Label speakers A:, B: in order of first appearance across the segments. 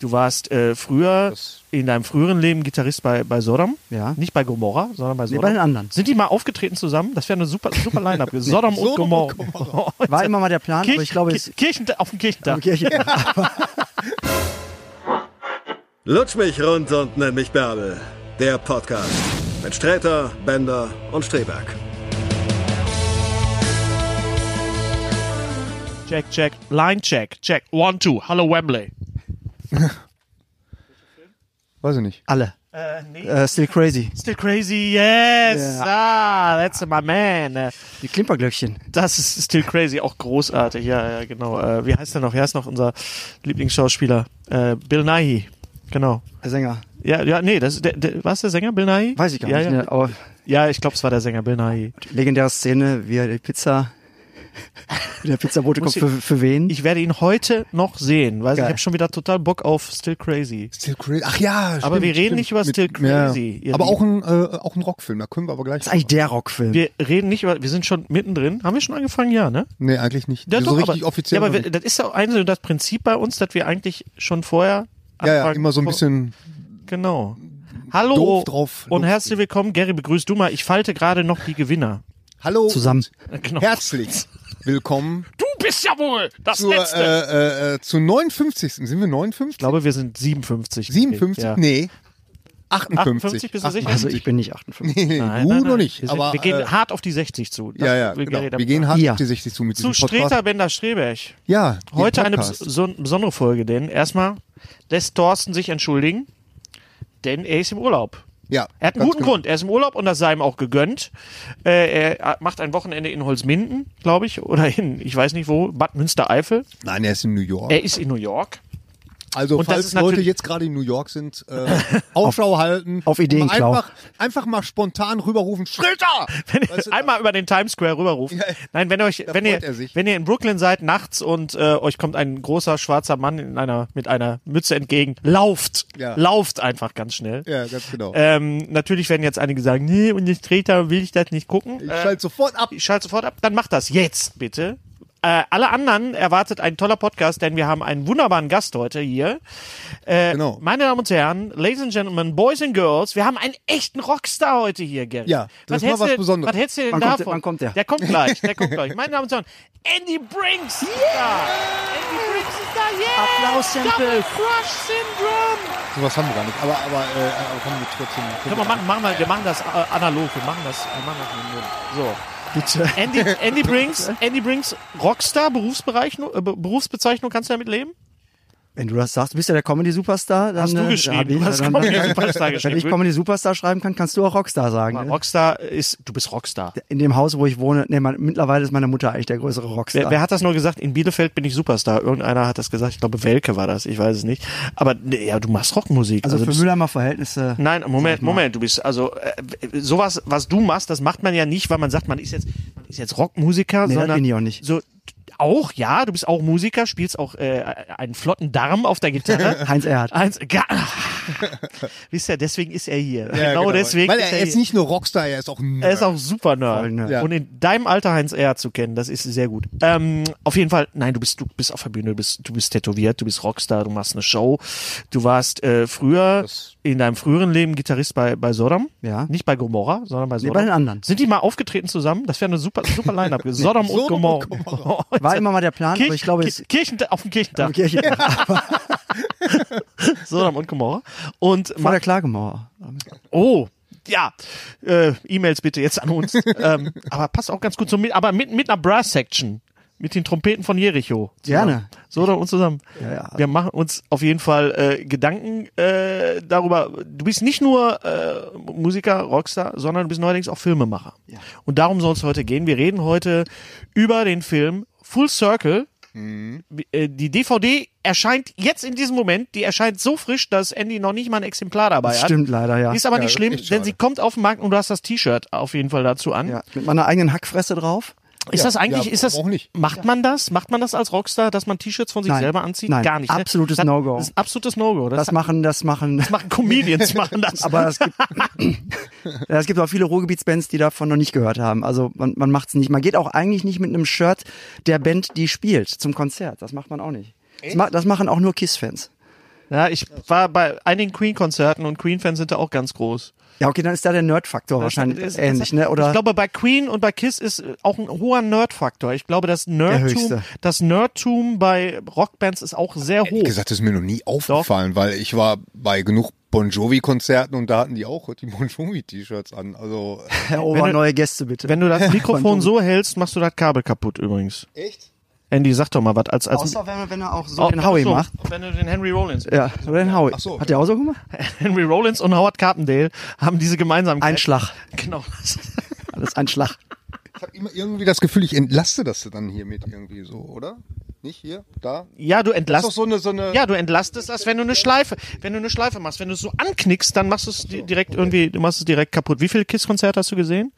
A: Du warst äh, früher in deinem früheren Leben Gitarrist bei, bei Sodom.
B: Ja.
A: Nicht bei Gomorra, sondern bei Sodom.
B: bei den anderen.
A: Sind die mal aufgetreten zusammen? Das wäre eine super, super Line-Up. Sodom und Gomorra.
B: War immer mal der Plan, aber ich glaube, es
A: Kirchen, Kirchen, auf dem Kirchentag.
B: Okay, ich-
C: Lutsch mich rund und nenn mich Bärbel. Der Podcast mit Sträter, Bender und Streberg.
A: Check, check. Line check, check. One, two. Hallo Wembley.
D: Weiß ich nicht.
B: alle.
A: Äh, nee.
B: Äh, still crazy.
A: Still crazy, yes.
B: Ja.
A: Ah, that's my man. Äh,
B: Die Klimperglöckchen.
A: Das ist Still Crazy, auch großartig. Ja, ja, genau. Äh, wie heißt der noch? Er ist noch unser Lieblingsschauspieler. Äh, Bill Nighy. Genau.
B: Der Sänger.
A: Ja, ja, nee, das, der, der, war es der Sänger, Bill Nighy?
B: Weiß ich gar
A: ja,
B: nicht.
A: Ja,
B: Ne? Aber
A: ja ich glaube, es war der Sänger, Bill Nighy.
B: die legendäre Szene, wie er die Pizza. wie der Pizzabote kommt. Für, für wen?
A: Ich werde ihn heute noch sehen, weil ich
B: Geil.
A: habe schon wieder total Bock auf Still Crazy.
D: Still Crazy. Ach ja,
A: Aber wir
D: stimmt,
A: reden
D: stimmt.
A: nicht über Still
D: ja.
A: Crazy, ihr
D: Aber auch
A: Lieben.
D: ein, äh, auch ein Rockfilm, da können wir aber gleich.
B: das ist eigentlich der Rockfilm.
A: Wir reden nicht über, wir sind schon mittendrin. Haben wir schon angefangen? Ja, ne?
D: nee, eigentlich nicht.
A: Ja,
D: so
A: doch,
D: richtig
A: aber,
D: offiziell.
A: Ja, aber
D: noch
A: wir,
D: nicht.
A: das ist ja auch ein so das Prinzip bei uns, dass wir eigentlich schon vorher
D: ja, ja,
A: anfangen-
D: immer so ein
A: vor-
D: bisschen.
A: Genau. Hallo
D: Doof drauf
A: und
D: losgehen.
A: herzlich willkommen. Gary, begrüßt du mal. Ich falte gerade noch die Gewinner.
D: Hallo.
B: Zusammen.
A: Äh, Genau.
D: Herzlich willkommen
A: Du bist ja wohl das
D: zur,
A: Letzte.
D: äh, äh, äh, zu 59. Sind wir 59?
A: ich glaube, wir sind 57.
D: 57?
A: Ja.
D: Nee. 58.
A: 58, bist du sicher?
B: Also ich bin nicht 58.
A: Nein,
D: Nee, du
A: nein, nein.
D: noch nicht.
A: Wir, sind,
D: aber,
A: wir gehen
D: äh,
A: hart auf die 60 zu. Das
D: ja, ja,
A: will Gary
D: genau.
A: damit
D: Wir gehen hart
B: Ja.
D: auf die 60 zu mit
A: zu
D: diesem Podcast.
A: Streter Bender Strebech.
D: Ja,
A: Heute
D: den
A: eine bes-
D: Podcast.
A: so eine besondere Folge, denn erstmal lässt Thorsten sich entschuldigen, denn er ist im Urlaub.
D: Ja,
A: Er hat einen
D: ganz genau.
A: guten Grund. Er ist im Urlaub und das sei ihm auch gegönnt. Äh, er macht ein Wochenende in Holzminden, glaube ich, oder in, ich weiß nicht wo, Bad Münstereifel.
D: Nein, er ist in New York.
A: Er ist in New York.
D: Also
A: Und das
D: falls
A: ist
D: Leute
A: natürlich-
D: jetzt gerade in New York sind, äh, Ausschau halten.
B: auf Ideen
D: mal
B: klauen.
D: einfach, einfach mal spontan rüberrufen, Schritter!
A: Wenn ihr einmal über den Times Square rüberruft. Nein, wenn euch, wenn ihr,
D: freut er sich.
A: wenn ihr in Brooklyn seid nachts und äh, euch kommt ein großer schwarzer Mann in einer mit einer Mütze entgegen, lauft,
D: Ja.
A: lauft einfach ganz schnell.
D: Ja, ganz genau.
A: Ähm, natürlich werden jetzt einige sagen, nee, und ich Treter will ich das nicht gucken.
D: ich
A: Äh,
D: schalte sofort ab.
A: ich schalte sofort ab, dann macht das jetzt bitte. Äh, alle anderen erwartet ein toller Podcast, denn wir haben einen wunderbaren Gast heute hier. Äh,
D: genau.
A: Meine Damen und Herren, Ladies and Gentlemen, Boys and Girls, wir haben einen echten Rockstar heute hier, Gary.
D: Ja, das ist mal
A: hältst
D: was
A: du denn-
D: Besonderes.
A: Was hältst du denn
B: Wann kommt
A: davon?
B: der- wann kommt der?
A: Der kommt gleich, der kommt gleich. Meine Damen und Herren, Andy Brinks ist da. Andy Brinks ist da, yeah.
B: Applaus,
A: Double
B: Tempel.
A: Crush Syndrome.
D: Sowas haben wir gar nicht. Aber, aber, äh, aber kommen wir trotzdem.
A: Können wir machen, machen wir, wir machen das äh, analog, wir machen das, wir machen das mit dem Mund. So.
B: Bitte.
A: Andy, Andy Brinks, Andy Brinks, Rockstar, Berufsbereich, äh, Be- Berufsbezeichnung, kannst du damit leben?
B: Wenn du das sagst, du bist ja der Comedy-Superstar. Dann,
A: Hast du
B: äh, hab
A: geschrieben,
B: ich-
A: du hast
B: dann-
A: Comedy Superstar
B: Wenn ich
A: geschrieben.
B: Comedy-Superstar schreiben kann, kannst du auch Rockstar sagen.
A: Aber
B: ne?
A: Rockstar ist, du bist Rockstar.
B: In dem Haus, wo ich wohne, nee, man, mittlerweile ist meine Mutter eigentlich der größere Rockstar.
A: Wer, wer hat das nur gesagt? In Bielefeld bin ich Superstar. Irgendeiner hat das gesagt. Ich glaube, Welke war das. Ich weiß es nicht. Aber nee, ja, du machst Rockmusik.
B: also, für
A: bist-
B: Müllheimer Verhältnisse.
A: Nein, Moment, Moment, du bist, also äh, sowas, was du machst, das macht man ja nicht, weil man sagt, man ist jetzt, man ist jetzt Rockmusiker,
B: Nee, das
A: sondern
B: bin ich auch nicht.
A: so auch, ja, du bist auch Musiker, spielst auch äh, einen flotten Darm auf der Gitarre.
B: Heinz Erhardt.
A: Eins, ga, Wisst ihr, deswegen ist er hier.
D: Ja,
A: genau, deswegen
D: Weil er,
A: ist er
D: ist
A: hier.
D: nicht nur Rockstar, er ist auch ein
A: Er ist auch super Nerd.
B: Voll Nerd.
D: Ja.
A: Und in deinem Alter Heinz R. zu kennen, das ist sehr gut. Ähm, auf jeden Fall, nein, du bist, du bist auf der Bühne, du bist, du bist tätowiert, du bist Rockstar, du machst eine Show. Du warst äh, früher in deinem früheren Leben Gitarrist bei, bei Sodom.
B: Ja.
A: Nicht bei Gomorra, sondern bei Sodom.
B: bei den anderen.
A: Sind die mal aufgetreten zusammen? Das wäre eine super, super Line-Up. Sodom und
D: Sodom
A: Gomorra.
D: und
B: War immer mal der Plan, aber ich glaube, es.
A: Kirchen, auf dem Kirchentag.
B: Okay, ich,
A: Sodom und Gomorra. Und
B: vor der Klagemauer.
A: Oh, ja. Äh, E-Mails bitte jetzt an uns. ähm, aber passt auch ganz gut so mit, aber mit, mit einer Brass-Section. Mit den Trompeten von Jericho.
B: Gerne.
A: So oder uns zusammen.
B: ja.
A: Wir machen uns auf jeden Fall äh, Gedanken äh, darüber. Du bist nicht nur äh, Musiker, Rockstar, sondern du bist neuerdings auch Filmemacher. Und darum soll es heute gehen. Wir reden heute über den Film Full Circle
B: Mhm.
A: äh, die DVD erscheint jetzt in diesem Moment, die erscheint so frisch, dass Andy noch nicht mal ein Exemplar dabei
B: Das
A: hat.
B: stimmt leider, ja.
A: Ist aber
D: Ja,
A: nicht schlimm,
D: echt
A: denn
D: schade.
A: sie kommt auf den Markt und du hast das T-Shirt auf jeden Fall dazu an.
B: ja. Mit meiner eigenen Hackfresse drauf.
A: Ist das eigentlich,
D: ja,
A: ist das,
D: auch nicht.
A: macht man das? Macht man das als Rockstar, dass man T-Shirts von sich
B: Nein,
A: selber anzieht?
B: nein,
A: Gar nicht. ne?
B: absolutes
A: Das-
B: No-Go.
A: Das ist ein absolutes No-Go. Das,
B: Das machen, das machen.
A: machen Comedians, machen das.
B: Aber es gibt, ja, es gibt auch viele Ruhrgebietsbands, die davon noch nicht gehört haben. Also man, man macht's nicht. Man geht auch eigentlich nicht mit einem Shirt der Band, die spielt, zum Konzert. Das macht man auch nicht. Das, ma das machen auch nur Kiss-Fans.
A: ja, ich war bei einigen Queen-Konzerten und Queen-Fans sind da auch ganz groß.
B: Ja, okay, dann ist da der Nerd-Faktor
A: Das
B: wahrscheinlich
A: ist- das
B: ähnlich,
A: ist-
B: ne? Oder
A: ich glaube, bei Queen und bei Kiss ist äh, auch ein hoher Nerd-Faktor. Ich glaube, das Nerdtum,
B: höchste.
A: das Nerdtum bei Rockbands ist auch sehr
D: Wie
A: hoch.
D: gesagt, das ist mir noch nie aufgefallen, weil ich war bei genug Bon Jovi-Konzerten und da hatten die auch die Bon Jovi-T-Shirts an. Also
B: Herr Ober,
A: wenn du-
B: oh, neue Gäste bitte.
A: Wenn du das Mikrofon so hältst, machst du das Kabel kaputt übrigens.
D: echt?
A: Andy, sag doch mal was. Als, als
B: Außer wenn, er- wenn er auch so
A: Oh,
B: den Howie
A: ach so,
B: macht.
A: Wenn du den Henry Rollins.
B: Ja, oder den Howie.
D: Ach so.
B: Hat der auch so gemacht?
A: Henry Rollins und Howard Carpendale haben diese Gemeinsamkeit.
B: Ein Schlag.
A: Genau.
B: Alles ein Schlag.
D: Ich habe immer irgendwie das Gefühl, ich entlaste das dann hiermit irgendwie so, oder? Nicht hier, da?
A: Ja, du
D: Ist doch
A: entlastest.
D: so eine, so eine.
A: Ja, du entlastest das, wenn du eine Schleife, wenn du eine Schleife machst, wenn du es so anknickst, dann machst du es di- direkt irgendwie, du machst es direkt kaputt. Wie viele Kiss-Konzerte hast du gesehen?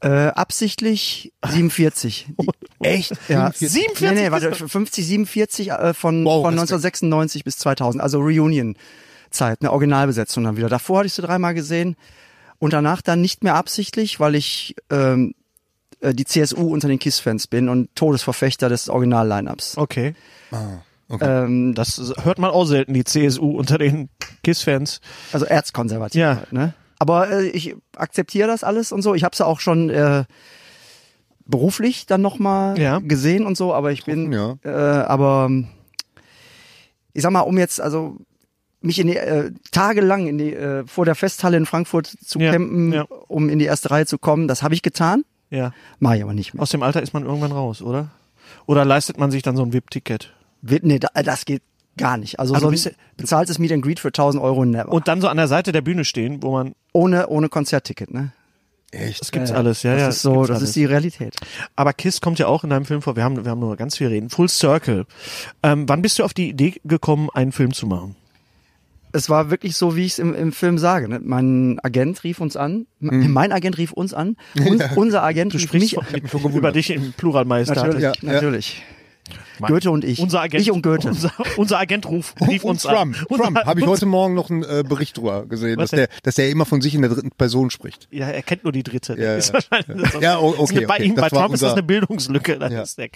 B: Äh, absichtlich 47. Die-
A: Echt?
B: Ja.
A: 47?
B: Oh, Nee, nee, warte, 50, 47 äh, von,
D: Wow,
B: von
D: Respekt.
B: 1996 bis 2000, also Reunion-Zeit, eine Originalbesetzung dann wieder. Davor hatte ich sie dreimal gesehen und danach dann nicht mehr absichtlich, weil ich ähm, äh, die CSU unter den Kiss-Fans bin und Todesverfechter des Original-Line-Ups. Ähm,
A: Okay. Das ist- hört man auch selten, die CSU unter den Kiss-Fans.
B: Also erzkonservativ.
A: Ja.
B: Halt, ne? Aber äh, ich akzeptiere das alles und so. Ich habe es ja auch schon äh, beruflich dann nochmal
A: Ja.
B: gesehen und so, aber ich bin,
D: ja.
B: äh, aber ähm, ich sag mal, um jetzt, also mich in die, äh, tagelang in die, äh, vor der Festhalle in Frankfurt zu
A: Ja,
B: campen,
A: ja.
B: um in die erste Reihe zu kommen, das habe ich getan,
A: Ja.
B: mache ich aber nicht mehr.
A: Aus dem Alter ist man irgendwann raus, oder? Oder leistet man sich dann so ein VIP-Ticket?
B: Wir- Nee, da, das geht gar nicht. Also
A: Aber
B: so
A: du
B: ein
A: bist ja-
B: bezahltes Meet and Greet für 1000 Euro never.
A: Und dann so an der Seite der Bühne stehen, wo man,
B: ohne, ohne Konzertticket, ne?
A: das gibt's alles, ja,
B: das
A: ja.
B: ist so,
A: gibt's
B: das
A: alles.
B: ist die Realität.
A: Aber Kiss kommt ja auch in deinem Film vor. Wir haben, wir haben nur ganz viel reden. Full Circle. Ähm, wann bist du auf die Idee gekommen, einen Film zu machen?
B: es war wirklich so, wie ich es im, im Film sage. Ne? Mein Agent rief uns an, m- mein Agent rief uns an, und unser Agent rief mich
A: von-
B: an.
A: mit, über dich im Plural
B: Natürlich,
A: Majestät.
D: Ja, ja.
B: natürlich. Goethe und ich.
A: Unser Agent,
B: Ich und Goethe.
A: Unser, unser Agent ruf, rief
D: und
A: uns
D: Trump.
A: an. Unser-
D: Trump. Habe ich heute Morgen noch einen äh, Bericht drüber gesehen,
A: Was
D: dass der, dass der immer von sich in der dritten Person spricht.
A: Ja, er kennt nur die dritte.
D: Ja,
A: ist
D: ja.
A: wahrscheinlich,
D: Ja, o-
A: ist eine-
D: okay,
A: bei
D: okay.
A: ihm,
D: Das
A: bei
D: war
A: Trump ist das
D: unser-
A: eine Bildungslücke. Das
D: Ja.
A: ist der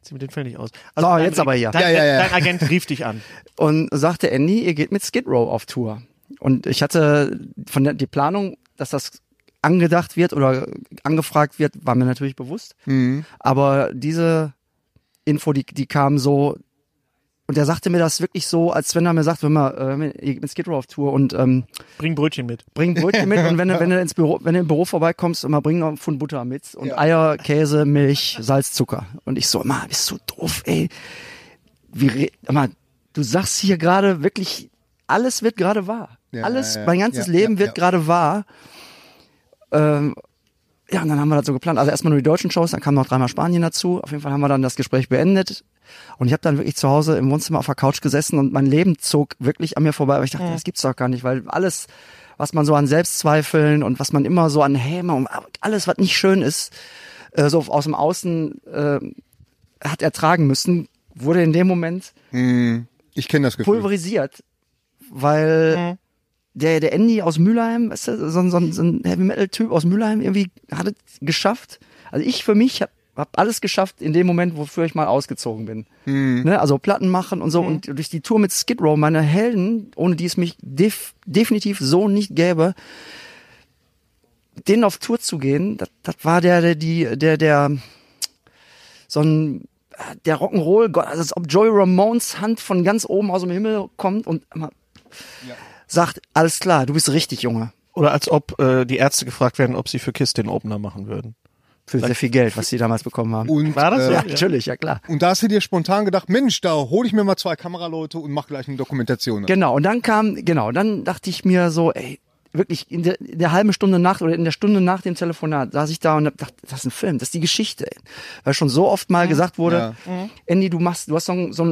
A: Zieh mit dem Fell nicht aus. Also
B: So,
A: dein-
B: jetzt aber hier.
A: Dein,
D: Ja, ja, ja.
A: dein Agent rief dich an.
B: Und sagte Andy, ihr geht mit Skid Row auf Tour. Und ich hatte von der die Planung, dass das angedacht wird oder angefragt wird, war mir natürlich bewusst. Aber diese Info, die, die kam so, und er sagte mir das wirklich so, als wenn er mir sagt, wenn man, äh, ihr geht mit Skid Row auf Tour und ähm,
A: Bring Brötchen mit.
B: bring Brötchen mit und wenn du, wenn du ins Büro, wenn du im Büro vorbeikommst, immer bring noch einen Pfund Butter mit und Eier, Käse, Milch, Salz, Zucker. Und ich so, immer, bist du doof, ey. Wie, re- immer, du sagst hier gerade wirklich, alles wird gerade wahr.
D: Ja,
B: alles,
D: ja, ja.
B: mein ganzes
D: Ja,
B: Leben
D: ja,
B: wird
D: ja.
B: gerade wahr. Ähm, ja, und dann haben wir das so geplant. Also erstmal nur die deutschen Shows, dann kam noch dreimal Spanien dazu. Auf jeden Fall haben wir dann das Gespräch beendet. Und ich habe dann wirklich zu Hause im Wohnzimmer auf der Couch gesessen und mein Leben zog wirklich an mir vorbei. Aber ich dachte, das gibt's doch gar nicht, weil alles, was man so an Selbstzweifeln und was man immer so an Häme und alles, was nicht schön ist, äh, so aus dem Außen äh, hat ertragen müssen, wurde in dem Moment
D: Ich kenne das Gefühl. Mhm.
B: pulverisiert weil der, der Andy aus Mülheim, weißt du, so, ein- so, ein- so ein Heavy Metal-Typ aus Mülheim irgendwie hat es geschafft. Also ich für mich habe hab alles geschafft in dem Moment, wofür ich mal ausgezogen bin.
D: Mhm.
B: Ne, also Platten machen und so und durch die Tour mit Skid Row, meine Helden, ohne die es mich def definitiv so nicht gäbe, denen auf Tour zu gehen, das das war der, der, die, der, der, so ein, der Rock'n'Roll, Gott, also als ob Joey Ramones Hand von ganz oben aus dem Himmel kommt und immer sagt, alles klar, du bist richtig, Junge.
A: Oder als ob äh, die Ärzte gefragt werden, ob sie für Kiss den Opener machen würden.
B: Für sehr viel Geld, was die damals bekommen haben.
D: Und,
A: War das so?
D: äh,
B: ja, natürlich, ja klar.
D: und da hast du dir spontan gedacht, Mensch, da hole ich mir mal zwei Kameraleute und mach gleich eine Dokumentation.
B: Genau, und dann kam, genau, dann dachte ich mir so, ey, wirklich in der, in der halben Stunde nach oder in der Stunde nach dem Telefonat saß ich da und hab gedacht, das ist ein Film, das ist die Geschichte, ey. Weil schon so oft mal gesagt wurde, Andy, du machst, du hast so einen, so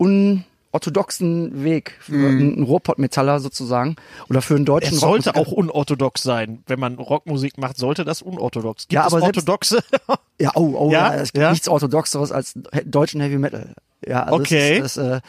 B: einen unorthodoxen Weg für einen Ruhrpott-Metaller sozusagen oder für einen deutschen
A: Es sollte
B: Rockmusiker.
A: auch unorthodox sein. Wenn man Rockmusik macht, sollte das unorthodox. Gibt
B: Ja,
A: es
B: aber selbst-
A: orthodoxe?
B: Ja, oh, oh,
A: Ja?
B: ja, es gibt
A: Ja?
B: nichts Orthodoxeres als he- deutschen Heavy Metal. Ja, also
A: Okay.
B: Das ist, das, äh,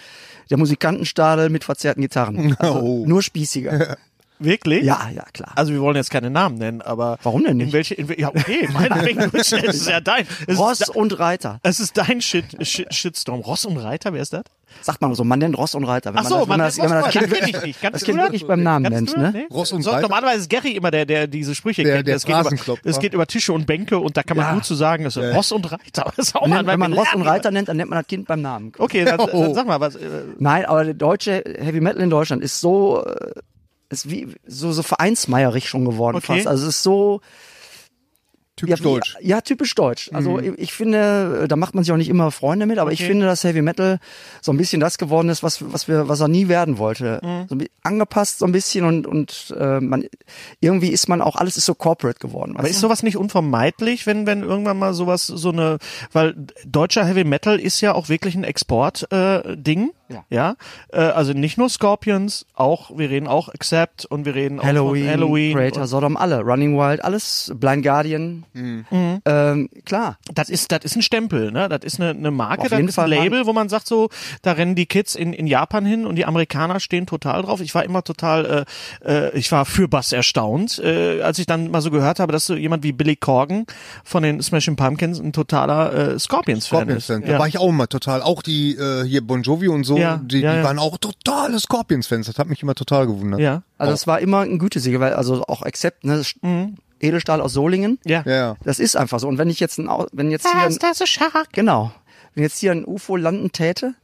B: der Musikantenstadel mit verzerrten Gitarren. Also
D: Oh.
B: Nur spießiger.
A: Wirklich?
B: ja, ja, klar.
A: Also wir wollen jetzt keine Namen nennen, aber
B: Warum denn
A: In
B: nicht?
A: welche? In, wel- ja, okay, meinetwegen. es ist ja dein. Es
B: Ross
A: ist, de-
B: und Reiter.
A: es ist dein Shit, Shit, Shitstorm. Ross und Reiter, wer ist das?
B: Sagt man so, man nennt Ross und Reiter. Wenn
A: Ach so,
B: man,
A: man
B: das, wenn
A: nennt
B: man
A: Ross
B: das,
A: und
B: Kind,
A: Reiter,
B: wirklich-
A: kenn ich nicht. Kannst
B: das
A: du
B: Kind
A: das?
B: wirklich beim Namen
A: Kannst
B: nennt.
A: du das?
B: Ne?
A: Nee.
D: Ross und
A: so,
D: Reiter?
A: Normalerweise ist Gary immer der, der diese Sprüche
D: Der-
A: kennt.
D: der ne?
A: es, geht über,
D: Phrasenklopfer.
A: es geht über Tische und Bänke und da kann man
B: Ja.
A: gut zu sagen, das ist Ross und Reiter. Das ist auch
B: Wenn,
A: mal, weil
B: wenn man
A: wir
B: Ross und
A: lernen.
B: Reiter nennt, dann nennt man das Kind beim Namen.
A: Okay, dann,
D: Oh.
A: dann sag mal, was, äh,
B: Nein, aber der deutsche Heavy Metal in Deutschland ist so, äh, ist wie, so, so vereinsmeierig schon geworden
A: Okay.
B: fast. Also es ist so, ja,
D: Typisch
B: wie-
D: deutsch.
B: Ja, typisch deutsch. Also
A: Mhm.
B: ich, ich finde, da macht man sich auch nicht immer Freunde mit, aber ich finde, dass Heavy Metal so ein bisschen das geworden ist, was, was, wir, was er nie werden wollte.
A: Mhm.
B: So ein bi- angepasst so ein bisschen und, und äh, man, irgendwie ist man auch, alles ist so corporate geworden.
A: Aber
B: weißt
A: ist
B: du?
A: sowas nicht unvermeidlich, wenn, wenn irgendwann mal sowas, so eine, weil deutscher Heavy Metal ist ja auch wirklich ein Export-Ding. Äh, Ding.
B: Ja.
A: Äh, also nicht nur Scorpions, auch, wir reden auch Accept und wir reden auch
B: Halloween,
A: von Halloween.
B: Creator, Sodom, alle. Running Wild, alles. Blind Guardian.
A: Mhm.
B: Ähm, klar.
A: Das ist, das ist ein Stempel, ne? Das ist eine, eine Marke,
B: Auf
A: das
B: jeden
A: ist ein
B: Fall, Mann.
A: Label, wo man sagt so, da rennen die Kids in, in Japan hin und die Amerikaner stehen total drauf. Ich war immer total, äh, äh, ich war für Bass erstaunt, äh, als ich dann mal so gehört habe, dass so jemand wie Billy Corgan von den Smashing Pumpkins ein totaler äh, Scorpions-Fan
D: Scorpions
A: ist.
D: Fan. Da war ich auch mal total. Auch die äh, hier Bon Jovi und so,
A: Ja,
D: die,
A: ja,
D: die
A: ja.
D: waren auch totale Scorpions-Fans. Das hat mich immer total gewundert.
A: Ja.
B: Also es war immer ein Gütesiegel, weil also auch Accept, ne? Edelstahl aus Solingen.
A: Mhm. Ja.
D: Ja.
B: Das ist einfach so. Und wenn ich jetzt ein, Au- wenn jetzt hier ein,
A: das ein Shark?
B: Genau. Wenn jetzt hier ein UFO landen täte,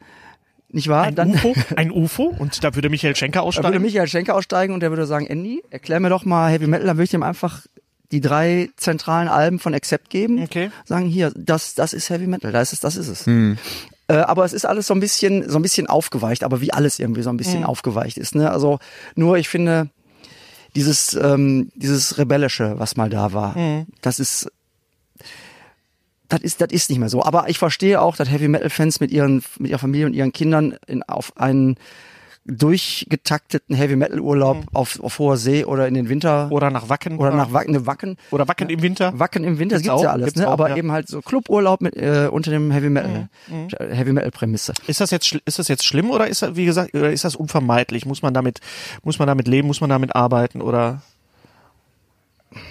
B: nicht wahr?
A: Ein
B: Ah, dann
A: UFO? Ein UFO? Und da würde Michael Schenker
B: dann
A: aussteigen?
B: würde Michael Schenker aussteigen und der würde sagen, Andy, erklär mir doch mal Heavy Metal, dann würde ich ihm einfach die drei zentralen Alben von Accept geben.
A: Okay. Hm.
B: Sagen hier, das, das ist Heavy Metal, das ist, das ist es. Äh, aber es ist alles so ein bisschen, so ein bisschen aufgeweicht, aber wie alles irgendwie so ein bisschen aufgeweicht ist. Ne? Also nur, ich finde, dieses, ähm, dieses Rebellische, was mal da war, das ist das ist, das ist nicht mehr so. Aber ich verstehe auch, dass Heavy Metal Fans mit ihren, mit ihrer Familie und ihren Kindern in, auf einen durchgetakteten Heavy Metal Urlaub auf, auf hoher See oder in den Winter
A: Mhm. oder nach Wacken?
B: oder nach Wacken, Wacken,
A: Oder Wacken im Winter?
B: Wacken im Winter, das
A: Gibt's
B: gibt's ja
A: auch,
B: alles,
A: gibt's
B: ne?
A: auch,
B: Aber
A: ja. Mhm.
B: eben halt so Cluburlaub mit, äh, unter dem Heavy Metal, äh, Heavy Metal Prämisse.
A: Ist das jetzt, schl- ist das jetzt schlimm oder ist das, wie gesagt, oder ist das unvermeidlich? Muss man damit, muss man damit leben? Muss man damit arbeiten oder?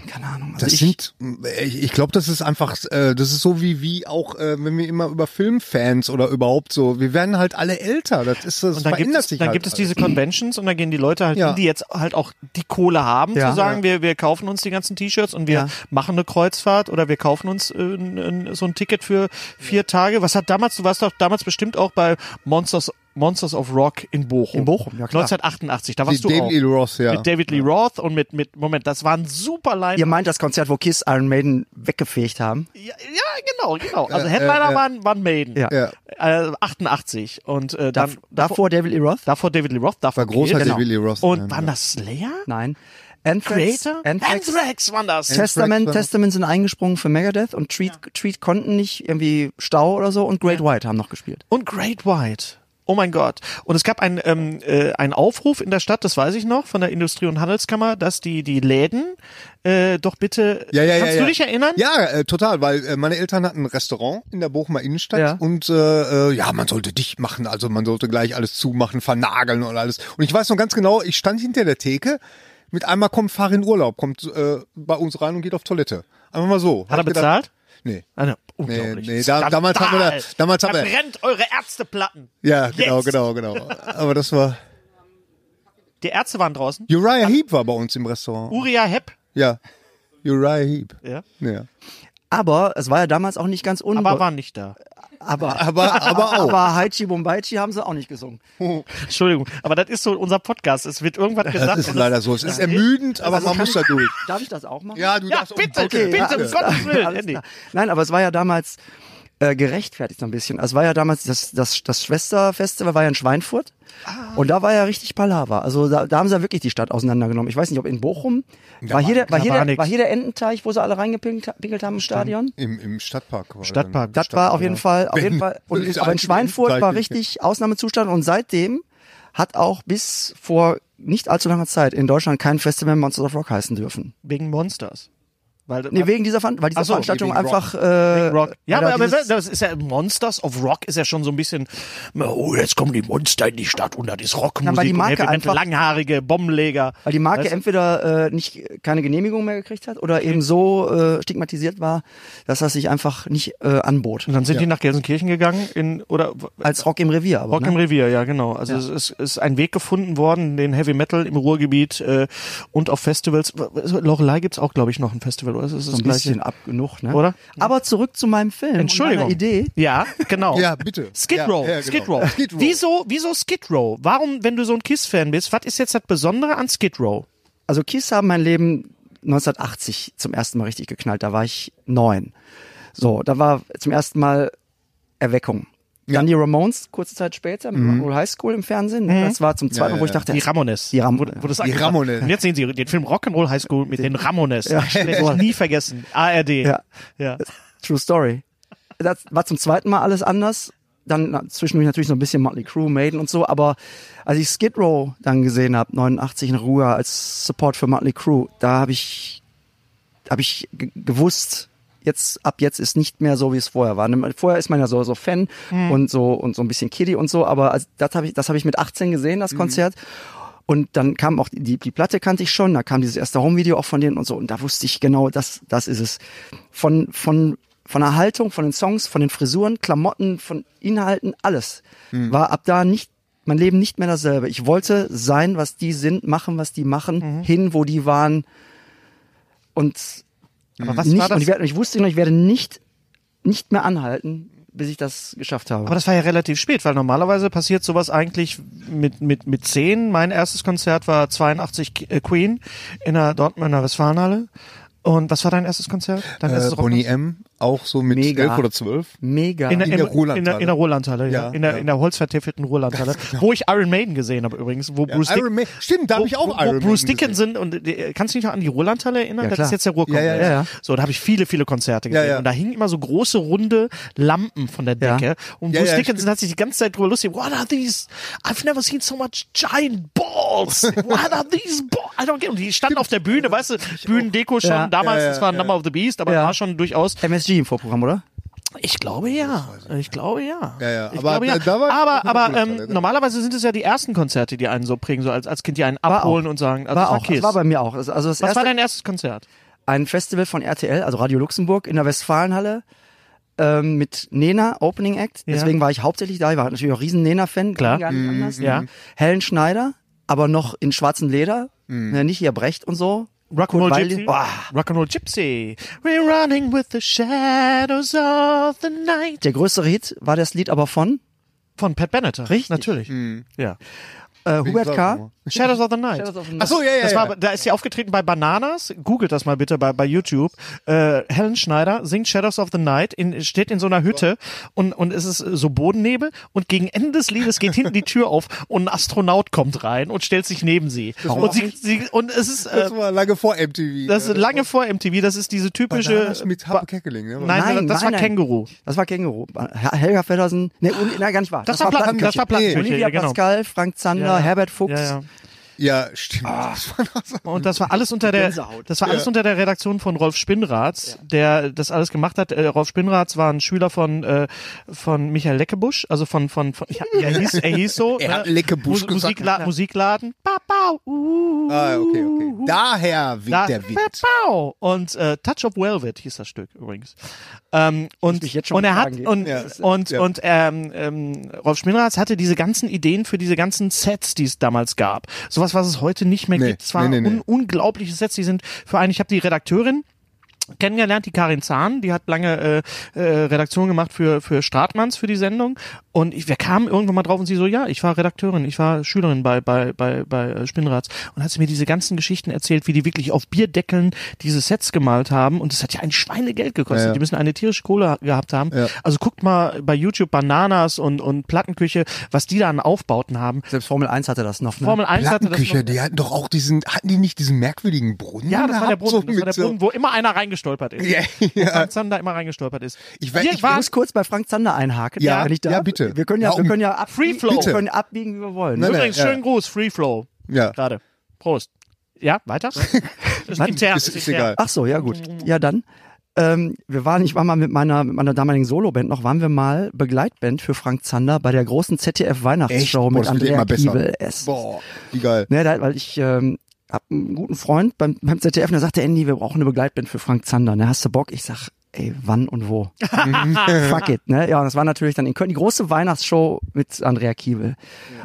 B: Keine Ahnung. Also
D: Das
B: ich,
D: sind, äh, ich, ich glaube, das ist einfach, äh, das ist so wie, wie auch, äh, wenn wir immer über Filmfans oder überhaupt so, wir werden halt alle älter. Das ist, das
A: Und dann gibt
D: verändert
A: es,
D: sich
A: dann
D: halt
A: gibt es
D: alles.
A: diese Conventions und dann gehen die Leute halt
D: Ja.
A: hin, die jetzt halt auch die Kohle haben,
B: Ja.
A: zu sagen, wir, wir kaufen uns die ganzen T-Shirts und wir
B: Ja.
A: machen eine Kreuzfahrt oder wir kaufen uns äh, n- n- so ein Ticket für vier Tage. Was hat damals, du warst doch damals bestimmt auch bei Monsters Monsters of Rock in Bochum.
B: In Bochum, ja klar.
A: 1988, da warst
D: Die
A: du
D: David
A: auch.
D: Lee Roth, ja.
A: Mit David Lee Roth und mit, mit, Moment, das war ein super Line.
B: ihr meint das Konzert, wo Kiss Iron Maiden weggefegt haben?
A: Ja, ja, genau, genau. Also Headliner waren, waren Maiden.
B: Ja.
D: Ja.
A: Äh, 88 und äh, dann,
B: Dav- davor David Lee Roth?
A: davor David Lee Roth, davor
D: War großer
A: Kiss.
D: David Lee Roth,
A: Und
D: ja,
A: waren
D: ja.
A: das Slayer?
B: Nein. Anthrax,
A: Creator?
B: Anthrax,
A: Anthrax waren das.
B: Testament,
D: Anthrax war-
B: Testament sind eingesprungen für Megadeth und Treat, Treat konnten nicht irgendwie Stau oder so und Great White haben noch gespielt.
A: Und Great White. Oh mein Gott. Und es gab einen, ähm, äh, einen Aufruf in der Stadt, das weiß ich noch, von der Industrie- und Handelskammer, dass die, die Läden äh, doch bitte.
D: Ja, ja,
A: Kannst
D: ja,
A: du
D: ja.
A: dich erinnern?
D: Ja, äh, total, weil äh, meine Eltern hatten ein Restaurant in der Bochumer Innenstadt
B: Ja.
D: und äh, äh, ja, man sollte dicht machen, also man sollte gleich alles zumachen, vernageln und alles. Und ich weiß noch ganz genau, ich stand hinter der Theke, mit einmal kommt Fahr in Urlaub, kommt äh, bei uns rein und geht auf Toilette. Einfach mal so.
A: Hat er
D: Hab ich gedacht,
A: bezahlt?
D: Nee.
A: Ah, ne,
D: Nee,
A: unglaublich.
D: nee, da, damals haben wir da, damals haben wir,
A: Verbrennt eure Ärzteplatten.
D: ja, genau,
A: Jetzt.
D: genau, genau. Aber das war,
A: Die Ärzte waren draußen.
D: Uriah Heep war bei uns im Restaurant.
A: Uriah Hepp.
D: Ja, Uriah Heep.
A: Ja.
D: Ja.
B: Aber es war ja damals auch nicht ganz unbekannt.
A: Aber waren nicht da.
B: aber,
D: Aber, aber auch.
B: aber Haichi Bombaichi haben sie auch nicht gesungen.
A: Entschuldigung, aber das ist so unser Podcast. Es wird irgendwas gesagt.
D: Das ist
A: und
D: leider so. Es ist ermüdend, aber man muss da durch.
B: Darf Also ich das auch machen?
D: Ja, du
A: Ja,
D: darfst
A: bitte, bitte,
D: ja.
A: um Gottes Willen,
B: Alles
A: Andy.
B: klar. Nein, aber es war ja damals äh, gerechtfertigt so ein bisschen. Es war ja damals, das, das, das Schwesterfestival war ja in Schweinfurt.
A: Ah.
B: Und da war ja richtig Palaver. Also da, da haben sie ja wirklich die Stadt auseinandergenommen. Ich weiß nicht, ob in Bochum. war, hier der, war,
A: da
B: hier
A: war
B: der,
A: nix.
B: war hier der Ententeich, wo sie alle reingepinkelt haben im Stadion?
D: Im, Im Stadtpark. War
A: Stadtpark.
D: Dann. genau.
B: Das war auf jeden Fall, auf jeden Fall. Und,
D: Wenn-
B: aber in Schweinfurt war
D: Zeichen.
B: richtig Ausnahmezustand und seitdem hat auch bis vor nicht allzu langer Zeit in Deutschland kein Festival Monsters of Rock heißen dürfen.
A: Wegen Monsters. Weil,
B: Nee, wegen dieser, Veran weil diese
A: Ach so,
B: Veranstaltung
D: wegen Rock.
B: einfach. Äh,
A: Rock. Ja,
B: weil
A: aber, aber
B: dieses-
A: das ist ja Monsters of Rock ist ja schon so ein bisschen, oh, jetzt kommen die Monster in die Stadt und das ist Rockmusik.
B: Ja, weil die
A: und
B: Marke
A: Heavy Metal,
B: einfach-
A: langhaarige Bombenleger.
B: Weil die Marke
A: Weißt du?
B: entweder äh, nicht keine Genehmigung mehr gekriegt hat oder eben so äh, stigmatisiert war, dass das sich einfach nicht äh, anbot.
A: Und dann sind die nach Gelsenkirchen gegangen in oder
B: Als Rock im Revier, aber.
A: Rock im
B: ne?
A: Revier, ja genau. Also es ist, ist ein Weg gefunden worden, den Heavy Metal im Ruhrgebiet äh, und auf Festivals. Lorelei gibt's auch, glaube ich, noch ein Festival, oder? Das ist
B: So
A: das
B: ein
A: gleiche.
B: bisschen ab genug, ne?
A: Oder?
B: Aber zurück zu meinem Film. und
A: Entschuldigung.
B: meiner Idee.
A: Ja, genau.
D: Ja, bitte.
A: Skid
D: Ja,
A: Row,
D: ja, genau.
A: Skid Row.
D: Skid Row.
A: Wieso, wieso Skid Row? Warum, wenn du so ein Kiss-Fan bist, was ist jetzt das Besondere an Skid Row?
B: Also Kiss haben mein Leben 1980 zum ersten Mal richtig geknallt. Da war ich neun. So, da war zum ersten Mal Erweckung. Dann die Ramones kurze Zeit später mit Rock'n'Roll High School im Fernsehen. ne? Das war zum zweiten Mal, wo ich dachte,
A: Die Ramones.
B: Die Ram-
A: Wurde- wurde es
D: Die
A: angesagt.
D: Ramones.
A: Und jetzt sehen Sie den Film Rock'n'Roll High School mit den Ramones. Ja. Werde ich nie vergessen. ARD.
B: Ja.
A: ja.
B: True Story. Das war zum zweiten Mal alles anders. Dann na, zwischendurch natürlich noch ein bisschen Motley Crue, Maiden und so, aber als ich Skid Row dann gesehen habe, 89 in Ruhe als Support für Motley Crue, da habe ich habe ich ge- gewusst, jetzt ab jetzt ist nicht mehr so wie es vorher war. Vorher ist man ja so so Fan und so und so ein bisschen Kiddie und so, aber als, das habe ich das habe ich mit 18 gesehen, das Konzert. Und dann kam auch die, die Platte kannte ich schon, da kam dieses erste Home-Video auch von denen und so. Und da wusste ich genau, das, das ist es. Von, von, von der Haltung, von den Songs, von den Frisuren, Klamotten, von Inhalten, alles. War ab da nicht, mein Leben nicht mehr dasselbe. Ich wollte sein, was die sind, machen, was die machen, hin, wo die waren. Und
A: Aber was
B: nicht,
A: war
B: Und ich,
A: das?
B: werde, ich wusste noch, ich werde nicht, nicht mehr anhalten, bis ich das geschafft habe.
A: Aber das war ja relativ spät, weil normalerweise passiert sowas eigentlich mit, mit, mit 10. Mein erstes Konzert war 82 Ki- äh, Queen in der Dortmunder Westfalenhalle. Und was war dein erstes Konzert? Dein
D: Äh,
A: erstes
D: Bonnie M. Auch so mit
B: Mega.
D: 11 oder 12.
B: Mega.
A: In der,
D: In
A: in,
D: der
A: in, der,
D: Ruhrlandhalle.
A: in der Ruhrlandhalle, ja.
D: Ja,
A: in, der,
D: ja. genau.
A: in der holzvertäfelten Ruhrlandhalle, wo ich Iron Maiden gesehen habe übrigens, wo Bruce, Dick,
D: Iron Ma- Stimmt, da
A: wo,
D: habe ich auch
A: wo,
D: Iron
A: wo
D: Man
A: Bruce
D: gesehen.
A: Dickinson und äh, kannst du dich noch an die Ruhrlandhalle erinnern?
B: Ja,
A: das
B: klar.
A: ist jetzt der Ruhrkongress.
D: Ja, ja, ja,
B: ja.
A: So, da habe ich viele, viele Konzerte
D: Ja,
A: gesehen
D: ja.
A: und da hingen immer so große runde Lampen von der
B: Ja.
A: Decke und
D: Ja,
A: Bruce
D: ja,
A: Dickinson hat sich die ganze Zeit drüber lustig. What are these? I've never seen so much giant balls. What are these balls? I don't get. Und die standen auf der Bühne, weißt du, Bühnendeko schon
B: Ja.
A: damals.
D: Ja, ja,
A: das war Number of the Beast, aber
B: Ja.
A: war schon durchaus
B: MSG im Vorprogramm, oder?
A: ich glaube ja. Ich glaube ja.
D: Ja, ja.
A: Ich
D: Aber
A: glaube, ja.
D: da- da war-
A: aber,
D: da war
A: aber
D: cool,
A: ähm,
D: Alter.
A: normalerweise sind es ja die ersten Konzerte, die einen so prägen, so als, als Kind, die einen abholen und sagen, also
B: war
A: es
B: auch.
A: Kiss.
B: Das war bei mir auch. Also also das
A: Was
B: erste,
A: war dein erstes Konzert?
B: ein Festival von RTL, also Radio Luxemburg in der Westfalenhalle ähm, mit Nena Opening Act.
A: Ja.
B: Deswegen war ich hauptsächlich da. Ich war natürlich auch riesen Nena-Fan.
A: Klar.
B: ging Gar nicht anders.
A: ja.
B: Helen Schneider, aber noch in schwarzem Leder. Ne, nicht hier Brecht und so. Kurt
A: Rock'n'Roll
B: Walding.
A: Gypsy.
B: Boah,
A: Rock'n'Roll Gypsy. We're running with the shadows of the night.
B: der größere Hit war das Lied aber von.
A: Von Pat Benatar.
B: Richtig.
A: Natürlich. Ja.
B: äh, Hubert K.
A: Shadows of the Night.
B: Shadows of the Night.
A: Ach so,
D: ja, ja,
A: Das
D: ja.
A: war, da ist sie aufgetreten bei Bananas. Googelt das mal bitte bei, bei YouTube. Äh, Helen Schneider singt Shadows of the Night, in, steht in so einer Hütte und, und es ist so Bodennebel und gegen Ende des Liedes geht hinten die Tür auf und ein Astronaut kommt rein und stellt sich neben sie. Und, sie, sie und es ist, äh,
D: Das war lange vor MTV.
A: das
D: ne?
A: ist lange vor MTV, das ist diese typische...
D: Bananas mit Happe Kerkeling, ne?
A: Nein,
B: Nein,
A: das
B: nein,
A: war
B: nein.
A: Känguru.
B: Das war Känguru. Helga Feddersen. Nee, und, nein, gar nicht wahr.
A: Das, war Platten, das war Plattenkirche,
B: Olivia
A: genau.
B: Pascal, Frank Zander,
A: Ja, ja.
B: Herbert Fuchs.
A: Ja, ja.
D: Ja, stimmt.
B: Ah.
D: Das war das.
A: Und das war alles unter der,
B: Gänsehaut.
A: das war alles unter der Redaktion von Rolf Spinraths, der das alles gemacht hat. Äh, Rolf Spinraths war ein Schüler von, äh, von Michael Leckebusch, also von, von, von ja, er, hieß, er hieß so.
D: Er hat Leckebusch
A: Mu-
D: gesagt.
A: Musikla Musikladen. Ba, ba, uh,
D: Ah, okay, okay. Daher weht
A: da,
D: der
A: ba,
D: Wind.
A: ba. Und äh, Touch of Velvet hieß das Stück übrigens. Ähm, und,
B: mich jetzt schon
A: und er hat
B: fragen gehen.
A: und,
D: Ja.
A: und,
D: Ja.
A: und ähm, ähm, Rolf Spinraths hatte diese ganzen Ideen für diese ganzen Sets, die es damals gab. Sowas, was es heute nicht mehr
D: Nee,
A: gibt. Es waren
D: nee, nee, nee.
A: un unglaubliche Sets, die sind für einen. Ich habe die Redakteurin kennengelernt, die Karin Zahn, die hat lange äh, äh, Redaktion gemacht für, für Stratmanns für die Sendung und ich, wir kamen irgendwann mal drauf und sie so, ja, ich war Redakteurin, ich war Schülerin bei, bei, bei, bei äh, Spinnrads und hat sie mir diese ganzen Geschichten erzählt, wie die wirklich auf Bierdeckeln diese Sets gemalt haben und das hat ja ein Schweinegeld gekostet,
D: Ja, ja.
A: die müssen eine tierische Kohle ha- gehabt haben, also guckt mal bei YouTube Bananas und, und Plattenküche, was die da an Aufbauten haben.
B: Selbst Formel 1 hatte das noch. Ne?
A: Formel 1 hatte das noch,
D: Plattenküche, die hatten doch auch diesen, hatten die nicht diesen merkwürdigen Brunnen?
A: ja, das war der
D: gehabt,
A: Brunnen,
D: so
A: das war der
D: mit so-
A: Brunnen, wo immer einer reingestolpert ist.
D: Ja,
A: Wo
D: ja.
A: Franz Zander immer reingestolpert ist.
D: Ich weiß-
A: Wir
D: ich-
A: waren-
B: Ich muss kurz bei Frank Zander einhaken.
D: Ja,
B: wenn ich darf.
D: ja, bitte.
B: Wir können ja, wir
D: Warum?
B: können ja ab
A: Free Flow.
B: Wir können abbiegen, wie wir wollen. ne?
D: Nein, nein.
A: Übrigens,
D: ja.
A: schönen Gruß, Free Flow.
D: Ja.
A: Gerade. Prost. Ja, weiter? Das ist intern,
D: Ist,
A: ist
D: ist
A: intern.
D: egal.
B: Ach so, ja gut. Ja, dann. Ähm, wir waren, ich war mal mit meiner, mit meiner damaligen Soloband noch, waren wir mal Begleitband für Frank Zander bei der großen ZDF-Weihnachtsshow
D: Boah,
B: mit
D: das wird ja
B: Andrea
D: immer besser.
B: Kiebel. Es
D: Boah, wie geil.
B: Ne, da, weil ich ähm, hab einen guten Freund beim, beim ZDF und da sagte Andy, wir brauchen eine Begleitband für Frank Zander. Ne, hast du Bock? Ich sag, ey, wann und wo? Fuck it. Ne? Ja, und das war natürlich dann in Köln die große Weihnachtsshow mit Andrea Kiebel.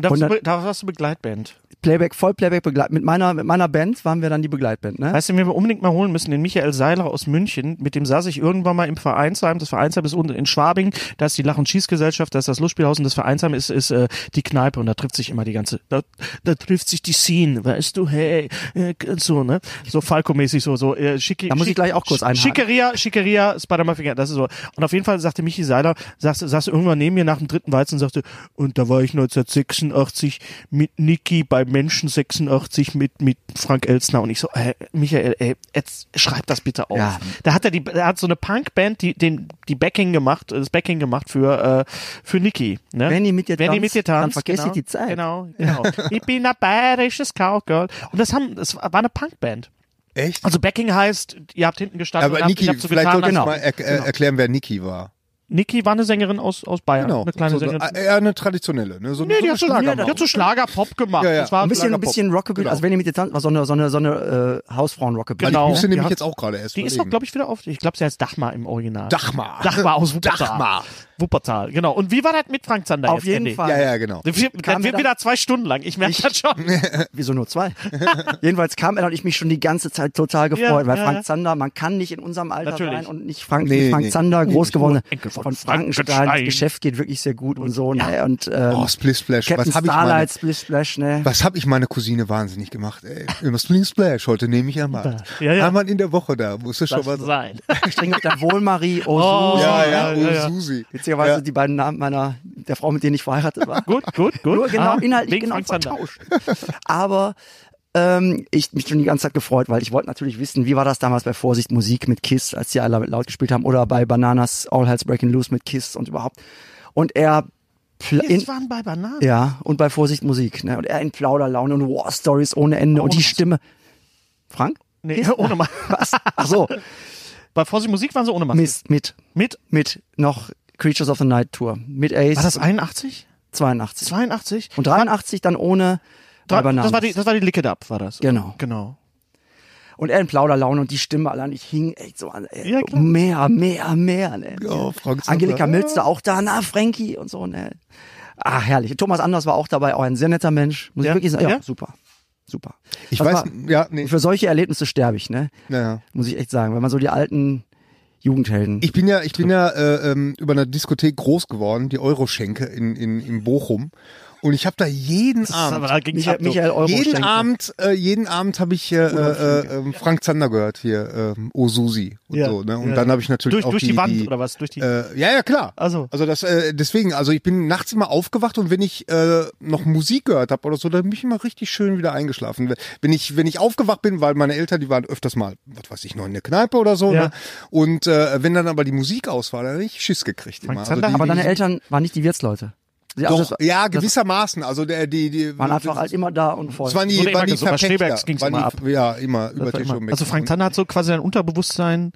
A: Da
B: Und
A: warst, du,
B: dann
A: be- da warst du Begleitband.
B: Playback, Vollplayback begleitet. Mit meiner, mit meiner Band waren wir dann die Begleitband. Ne?
A: Weißt du, wir unbedingt mal holen müssen, den Michael Seiler aus München, mit dem saß ich irgendwann mal im Vereinsheim. Das Vereinsheim ist unten in Schwabing, da ist die Lach- und Schießgesellschaft, da ist das Lustspielhaus und das Vereinsheim ist, ist äh, die Kneipe und da trifft sich immer die ganze, da, da trifft sich die Scene, weißt du, hey, äh, so, ne? So Falco-mäßig, so, so, äh, schicke.
B: Da muss ich gleich auch kurz einhaken.
A: Schickeria, Schickeria, Spider-Man, das ist so. Und auf jeden Fall sagte Michi Seiler, saß, saß irgendwann neben mir nach dem dritten Weizen und sagte, und da war ich 1986 mit Niki bei Menschen 86 mit, mit Frank Elstner. Und ich so, äh, Michael, ey, jetzt schreib das bitte auf.
B: Ja.
A: Da hat er die, er hat so eine Punkband, die, den, die Backing gemacht, das Backing gemacht für, äh, für Niki, ne?
B: Wenn die mit dir
A: Wenn die
B: tanzt,
A: mit dir tanzt,
B: dann vergiss
A: genau,
B: ich die Zeit.
A: Genau, genau. ich bin ein bayerisches Cowgirl. Und das haben, das war eine Punkband.
D: Echt?
A: Also Backing heißt, ihr habt hinten gestanden und
D: Aber
A: habt, ich
D: Niki,
A: hab so
D: vielleicht
A: getan, genau.
D: sollte
A: als
D: ich mal er äh, erklären, wer Niki war.
A: Niki war eine Sängerin aus, aus Bayern,
D: Genau.
A: eine kleine
D: so,
A: Sängerin.
D: äh, eher eine traditionelle, ne? So,
A: nee,
D: so
A: die
D: eine
A: hat so, die
D: Schlagermaus.
A: hat so Schlager-Pop gemacht.
D: Ja, ja.
A: Das war
B: Ein bisschen, ein
D: Schlagerpop.
B: bisschen Rockabilly,
D: Genau.
B: also wenn ihr mit dir tanzt, war so eine, so eine, so eine äh, Hausfrauen-Rockabilly.
A: Genau.
D: Ich musste
A: Die
D: nämlich
A: hat-
D: jetzt auch gerade erst
A: Die ist doch,
D: überlegen.
A: glaube ich, wieder auf. Ich glaube, sie heißt Dachmar im Original.
D: Dachmar.
A: Dachmar aus Wuppertal.
D: Dachmar.
A: Wuppertal, genau. Und wie war das mit Frank Zander
B: Auf
A: jetzt,
B: jeden
A: Andy?
B: Fall.
D: Ja, ja, genau.
A: Das wird,
B: Kam
A: das wird
B: er
A: wieder zwei Stunden lang. Ich merke das schon.
B: Wieso nur zwei? Jedenfalls kam er und ich mich schon die ganze Zeit total gefreut,
A: Ja,
B: weil
A: ja,
B: Frank
A: ja.
B: Zander, man kann nicht in unserem Alter
A: Natürlich.
B: sein und nicht Frank,
D: Nee,
B: nicht Frank
D: nee.
B: Zander groß geworden.
A: Enkel von
B: Von Frankenstein, das
A: Frankenstein.
B: Geschäft geht wirklich sehr gut und so. Ne? Und ähm,
D: Oh, Splish Splash.
B: Captain
D: Was habe ich, meine-
B: Starlight, Splish Splash, ne?
D: was hab ich meine Cousine wahnsinnig gemacht, ey. Immer Spling Splash, heute nehme ich einmal.
A: Ja, ja.
D: Einmal in der Woche da, musste schon was sein.
A: sein.
B: Streng mit der Wohlmarie, oh,
A: Oh.
B: Susi.
D: Ja, ja,
A: Ja,
D: oh,
A: ja, ja.
D: Susi.
B: Witzigerweise
D: Ja.
B: die beiden Namen meiner, der Frau, mit denen ich verheiratet war.
A: gut, gut, gut.
B: Nur genau
A: Ah,
B: inhaltlich
A: wegen
B: genau
A: Frank Zander.
B: vertauscht. Aber ähm, ich mich schon die ganze Zeit gefreut, weil ich wollte natürlich wissen, wie war das damals bei Vorsicht Musik mit Kiss, als die alle mit laut gespielt haben, oder bei Bananas All Hells Breaking Loose mit Kiss und überhaupt. Und er pla- in,
A: Jetzt waren bei Bananen.
B: ja und bei Vorsicht Musik, ne? Und er in Plauderlaune und War Stories ohne Ende und die Stimme. Frank?
A: Nee, ohne Mann.
B: Was? Ach so,
A: Bei Vorsicht Musik waren sie ohne Mann.
B: Mist, mit
A: Mit,
B: mit noch Creatures of the Night Tour mit Ace
A: war das 81?
B: 82
A: 82?
B: und 83 dann ohne bei Bananas.
A: das war die, das war die Lick It Up, war das.
B: Genau.
A: Genau.
B: Und er in Plauderlaune und die Stimme allein, ich hing echt so an, ey,
A: Ja, klar.
B: mehr, mehr, mehr. Ne?
D: Ja, Frank Zander.
B: Angelika Milster auch da, na, Frankie und so. Ne? Ah, herrlich. Thomas Anders war auch dabei, auch ein sehr netter Mensch. Muss
A: Ja?
B: ich wirklich sagen, ja,
A: Ja?
B: super. Super.
D: Ich
B: Das
D: weiß,
B: war-
D: ja, nee.
B: Für solche Erlebnisse sterbe ich, ne?
D: Ja.
B: Muss ich echt sagen, wenn man so die alten Jugendhelden.
D: Ich bin ja, ich bin ja äh, ähm, über einer Diskothek groß geworden, die Euroschenke in, in, in Bochum. Und ich habe da jeden
A: ist
D: Abend,
A: aber da ging's ab, du.
B: Michael, Michael Euro
D: jeden
B: schenkt.
D: Abend, äh, jeden Abend habe ich hier äh, äh, ähm, Frank Zander gehört hier, ähm, O Susi und
A: Ja.
D: so. Ne? Und
A: Ja.
D: dann habe ich natürlich
A: Durch-
D: auch
A: durch
D: die,
A: die Wand oder was? Durch die-
D: äh, ja, ja klar.
A: Also.
D: also das äh, deswegen. Also ich bin nachts immer aufgewacht und wenn ich äh, noch Musik gehört habe oder so, dann bin ich immer richtig schön wieder eingeschlafen. Wenn ich wenn ich aufgewacht bin, weil meine Eltern die waren öfters mal, was weiß ich, noch in der Kneipe oder so.
A: Ja.
D: Ne? Und äh, wenn dann aber die Musik aus war, dann habe ich Schiss gekriegt.
A: Frank
D: Immer. Also
A: Zander,
D: die,
B: Aber
D: die-
B: deine Eltern waren nicht die Wirtsleute. Sie- also
D: doch,
B: das-
D: ja,
B: das
D: gewissermaßen. Also der, die, die
B: Waren einfach halt immer da und voll.
D: Es waren die,
A: Wurde
D: waren
A: immer
D: die
A: gesungen. Bei
D: Verfechter.
A: Schneebergs ging's
D: Waren
A: immer
D: die- Ja, immer, über
B: war
D: Tisch
B: immer-
D: und Weg.
A: Also Frank Zander hat so quasi ein Unterbewusstsein.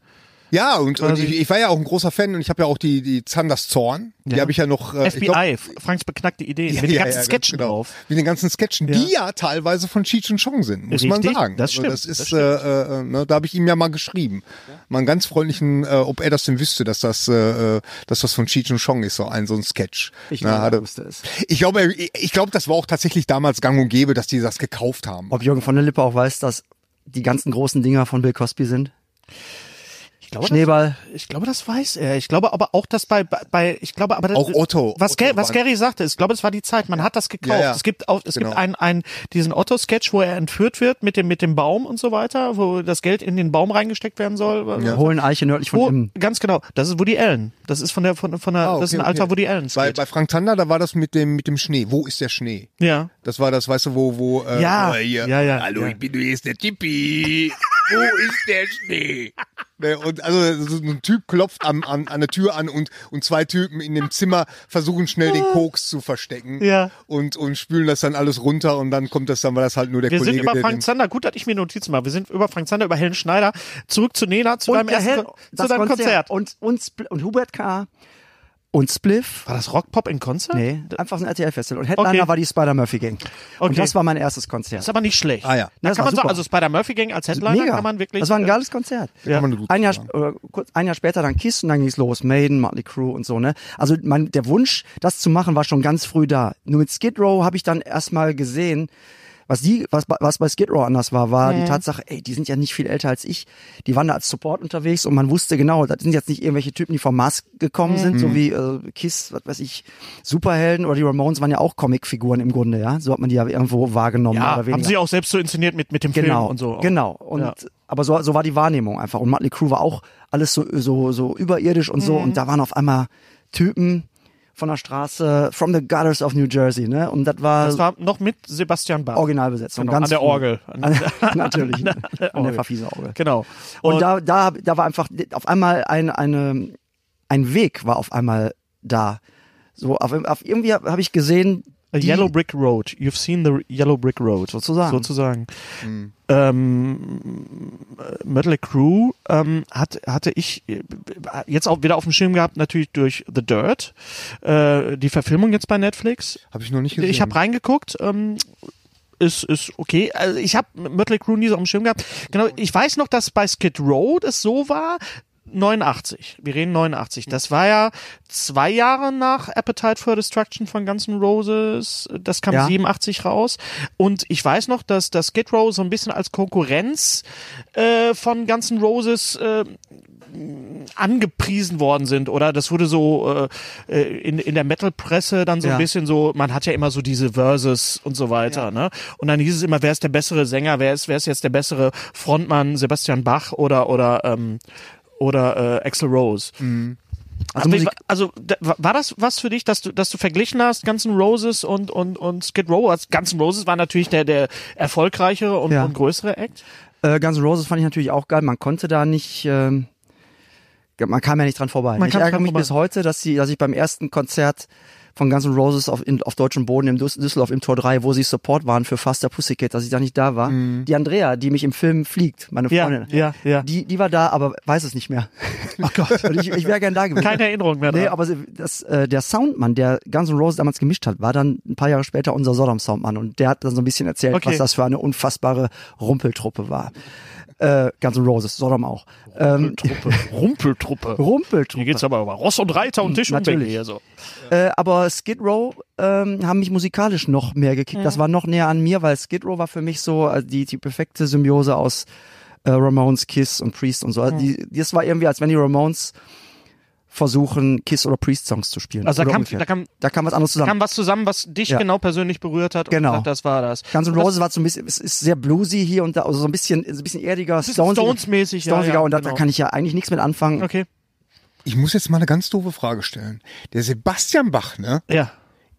D: Ja, und, und
A: quasi-
D: ich, ich war ja auch ein großer Fan und ich habe ja auch die, die Zanders Zorn. Die
A: Ja.
D: habe ich ja noch. äh, ich glaub-
A: FBI, Franks beknackte Ideen, mit den
D: Ja,
A: ganzen
D: ja, ganz
A: Sketchen
D: genau.
A: drauf.
D: Mit den ganzen Sketchen, die ja teilweise von Cheech und Chong sind, muss man
A: Richtig,
D: sagen.
A: das stimmt,
D: Also das
A: das
D: ist,
A: stimmt.
D: äh, äh, ne, da habe ich ihm ja mal geschrieben. Mal einen ganz freundlichen, äh, ob er das denn wüsste, dass das, äh, äh, dass das von Cheech und Chong ist, so ein, so ein Sketch.
B: Ich
D: Na,
B: glaube,
D: hatte-
B: er wusste es.
D: Ich glaube, er- ich- ich glaube, das war auch tatsächlich damals gang und gäbe, dass die das gekauft haben.
B: Ob Jürgen von der Lippe auch weiß, dass die ganzen großen Dinger von Bill Cosby sind?
A: Ich glaube,
B: Schneeball.
A: Das, ich glaube, das weiß er. Ich glaube aber auch, dass bei, bei- bei ich glaube aber das-
D: Auch Otto.
A: Was,
D: Otto
A: Ger- was
D: war-
A: Gary sagte, ist, ich glaube, es war die Zeit. Man hat das gekauft.
D: Ja, ja.
A: Es gibt auch, es
D: Genau.
A: gibt einen, einen diesen Otto-Sketch, wo er entführt wird mit dem mit dem Baum und so weiter, wo das Geld in den Baum reingesteckt werden soll.
B: Holen Eiche nördlich von
A: Wo,
B: Immen.
A: ganz genau. Das ist Woody Allen. Das ist von der von von der.
D: Ah,
A: das ist ein
D: okay,
A: alter
D: okay.
A: Woody Allen.
D: Bei,
A: Sketch.
D: bei Frank Zander, da war das mit dem, mit dem Schnee. Wo ist der Schnee?
A: Ja.
D: Das war das, weißt du, wo, wo, äh,
A: Ja,
D: oh, hier.
A: ja, ja,
D: hallo,
A: ja.
D: ich bin, hier ist der Tippi. wo ist der Schnee? Ne, Und also so ein Typ klopft an, an, an der Tür an und, und zwei Typen in dem Zimmer versuchen schnell den Koks zu verstecken
A: Ja.
D: und, und spülen das dann alles runter und dann kommt das dann, weil das halt nur der
A: Wir
D: Kollege,
A: sind über
D: der
A: Frank
D: den-
A: Zander, gut, dass ich mir Notizen mache. Wir sind über Frank Zander, über Helen Schneider, zurück zu Nena, zu deinem
B: der
A: ersten
B: Hel-
A: Kon- zu
B: das
A: deinem Konzert.
B: Und, und, Spl- und Hubert K. und Spliff.
A: War das Rockpop in Konzert?
B: Nee, einfach ein RTL-Festival. Und Headliner
A: Okay.
B: war die Spider-Murphy-Gang.
A: Okay.
B: Und das war mein erstes
A: Ist
B: Konzert.
A: aber nicht schlecht.
D: Ah ja.
A: Da kann
B: Das war
A: man so,
B: super.
A: also Spider-Murphy-Gang als Headliner
B: Mega.
A: kann man wirklich. äh,
B: das war ein geiles Konzert.
D: Kann man gut
B: Ein Jahr,
D: sagen.
B: sp- oder kurz, ein Jahr später dann Kiss und dann ging's los. Maiden, Motley Crue und so, ne? Also mein, der Wunsch, das zu machen, war schon ganz früh da. Nur mit Skid Row habe ich dann erstmal gesehen, was die, was, bei- was bei Skid Row anders war, war die Tatsache, ey, die sind ja nicht viel älter als ich. Die waren da als Support unterwegs und man wusste genau, das sind jetzt nicht irgendwelche Typen, die vom Mars gekommen sind,
D: Mhm.
B: so wie äh, Kiss, was weiß ich, Superhelden oder die Ramones waren ja auch Comicfiguren im Grunde, ja. So hat man die ja irgendwo wahrgenommen
A: ja,
B: oder
A: haben
B: weniger.
A: sie auch selbst so inszeniert mit, mit dem Film und so.
B: Genau. Und
A: Ja.
B: aber so, so war die Wahrnehmung einfach. Und Motley Crue war auch alles so, so, so überirdisch und
A: Mhm.
B: so. Und da waren auf einmal Typen von der Straße, from the gutters of New Jersey, ne? Und das war,
A: Das war noch mit Sebastian Bach.
B: Originalbesetzung.
A: Genau,
B: ganz
A: an der
B: früh.
A: Orgel.
B: An, natürlich. An der,
A: Orgel.
B: verfiesen Orgel.
A: Genau.
B: Und, da, da, da war einfach auf einmal ein, eine, ein Weg war auf einmal da. So, auf, auf irgendwie habe hab ich gesehen,
A: A
B: die- also
A: Yellow Brick Road. You've seen the Yellow Brick Road.
B: Sozusagen.
A: Sozusagen. Ähm, äh, Mötley Crew ähm, hat, hatte ich äh, jetzt auch wieder auf dem Schirm gehabt, natürlich durch The Dirt. Äh, die Verfilmung jetzt bei Netflix.
D: Hab ich noch nicht gesehen.
A: Ich habe reingeguckt. Ähm, ist, ist okay. Also ich habe Mötley Crüe nie so auf dem Schirm gehabt. Genau, ich weiß noch, dass bei Skid Road es so war, 89, wir reden 89. Das war ja zwei Jahre nach Appetite for Destruction von Guns N' Roses. Das kam
B: Ja.
A: 87 raus. Und ich weiß noch, dass das Skid Row so ein bisschen als Konkurrenz äh, von Guns N' Roses äh, angepriesen worden sind oder das wurde so äh, äh, in, in der Metal-Presse dann so
B: Ja.
A: ein bisschen so, man hat ja immer so diese Verses und so weiter, ne? Und dann hieß es immer, wer ist der bessere Sänger, wer ist, wer ist jetzt der bessere Frontmann, Sebastian Bach oder oder ähm, oder äh, Axel Rose.
B: also
A: Aber
B: Musik,
A: wa- also da- wa- war das was für dich, dass du, dass du verglichen hast, ganzen Roses und und und Skid Row? Also Ganzen Roses war natürlich der der erfolgreichere und,
B: Ja.
A: und größere Act.
B: Äh, Guns N' Roses fand ich natürlich auch geil. Man konnte da nicht, ähm, man kam ja nicht dran vorbei.
A: Man
B: ich
A: kam
B: ärgere
A: dran
B: mich
A: vorbei.
B: bis heute, dass, sie, dass ich beim ersten Konzert von Guns N' Roses auf, in, auf deutschem Boden im Düs- Düsseldorf im Tor 3, wo sie Support waren für Faster Pussycat, dass ich da nicht da war. Die Andrea, die mich im Film fliegt, meine
A: Mhm. Ja,
B: Freundin,
A: ja, ja.
B: Die, die war da, aber weiß es nicht mehr. Oh Gott. Und ich, ich wäre gern da gewesen.
A: Keine Erinnerung mehr.
B: Nee,
A: dran.
B: aber sie- das, äh, der Soundmann, der Guns N' Roses damals gemischt hat, war dann ein paar Jahre später unser Sodom-Soundmann und der hat dann so ein bisschen erzählt,
A: Okay.
B: was das für eine unfassbare Rumpeltruppe war. Äh, Guns N' Roses, Sodom auch. Ähm,
A: Rumpeltruppe. Mhm,
B: Rumpeltruppe.
A: Hier geht's aber über Ross und Reiter und Tisch und Bänke
B: natürlich.
A: hier so.
B: Äh, aber Skid Row ähm, haben mich musikalisch noch mehr gekickt. Das war noch näher an mir, weil Skid Row war für mich so äh, die, die perfekte Symbiose aus äh, Ramones, Kiss und Priest und so. Also Die, das war irgendwie, als wenn die Ramones versuchen, Kiss oder Priest-Songs zu spielen.
A: Also da
B: oder
A: kam-
B: umgekehrt.
A: da kam-
B: da kam was anderes zusammen.
A: Kam was zusammen, was dich
B: Ja.
A: genau persönlich berührt hat
B: Genau.
A: und gesagt, das war das.
B: Guns N'
A: Und das-
B: Roses war so ein bisschen, es ist sehr bluesy hier und da, also so ein bisschen, so ein bisschen erdiger,
A: bisschen Stones-mäßig, ja,
B: Stonesiger
A: ja,
B: und da,
A: genau.
B: da kann ich ja eigentlich nichts mit anfangen.
A: Okay.
D: Ich muss jetzt mal eine ganz doofe Frage stellen. Der Sebastian Bach, ne?
A: Ja.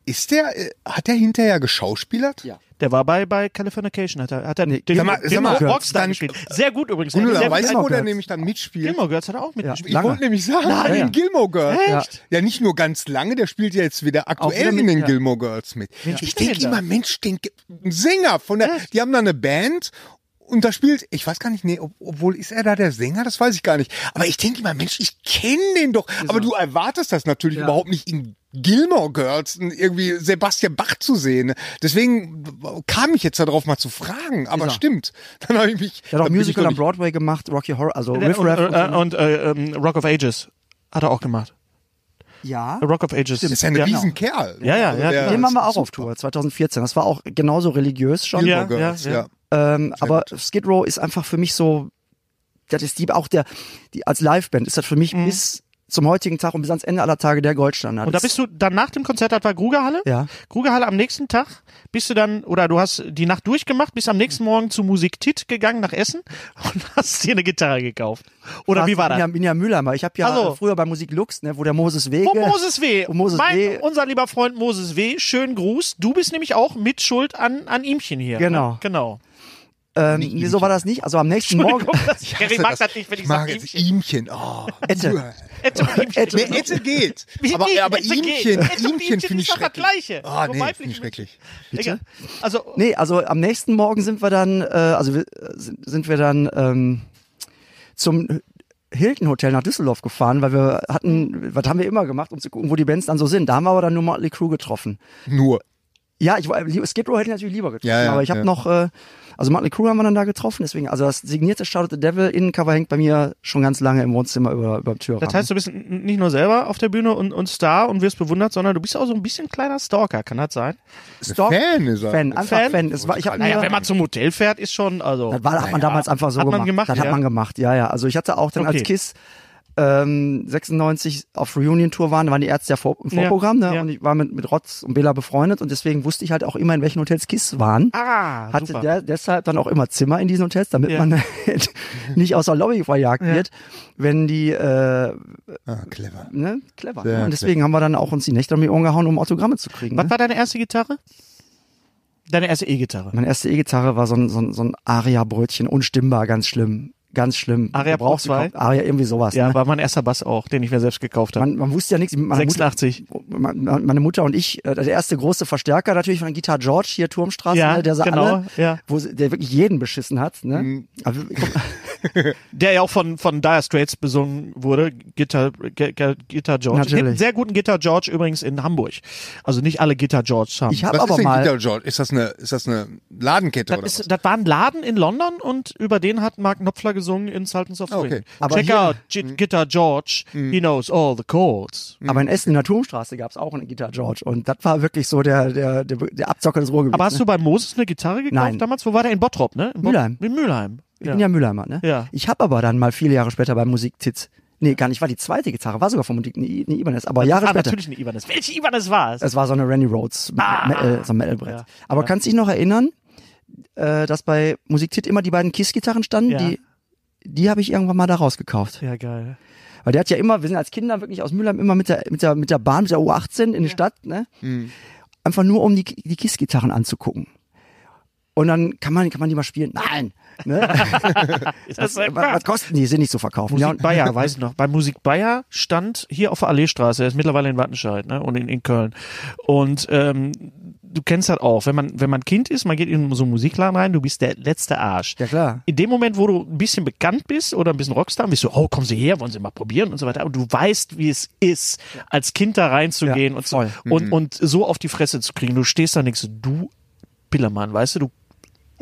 D: Ist der, äh, hat der hinterher geschauspielert? Ja.
A: Der war bei, bei Californication, hat er, hat er den,
D: sag mal-
A: den
D: sag mal,
A: Rockstar
D: dann-
A: gespielt. Sehr gut übrigens.
D: Und
A: Sehr
D: du
A: gut.
D: weißt, du, wo der
B: Girls.
D: nämlich dann mitspielt?
A: Gilmore Girls hat er auch mitgespielt.
D: Ich
B: Lange.
D: wollte nämlich sagen,
A: Nein.
D: in den Gilmore Girls.
A: Echt?
D: Ja, nicht nur ganz lange, der spielt ja jetzt wieder aktuell
B: wieder mit,
D: in den
B: ja.
D: Gilmore Girls mit. Ich
A: spielt denn
D: denke
A: da?
D: immer, Mensch, den G- ein Sänger von der, die haben da eine Band und da spielt, ich weiß gar nicht, nee, ob, obwohl ist er da der Sänger, das weiß ich gar nicht. Aber ich denke immer, Mensch, ich kenne den doch. Aber du erwartest das natürlich überhaupt nicht in Gilmore Girls einen irgendwie Sebastian Bach zu sehen. Deswegen kam ich jetzt darauf mal zu fragen, aber
B: Ist er.
D: stimmt. Dann habe ich mich.
B: Der hat auch
D: dann Äh, bin ich
B: Musical
D: doch
B: am
D: nicht-
B: Broadway gemacht, Rocky Horror, also
A: Der-
B: Riff
A: und,
B: Raff.
A: äh, und äh, ähm, Rock of Ages hat er auch gemacht.
B: ja.
A: Rock of Ages.
D: Das ist ja ein
A: ja.
B: Genau.
A: genau.
D: Riesenkerl.
A: Ja, ja, ja,
D: Der-
A: ja.
B: Den waren wir auch auf Tour, 2014. Das war auch genauso religiös schon.
A: Ja,
D: Gilmore Girls,
A: ja, ja.
D: Oh ja.
B: Ähm, aber Skid Row ist einfach für mich so, das ist die, auch der, die, als Liveband ist das für mich bis zum heutigen Tag und bis ans Ende aller Tage der Goldstandard.
A: Mhm. Und da bist du dann nach dem Konzert, das war Grugerhalle.
B: Ja.
A: Grugerhalle am nächsten Tag bist du dann, oder du hast die Nacht durchgemacht, bist am nächsten Morgen zu Musiktit gegangen nach Essen und hast dir eine Gitarre gekauft. Oder wie war das?
B: Ich bin ja Müllheimer. Ich habe ja
A: Also.
B: früher bei Musik Lux, ne, wo der Moses Wege.
A: Oh, Moses W.
B: Oh, Moses
A: mein,
B: W.
A: Unser lieber Freund Moses W. Schönen Gruß. Du bist nämlich auch mit Schuld an, an ihmchen hier.
B: Genau.
A: Ne? Genau.
B: Ähm, nee, so war das nicht. Also am nächsten Morgen. also
A: Das, Gary mag das nicht, wenn ich,
D: Ich mag
A: sage
D: jetzt
A: ihmchen.
D: Ihmchen. Oh,
B: Ette.
D: Nee, Ette geht.
A: Wie
D: Aber,
A: nicht?
D: aber
A: Ette geht.
D: Ihmchen,
A: Ette und Ihmchen
D: Ihmchen finde ich
A: ist doch das
D: schrecklich.
A: Gleiche.
D: Ah,
A: Nur
D: nee,
A: weiblich
D: finde ich
A: mit-
D: schrecklich.
A: Egal. Also,
B: Nee, also am nächsten Morgen sind wir dann, äh, also wir, äh, sind, sind wir dann ähm, zum Hilton Hotel nach Düsseldorf gefahren, weil wir hatten, was haben wir immer gemacht, um zu gucken, wo die Bands dann so sind. Da haben wir aber dann nur Motley Crue getroffen.
D: Nur.
B: Ja, ich wollte- Skid Row hätte ich natürlich lieber getroffen,
D: Ja, ja,
B: aber ich habe
D: ja.
B: noch, äh, also Motley Crue haben wir dann da getroffen, deswegen, also das signierte Shout at the Devil Innencover hängt bei mir schon ganz lange im Wohnzimmer über über dem Türrahmen.
A: das heißt, du bist n- nicht nur selber auf der Bühne und, und Star und wirst bewundert, sondern du bist auch so ein bisschen kleiner Stalker, kann das sein?
B: Stalk-
D: Fan ist er.
B: Fan, einfach
A: Fan?
B: Fan. Es war, ich hab mir,
A: Naja, wenn man zum Hotel fährt, ist schon, also.
B: Das war, hat man damals einfach so
A: Hat man
B: gemacht.
A: gemacht,
B: Das
A: ja.
B: hat man gemacht, ja, ja. Also ich hatte auch dann
A: Okay.
B: als KISS ähm, 96 auf Reunion-Tour waren, da waren die Ärzte ja vor, im Vorprogramm,
A: Ja,
B: ne?
A: ja.
B: Und ich war mit, mit Rotz und Bela befreundet und deswegen wusste ich halt auch immer, in welchen Hotels KISS waren.
A: Ah,
B: hatte
A: super.
B: der, deshalb dann auch immer Zimmer in diesen Hotels, damit
A: Ja.
B: man nicht aus der Lobby verjagt wird, wenn die äh,
D: Ah, clever.
B: ne? clever.
D: Sehr
B: und deswegen haben wir dann auch uns die Nächte um die Ohren gehauen, um Autogramme zu kriegen.
A: Was
B: Ne?
A: war deine erste Gitarre? Deine erste E-Gitarre.
B: Meine erste E-Gitarre war so ein, so ein, so ein Aria-Brötchen, unstimmbar, ganz schlimm. Ganz schlimm.
A: Aria
B: Du brauchst
A: Pro
B: die- Aria, irgendwie sowas.
A: Ja,
B: ne?
A: war mein erster Bass auch, den ich mir selbst gekauft habe.
B: Man, man wusste ja nichts. Meine
A: 86.
B: Mutter, me- me- meine Mutter und ich, äh, der erste große Verstärker natürlich von Guitar George hier Turmstraße,
A: Ja,
B: ne, der sah
A: genau,
B: alle,
A: ja.
B: wo, sie- der wirklich jeden beschissen hat. Ne? Aber,
A: Der ja auch von, von Dire Straits besungen wurde, Gitter, G G Gitter George.
B: Natürlich.
A: Es gibt einen sehr guten Gitter George übrigens in Hamburg. Also nicht alle Gitter George haben.
B: ich habe
D: Was ist
B: aber
D: denn
B: mal,
D: Guitar George? Ist das eine, ist das eine Ladenkette
A: das,
D: oder was?
A: ist, das war ein Laden in London und über den hat Mark Knopfler gesungen in Sultans of Swing.
D: Okay.
B: Aber
A: Check
B: hier-
A: out G Gitter George, he knows all the chords.
B: aber in Essen in der Turmstraße gab es auch einen Guitar George und das war wirklich so der, der, der, der Abzocker des Ruhrgebiets.
A: Aber hast
B: ne?
A: du bei Moses eine Gitarre gekauft
B: Nein.
A: damals? Wo war der? In Bottrop, ne? In Bott-
B: Mülheim.
A: In Mülheim.
B: ich bin ja Müllheimer, ne?
A: Ja.
B: Ich habe aber dann mal viele Jahre später bei Musiktitz, nee, gar nicht, war die zweite Gitarre, war sogar von Musik, eine, I- eine Ibanez, aber Jahre
A: Ah,
B: später.
A: natürlich eine Ibanez. Welche Ibanez war es?
B: Es war so eine Randy Rhodes, Metal, so ein Metalbrett.
A: Ja.
B: Aber kannst dich noch erinnern, äh, dass bei Musiktit immer die beiden Kiss-Gitarren standen?
A: Ja.
B: Die, die habe ich irgendwann mal da rausgekauft.
A: Ja, geil.
B: Weil der hat ja immer, wir sind als Kinder wirklich aus Mülheim immer mit der, mit der, mit der Bahn, mit der U18 in die Stadt, ne?
A: Mhm.
B: Einfach nur, um die, die Kiss-Gitarren anzugucken. Und dann kann man, kann man die mal spielen. Nein! Ne?
A: Ist das
B: was, was kosten die? Sind nicht zu verkaufen.
A: Äh, Musik
B: Ja, und-
A: Bayer, weiß ich noch. Bei Musik Bayer stand hier auf der Alleestraße, er ist mittlerweile in Wattenscheid ne? und in, in Köln. Und ähm, du kennst das auch, wenn man, wenn man Kind ist, man geht in so einen Musikladen rein, du bist der letzte Arsch.
B: Ja, klar.
A: In dem Moment, wo du ein bisschen bekannt bist oder ein bisschen Rockstar, bist du, oh, kommen Sie her, wollen Sie mal probieren und so weiter. Aber du weißt, wie es ist, als Kind da reinzugehen
B: Ja,
A: und, so,
B: voll.
A: und, und so auf die Fresse zu kriegen. Du stehst da und denkst, du Pillermann, weißt du, du,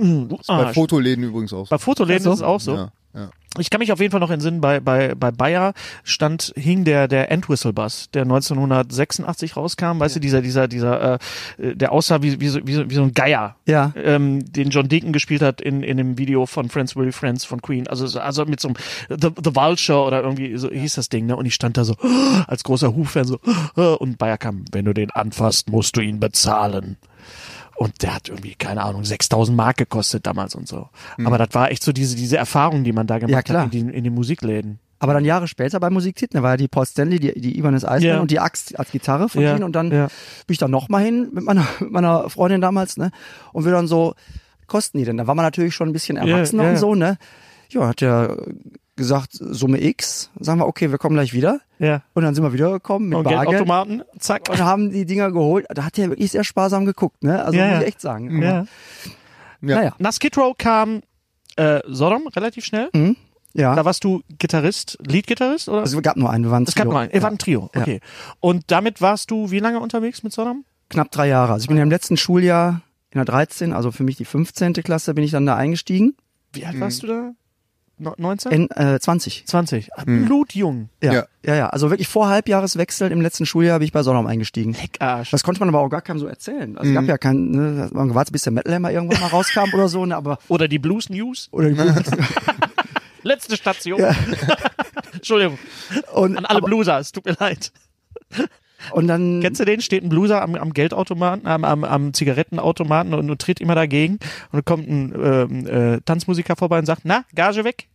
A: mm, du
D: Bei
A: Arsch.
D: Fotoläden übrigens auch. so.
A: Bei Fotoläden ist es auch so.
D: Ja.
A: Ich kann mich auf jeden Fall noch entsinnen, bei, bei, bei Bayer stand, hing der, der Endwhistle-Bass, der 1986 rauskam, weißt du, dieser, dieser, dieser, äh, der aussah wie, wie, so- wie, so- wie so ein Geier.
B: Ja.
A: Ähm, den John Deacon gespielt hat in, in dem Video von Friends Will Be Friends von Queen. Also, so- also mit so einem The, The Vulture oder irgendwie so hieß das Ding, ne? Und ich stand da so, als großer Who-Fan so, und Bayer kam, wenn du den anfasst, musst du ihn bezahlen. Und der hat irgendwie, keine Ahnung, 6000 Mark gekostet damals und so. Aber das war echt so diese, diese Erfahrung, die man da
B: Hm. Ja,
A: gemacht
B: klar.
A: hat in den, in den Musikläden.
B: Aber dann Jahre später bei Musiktiteln, da war ja die Paul Stanley, die, die Ibanez Eismann
A: Ja.
B: und die Axt als Gitarre von
A: Ja,
B: ihnen. Und dann
A: ja.
B: bin ich da nochmal hin mit meiner, mit meiner Freundin damals, ne? Und wir dann so, kosten die denn? Da war man natürlich schon ein bisschen erwachsener
A: ja,
B: und
A: ja.
B: so, ne? Ja, hat er gesagt, Summe X. Sagen wir, okay, wir kommen gleich wieder.
A: Ja.
B: Und dann sind wir wiedergekommen mit
A: Und
B: Bargeld
A: Geldautomaten, zack.
B: und haben die Dinger geholt. Da hat er wirklich sehr sparsam geguckt, ne? Also
A: Ja,
B: muss
A: ja.
B: ich echt sagen. Aber,
A: Ja.
B: Naja,
A: Nach Skid Row kam äh, Sodom relativ schnell.
B: Mhm. ja.
A: Da warst du Gitarrist, Lead-Gitarrist oder?
B: Also es gab nur einen, wir waren
A: es gab
B: Trio.
A: nur einen, er war ein Trio,
B: Ja.
A: okay. Und damit warst du wie lange unterwegs mit Sodom?
B: knapp drei Jahre. Also ich bin ja im letzten Schuljahr in der 13, also für mich die 15. Klasse, bin ich dann da eingestiegen.
A: Wie alt warst du da? No- Hm. 19?
B: In, äh, 20.
A: 20. Blutjung.
B: Ja. ja,
D: Ja.
B: ja, Also wirklich vor Halbjahreswechsel im letzten Schuljahr bin ich bei Sonnenau eingestiegen.
A: Heckarsch.
B: Das konnte man aber auch gar keinem so erzählen. Also es gab ja kein, ne, man gewartet, bis der Metal Hammer irgendwann mal rauskam oder so, ne, aber
A: Oder die Blues News.
B: oder
A: Letzte Station. Entschuldigung.
B: und,
A: An alle Blueser, es tut mir leid.
B: und dann
A: Kennst du den? Steht ein Blueser am, am Geldautomaten, am, am, am Zigarettenautomaten und, und tritt immer dagegen. Und dann kommt ein ähm, äh, Tanzmusiker vorbei und sagt, na, Gage weg.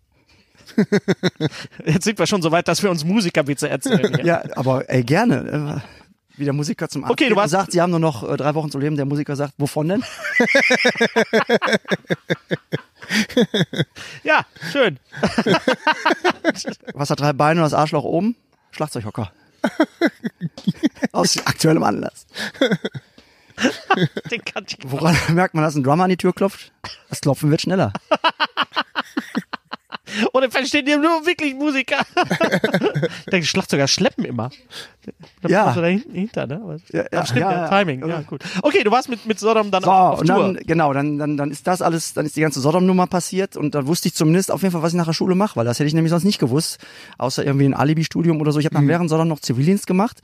A: Jetzt sind wir schon so weit, dass wir uns Musikerwitze erzählen. hier.
B: ja, aber ey, gerne. äh, Wie der Musiker zum Arzt
A: Okay, du
B: geht und
A: warst-
B: sagt, sie haben nur noch äh, drei Wochen zu leben. Der Musiker sagt, wovon denn?
A: ja, schön.
B: Was hat drei Beine und das Arschloch oben? Schlagzeughocker. Aus aktuellem Anlass.
A: Den kann ich
B: Woran merkt man, dass ein Drummer an die Tür klopft? Das Klopfen wird schneller.
A: Oder verstehen die nur wirklich Musiker? Der Schlagzeuger schleppen immer. Da
B: Ja.
A: kommst du da hinten hinter, ne? Aber-
B: Ja, ja,
A: aber stimmt,
B: ja,
A: ja,
B: ja.
A: Timing, ja, gut. Okay, du warst mit, mit Sodom dann
B: So,
A: auf, auf
B: und
A: Tour.
B: dann, genau, dann, dann, dann ist das alles, dann ist die ganze Sodom-Nummer passiert und dann wusste ich zumindest auf jeden Fall, was ich nach der Schule mache, weil das hätte ich nämlich sonst nicht gewusst, außer irgendwie ein Alibi-Studium oder so. Ich
D: Mhm.
B: habe dann während Sodom noch Zivildienst gemacht.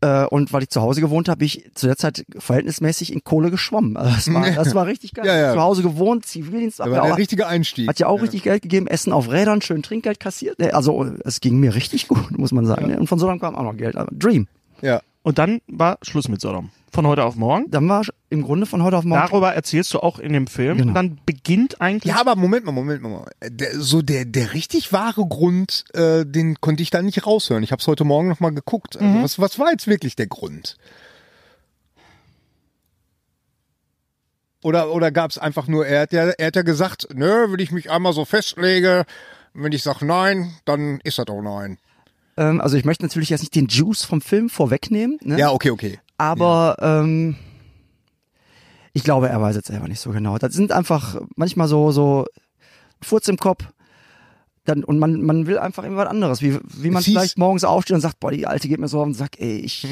B: Äh, und weil ich zu Hause gewohnt habe, bin ich zu der Zeit verhältnismäßig in Kohle geschwommen. Also das, war, das war richtig geil.
D: Ja, ja.
B: Zu Hause gewohnt, Zivildienst,
D: Da
B: hab ja
D: war der
B: auch-
D: richtige Einstieg.
B: Hat ja auch richtig Geld gegeben, Essen auf Rädern, schön Trinkgeld kassiert. Nee, Also es ging mir richtig gut, muss man sagen. ne? Und von Sodom kam auch noch Geld. Aber Dream.
D: Ja.
A: Und dann war Schluss mit Sodom. Von heute auf morgen.
B: Dann war im Grunde von heute auf morgen.
A: Darüber erzählst du auch in dem Film.
B: Genau.
A: Und dann beginnt eigentlich.
D: Ja, aber Moment mal, Moment mal. Der, so der, der richtig wahre Grund, äh, den konnte ich da nicht raushören. Ich habe es heute Morgen nochmal geguckt. Also was, was war jetzt wirklich der Grund? Oder, oder gab es einfach nur, er hat, ja, er hat ja gesagt, nö, wenn ich mich einmal so festlege, wenn ich sage nein, dann ist das auch nein.
B: Ähm, also ich möchte natürlich jetzt nicht den Juice vom Film vorwegnehmen, ne?
D: Ja, okay, okay.
B: aber ähm, ich glaube, er weiß jetzt selber nicht so genau. Das sind einfach manchmal so, so Furz im Kopf. Dann, und man, man will einfach irgendwas anderes, wie, wie man
D: Es hieß-
B: vielleicht morgens aufsteht und sagt, boah, die Alte geht mir so auf den Sack, ey, ich,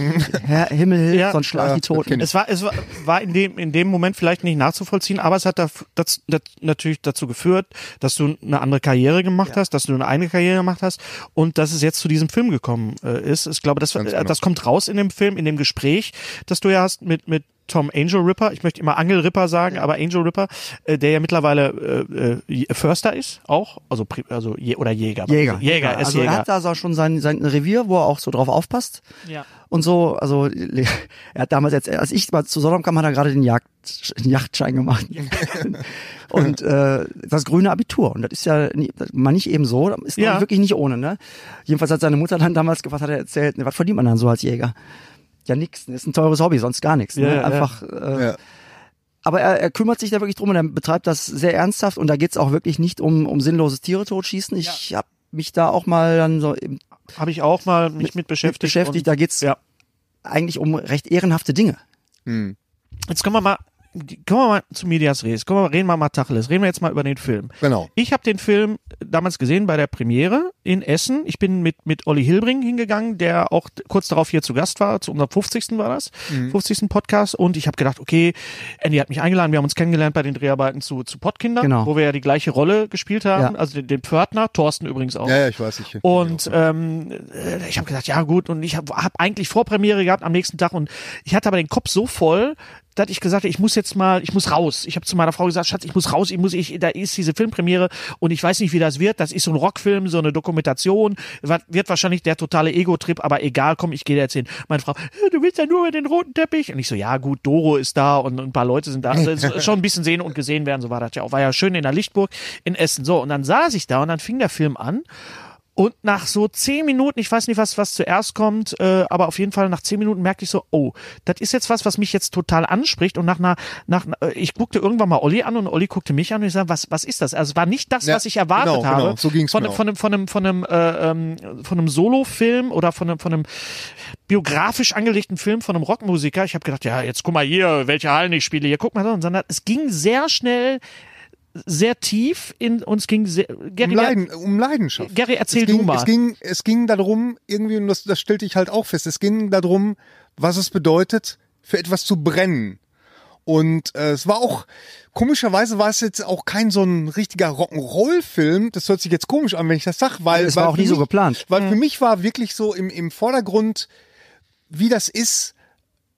B: Herr Himmel hilf,
A: Ja.
B: sonst schlag ich die Toten.
A: Es war, es war, war in, dem, in dem Moment vielleicht nicht nachzuvollziehen, aber es hat da, das, das, natürlich dazu geführt, dass du eine andere Karriere gemacht hast, dass du eine eigene Karriere gemacht hast und dass es jetzt zu diesem Film gekommen äh, ist. Ich glaube, das,
D: Ganz genau.
A: das kommt raus in dem Film, in dem Gespräch, das du ja hast mit, mit Tom Angel Ripper. Ich möchte immer Angel Ripper sagen, aber Angel Ripper, äh, der ja mittlerweile äh, äh, Förster ist, auch, also, pri- also je, oder Jäger.
B: Jäger.
A: Jäger, er ist
B: Also
A: Jäger.
B: er hat da so schon sein, sein Revier, wo er auch so drauf aufpasst.
A: Ja.
B: Und so, also er hat damals jetzt, als ich mal zu Sodom kam, hat er gerade den, Jagd, den Jagdschein gemacht. und äh, das grüne Abitur. Und das ist ja nie- das- mal nicht eben so, das ist
A: Ja.
B: wirklich nicht ohne, ne? Jedenfalls hat seine Mutter dann damals gefragt, hat er erzählt, ne, was verdient man dann so als Jäger? Ja, nix. Das ist ein teures Hobby, sonst gar nichts.
A: Ja,
B: ne?
A: ja.
B: Einfach äh,
D: Ja.
B: aber er, er kümmert sich da wirklich drum und er betreibt das sehr ernsthaft und da geht's auch wirklich nicht um, um sinnloses Tiere totschießen. Ich hab mich da auch mal dann so im-
A: Habe ich auch mal mich mit beschäftigt.
B: beschäftigt.
A: und-
B: Da geht's
A: Ja.
B: eigentlich um recht ehrenhafte Dinge.
A: Jetzt kommen wir mal, kommen wir mal zu Medias Res. Kommen wir, reden wir mal Tacheles. Reden wir jetzt mal über den Film.
D: Genau.
A: Ich habe den Film damals gesehen bei der Premiere. in Essen. Ich bin mit, mit Olli Hilbring hingegangen, der auch kurz darauf hier zu Gast war. Zu unserem 50. war das.
B: Mhm.
A: 50. Podcast. Und ich habe gedacht, okay, Andy hat mich eingeladen. Wir haben uns kennengelernt bei den Dreharbeiten zu, zu Pottkinder,
B: Genau.
A: wo wir ja die gleiche Rolle gespielt haben.
B: Ja.
A: Also den, den Pförtner, Thorsten übrigens auch.
D: Ja, ja, ich weiß nicht.
A: Und ähm, äh, ich habe gesagt, ja gut, und ich habe hab eigentlich Vorpremiere gehabt am nächsten Tag und ich hatte aber den Kopf so voll, dass ich gesagt habe, ich muss jetzt mal, ich muss raus. Ich habe zu meiner Frau gesagt, Schatz, ich muss raus, ich muss, ich, da ist diese Filmpremiere und ich weiß nicht, wie das wird. Das ist so ein Rockfilm, so eine Dokumentation, Wa- wird wahrscheinlich der totale Ego-Trip, aber egal, komm, ich gehe da jetzt hin. Meine Frau, du willst ja nur über den roten Teppich. Und ich so, ja gut, Doro ist da und ein paar Leute sind da. Also es ist schon ein bisschen sehen und gesehen werden, so war das ja auch. War ja schön in der Lichtburg in Essen. So, und dann saß ich da und dann fing der Film an. Und nach so zehn Minuten, ich weiß nicht, was, was zuerst kommt, äh, aber auf jeden Fall nach zehn Minuten merkte ich so, oh, das ist jetzt was, was mich jetzt total anspricht. Und nach einer, nach, äh, ich guckte irgendwann mal Olli an und Olli guckte mich an und ich sage, was, was ist das? Also es war nicht das,
D: Ja,
A: was ich erwartet
D: genau,
A: habe.
D: genau, so ging's
A: von,
D: mir
A: einem-
D: auch.
A: von einem, von einem, von einem, äh, ähm, von einem Solo-Film oder von einem, von einem biografisch angelegten Film von einem Rockmusiker. Ich habe gedacht, ja, jetzt guck mal hier, welche Hallen ich spiele. Hier guck mal, da. sondern es ging sehr schnell, sehr tief in uns ging sehr,
D: um,
A: Gary,
D: Leiden, um Leidenschaft.
A: Gary, erzähl
D: es ging,
A: du mal.
D: Es ging, es ging darum, irgendwie, und das, das stellte ich halt auch fest, es ging darum, was es bedeutet, für etwas zu brennen. Und äh, es war auch, komischerweise war es jetzt auch kein so ein richtiger Rock'n'Roll-Film. Das hört sich jetzt komisch an, wenn ich das sag, weil...
B: Es war
D: weil
B: auch
D: für
B: nie so
D: mich-
B: geplant.
D: Weil für mich war wirklich so im, im Vordergrund, wie das ist,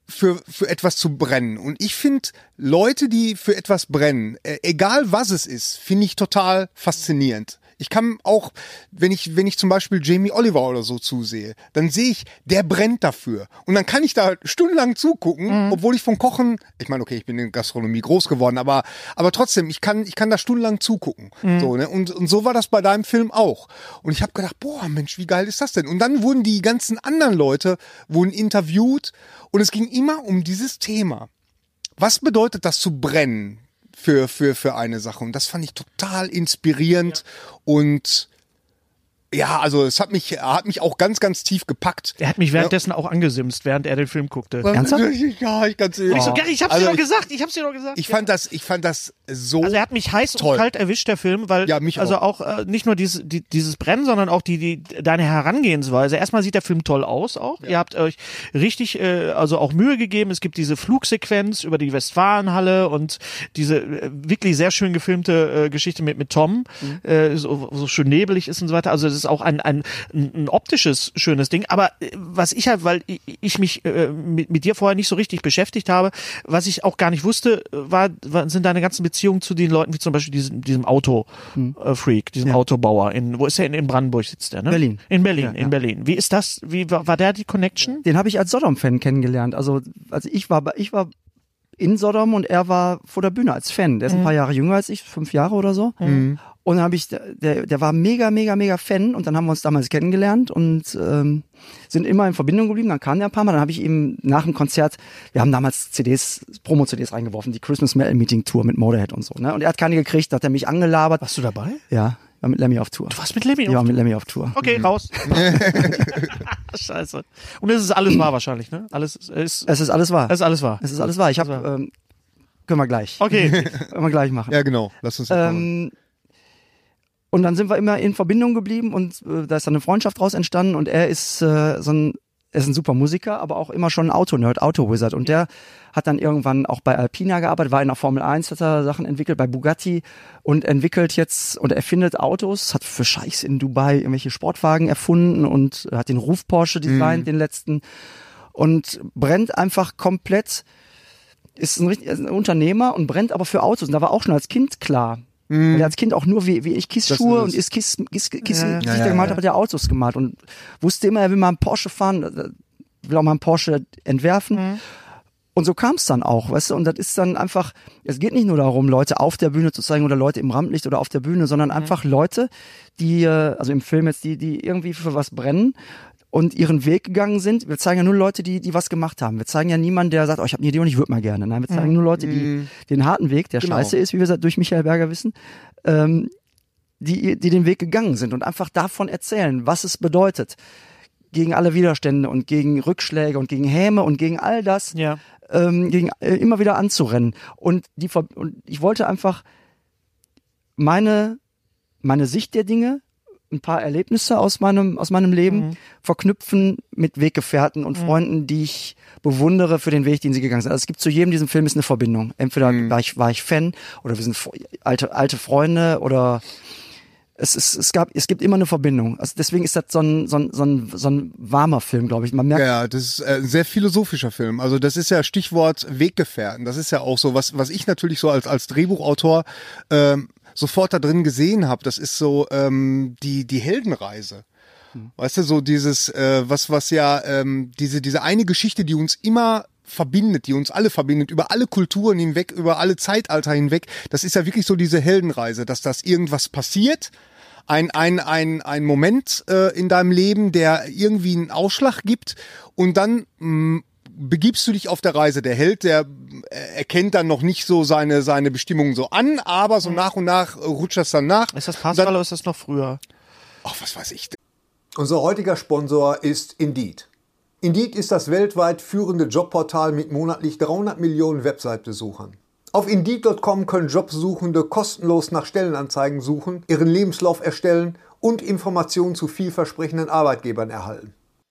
D: für, für etwas zu brennen. Und ich finde Leute, die für etwas brennen, äh, egal was es ist, finde ich total faszinierend. Ich kann auch, wenn ich, wenn ich zum Beispiel Jamie Oliver oder so zusehe, dann sehe ich, der brennt dafür. Und dann kann ich da stundenlang zugucken, obwohl ich vom Kochen, ich meine, okay, ich bin in Gastronomie groß geworden, aber, aber trotzdem, ich kann, ich kann da stundenlang zugucken.
A: Mhm.
D: So, ne? und, und so war das bei deinem Film auch. Und ich habe gedacht, boah, Mensch, wie geil ist das denn? Und dann wurden die ganzen anderen Leute, wurden interviewt und es ging immer um dieses Thema. Was bedeutet das zu brennen für, für, für eine Sache? Und das fand ich total inspirierend und ja, also es hat mich, hat mich auch ganz, ganz tief gepackt.
A: Er hat mich währenddessen auch angesimst, während er den Film guckte.
B: Ernsthaft?
D: Ja, ich kann's
A: Ich so, Gary, ich hab's dir
D: Also
A: doch
D: ich-
A: gesagt, ich hab's dir doch gesagt.
D: Ich fand das, ich fand das so.
A: also er hat mich heiß
D: Toll.
A: und kalt erwischt, der Film, weil
D: Ja, mich
A: also auch, äh, nicht nur dieses, die, dieses Brennen, sondern auch die, die deine Herangehensweise. Erstmal sieht der Film toll aus auch. Ihr habt euch richtig äh, also auch Mühe gegeben. Es gibt diese Flugsequenz über die Westfalenhalle und diese äh, wirklich sehr schön gefilmte äh, Geschichte mit, mit Tom,
D: Mhm.
A: äh, so, so schön nebelig ist und so weiter. Also es ist auch ein, ein, ein ein optisches schönes Ding. Aber äh, was ich halt, weil i- ich mich äh, mit, mit dir vorher nicht so richtig beschäftigt habe, was ich auch gar nicht wusste, äh, war, war- sind deine ganzen Beziehungen zu den Leuten, wie zum Beispiel diesem, diesem
B: Hm.
A: Auto-Freak, diesem Autobauer. In, wo ist er? In, in Brandenburg sitzt der, ne?
B: Berlin.
A: In Berlin, in
B: ja.
A: Berlin. Wie ist das? Wie war, war der die Connection?
B: Den habe ich als Sodom-Fan kennengelernt. Also, also ich war, bei- ich war in Sodom und er war vor der Bühne als Fan. Der ist ein paar Jahre jünger als ich, fünf Jahre oder so. Und dann habe ich, der, der war mega, mega, mega Fan und dann haben wir uns damals kennengelernt und ähm, sind immer in Verbindung geblieben. Dann kam der ein paar Mal, dann habe ich ihm nach dem Konzert, wir haben damals CDs, Promo-CDs reingeworfen, die Christmas Metal Meeting Tour mit Motorhead und so. Ne? Und er hat keine gekriegt, da hat er mich angelabert.
A: Warst du dabei?
B: Ja, war mit Lemmy auf Tour. Du
A: warst mit Lemmy auf
B: Ja, Mhm. mit Lemmy auf Tour.
A: Okay, raus. Scheiße. Und es ist alles wahr wahrscheinlich, ne? Alles ist, ist,
B: Es ist alles wahr.
A: es ist alles wahr.
B: Es ist alles wahr. Ich äh, habe,
A: Alles wahr.
B: ähm, können wir gleich.
A: Okay.
B: Können wir gleich machen.
D: ja, genau. Lass uns.
B: ähm, und dann sind wir immer in Verbindung geblieben und äh, da ist dann eine Freundschaft draus entstanden und er ist äh, so ein er ist ein super Musiker, aber auch immer schon ein Autonerd, Auto-Wizard. Und der hat dann irgendwann auch bei Alpina gearbeitet, war in der Formel 1, hat er Sachen entwickelt, bei Bugatti und entwickelt jetzt und erfindet Autos, hat für Scheichs in Dubai irgendwelche Sportwagen erfunden und hat den Ruf Porsche designt, den letzten. Und brennt einfach komplett ist ein, richtig, ist ein Unternehmer und brennt aber für Autos. Und da war auch schon als Kind klar. Weil er als Kind auch nur wie, wie ich Kiss-Schuhe
D: Mhm. Das
B: und
D: ist-
B: ist Kiss, Kiss, Kiss
A: Ja, ja.
B: Gesichter
D: Ja, ja,
B: gemalt
D: ja.
B: hat, hat er Autos gemalt und wusste immer, er will mal einen Porsche fahren, äh, will auch mal einen Porsche entwerfen.
D: Mhm.
B: Und so kam es dann auch, weißt du, und das ist dann einfach, es geht nicht nur darum, Leute auf der Bühne zu zeigen oder Leute im Rampenlicht oder auf der Bühne, sondern einfach Leute, die, äh, also im Film jetzt, die, die irgendwie für was brennen und ihren Weg gegangen sind. Wir zeigen ja nur Leute, die, die was gemacht haben. Wir zeigen ja niemanden, der sagt, oh, ich habe eine Idee und ich würde mal gerne. Nein, wir zeigen nur Leute, die den harten Weg, der scheiße ist, wie wir seit- durch Michael Berger wissen, ähm, die, die den Weg gegangen sind und einfach davon erzählen, was es bedeutet. Gegen alle Widerstände und gegen Rückschläge und gegen Häme und gegen all das
A: Ja.
B: ähm, gegen, äh, immer wieder anzurennen. Und, die, Ver- und ich wollte einfach meine, meine Sicht der Dinge ein paar Erlebnisse aus meinem, aus meinem Leben
A: Mhm.
B: verknüpfen mit Weggefährten und Freunden, die ich bewundere für den Weg, den sie gegangen sind. Also es gibt zu jedem diesem Film ist eine Verbindung. Entweder
A: Mhm.
B: war, ich, war ich Fan oder wir sind fr- alte, alte Freunde oder es, ist, es, gab, es gibt immer eine Verbindung. Also deswegen ist das so ein, so ein, so ein, so ein warmer Film, glaube ich. Man merkt,
D: Ja, das ist äh, ein sehr philosophischer Film. Also das ist ja Stichwort Weggefährten. Das ist ja auch so, was, was ich natürlich so als, als Drehbuchautor ähm, sofort da drin gesehen habe. Das ist so ähm, die, die Heldenreise.
A: Hm.
D: Weißt du, so dieses, äh, was, was ja, ähm, diese, diese eine Geschichte, die uns immer verbindet, die uns alle verbindet, über alle Kulturen hinweg, über alle Zeitalter hinweg, das ist ja wirklich so diese Heldenreise, dass das irgendwas passiert, ein, ein, ein, ein Moment äh, in deinem Leben, der irgendwie einen Ausschlag gibt und dann mh, begibst du dich auf der Reise. Der Held, der äh, erkennt dann noch nicht so seine, seine Bestimmung so an, aber so nach und nach äh, rutscht das dann nach.
A: Mhm. Ist das
D: Und
A: Pascal
D: dann-
A: oder ist das noch früher?
D: Ach, was weiß ich.
E: Unser heutiger Sponsor ist Indeed. Indeed ist das weltweit führende Jobportal mit monatlich 300 Millionen Website-Besuchern. Auf Indeed.com können Jobsuchende kostenlos nach Stellenanzeigen suchen, ihren Lebenslauf erstellen und Informationen zu vielversprechenden Arbeitgebern erhalten.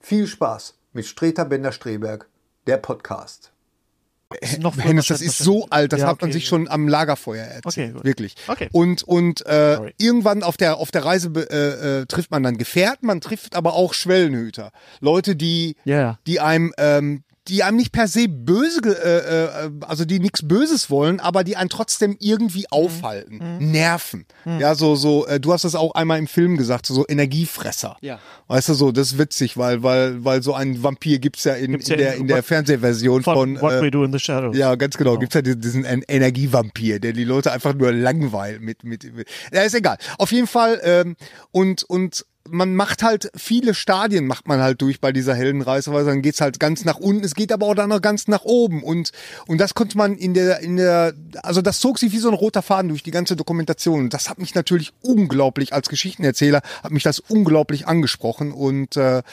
E: viel Spaß mit Streter Bender-Streberg, der Podcast.
A: Ist noch früher
D: Äh, Hennes, das
A: wahrscheinlich-
D: ist so alt, das
A: Ja,
D: hat man
A: okay.
D: sich schon am Lagerfeuer erzählt.
A: Okay, gut.
D: Wirklich.
A: Okay.
D: Und, und äh,
A: Sorry.
D: irgendwann auf der, auf der Reise be- äh, äh, trifft man dann Gefährten, man trifft aber auch Schwellenhüter. Leute, die,
B: Ja, ja.
D: die einem, ähm, die einem nicht per se böse, ge- äh, äh, also die nichts Böses wollen, aber die einen trotzdem
A: Mhm.
D: irgendwie aufhalten, nerven. Ja, so, so, äh, du hast das auch einmal im Film gesagt, so Energiefresser.
B: Ja.
D: Weißt du so, das ist witzig, weil, weil, weil so einen Vampir gibt's ja in,
A: Gibt's
D: in
A: ja
D: der,
A: in-
D: in der
A: What-
D: Fernsehversion von,
A: Von What
D: äh,
A: We Do in the Shadows.
D: ja, ganz genau. Gibt's ja diesen, diesen En- Energievampir, der die Leute einfach nur langweilt mit, mit, mit. Ja, ist egal. Auf jeden Fall, ähm, und, und man macht halt viele Stadien macht man halt durch bei dieser Heldenreise, weil dann geht's halt ganz nach unten, es geht aber auch dann noch ganz nach oben und und das konnte man in der in der also das zog sich wie so ein roter Faden durch die ganze Dokumentation und das hat mich natürlich unglaublich als Geschichtenerzähler hat mich das unglaublich angesprochen und äh,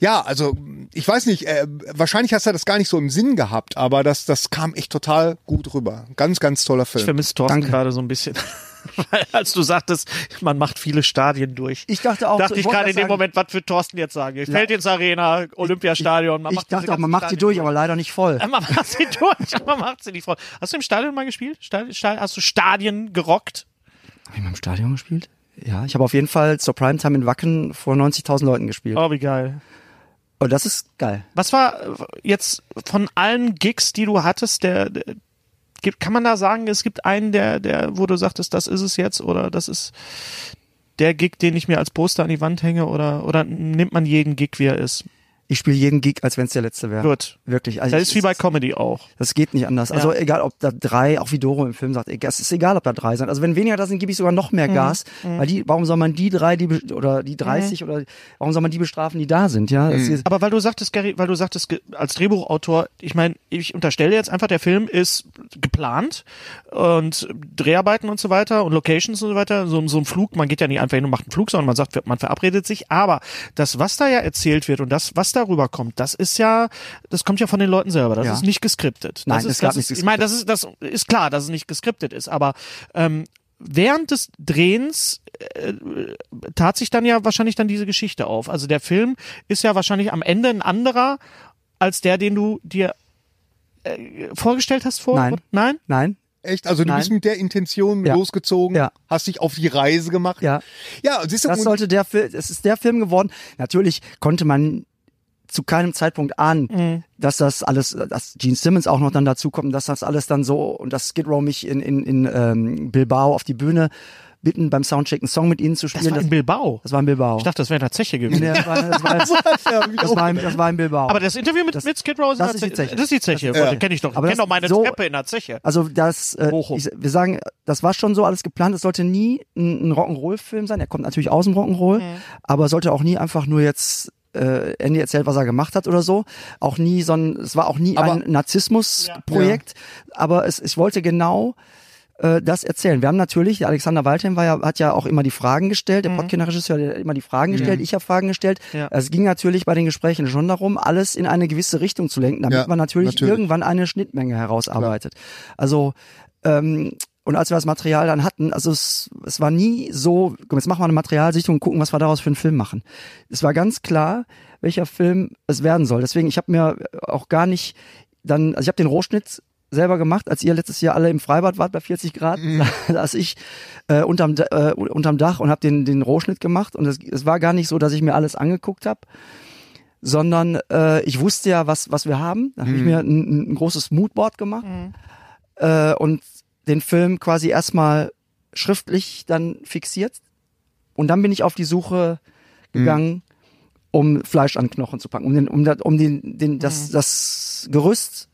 D: ja, also ich weiß nicht, äh, wahrscheinlich hast du das gar nicht so im Sinn gehabt, aber das, das kam echt total gut rüber. Ganz, ganz toller
A: Ich
D: Film.
A: vermisse Thorsten
B: Danke.
A: gerade so ein bisschen. Weil als du sagtest, man macht viele Stadien durch.
B: Ich dachte auch,
A: Dachte
B: ich
A: ich
B: wollte
A: gerade
B: das
A: in dem
B: sagen.
A: Moment, was für Thorsten jetzt sagen. Ich fällt ins Arena, Olympiastadion. Man
B: ich
A: macht
B: dachte
A: diese
B: auch, man macht die
A: ganzen
B: durch, aber leider nicht voll.
A: Stadien. Man macht sie durch, aber man macht sie nicht voll. Hast du im Stadion mal gespielt? Stadion, Stadion, hast du Stadien gerockt?
B: Hab ich mal im Stadion gespielt? Ja, ich habe auf jeden Fall zur Primetime in Wacken vor 90.000 Leuten gespielt.
A: Oh, wie geil.
B: Und das ist geil.
A: Was war äh, jetzt von allen Gigs, die du hattest, der, der gibt- kann man da sagen, es gibt einen, der, der, wo du sagtest, das ist es jetzt oder das ist der Gig, den ich mir als Poster an die Wand hänge oder, oder nimmt man jeden Gig, wie er ist?
B: Ich spiele jeden Gig, als wenn es der letzte wäre.
A: Gut.
B: Wirklich. Also
A: Das
B: ich-
A: ist wie bei Comedy auch.
B: Das geht nicht anders. Also egal, ob da drei, auch wie Doro im Film sagt, egal, es ist egal, ob da drei sind. Also wenn weniger da sind, gebe ich sogar noch
A: Mhm.
B: mehr Gas. Weil die, warum soll man die drei, die be- oder die 30 oder warum soll man die bestrafen, die da sind? Ja, das ist,
A: Aber weil du sagtest, Gary, weil du sagtest, ge- als Drehbuchautor, ich meine, ich unterstelle jetzt einfach, der Film ist geplant und Dreharbeiten und so weiter und Locations und so weiter, so, so ein Flug, man geht ja nicht einfach hin und macht einen Flug, sondern man sagt, man verabredet sich, aber das, was da ja erzählt wird und das, was darüber kommt, das ist ja, das kommt ja von den Leuten selber, das
B: Ja.
A: ist nicht geskriptet.
B: Nein,
A: das ist,
B: es gab
A: das ist,
B: nichts
A: Ich meine, das ist, das ist klar, dass es nicht geskriptet ist, aber ähm, während des Drehens tat sich dann ja wahrscheinlich dann diese Geschichte auf. Also der Film ist ja wahrscheinlich am Ende ein anderer als der, den du dir äh, vorgestellt hast vor.
B: Nein.
A: Nein?
B: nein,
D: Echt? Also du
B: Nein.
D: bist mit der Intention
B: Ja.
D: losgezogen,
B: Ja.
D: hast dich auf die Reise gemacht.
B: ja.
D: Ja, siehst du,
B: Das
D: und-
B: sollte der Film, es ist der Film geworden. Natürlich konnte man zu keinem Zeitpunkt ahnen,
A: Mhm.
B: dass das alles, dass Gene Simmons auch noch dann dazukommt, und dass das alles dann so und dass Skid Row mich in, in, in ähm, Bilbao auf die Bühne bitten, beim Soundcheck einen Song mit ihnen zu
A: Das
B: spielen.
A: war in Bilbao.
B: das war in Bilbao.
A: Ich dachte, das wäre eine Zeche gewesen.
B: Nee, das war, das war, das war, in- das war in Bilbao.
A: Aber das Interview mit,
B: Das-
A: mit Skid Row ist
B: das
A: in
B: ist
A: der
B: die Zeche.
A: Das ist die Zeche. Ja. Kenne ich doch. Ich
B: Aber
A: kenne
B: das-
A: doch meine
B: so-
A: Treppe in der Zeche.
B: Also das, äh,
A: Bochum.
B: ich, wir sagen, das war schon so alles geplant. Es sollte nie ein, ein Rock'n'Roll-Film sein. Er kommt natürlich aus dem Rock'n'Roll, aber sollte auch nie einfach nur jetzt äh, Andy erzählt, was er gemacht hat oder so. Auch nie, sondern es war auch nie
D: Aber-
B: ein Narzissmus-Projekt. Aber es, ich wollte genau äh, das erzählen. Wir haben natürlich, der Alexander Waldheim war ja, hat ja auch immer die Fragen gestellt,
D: Mhm.
B: der Podkinder-Regisseur der hat immer die Fragen gestellt, ich habe Fragen gestellt.
A: Ja.
B: Es ging natürlich bei den Gesprächen schon darum, alles in eine gewisse Richtung zu lenken, damit
D: Ja,
B: man natürlich,
D: natürlich.
B: irgendwann eine Schnittmenge herausarbeitet. Also ähm, und als wir das Material dann hatten, also es, es war nie so, komm, jetzt machen wir eine Materialsichtung und gucken, was wir daraus für einen Film machen. Es war ganz klar, welcher Film es werden soll. Deswegen, ich habe mir auch gar nicht dann, also ich habe den Rohschnitt selber gemacht, als ihr letztes Jahr alle im Freibad wart bei 40 Grad, da saß ich äh, unterm, Da- äh, unterm Dach und habe den, den Rohschnitt gemacht. Und es, es war gar nicht so, dass ich mir alles angeguckt habe, sondern äh, ich wusste ja, was, was wir haben. Dann habe ich mir ein, ein großes Moodboard gemacht äh, und den Film quasi erstmal schriftlich dann fixiert. Und dann bin ich auf die Suche gegangen, um Fleisch an Knochen zu packen, um, den, um, das- um den, den,
A: Mhm.
B: das, das Gerüst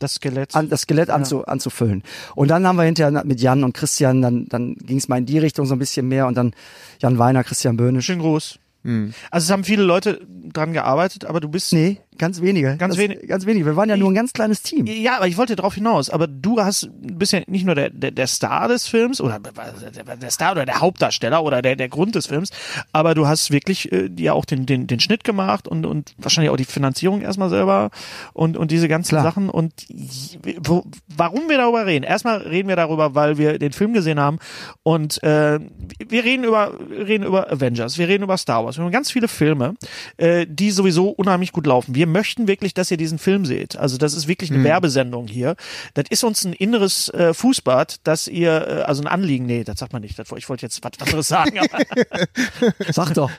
A: Das Skelett.
B: an, das Skelett anzu, anzufüllen. Und dann haben wir hinterher mit Jan und Christian, dann, dann ging es mal in die Richtung so ein bisschen mehr und dann Jan Weiner, Christian Böhnisch.
A: Schön groß.
B: Hm.
A: Also es haben viele Leute dran gearbeitet, aber du bist.
B: Nee, ganz wenige.
A: Ganz
B: das,
A: wenig-
B: Ganz wenige. Wir waren ja nur ein ganz kleines Team.
A: Ja, aber ich wollte drauf hinaus. Aber du hast bist ja nicht nur der, der, der Star des Films oder der Star oder der Hauptdarsteller oder der, der Grund des Films, aber du hast wirklich äh, ja auch den, den, den Schnitt gemacht und, und wahrscheinlich auch die Finanzierung erstmal selber und, und diese ganzen
B: Klar.
A: Sachen. Und j- wo, warum wir darüber reden? Erstmal reden wir darüber, weil wir den Film gesehen haben und äh, wir reden über, reden über Avengers, wir reden über Star Wars, wir haben ganz viele Filme, äh, die sowieso unheimlich gut laufen. Wir möchten wirklich, dass ihr diesen Film seht. Also das ist wirklich eine Werbesendung hier. Das ist uns ein inneres äh, Fußbad, dass ihr, äh, also ein Anliegen, nee, das sagt man nicht. Das, woll- ich wollte jetzt was anderes sagen, aber
B: Sag doch.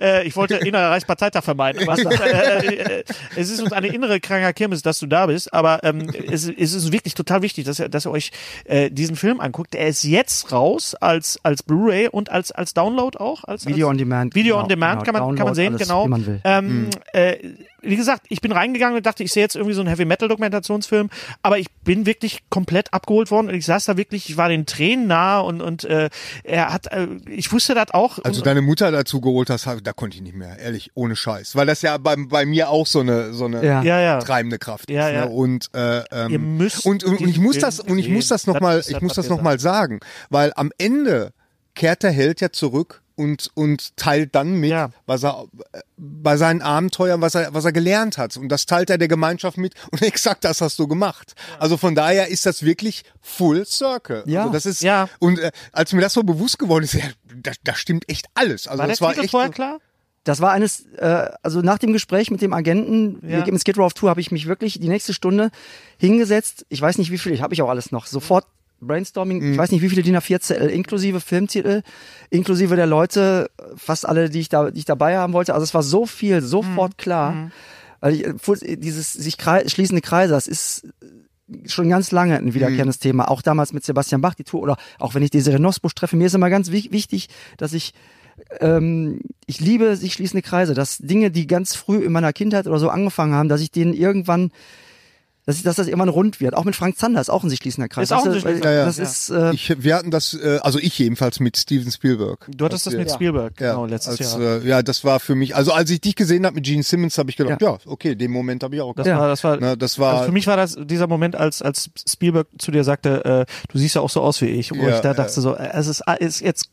A: äh, ich wollte innerer Reichsparteitag vermeiden. Aber, äh, äh, es ist uns eine innere kranker Kirmes, dass du da bist, aber ähm, es, es ist wirklich total wichtig, dass ihr, dass ihr euch äh, diesen Film anguckt. Er ist jetzt raus als, als Blu-ray und als, als Download auch. Als,
B: Video
A: als,
B: on Demand,
A: Video
B: genau,
A: on Demand
B: genau.
A: kann, man, kann man
B: Download,
A: sehen,
B: alles,
A: genau.
B: wie man will. Mhm.
A: Ähm, äh, wie gesagt, ich bin reingegangen und dachte, ich sehe jetzt irgendwie so einen Heavy-Metal-Dokumentationsfilm, aber ich bin wirklich komplett abgeholt worden und ich saß da wirklich, ich war den Tränen nah und, und äh, er hat, äh, ich wusste das auch.
D: Also
A: und,
D: deine Mutter dazu geholt hast, hab- da konnte ich nicht mehr, ehrlich, ohne Scheiß. Weil das ja bei, bei mir auch so eine, so eine
B: Ja.
A: ja, ja.
D: treibende Kraft
A: Ja,
D: ist.
A: ja.
D: Ne? Und, äh, ähm,
A: Ihr müsst
D: und, und, und ich
A: diesen
D: muss
A: Film
D: das, und ich muss
A: sehen.
D: das nochmal,
A: Das ist
D: ich
A: das,
D: muss
A: was
D: das
A: wir
D: nochmal sagen, weil am Ende kehrt der Held ja zurück und, und teilt dann mit,
A: Ja.
D: was er äh, bei seinen Abenteuern, was er, was er gelernt hat. Und das teilt er der Gemeinschaft mit. Und exakt das hast du gemacht. Also von daher ist das wirklich Full Circle.
B: Ja.
D: Also das ist,
A: Ja.
D: und äh, als mir das so bewusst geworden ist, ja, da, da stimmt echt alles. Also
A: war der
D: das war
A: Titel
D: echt,
A: vorher klar?
B: Das war eines, äh, also nach dem Gespräch mit dem Agenten
A: Ja.
B: im Skid Row auf Tour habe ich mich wirklich die nächste Stunde hingesetzt. Ich weiß nicht, wie viele, ich habe ich auch alles noch. Sofort Brainstorming, ich weiß nicht, wie viele DIN A4-Zettel, inklusive Filmtitel, inklusive der Leute, fast alle, die ich, da, die ich dabei haben wollte. Also es war so viel, sofort klar. Weil ich, äh, Fuß- dieses sich krei schließende Kreise, das ist schon ganz lange ein wiederkehrendes Thema. Auch damals mit Sebastian Bach die Tour oder auch wenn ich Desiree Nosbusch treffe. Mir ist immer ganz wich- wichtig, dass ich ähm, ich liebe sich schließende Kreise, dass Dinge, die ganz früh in meiner Kindheit oder so angefangen haben, dass ich denen irgendwann, dass ich, dass das irgendwann rund wird. Auch mit Frank Zander ist auch ein sich schließender Kreis.
A: Ist auch ein
B: das
A: sich schließender
D: Kreis,
B: das
D: ja.
B: ist äh,
D: Ich, wir hatten das, äh, also ich jedenfalls mit Steven Spielberg.
A: Du hattest das
D: Als wir-
A: mit Spielberg,
D: Ja,
A: genau, letztes
D: als,
A: Jahr.
D: Äh, ja, das war für mich, also als ich dich gesehen habe mit Gene Simmons, habe ich gedacht, ja.
B: Ja.
D: okay, den Moment habe ich auch
A: Das
D: gehabt.
A: war, das war,
D: Na, das war-
A: also für mich war das dieser Moment, als, als Spielberg zu dir sagte, äh, du siehst ja auch so aus wie ich. Wo
D: Ja,
A: ich da
D: ja.
A: dachte so, äh, es ist, ah, ist jetzt,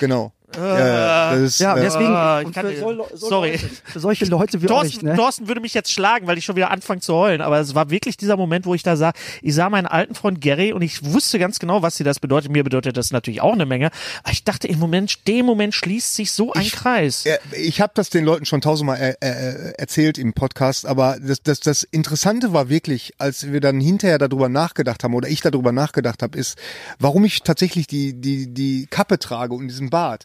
D: Genau.
A: äh,
D: Ja, ja, das ist,
B: ja,
D: äh,
B: deswegen,
A: Ah, ich
B: und
A: kann-
B: für so, Le- so
A: sorry.
B: Leute, für solche Leute wie euch,
A: Thorsten,
B: ne?
A: Thorsten würde mich jetzt schlagen, weil ich schon wieder anfange zu heulen. Aber es war wirklich dieser Moment, wo ich da sah, ich sah meinen alten Freund Gary und ich wusste ganz genau, was dir das bedeutet. Mir bedeutet das natürlich auch eine Menge. Aber ich dachte, im Moment, dem Moment schließt sich so ein Kreis.
D: Ja, ich habe das den Leuten schon tausendmal äh, äh, erzählt im Podcast, aber das, das, das Interessante war wirklich, als wir dann hinterher darüber nachgedacht haben oder ich darüber nachgedacht habe, ist, warum ich tatsächlich die, die, die Kappe trage und diesen Bart.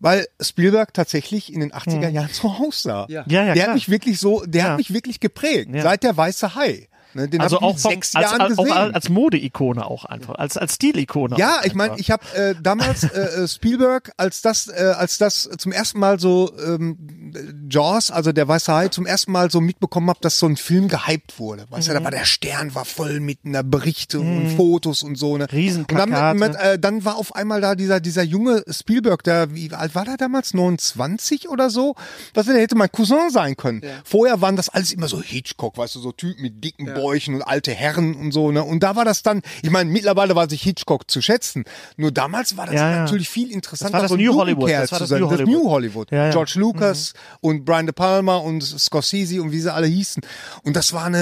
D: weil Spielberg tatsächlich in den 80er Jahren so aussah.
A: Ja, ja,
D: der
A: klar.
D: hat mich wirklich so, der
A: Ja.
D: hat mich wirklich geprägt.
A: Ja.
D: Seit der weiße Hai. Ne, den
A: Also
D: hab ich
A: auch
D: mit
A: vom,
D: sechs
A: als,
D: Jahren
A: als, auch
D: gesehen.
A: als Mode-Ikone auch einfach, als, als Stil-Ikone.
D: Ja,
A: auch
D: ich meine,
A: einfach.
D: ich habe äh, damals äh, äh, Spielberg, als das, äh, als das zum ersten Mal so ähm, Jaws, also der Weiße Hai, zum ersten Mal so mitbekommen habe, dass so ein Film gehypt wurde. Weißt
A: Mhm.
D: du, da war der Stern war voll mit einer Berichte und Fotos und so. Ne?
A: Riesenplakate.
D: Und dann, mit, äh, dann war auf einmal da dieser dieser junge Spielberg, der wie alt war der damals? 29 oder so? Was der hätte mein Cousin sein können. Vorher waren das alles immer so Hitchcock, weißt du, so Typen mit dicken Bäuchen und alte Herren und so, ne? Und da war das dann, ich meine, mittlerweile war sich Hitchcock zu schätzen. Nur damals war das
A: Ja, ja.
D: natürlich viel interessanter,
A: das
D: so ein
A: New
D: Jugendkerl
A: Hollywood, das war
D: zu
A: das
D: sein.
A: New
D: Das
A: Hollywood.
D: New Hollywood.
A: Ja, Mhm. ja.
D: George Lucas und Brian De Palma und Scorsese und wie sie alle hießen. Und das war ein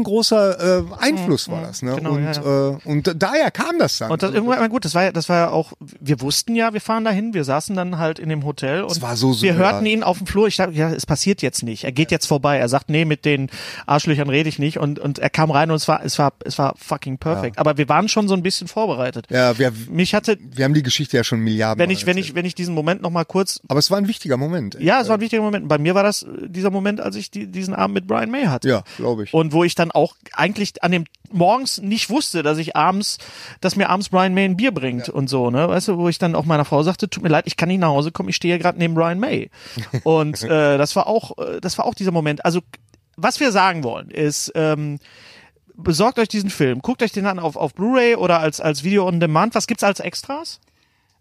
D: riesengroßer äh, Einfluss, war das, ne?
A: Genau,
D: und,
A: ja,
D: Äh, und daher kam das dann.
A: Und das, irgendwann, gut, das war ja, das war ja auch, wir wussten ja, wir fahren dahin, wir saßen dann halt in dem Hotel und
D: war so
A: wir
D: surreal.
A: hörten ihn auf dem Flur. Ich dachte, ja, es passiert jetzt nicht. Er geht jetzt vorbei. Er sagt, nee, mit den Arschlöchern rede ich nicht. Und, und er kam rein und es war, es war, es war fucking perfect. Aber wir waren schon so ein bisschen vorbereitet.
D: ja, wir,
A: Mich hatte,
D: wir haben die Geschichte ja schon Milliarden.
A: wenn ich, wenn ich, wenn ich diesen Moment nochmal kurz,
D: Aber es war ein wichtiger Moment. ey.
A: ja, es war ein wichtiger Moment. Bei mir war das äh, dieser Moment, als ich die, diesen Abend mit Brian May hatte.
D: Ja, glaube ich.
A: Und wo ich dann auch eigentlich an dem morgens nicht wusste, dass ich abends, dass mir abends Brian May ein Bier bringt und so, ne? Weißt du, wo ich dann auch meiner Frau sagte, tut mir leid, ich kann nicht nach Hause kommen, ich stehe hier gerade neben Brian May. Und äh, das war auch, äh, das war auch dieser Moment. Also, was wir sagen wollen, ist, ähm, besorgt euch diesen Film, guckt euch den an auf, auf Blu-ray oder als, als Video on Demand. Was gibt's als Extras?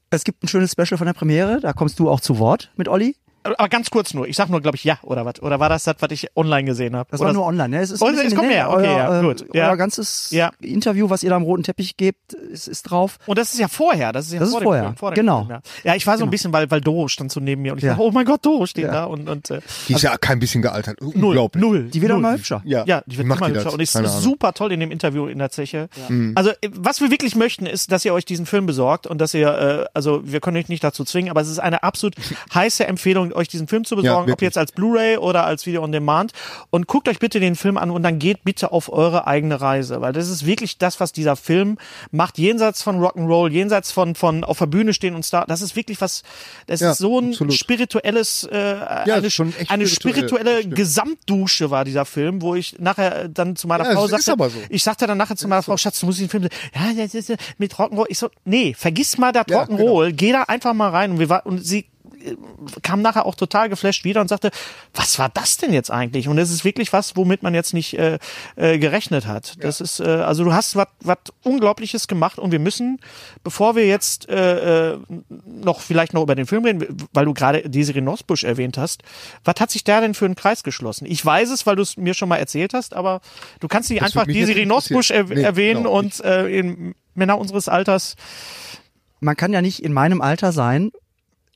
B: Es gibt ein schönes Special von der Premiere, da kommst du auch zu Wort mit Olli.
A: Aber ganz kurz nur, ich sag nur, glaube ich, ja oder was? Oder war das das, was ich online gesehen habe?
B: Das war nur online, ne? Es ist
A: Oh,
B: ein bisschen-
A: es kommt
B: ne,
A: mehr, okay,
B: euer,
A: ja,
B: äh,
A: gut, ja.
B: Euer ganzes
A: Ja.
B: Interview, was ihr da am roten Teppich gebt, ist, ist drauf.
A: Und das ist ja vorher, das ist ja
B: Das ist
A: vor
B: vorher,
A: dem Film, vor dem
B: genau.
A: Film, ja. ja, ich war so ein bisschen, weil, weil Doro stand so neben mir und ich
B: Ja.
A: dachte, oh mein Gott, Doro steht da und, und äh,
D: Die ist ja kein bisschen gealtert.
A: null,
D: Unglaublich.
A: null.
B: Die wird auch
A: null.
B: mal hübscher.
A: Ja,
D: Ja.
A: die wird
D: Wie macht
A: immer
D: die
A: hübscher
D: das?
A: und ist
D: Keine Ahnung. Mhm.
A: super toll in dem Interview in der Zeche. Also, äh, was wir wirklich möchten, ist, dass ihr euch diesen Film besorgt und dass ihr, äh, also wir können euch nicht dazu zwingen, aber es ist eine absolut heiße Empfehlung, euch diesen Film zu besorgen, ob
D: wirklich.
A: jetzt als Blu-ray oder als Video on Demand. Und guckt euch bitte den Film an und dann geht bitte auf eure eigene Reise, weil das ist wirklich das, was dieser Film macht, jenseits von Rock'n'Roll, jenseits von, von auf der Bühne stehen und Star. Das ist wirklich was, das
D: Ja,
A: ist so ein
D: absolut.
A: spirituelles, äh, eine,
D: ist schon echt
A: eine
D: spirituell,
A: spirituelle
D: das stimmt.
A: Gesamtdusche war dieser Film, wo ich nachher äh, dann zu meiner
D: Ja,
A: Frau
D: es ist
A: sagte,
D: aber so.
A: ich sagte dann nachher zu meiner Frau, Schatz, du musst den Film sehen. Ja, das ist äh, mit Rock'n'Roll. Ich so, nee, vergiss mal das
D: Ja, genau.
A: Rock'n'Roll, geh da einfach mal rein. Und, wir war, und sie äh, kam nachher auch total geflasht wieder und sagte, was war das denn jetzt eigentlich? Und es ist wirklich was, womit man jetzt nicht äh, äh, gerechnet hat. Das ist, äh, also du hast was Unglaubliches gemacht und wir müssen, bevor wir jetzt äh, äh, noch vielleicht noch über den Film reden, weil du gerade Desiree Nosbusch erwähnt hast. Was hat sich da denn für einen Kreis geschlossen? Ich weiß es, weil du es mir schon mal erzählt hast, aber du kannst nicht
D: Das
A: einfach
D: würde mich jetzt
A: Desiree Nosbusch er
D: interessieren. Nee,
A: erwähnen
D: genau,
A: und äh, in Männer unseres Alters.
B: Man kann ja nicht in meinem Alter sein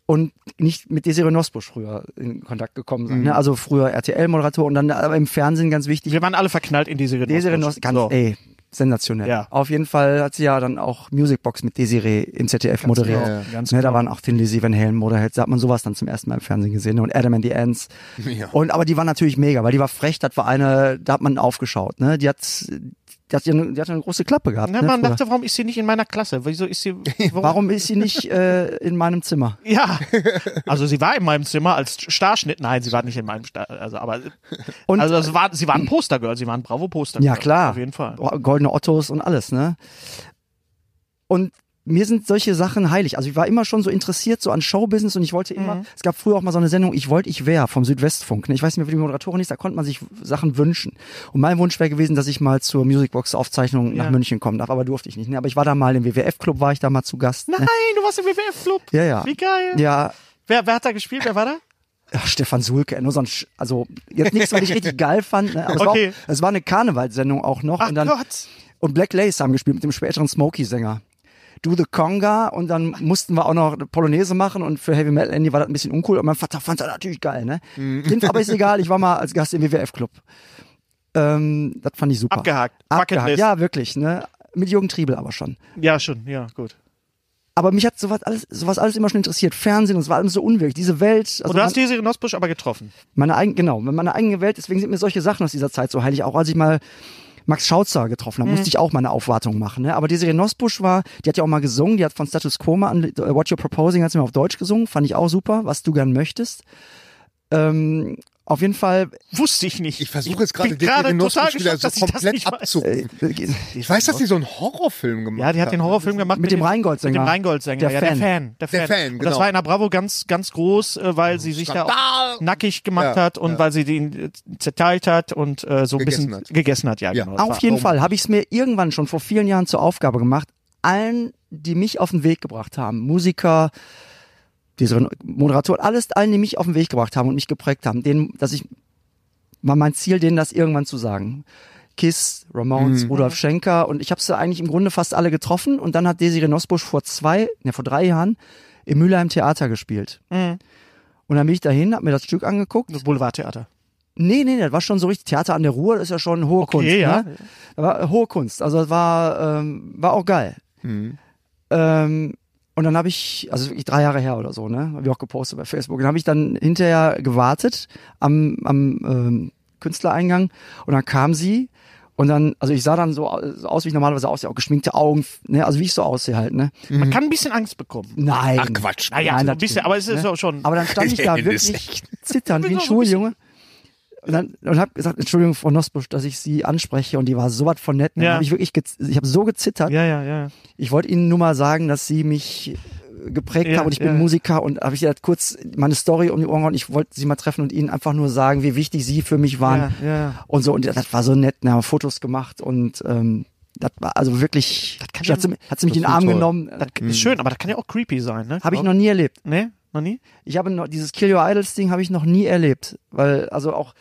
B: und nicht mit Desiree Nosbusch früher in Kontakt gekommen sein.
A: Mhm.
B: Ne? Also früher RTL-Moderator und dann aber im Fernsehen ganz wichtig.
A: Wir waren alle verknallt in Desiree Nosbusch.
B: Desiree Nosbusch, ganz,
A: so.
B: ey, sensationell.
A: Ja.
B: Auf jeden Fall hat sie ja dann auch Musicbox mit Desiree im ZDF moderiert.
D: genau,
A: ganz
B: ne,
A: genau.
B: Da waren auch den Lizzie Van Halen Motorheads, da hat man sowas dann zum ersten Mal im Fernsehen gesehen. ne, Und Adam and the Ants.
D: Ja.
B: Und, aber die war natürlich mega, weil die war frech, das war eine, da hat man aufgeschaut. Ne? Die hat, die hat, eine, die hat eine große Klappe gehabt.
A: Na,
B: ne,
A: man
B: früher.
A: dachte, warum ist sie nicht in meiner Klasse? Wieso ist sie. Warum?
B: Warum ist sie nicht äh, in meinem Zimmer?
A: Ja. Also sie war in meinem Zimmer als Starschnitt. Nein, sie war nicht in meinem Star. Also, aber.
B: Und-
A: also es war, sie war ein Postergirl, sie war ein bravo Postergirl.
B: Ja, klar.
A: Auf jeden Fall.
B: Oh, Goldene Ottos und alles, ne? Und mir sind solche Sachen heilig. Also ich war immer schon so interessiert so an Showbusiness und ich wollte immer,
A: Mhm.
B: es gab früher auch mal so eine Sendung, ich wollte, ich wär vom Südwestfunk. Ne? Ich weiß nicht mehr, wie die Moderatorin ist, da konnte man sich Sachen wünschen. Und mein Wunsch wäre gewesen, dass ich mal zur Musicbox-Aufzeichnung nach
A: Ja.
B: München kommen darf, aber durfte ich nicht. Ne? Aber ich war da mal im WWF-Club, war ich da mal zu Gast.
A: Nein,
B: Ne?
A: du warst im WWF-Club.
B: Ja, ja.
A: Wie geil.
B: Ja,
A: Wer, wer hat da gespielt? Wer war da?
B: Ach, Stefan Sulke, nur so ein, Sch also jetzt nichts, was ich richtig geil fand, ne? aber es,
A: Okay.
B: war auch, es war eine Karnevalssendung auch noch.
A: Ach
B: und dann,
A: Gott.
B: Und Black Lace haben gespielt mit dem späteren Smokey-Sänger. Do the Conga und dann mussten wir auch noch eine Polonaise machen und für Heavy Metal Andy war das ein bisschen uncool und mein Vater fand das natürlich geil, ne?
A: Mhm.
B: Kind, Aber ist egal, ich war mal als Gast im WWF-Club. Ähm, das fand ich super.
A: Abgehakt. Bucketlist.
B: Abgehakt. Ja, wirklich, ne? Mit Jürgen Triebel aber schon.
A: Ja, schon, ja, gut.
B: Aber mich hat sowas alles, sowas alles immer schon interessiert. Fernsehen, und es war alles so unwirklich. Diese Welt. Also
A: Und du hast
B: man-
A: Desiree Nosbusch aber getroffen.
B: meine eigen, genau, meine eigene Welt, deswegen sind mir solche Sachen aus dieser Zeit so heilig. Auch als ich mal Max Schautzer getroffen habe, musste ich auch mal eine Aufwartung machen. Ne? Aber diese Renosbusch war, die hat ja auch mal gesungen, die hat von Status Quo mal an äh, What You're Proposing hat sie mal auf Deutsch gesungen, fand ich auch super, was du gern möchtest. Ähm, auf jeden Fall,
A: Wusste ich nicht.
D: Ich versuche jetzt gerade
A: bin
D: den
A: gerade total
D: Genossenspieler
A: geschockt, dass
D: so
A: ich das
D: komplett
A: nicht weiß.
D: abzurufen.
B: äh,
D: Ich weiß, dass die so einen Horrorfilm gemacht
A: Ja, die hat den Horrorfilm gemacht
B: Mit dem
A: den-
B: Rheingold-Sänger.
A: Mit dem Rheingold-Sänger,
B: Der
A: ja,
B: Fan.
A: der Fan. Der Fan,
D: Fan,
A: Und
D: genau.
A: das war in der Bravo ganz, ganz groß, äh, weil sie sich da
D: Skandal!
A: auch nackig gemacht
D: Ja,
A: hat und weil sie den äh, zerteilt hat und äh, so ein
D: Gegessen
A: bisschen
D: hat.
A: gegessen hat, ja,
D: Ja.
A: genau. Das
B: auf
A: war-
B: jeden Fall habe ich es mir irgendwann schon vor vielen Jahren zur Aufgabe gemacht, allen, die mich auf den Weg gebracht haben, Musiker, diese Moderatoren, alles, allen, die mich auf den Weg gebracht haben und mich geprägt haben, denen, dass ich, war mein Ziel, denen das irgendwann zu sagen. Kiss, Ramones, Rudolf Schenker und ich habe sie eigentlich im Grunde fast alle getroffen und dann hat Desiree Nosbusch vor zwei, ne, vor drei Jahren im Mülheim Theater gespielt. Und dann bin ich dahin, habe mir das Stück angeguckt.
A: Das Boulevardtheater.
B: Nee, nee, das war schon so richtig. Theater an der Ruhr das ist ja schon hohe Kunst.
A: ja.
B: Ne? Das war hohe Kunst. Also das war, ähm, war auch geil.
A: Hm.
B: Ähm, und dann habe ich, also wirklich drei Jahre her oder so, ne? Habe ich auch gepostet bei Facebook. Dann habe ich dann hinterher gewartet am, am ähm, Künstlereingang und dann kam sie und dann, also ich sah dann so aus, wie ich normalerweise aussehe, auch geschminkte Augen, ne? Also wie ich so aussehe halt, ne?
D: Mhm.
A: Man kann ein bisschen Angst bekommen.
B: Nein.
D: Ach Quatsch.
A: Naja,
B: Nein,
A: so ein
B: natürlich
A: bisschen, aber es ist
B: ne?
A: auch schon.
B: Aber dann stand ich da
D: Nein, das ist
B: wirklich zitternd wie
A: bin
B: ein
A: auch so ein
B: Schuljunge. Und, dann, und habe gesagt, Entschuldigung, Frau Nosbusch, dass ich Sie anspreche. Und die war so was von nett. Und
A: Ja.
B: Dann hab ich wirklich, gez- ich habe so gezittert.
A: ja, ja, ja.
B: Ich wollte Ihnen nur mal sagen, dass Sie mich äh, geprägt
A: Ja,
B: haben und ich
A: ja.
B: bin Musiker und habe ich ihr kurz meine Story um die Ohren gehauen. Ich wollte Sie mal treffen und Ihnen einfach nur sagen, wie wichtig Sie für mich waren
A: Ja, ja.
B: und so. Und das war so nett. Und haben wir Fotos gemacht und ähm, das war also wirklich.
A: kann
B: hat,
A: ja-
B: sie, hat sie mich in den
D: ist
B: Arm
D: toll.
B: genommen.
A: Das ist schön, aber das kann ja auch creepy sein, ne?
B: Habe Hm. ich noch nie erlebt.
A: Nee, noch nie?
B: Ich habe noch, dieses Kill Your Idols Ding habe ich noch nie erlebt, weil also auch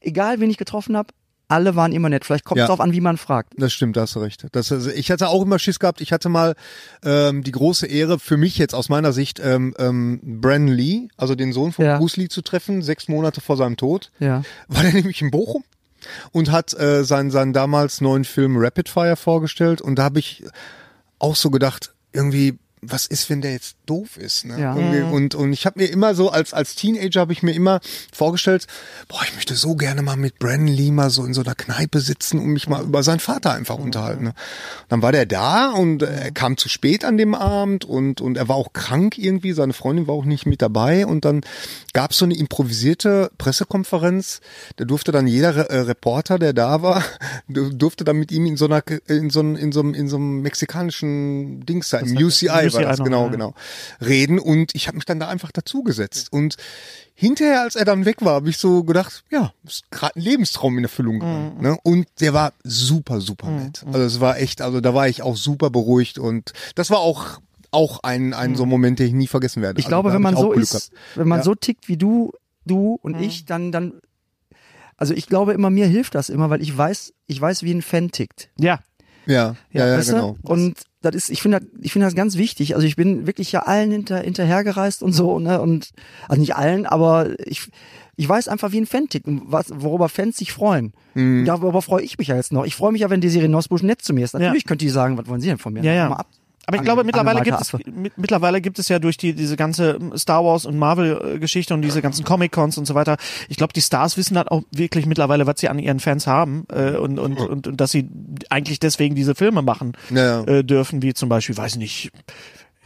B: egal wen ich getroffen habe, alle waren immer nett. Vielleicht kommt es
D: Ja.
B: drauf an, wie man fragt.
D: Das stimmt, da hast du recht. Das, also ich hatte auch immer Schiss gehabt. Ich hatte mal ähm, die große Ehre, für mich jetzt aus meiner Sicht, ähm, ähm, Bran Lee, also den Sohn von
B: Ja.
D: Bruce Lee zu treffen, sechs Monate vor seinem Tod.
B: Ja.
D: War der nämlich in Bochum und hat äh, seinen, seinen damals neuen Film Rapid Fire vorgestellt. Und da habe ich auch so gedacht, irgendwie, was ist, wenn der jetzt doof ist? Ne?
B: Ja.
D: Irgendwie, Und, und ich habe mir immer so, als, als Teenager habe ich mir immer vorgestellt, boah, ich möchte so gerne mal mit Brandon Lee mal so in so einer Kneipe sitzen und mich mal über seinen Vater einfach unterhalten. Ne? Dann war der da und äh, er kam zu spät an dem Abend und, und er war auch krank irgendwie, seine Freundin war auch nicht mit dabei und dann gab es so eine improvisierte Pressekonferenz, da durfte dann jeder Re äh, Reporter, der da war, du- durfte dann mit ihm in so einer, in so einem, in so einem, in so einem mexikanischen Dings da, im UCI, war
A: UCI
D: das,
A: noch,
D: genau,
A: ja.
D: genau, reden und ich habe mich dann da einfach dazugesetzt und hinterher, als er dann weg war, habe ich so gedacht, ja, ist gerade ein Lebenstraum in Erfüllung gegangen, ne? und der war super, super nett, also es war echt, also da war ich auch super beruhigt und das war auch auch ein, ein so ein Moment, den ich nie vergessen werde.
B: Ich
D: Also
B: glaube,
D: da
B: wenn
D: hab
B: man
D: ich auch
B: so
D: Glück
B: ist,
D: gehabt.
B: wenn man
D: Ja.
B: so tickt wie du, du und ich, dann dann also ich glaube immer mir hilft das immer, weil ich weiß, ich weiß, wie ein Fan tickt.
A: Ja.
D: Ja, ja, ja,
B: weißt du?
D: genau.
B: Und das ist, ich finde, das- ich finde das ganz wichtig. Also ich bin wirklich ja allen hinter, hinterhergereist und so, ne? Und also nicht allen, aber ich, ich weiß einfach, wie ein Fan tickt und was, worüber Fans sich freuen. Darüber freue ich mich ja jetzt noch. Ich freue mich ja, wenn Desiree Nosbusch nett zu mir ist. Natürlich könnte die sagen, was wollen Sie denn von mir?
A: Ja, ja.
B: Mal ab.
A: Aber ich glaube,
B: Ange-
A: mittlerweile gibt, es,
B: angemalter
A: mit, mittlerweile gibt es ja durch die, diese ganze Star Wars und Marvel-Geschichte und diese ganzen Comic-Cons und so weiter, ich glaube, die Stars wissen halt auch wirklich mittlerweile, was sie an ihren Fans haben äh, und, und, und, und dass sie eigentlich deswegen diese Filme machen
D: Ja, ja.
A: äh, dürfen, wie zum Beispiel, weiß nicht,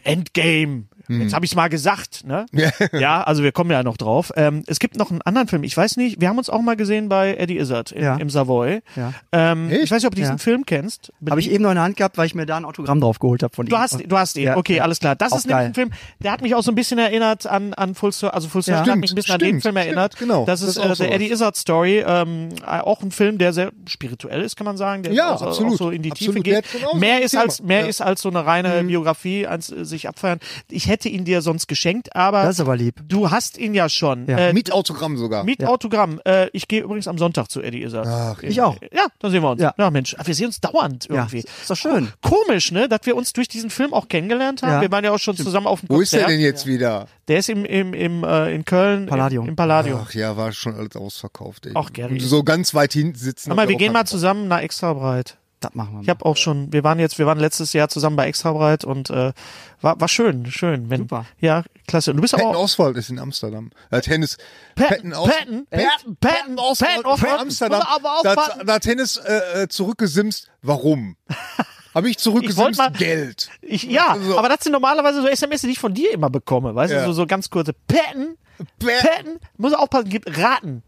A: Endgame.
D: Hm.
A: Jetzt habe ich es mal gesagt, ne? ja, also wir kommen ja noch drauf. Ähm, es gibt noch einen anderen Film, ich weiß nicht, wir haben uns auch mal gesehen bei Eddie Izzard im,
B: Ja.
A: im Savoy.
B: Ja.
A: Ähm, ich
D: Echt?
A: weiß nicht, ob du diesen
B: Ja.
A: Film kennst.
B: Habe ich eben noch in der Hand gehabt, weil ich mir da ein Autogramm drauf geholt habe von
A: Du hast, du hast ihn.
B: Ja.
A: okay, alles klar. Das
B: Auch
A: ist nämlich ein
B: geil.
A: Film, der hat mich auch so ein bisschen erinnert an, an Full Circle, also Full Circle hat
D: Stimmt,
A: mich ein bisschen an den
D: stimmt,
A: Film erinnert.
D: stimmt, genau.
A: Das
D: Das
A: ist,
D: ist auch
A: äh, der
D: sowas.
A: Eddie Izzard Story, ähm, äh, auch ein Film, der sehr spirituell ist, kann man sagen, der
D: Ja,
A: auch, so-
D: absolut,
A: auch so in die
D: absolut.
A: Tiefe
D: Der
A: geht.
D: hat genau so
A: mehr
D: ein
A: ist
D: Thema.
A: als, mehr
D: Ja. Mhm.
A: ist als so eine reine Biografie, als äh, sich abfeiern. Ich hätte ihn dir sonst geschenkt, aber.
B: Das ist aber lieb.
A: Du hast ihn ja schon.
B: Ja.
A: Äh,
D: Mit Autogramm sogar.
A: mit Autogramm. Äh, ich gehe übrigens am Sonntag zu Eddie Izzard. Ach,
B: ich auch.
A: Ja, dann sehen wir uns. Ja,
B: Ja.
A: Mensch, wir sehen uns dauernd
B: Ja,
A: irgendwie.
B: ist doch schön.
A: Komisch, ne, dass wir uns durch diesen Film auch kennengelernt haben.
B: Ja.
A: Wir waren ja auch schon zusammen auf dem
D: Wo ist
A: Konzert.
D: der denn jetzt wieder?
A: Der ist im, im, im äh, in Köln.
B: Palladium.
A: Im, im Palladium.
D: Ach ja, war schon alles ausverkauft. Ey.
A: Auch Gary.
D: So ganz weit hinten sitzen.
A: Sag mal,
D: hat
A: wir
D: auch
A: gehen mal
D: keiner.
A: zusammen nach extra breit.
B: Das machen wir mal.
A: Ich habe auch schon, wir waren jetzt, wir waren letztes Jahr zusammen bei Extrabreit und äh, war, war schön, schön. Wenn,
B: Super.
A: Ja, klasse. Und du bist
D: Patton
A: aber auch.
D: Oswald ist in Amsterdam. Äh, Tennis.
A: Patton,
D: Os-
A: Patton, Patton, Patton,
D: Oswald
A: Patton,
D: in
A: Patton.
D: Amsterdam.
A: Muss aber
D: Da,
A: aufpassen.
D: da hat Tennis äh, äh, zurückgesimst. Warum? Habe ich zurückgesimst?
A: mal-
D: Geld.
A: Ich, ja,
D: So.
A: aber das sind normalerweise so SMS, die ich von dir immer bekomme, weißt
D: Ja.
A: du, so, so ganz kurze Patton,
D: Pat-
A: Patton, muss aufpassen, gibt Raten.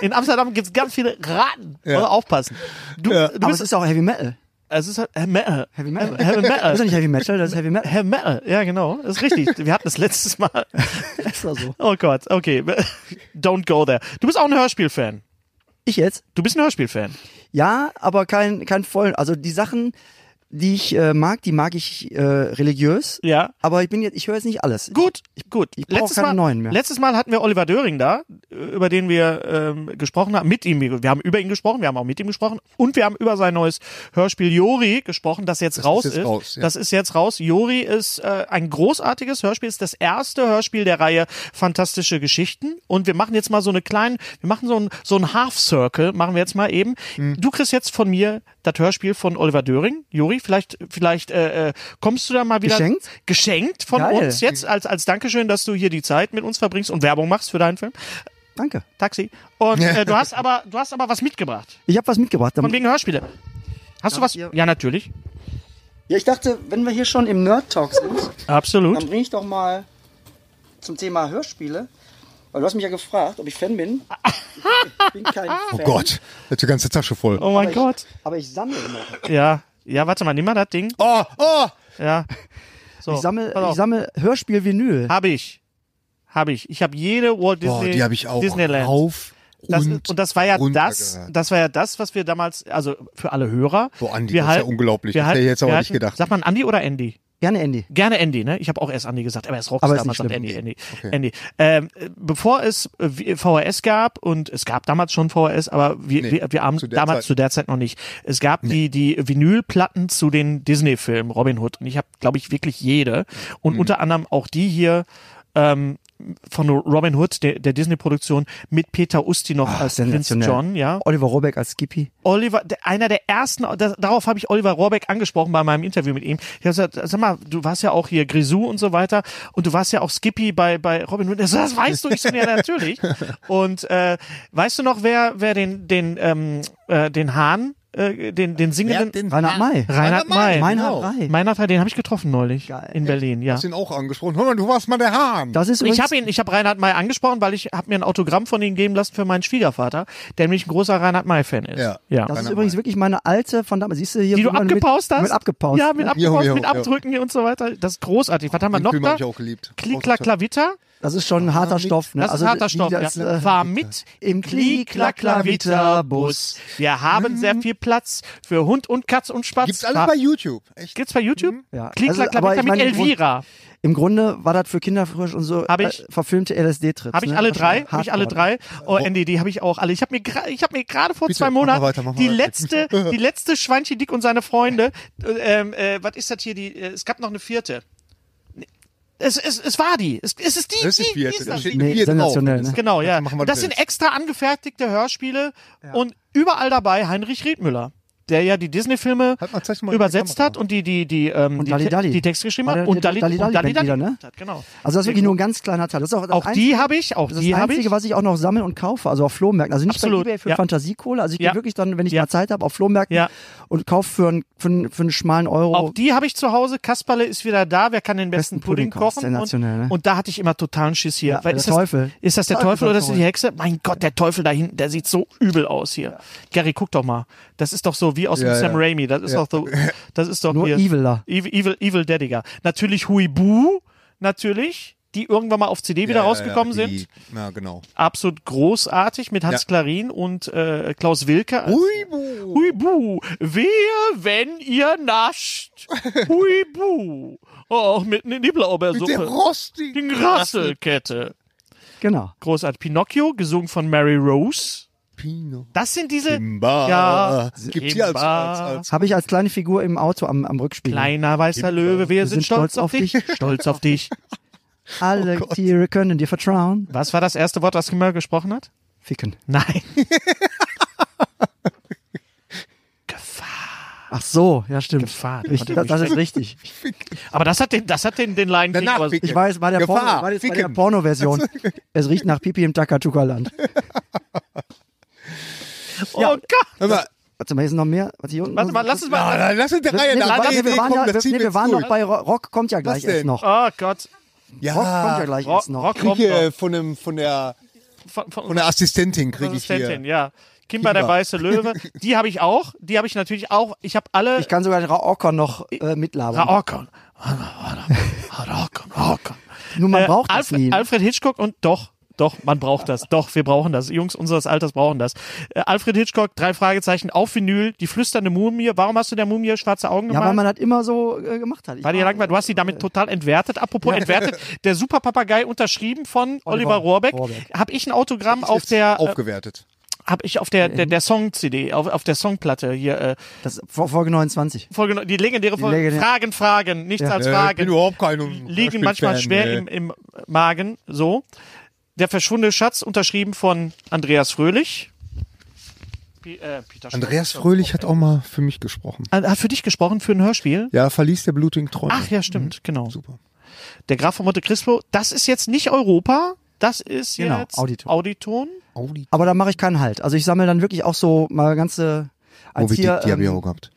A: In Amsterdam gibt's ganz viele Raten, muss aufpassen. Du, du
B: Aber es
A: bist,
B: ist ja auch Heavy Metal.
A: es ist halt äh, Metal.
B: Heavy Metal.
A: Äh, Heavy
B: Das ist ja
A: Metal.
B: nicht Heavy Metal, das ist Heavy Metal.
A: Heavy Metal, ja genau, das ist richtig. Wir hatten das letztes Mal.
B: Das war so.
A: Oh Gott, okay, don't go there. Du bist auch ein Hörspiel-Fan.
B: Ich jetzt?
A: Du bist ein Hörspiel-Fan.
B: Ja, aber kein, kein voll. Also die Sachen, die ich äh, mag, die mag ich äh, religiös.
A: Ja.
B: Aber ich bin jetzt, ich höre jetzt nicht alles.
A: Gut, gut.
B: ich brauch keine
A: Mal,
B: neuen mehr.
A: Letztes Mal hatten wir Oliver Döring da, über den wir ähm, gesprochen haben, mit ihm. Wir haben über ihn gesprochen, wir haben auch mit ihm gesprochen und wir haben über sein neues Hörspiel Jori gesprochen, das jetzt raus
D: jetzt
A: ist.
D: raus, ja.
A: Das ist jetzt raus. Jori ist äh, ein großartiges Hörspiel, ist das erste Hörspiel der Reihe Fantastische Geschichten und wir machen jetzt mal so eine kleinen, wir machen so einen so einen Half Circle, machen wir jetzt mal eben. Du kriegst jetzt von mir das Hörspiel von Oliver Döring, Jori, vielleicht vielleicht äh, äh, kommst du da mal wieder
B: Geschenkt?
A: geschenkt von
B: Geil.
A: uns jetzt als, als Dankeschön, dass du hier die Zeit mit uns verbringst und Werbung machst für deinen Film.
B: Danke.
A: Taxi. Und äh, du hast aber du hast aber was mitgebracht.
B: Ich habe was mitgebracht.
A: Von wegen Hörspiele. Hast du was?
B: ihr-
A: Ja, natürlich.
B: Ja, ich dachte, wenn wir hier schon im Nerd Talk sind,
A: Absolut.
B: bringe ich doch mal zum Thema Hörspiele. Weil du hast mich ja gefragt, ob ich Fan bin. Ich bin kein Fan.
D: Oh Gott, der hat die ganze Tasche voll.
A: Oh mein Gott.
B: Aber ich sammle noch.
A: Ja. Ja, warte mal, nimm mal das Ding.
D: Oh, oh!
A: Ja. So.
B: Ich sammle,
A: Pass auf.
B: ich sammle Hörspiel-Vinyl.
A: Hab ich. Hab ich. Ich habe jede Walt
D: Boah,
A: Disney.
D: die habe ich auch
A: Disneyland.
D: rauf
A: Das,
D: und,
A: und, das war ja
D: runter
A: das,
D: gehört.
A: das war ja das, was wir damals, also für alle Hörer.
D: Boah, Andi,
A: wir
D: das ist ja
A: halten-
D: unglaublich.
A: wir
D: Das hätte ich
A: halten-
D: jetzt aber
A: wir
D: nicht
A: halten-
D: gedacht.
A: Sagt man Andi oder Andy?
B: Gerne Andy.
A: Gerne Andy, ne? Ich habe auch erst Andy gesagt, aber er ist
B: Aber
A: Rockstar,
B: ist
A: man
B: nicht
A: sagt
B: schlimm.
A: Andy, Andy, Andy. Ähm, äh, bevor es äh, wie- VHS gab und es gab damals schon VHS, aber wir, wir, wir haben
D: zu der
A: damals
D: Zeit.
A: zu der Zeit noch nicht. Es gab die, die Vinylplatten zu den Disney-Filmen, Robin Hood. Und ich habe, glaube ich, wirklich jede.
B: Mhm.
A: Und unter anderem auch die hier ähm, von Robin Hood, der, der Disney-Produktion, mit Peter Usti noch als Prinz
B: Ah, sensationell.
A: John, ja.
B: Oliver Rohrbeck als Skippy.
A: Oliver, der- einer der ersten, das, darauf habe ich Oliver Rohrbeck angesprochen bei meinem Interview mit ihm. Ich habe gesagt, sag mal, du warst ja auch hier Grisou und so weiter und du warst ja auch Skippy bei, bei Robin Hood. Also, Das, das weißt du, ich so, ja natürlich. Und äh, weißt du noch, wer, wer den, den, ähm, äh, den Hahn, äh, den, den singenden
B: Reinhard May.
A: Reinhard May.
B: Meinhard
D: Genau.
B: Rey.
A: Meinhard May, den habe ich getroffen neulich in Berlin, ja.
D: Hast ihn auch angesprochen. Hör mal, du warst mal der Hahn.
B: Das ist
A: Ich
B: übrigens-
A: habe ihn, ich habe Reinhard May angesprochen, weil ich habe mir ein Autogramm von ihm geben lassen für meinen Schwiegervater, der nämlich ein großer Reinhard May-Fan ist.
D: Ja.
A: ja.
B: Das ist
D: Reinhard
B: übrigens
D: May.
B: wirklich meine alte von damals. Siehst du hier
A: die du
B: drüber
A: abgepaust
B: mit,
A: hast.
B: Mit abgepaust.
A: Ja, mit
B: ne?
A: abgepaust,
D: Jo, jo,
A: mit
D: jo.
A: Abdrücken und so weiter. Das ist großartig. Was haben wir
D: Den
A: noch
D: Film
A: da?
D: hab ich auch geliebt.
A: Klicklaklavitter.
B: Das ist schon ein harter Stoff. Ne?
A: Das
B: Also,
A: ist harter
B: die-
A: Stoff.
B: das,
A: ja.
B: äh,
A: Fahr mit im Klicklaklavitter-Bus. Wir
B: Mhm.
A: haben sehr viel Platz für Hund und Katz und Spatz.
D: Gibt's alles
A: Fahr-
D: bei YouTube. Echt?
A: Gibt's bei YouTube?
B: Ja. Also, aber
A: Klicklaklavitter
B: ich
A: mit
B: meine, im Grund-
A: Elvira.
B: Im Grunde war das für Kinder früher schon so
A: Hab ich-
B: äh, verfilmte LSD-Trips.
A: Habe ich
B: ne?
A: alle
B: Das
A: drei?
B: war
A: Habe ich alle
B: hardcore.
A: drei? Oh, Andy, die habe ich auch alle. Ich habe mir, gra- ich hab mir gerade vor
D: Bitte,
A: zwei
D: mach mal
A: Monaten
D: weiter, mach mal
A: die
D: weiter.
A: letzte, die letzte Schweinchen Dick und seine Freunde. äh, Ähm, äh, was ist das hier? Die, äh, es gab noch eine vierte. Nee, Es, es, es war die. Es, es ist die.
D: Das ist die vierte,
A: ist
D: da
A: das.
D: steht
B: Nee,
D: Hier drauf.
B: sensationell. Ne?
A: Genau, ja.
D: machen wir
A: Das
D: durch.
A: sind extra angefertigte Hörspiele und überall dabei Heinrich Riedmüller, der ja die Disney-Filme
D: Halt mal, zeig mal die
A: übersetzt
D: Kamera.
A: hat und die die die ähm,
B: Und
A: die,
B: Dalli
A: Te-
B: Dalli.
A: die Texte geschrieben
B: War
A: hat
B: der-
A: und
B: der
A: Dalli
B: Dalli Dalli
A: Dalli
B: Band wieder,
A: gemacht
B: ne?
A: hat. Genau.
B: Also das ist wirklich nur ein ganz kleiner Teil. Das ist auch, das
A: Auch
B: Einzige-
A: die habe ich, auch
B: Das ist
A: die
B: das
A: habe
B: Einzige,
A: ich.
B: was ich auch noch sammle und kaufe, also auf Flohmärkten. Also nicht
A: Absolut,
B: bei eBay für
A: ja.
B: Fantasiekohle. Also ich
A: Ja.
B: gehe wirklich dann, wenn ich
A: Ja.
B: mal Zeit habe, auf Flohmärkten
A: Ja.
B: und kaufe für, einen- für, einen- für einen schmalen Euro.
A: Auch die habe ich zu Hause. Kasperle ist wieder da. Wer kann den besten,
B: Oh. Besten
A: Pudding,
B: Pudding kochen.
A: kochen? Und,
B: Sensationell, ne?
A: und da hatte ich immer totalen Schiss hier.
B: Ja,
A: Weil
B: der
A: ist
B: Teufel.
A: Das, ist das der
B: Teufel
A: Teufel oder ist das die
B: verrückt.
A: Hexe? Mein Gott, der Teufel da hinten, der sieht so übel aus hier. Gary, guck doch mal. Das ist doch so wie aus
D: Ja,
A: dem
D: ja.
A: Sam Raimi. Das ist doch so, das ist doch
B: Nur
A: hier.
B: eviler.
A: Evil, evil, evil Daddiger. Natürlich Huibu, natürlich, die irgendwann mal auf CD wieder
D: Ja, ja,
A: rausgekommen
D: ja, die-
A: sind.
D: Ja, genau.
A: Absolut großartig mit Hans
D: Ja.
A: Klarin und äh, Klaus Wilke. als-
D: Huibu.
A: Huibu, wehe, wenn ihr nascht. Huibu. Auch mitten in die
D: Mit der
A: Blaubeersuppe.
D: Rosti.
A: Den Rasselkette.
B: Genau.
A: Großartig. Pinocchio, gesungen von Mary Rose.
D: Pino.
A: Das sind diese
D: Simba.
A: Ja.
D: Gibt's hier als, als, als
B: Habe ich als kleine Figur im Auto am, am Rückspiegel.
A: kleiner weißer Löwe, wir, sind, stolz, auf dich. Stolz auf dich.
B: Alle Tiere können dir vertrauen.
A: Was war das erste Wort, was Kimmer gesprochen hat?
B: Ficken.
A: Nein.
B: Ach so, ja stimmt.
A: Gefahr,
B: Ich,
A: konnte
B: das,
A: mich
B: das ist richtig.
A: Aber das hat den, das hat den, den Leinenkrieg.
D: Danach
A: aber-
D: Ficken.
B: Ich weiß, war der
D: Gefahr,
B: Porno, war jetzt bei der
D: Ficken.
B: Porno-Version. es riecht nach Pipi im Takatuka-Land.
A: oh Gott!
D: Hör mal,
B: Warte mal, hier ist noch mehr. Warte, hier unten.
A: Warte mal, lass uns mal.
D: ah, dann lass uns der Reihe
B: nee,
D: nach.
B: wir, waren-
D: Weil
B: nee, wir
D: Idee
B: waren,
D: kommt,
B: ja,
D: das ziehen
B: nee, wir
D: jetzt
B: waren
D: durch.
B: noch bei Rock. Rock kommt ja gleich erst
D: denn?
B: noch.
A: Oh Gott.
B: Rock kommt ja
D: Ja,
B: gleich
A: Ah. Rock,
B: erst noch.
A: Rock
D: krieg
A: kommt
D: hier
A: noch.
D: von, dem, von, der,
A: Von, von
D: von der Assistentin krieg ich
A: Assistentin,
D: hier.
A: ja. Kimber, der
D: Kimber.
A: weiße Löwe. Die habe ich auch. Die habe ich natürlich auch. Ich habe alle.
B: Ich kann sogar den Raokon noch äh, mitlabern.
A: Raokon. Raokon, Raokon.
B: Nur man
A: Äh,
B: braucht das
A: Alfred,
B: nie.
A: Alfred Hitchcock und doch, doch, man braucht das. Doch, wir brauchen das. Jungs unseres Alters brauchen das. Äh, Alfred Hitchcock, drei Fragezeichen, auf Vinyl, die flüsternde Mumie. Warum hast du der Mumie schwarze Augen
B: ja,
A: gemacht?
B: weil man das immer so äh, gemacht hat. Ich
A: War dir langweilig? Du hast sie damit total entwertet. Apropos entwertet, der Superpapagei unterschrieben von Oliver,
B: Oliver
A: Rohrbeck.
B: Rohrbeck.
A: Hab ich ein Autogramm auf der, äh,
D: Aufgewertet.
A: hab ich auf der, der, der Song-CD, auf, auf der Songplatte hier, äh,
B: Das ist Vor- Folge 29.
A: Folge, die legendäre Folge.
B: legendäre-
A: Fragen, Fragen, nichts als
D: Äh, bin
A: Fragen.
D: überhaupt kein
A: liegen manchmal
D: Hörspielfan,
A: schwer
D: nee.
A: im, im Magen, so. Der verschwundene Schatz, unterschrieben von Andreas Fröhlich. Pi- äh, Peter Schulz.
D: Andreas Fröhlich hat auch mal für mich gesprochen.
A: Ah, Hat für dich gesprochen, für ein Hörspiel?
D: Ja, verließ der blutigen Träume.
A: Ach ja, stimmt, genau.
D: Mhm. Super.
A: Der Graf von Monte Cristo, das ist jetzt nicht Europa, das ist
B: Genau,
A: jetzt
B: Auditon.
A: Auditon.
D: Audi.
B: Aber da mache ich keinen Halt. Also ich sammle dann wirklich auch so mal ganze.
D: Oh,
B: Als
D: wie
B: hier,
D: die, die habe ich
B: ähm,
D: auch gehabt.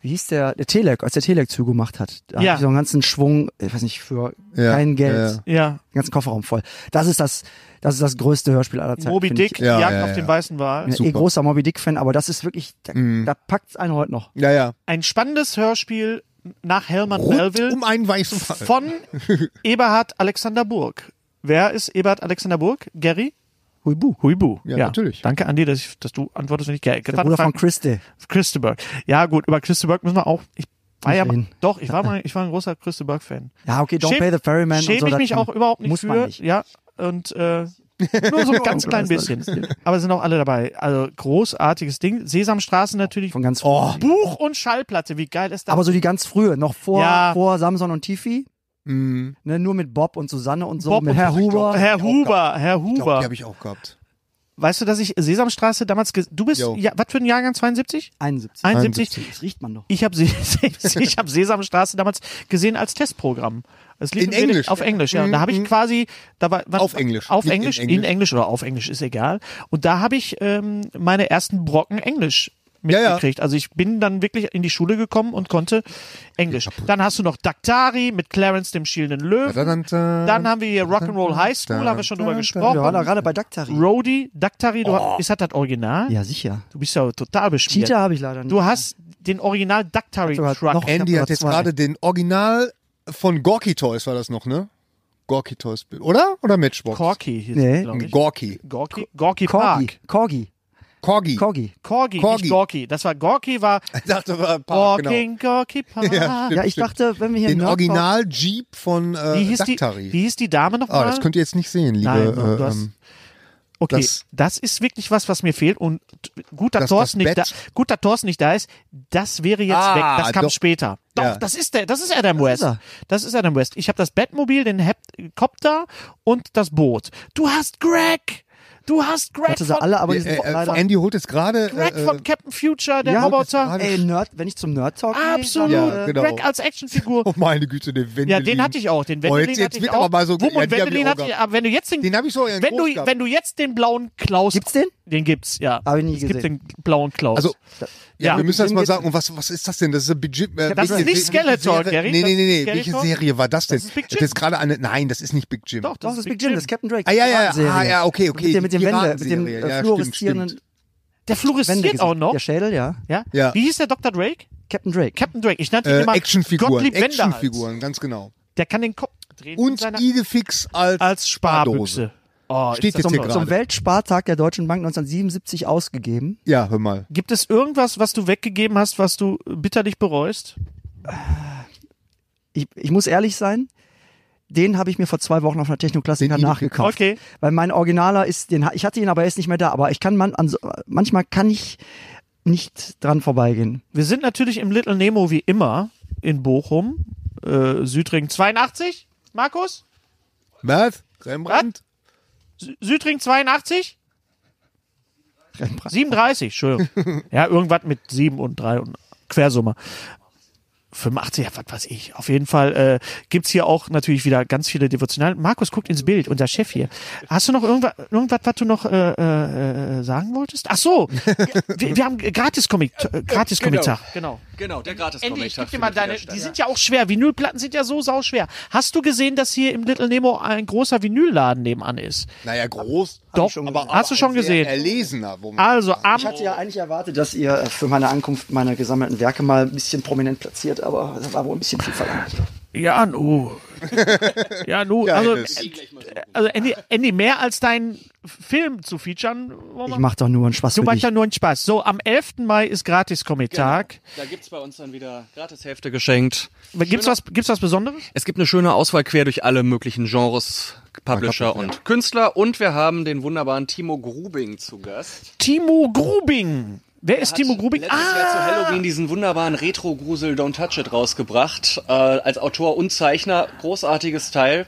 B: wie hieß der, der Telek, als der Telek zugemacht hat, da
A: Ja.
B: hab ich so einen ganzen Schwung, ich weiß nicht, für
D: Ja,
B: kein Geld,
D: ja, ja.
A: Ja,
B: den ganzen Kofferraum voll. Das ist das, das ist das größte Hörspiel aller Zeiten.
A: Moby
B: finde
A: Dick,
B: Ich,
A: die
D: Ja,
A: Jagd
D: ja,
A: auf
D: ja.
A: den weißen Wal.
B: ich bin eh
D: Super. Mhm.
B: großer Moby Dick-Fan, aber das ist wirklich, da, da packt's einen heute noch.
D: Ja, ja.
A: Ein spannendes Hörspiel nach Hermann
D: Rund
A: Melville.
D: um einen weißen Fall.
A: von Eberhard Alexander Burg. Wer ist Eberhard Alexander Burg? Gary? Huibu. Huibu.
D: Ja, natürlich.
A: Danke, Andi, dass, ich, dass du antwortest, wenn ich Gary
B: Der Bruder von Christie.
A: Christenberg. Ja, gut, über Christenberg müssen wir auch. Ich war
B: Nicht
A: ja,
B: reden.
A: doch, ich war mal, ich war ein großer Christenberg-Fan.
B: Ja, okay, Don't
A: Schäm-
B: Pay the Ferryman
A: Schäme
B: und so.
A: ich
B: das
A: mich
B: kann-
A: auch überhaupt nicht
B: muss
A: für.
B: Man nicht. Oh,
A: Ja, und äh, nur so ein ganz klein bisschen. Aber sind auch alle dabei. Also großartiges Ding. Sesamstraße natürlich.
B: Von ganz
D: Oh.
A: Buch und Schallplatte. Wie geil ist das?
B: Aber so die ganz frühe, noch vor,
A: Ja.
B: vor Samson und Tiffy,
D: Mm.
B: ne, nur mit Bob und Susanne und so,
A: Bob
B: mit
A: und-
B: Herr Huber.
A: Äh, Herr Huber, Herr
D: Ich glaub,
A: Huber.
D: die habe ich auch gehabt.
A: Weißt du, dass ich Sesamstraße damals. ges- Du bist.
D: Jo.
A: Ja, was für ein Jahrgang? 72?
B: 71.
A: 71?
B: Das riecht man doch.
A: Ich habe ich hab Sesamstraße damals gesehen als Testprogramm. Es lief
D: In
A: im Sele-
D: Englisch. Mhm.
A: Auf Englisch, ja. Und da habe ich quasi. Da war, war,
D: Auf Englisch,
A: Auf
D: nicht in
A: Englisch, in Englisch.
D: Englisch.
A: oder auf Englisch, ist egal. Und da habe ich ähm, meine ersten Brocken Englisch
D: Ja, ja.
A: mitgekriegt. Also ich bin dann wirklich in die Schule gekommen und konnte Englisch. Dann hast du noch Daktari mit Clarence dem schielenden Löwen. Dann haben wir hier Rock'n'Roll High School, haben wir schon drüber
B: Wir waren da
A: gesprochen.
B: gerade bei Daktari.
A: Rody, Daktari, du,
D: Oh.
A: hast- ist das das Original?
B: Ja, sicher.
A: Du bist ja total beschmiert.
B: Cheetah habe ich leider nicht.
A: Du hast den Original Dactary
B: Hat sogar
A: Truck. Äh,
B: noch-
D: Andy
B: Ich hab
D: hat
B: nur
D: jetzt
B: zwei.
D: gerade den Original von Gorky Toys, war das noch, ne? Gorky Toys, oder? Oder Matchbox?
A: Corky hieß
B: Nee.
A: nee. glaube ich.
D: Gorky.
A: Gorky, Gorky
B: Corgi.
A: Park.
B: Corgi.
D: Corgi.
B: Corgi.
A: Corgi,
D: Corgi.
A: nicht Gorky. Das war Gorky war
D: Ich dachte, war Park, genau.
A: Walking Gorky Park.
D: Ja, stimmt,
B: Ja, ich
D: stimmt.
B: dachte, wenn wir hier
D: Den
B: Nerd-
D: Original Jeep von äh,
A: wie, hieß die,
D: Daktari.
A: wie hieß die Dame
B: Oh,
A: nochmal?
D: Ah, das könnt ihr jetzt nicht sehen, liebe.
A: Nein, du
D: äh,
A: hast-
D: ähm,
A: Okay, das,
D: das-
A: ist wirklich was, was mir fehlt. Und guter
D: Das- das
A: Thorsten nicht da,
D: Bett.
A: guter Thorsten nicht da ist, das wäre jetzt
D: Ah,
A: weg. Das kam
D: doch.
A: später. Doch,
D: Ja.
A: das ist der, das ist Adam West.
B: er.
A: das ist Adam West. Ich habe das Bettmobil, den Helikopter und das Boot. Du hast Greg. Du hast Greg
B: Hatte
A: von,
B: sie alle, aber die
D: äh,
B: sind
D: äh,
B: leider.
D: Andy holt jetzt gerade.
A: Greg
D: Äh,
A: von Captain Future, der
B: Ja.
A: Roboter.
D: Gerade-
B: Ey, Nerd, wenn ich zum Nerd Talk. äh,
A: Absolut.
B: Nee,
D: Ja, genau.
A: Greg als Actionfigur.
D: oh meine Güte, den Wendelin.
A: Ja, den hatte ich auch. Den
D: oh,
A: Wendelin
D: jetzt, jetzt
A: hatte ich
D: wird
A: auch.
D: aber mal so.
A: Wum und
D: die hab
A: Wendelin
D: auch
A: hatte ich,
D: gehabt.
A: aber wenn du jetzt den,
D: Den habe ich so in
A: wenn
D: groß
A: du,
D: gehabt.
A: wenn du jetzt den blauen Klaus.
B: Gibt's den?
A: Den gibt's, ja.
B: Hab ich nie
A: es gibt
B: gesehen.
A: den blauen Klaus.
D: Also,
A: ja.
D: ja, wir müssen das
B: dem
D: mal
B: geht's-
D: sagen. Und was, was ist das denn? Das ist ein Budget. Äh,
A: das
D: welche-
A: ist nicht
D: welche
A: Skeletor,
D: Serie-
A: Gary.
D: Nee,
A: Das
D: nee,
A: ist
D: nee, nee.
A: Skeletor.
D: Welche Serie war das denn?
A: Das ist Big
D: Ich hab
A: Jim.
D: Jetzt gerade eine. Nein, das ist nicht Big Jim.
A: doch,
B: Doch,
A: das, ist Big Jim.
B: das ist Captain Drake.
D: Ah, ja, ja, ja.
B: Piratenserie.
D: Ah, ja, okay, okay.
B: Mit dem, mit dem Wende, mit dem
D: Piratenserie.
B: äh,
D: Ja,
B: fluoreszierenden
D: stimmt,
A: Der
B: Wendegesicht.
A: florisiert auch noch.
B: Der Schädel, ja.
A: Ja?
D: Ja.
A: Wie hieß der Dr. Drake?
B: Captain Drake.
A: Captain Drake. Ich nannte ihn
D: Äh,
A: immer
D: Actionfiguren.
A: Gottlieb Wenderhals.
D: Actionfiguren, ganz genau.
A: Der kann den Kopf drehen. mit
D: Und
A: seiner-
D: Idefix als,
A: als
D: Spardose.
A: Sparbüchse. Oh, ist
D: Steht
A: das
D: jetzt hier
A: toll.
D: gerade.
B: Zum Weltspartag der Deutschen Bank 1977 ausgegeben.
D: Ja, hör mal.
A: Gibt es irgendwas, was du weggegeben hast, was du bitterlich bereust?
B: Ich, ich muss ehrlich sein, den habe ich mir vor zwei Wochen auf einer Technoklassiker
D: Den-
B: nachgekauft.
A: Okay.
B: Weil mein Originaler ist, den ha- ich hatte ihn, aber er ist nicht mehr da. Aber ich kann man, an, so- manchmal kann ich nicht dran vorbeigehen.
A: Wir sind natürlich im Little Nemo wie immer in Bochum, äh, Südring 82. Markus?
D: Was? Rembrandt?
A: Sü- Südring 82? 37, Entschuldigung. ja, irgendwas mit 7 und 3 und Quersumme. 85, ja, was weiß ich. Auf jeden Fall äh, gibt's hier auch natürlich wieder ganz viele devotional. Markus guckt ins Bild, unser Chef hier. Hast du noch irgendwas, irgendwas was du noch äh, äh, äh, sagen wolltest? Ach so, wir, wir haben Gratis-Comic, äh, Gratis-Komitar. Genau.
F: Genau, der
A: Andy, ich
F: Gratis-Comic.
A: geb dir mal deine, die sind ja auch schwer. Vinylplatten sind ja so sauschwer. Hast du gesehen, dass hier im Little Nemo ein großer Vinylladen nebenan ist?
D: Naja, groß.
A: Doch, hast du schon
D: ein sehr
A: gesehen.
D: Erlesener. Wo man
A: Also am
B: Ich hatte ja eigentlich erwartet, dass ihr äh, für meine Ankunft meine gesammelten Werke mal ein bisschen prominent platziert, aber das war wohl ein bisschen viel verlangt.
A: Ja, nu. ja, nu. also, äh, also Andy, Andy, mehr als deinen Film zu featuren, wollen wir-
B: Ich mach doch nur einen Spaß
A: du
B: für
A: machst
B: dich.
A: ja nur einen Spaß. So, am 11. Mai ist Gratis-Comic-Tag.
F: Da gibt's bei uns dann wieder Gratishefte geschenkt.
A: Gibt's, was, gibt's was Besonderes?
F: Es gibt eine schöne Auswahl quer durch alle möglichen Genres, Publisher und Künstler. Und wir haben den wunderbaren Timo Grubing zu Gast.
A: Timo Grubing. Wer ist Timo Grubing?
F: Letztes Jahr zu
A: Ah!
F: Halloween diesen wunderbaren Retro-Grusel Don't Touch It rausgebracht. Äh, als Autor und Zeichner. Großartiges Teil.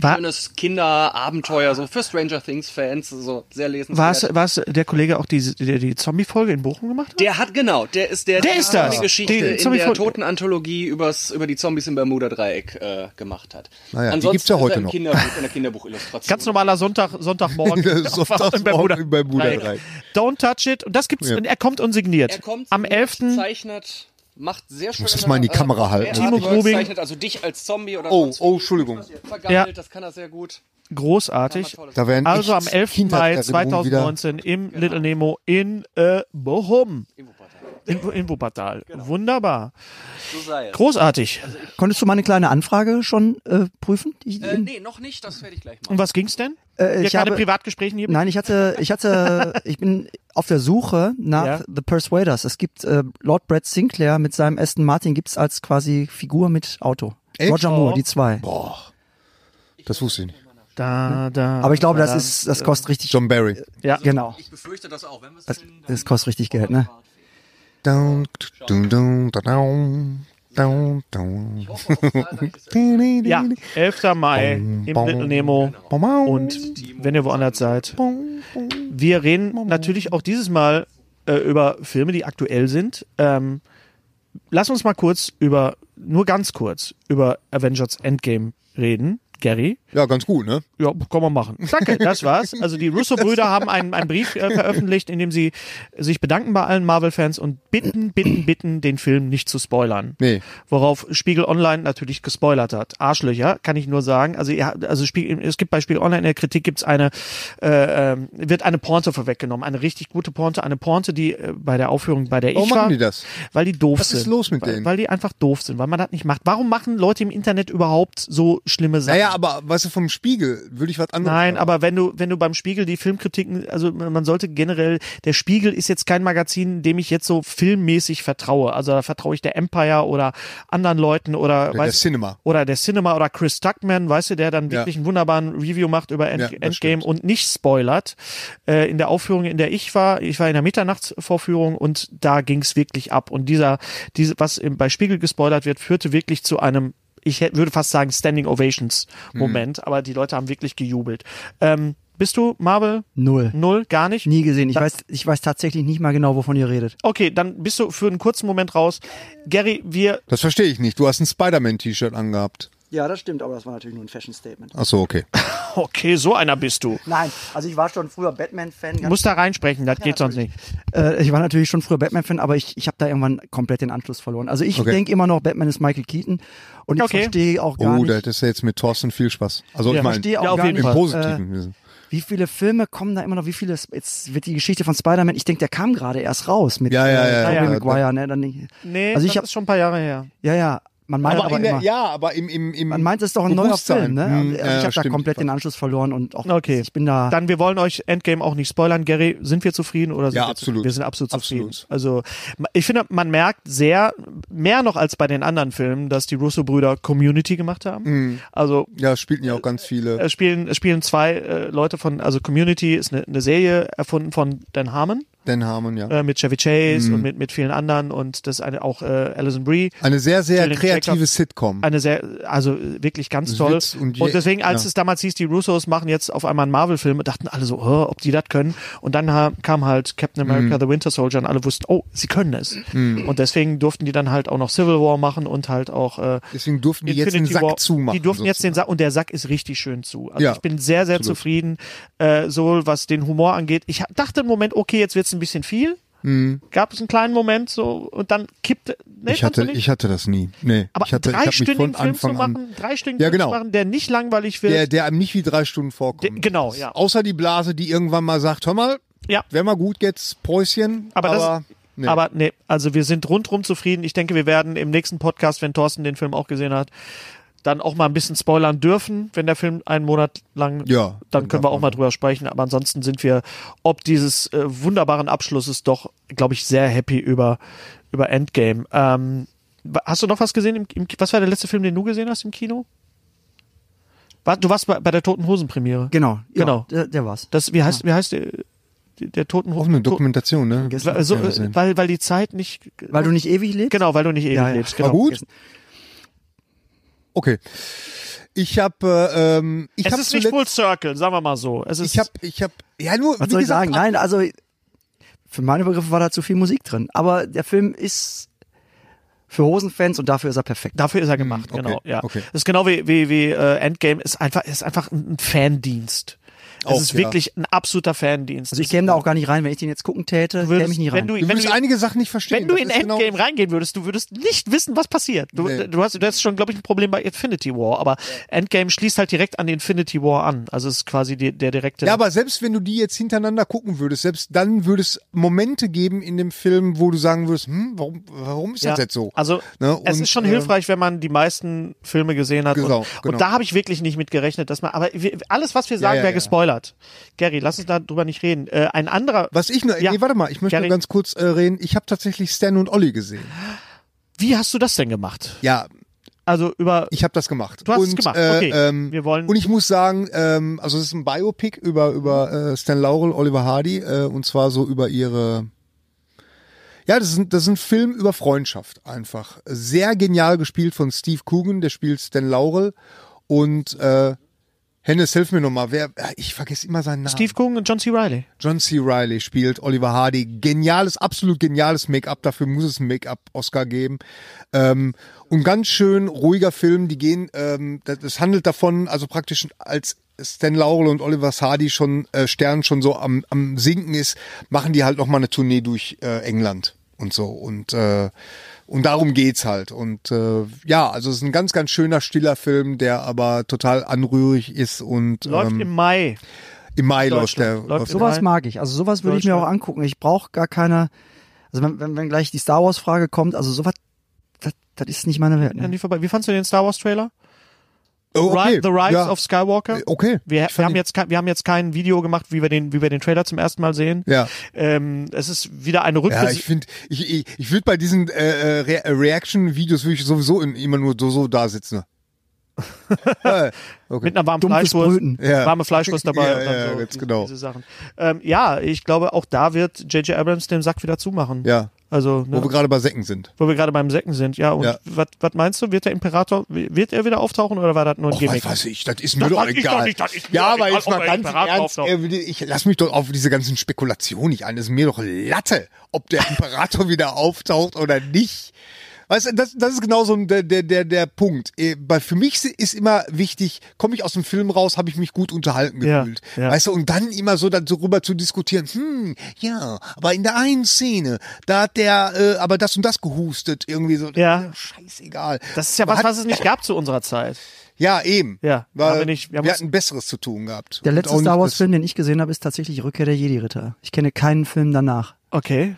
A: War,
F: Schönes Kinderabenteuer, so für Stranger Things-Fans. So sehr lesenswert.
A: war, es, war es der Kollege auch, die, der die Zombie-Folge in Bochum gemacht hat?
F: Der hat genau, der ist der,
A: Der ist das.
F: die Geschichte
A: Den
F: in
A: Zombie
F: der
A: von-
F: Totenanthologie übers, über die Zombies im Bermuda-Dreieck äh, gemacht hat.
D: Naja, die
F: Ansonsten
D: gibt's ja
F: ist
D: heute
F: er im
D: noch.
F: Kinderbuch, in der Kinderbuchillustration.
A: Ganz normaler Sonntag, Sonntagmorgen.
D: Sonntagmorgen
A: Im Bermuda-
D: im Bermuda-Dreieck.
A: Don't touch it. Und das gibt's, und er kommt unsigniert.
F: Er kommt,
A: Am
F: mit,
A: 11.
F: zeichnet, macht sehr schön.
D: das mal in die Kamera halten.
A: Timo Grubing.
F: zeichnet also dich als Zombie oder
D: Oh,
F: sonst
D: oh, Entschuldigung.
F: was. vergammelt,
A: Ja.
F: das kann er sehr gut.
A: Großartig.
D: Da werden
A: Also am
D: echt
A: 11. Mai
D: Kindheitserinnerungen wieder-
A: 2019 im Little Nemo in äh, Bochum. In, in Wuppertal. Wunderbar.
F: So sei es.
A: Großartig.
B: Konntest du meine kleine Anfrage schon äh, prüfen? Die,
F: Äh, nee, noch nicht, das werde ich gleich machen.
A: Und was ging's denn? Ihr
B: Äh, ich
A: gerade
B: habe-
A: Privatgesprächen hier?
B: Nein, ich hatte, ich hatte, ich bin auf der Suche nach
A: Ja.
B: The Persuaders. Es gibt äh, Lord Brad Sinclair mit seinem Aston Martin gibt's als quasi Figur mit Auto. Roger Moore, die zwei.
D: Das wusste ich nicht.
A: Da, da,
B: Aber ich glaube,
A: da,
B: das
A: da.
B: ist, das kostet richtig.
D: John Barry.
A: Ja.
B: Genau.
F: Ich befürchte das auch, wenn wir es finden, dann-
B: Das kostet richtig Geld, ne?
D: Down, dun, dun, da, down, down, down.
A: Ja, 11. Mai im Little Nemo.
D: genau.
A: Und wenn ihr woanders seid. Wir reden natürlich auch dieses Mal äh, über Filme, die aktuell sind. Ähm, lass uns mal kurz über, nur ganz kurz, über Avengers Endgame reden. Gary,
D: Ja, ganz gut, ne?
A: ja, kann man machen. Danke, das war's. Also die Russo-Brüder haben einen, einen Brief äh, veröffentlicht, in dem sie sich bedanken bei allen Marvel-Fans und bitten, bitten, bitten, den Film nicht zu spoilern.
D: Nee.
A: Worauf Spiegel Online natürlich gespoilert hat. Arschlöcher, kann ich nur sagen. Also, ja, also Spiegel, es gibt bei Spiegel Online in der Kritik gibt's eine, äh, ähm, wird eine Porte vorweggenommen. Eine richtig gute Porte, eine Porte, die äh, bei der Aufführung, bei der ich
D: Warum
A: war,
D: machen die das?
A: weil die doof
D: Was
A: sind.
D: ist los mit
A: weil,
D: denen?
A: Weil die einfach doof sind, weil man das nicht macht. Warum machen Leute im Internet überhaupt so schlimme Sachen?
D: Naja, aber weißt du, vom Spiegel würde ich was anderes.
A: Nein, aber wenn du, wenn du beim Spiegel die Filmkritiken, also man sollte generell, der Spiegel ist jetzt kein Magazin, dem ich jetzt so filmmäßig vertraue. Also da vertraue ich der Empire oder anderen Leuten oder
D: der
A: weißt-
D: Cinema.
A: Oder der Cinema oder Chris Tuckman, weißt du, der dann
D: Ja.
A: wirklich einen wunderbaren Review macht über End
D: Ja, das
A: Endgame und nicht spoilert. Äh, in der Aufführung, in der ich war, ich war in der Mitternachtsvorführung und da ging's wirklich ab. Und dieser, diese, was im, bei Spiegel gespoilert wird, führte wirklich zu einem, ich hätte, würde fast sagen, Standing Ovations
B: Mhm.
A: Moment, aber die Leute haben wirklich gejubelt. Ähm, bist du Marvel?
B: Null.
A: Null? Gar nicht?
B: Nie gesehen. Ich weiß, ich weiß tatsächlich nicht mal genau, wovon ihr redet.
A: Okay, dann bist du für einen kurzen Moment raus. Gary, wir
D: Das verstehe ich nicht. Du hast ein Spider-Man-T-Shirt angehabt.
B: Ja, das stimmt, aber das war natürlich nur ein Fashion-Statement.
D: Ach so, okay.
A: Okay, so einer bist du.
B: Nein, also ich war schon früher Batman-Fan.
A: Du
B: ganz-
A: musst da reinsprechen, das geht sonst nicht.
B: Äh, ich war natürlich schon früher Batman-Fan, aber ich, ich habe da irgendwann komplett den Anschluss verloren. Also ich
D: Okay.
B: denke immer noch, Batman ist Michael Keaton und ich
A: Okay.
B: verstehe auch gar
D: Oh, da
B: nicht,
D: hättest du jetzt mit Thorsten viel Spaß. Also, ich meine,
B: verstehe auch
A: Ja, auf
B: gar
A: jeden
B: nicht, äh,
A: Fall.
D: im
A: Fall.
D: Positiven.
B: wie viele Filme kommen da immer noch, wie viele, jetzt wird die Geschichte von Spider-Man, ich denke, der kam gerade erst raus mit
D: Ja, ja, ja,
B: äh,
D: ja,
B: Tobey
D: ja.
B: Maguire, ne? Dann, nicht-
A: Nee,
B: also
A: also
B: ich
A: das
B: habe,
A: ist schon ein paar Jahre her.
B: ja, ja, man meint aber,
D: in
B: immer,
D: der, ja, aber im, im, im
B: man meint, es ist doch ein neuer Film,
D: Bewusstsein.
B: ne?
D: Hm,
B: Also ich
D: ja,
B: habe da
D: stimmt.
B: komplett den Anschluss verloren und auch,
A: Okay.
B: ich bin da,
D: Ah.
A: Dann, wir wollen euch Endgame auch nicht spoilern. Gary, sind wir zufrieden oder sind
D: Ja,
A: wir
D: absolut.
A: zufrieden? Wir sind absolut zufrieden.
D: Absolut.
A: Also, ma- ich finde, man merkt sehr, mehr noch als bei den anderen Filmen, dass die Russo-Brüder Community gemacht haben.
D: Mhm.
A: Also, äh,
D: Ja, spielten ja auch ganz viele.
A: es äh, ne, spielen, es spielen zwei äh, Leute von, also Community ist eine, eine Serie erfunden von Dan Harmon.
D: Dan Harmon, ja.
A: äh, mit Chevy Chase
D: Mhm.
A: und mit, mit vielen anderen und das ist eine auch äh, Alison Brie.
D: Eine sehr, sehr
A: Julian
D: kreative
A: Jacobs.
D: Sitcom.
A: Eine sehr, also äh, wirklich ganz toll.
D: Mhm. Witz und
A: Und,
D: je-
A: deswegen, als
D: ja.
A: es damals hieß, die Russos machen jetzt auf einmal einen Marvel-Film, dachten alle so, oh, ob die das können. Und dann ha- kam halt Captain
D: Mhm.
A: America, The Winter Soldier und alle wussten, oh, sie können es. Und deswegen durften die dann halt auch noch Civil War machen und halt auch äh,
D: Deswegen durften die jetzt den
A: Infinity
D: Sack
A: War-
D: zumachen.
A: Die durften jetzt den
D: sozusagen.
A: Sack und der Sack ist richtig schön zu. Also
D: Ja,
A: ich bin sehr, sehr
D: absolut.
A: zufrieden, äh, sowohl was den Humor angeht. Ich ha- dachte im Moment, okay, jetzt wird's ein bisschen viel. Gab es einen kleinen Moment so und dann kippte. Nee,
D: Mhm. Ich
A: kannst du
D: hatte,
A: nicht.
D: ich hatte das nie. Nee.
A: aber
D: ich hatte, ich hab mich
A: dreistündigen
D: von
A: Film zu
D: Anfang an-
A: machen, dreistündigen
D: Ja,
A: Film
D: genau.
A: zu machen, der nicht langweilig wird.
D: Der, der einem nicht wie drei Stunden vorkommt.
A: Der- genau, ja.
D: Außer die Blase, die irgendwann mal sagt, hör mal,
A: ja.
D: wär mal gut jetzt, Päuschen.
A: Aber, das,
D: nee.
A: aber nee, also wir sind rundrum zufrieden. Ich denke, wir werden im nächsten Podcast, wenn Thorsten den Film auch gesehen hat, dann auch mal ein bisschen spoilern dürfen, wenn der Film einen Monat lang,
D: Ja,
A: dann können wir auch mal drüber sprechen. Aber ansonsten sind wir, ob dieses äh, wunderbaren Abschlusses, doch, glaube ich, sehr happy über, über Endgame. Ähm, wa- hast du noch was gesehen? Im, im, was war der letzte Film, den du gesehen hast im Kino? War, du warst bei, bei der Toten Hosen Premiere.
B: Genau.
A: Genau.
B: Ja, der, der war's.
A: Das, wie heißt, wie heißt der, der Toten
D: auch eine Dokumentation, ne?
A: Wa- So, äh,
D: Ja, das sind-
A: weil, weil die Zeit nicht.
B: Weil du nicht ewig lebst?
A: Genau, weil du nicht ewig
B: Ja, ja.
A: lebst. Genau.
D: War gut? Okay. Ich habe, ähm, ich
A: Es
D: habe
A: ist nicht Full Circle, sagen wir mal so. Es ist,
D: ich habe, ich habe, ja nur,
B: Was
D: wie
B: soll ich
D: gesagt,
B: sagen? Nein, also für meine Begriffe war da zu viel Musik drin. Aber der Film ist für Hosenfans und dafür ist er perfekt.
A: dafür ist er gemacht,
D: Mhm, okay,
A: genau. Ja.
D: okay.
A: Das ist genau wie, wie, wie äh, Endgame ist einfach, ist einfach ein Fandienst. Es
D: Auch,
A: ist
D: ja.
A: wirklich ein absoluter Fandienst.
B: Also ich käme da auch gar nicht rein, wenn ich den jetzt gucken täte, käme ich nicht rein.
A: Wenn du,
D: Du
A: wenn
D: wirst
A: du,
D: einige Sachen nicht verstehen.
A: wenn du
D: Das
A: in
D: ist genau-
A: Endgame reingehen würdest, du würdest nicht wissen, was passiert. Du,
D: Nee.
A: du, hast, du hast schon, glaube ich, ein Problem bei Infinity War, aber Endgame schließt halt direkt an Infinity War an. Also es ist quasi die, der direkte.
D: Ja, aber selbst wenn du die jetzt hintereinander gucken würdest, selbst dann würde es Momente geben in dem Film, wo du sagen würdest, hm, warum, warum ist das
A: Ja,
D: jetzt so?
A: Also
D: Ne,
A: es
D: und,
A: ist schon
D: äh,
A: hilfreich, wenn man die meisten Filme gesehen hat.
D: Genau,
A: und,
D: genau.
A: und da habe ich wirklich nicht mit gerechnet, dass man. Aber wir, alles, was wir sagen,
D: ja,
A: wäre
D: ja.
A: gespoilert. Gary, lass uns darüber nicht reden. Äh, ein anderer.
D: was ich nur,
A: Ja.
D: nee, warte mal, ich möchte
A: Gary.
D: nur ganz kurz äh, reden. Ich habe tatsächlich Stan und Olli gesehen.
A: Wie hast du das denn gemacht?
D: Ja,
A: Also über.
D: ich habe das gemacht.
A: Du hast es
D: und,
A: gemacht,
D: äh,
A: okay.
D: Ähm,
A: Wir wollen-
D: und ich muss sagen, ähm, also es ist ein Biopic über über äh, Stan Laurel, Oliver Hardy äh, und zwar so über ihre. Ja, das ist, ein- das ist ein Film über Freundschaft einfach. Sehr genial gespielt von Steve Coogan, der spielt Stan Laurel und äh, Hennes, hilf mir nochmal. Wer? äh, Ich vergesse immer seinen Namen.
A: Steve Coogan und John C. Riley.
D: John C. Riley spielt Oliver Hardy. Geniales, absolut geniales Make-up. Dafür muss es einen Make-up-Oscar geben. Ähm, und ganz schön ruhiger Film. Die gehen, ähm, das, das handelt davon, also praktisch als Stan Laurel und Oliver Hardy schon äh, Stern schon so am, am sinken ist, machen die halt noch mal eine Tournee durch äh, England und so und äh, und darum geht's halt und äh, ja, also es ist ein ganz ganz schöner stiller Film, der aber total anrührig ist und
A: Läuft im
D: ähm,
A: Mai.
D: im Mai läuft der
A: Deutschland. Läuft im
B: Sowas
A: Nein.
B: mag ich. Also sowas würde ich mir auch
A: Deutschland.
B: angucken. Ich brauche gar keine. Also wenn, wenn, wenn gleich die Star Wars Frage kommt, also sowas, das, das ist nicht meine Welt.
A: Dann
B: Ne?
A: nie vorbei. Wie fandst du den Star Wars Trailer?
D: Oh,
A: Ri- The Rise
D: ja.
A: of Skywalker.
D: Okay.
A: Wir,
D: Ich
A: wir,
D: fand
A: haben
D: ihn-
A: jetzt, kein- wir haben jetzt kein Video gemacht, wie wir den, wie wir den Trailer zum ersten Mal sehen.
D: Ja.
A: Ähm, es ist wieder eine
D: Ja,
A: Rückbesinnung.
D: ich finde, ich, ich, ich würde bei diesen äh, äh, Re Reaction-Videos würde ich sowieso in, immer nur so, so da sitzen. Äh, okay.
A: Mit einer warmen
B: Dumpfes
A: Fleischwurst.
B: Brüten.
D: Ja.
A: Warme Fleischwurst dabei.
D: Ja,
A: und dann
D: ja,
A: so
D: ganz
A: diese,
D: genau.
A: Diese Sachen. Ähm, ja, ich glaube, auch da wird J.J. Abrams den Sack wieder zumachen.
D: Ja,
A: Also,
D: wo
A: ne,
D: wir gerade bei Säcken sind.
A: wo wir gerade beim Säcken sind. Ja, und
D: Ja.
A: was was meinst du? Wird der Imperator, wird er wieder auftauchen oder war das nur ein
D: Och,
A: Gimmick?
D: was weiß ich, das ist mir
A: Das
D: doch
A: weiß ich doch
D: egal.
A: nicht, das ist mir
D: ja,
A: doch
D: aber
A: egal,
D: jetzt
A: ob
D: mal
A: der
D: ganz
A: Imperator
D: ernst,
A: auftaucht.
D: äh, ich lass mich doch auf diese ganzen Spekulationen nicht ein. Das ist mir doch Latte, ob der Imperator wieder auftaucht oder nicht. Weißt du, das, das ist genau so ein- der, der, der, der Punkt. Äh, Bei, für mich ist immer wichtig, komme ich aus dem Film raus, habe ich mich gut unterhalten
A: Ja,
D: gefühlt.
A: ja.
D: Weißt du, und dann immer so darüber zu diskutieren, hm, ja, aber in der einen Szene, da hat der äh, aber das und das gehustet, irgendwie so.
A: Ja.
D: Scheißegal.
A: Das ist ja
D: Man
A: was,
D: hat-
A: was es nicht gab zu unserer Zeit.
D: ja, eben.
A: Ja, haben
D: weil
A: wir
D: wir,
A: nicht- wir haben uns-
D: hatten Besseres zu tun gehabt.
B: Der
D: Und auch
B: letzte
D: nicht
B: Star Wars
D: das-
B: Film, den ich gesehen habe, ist tatsächlich Rückkehr der Jedi Ritter. Ich kenne keinen Film danach.
A: Okay.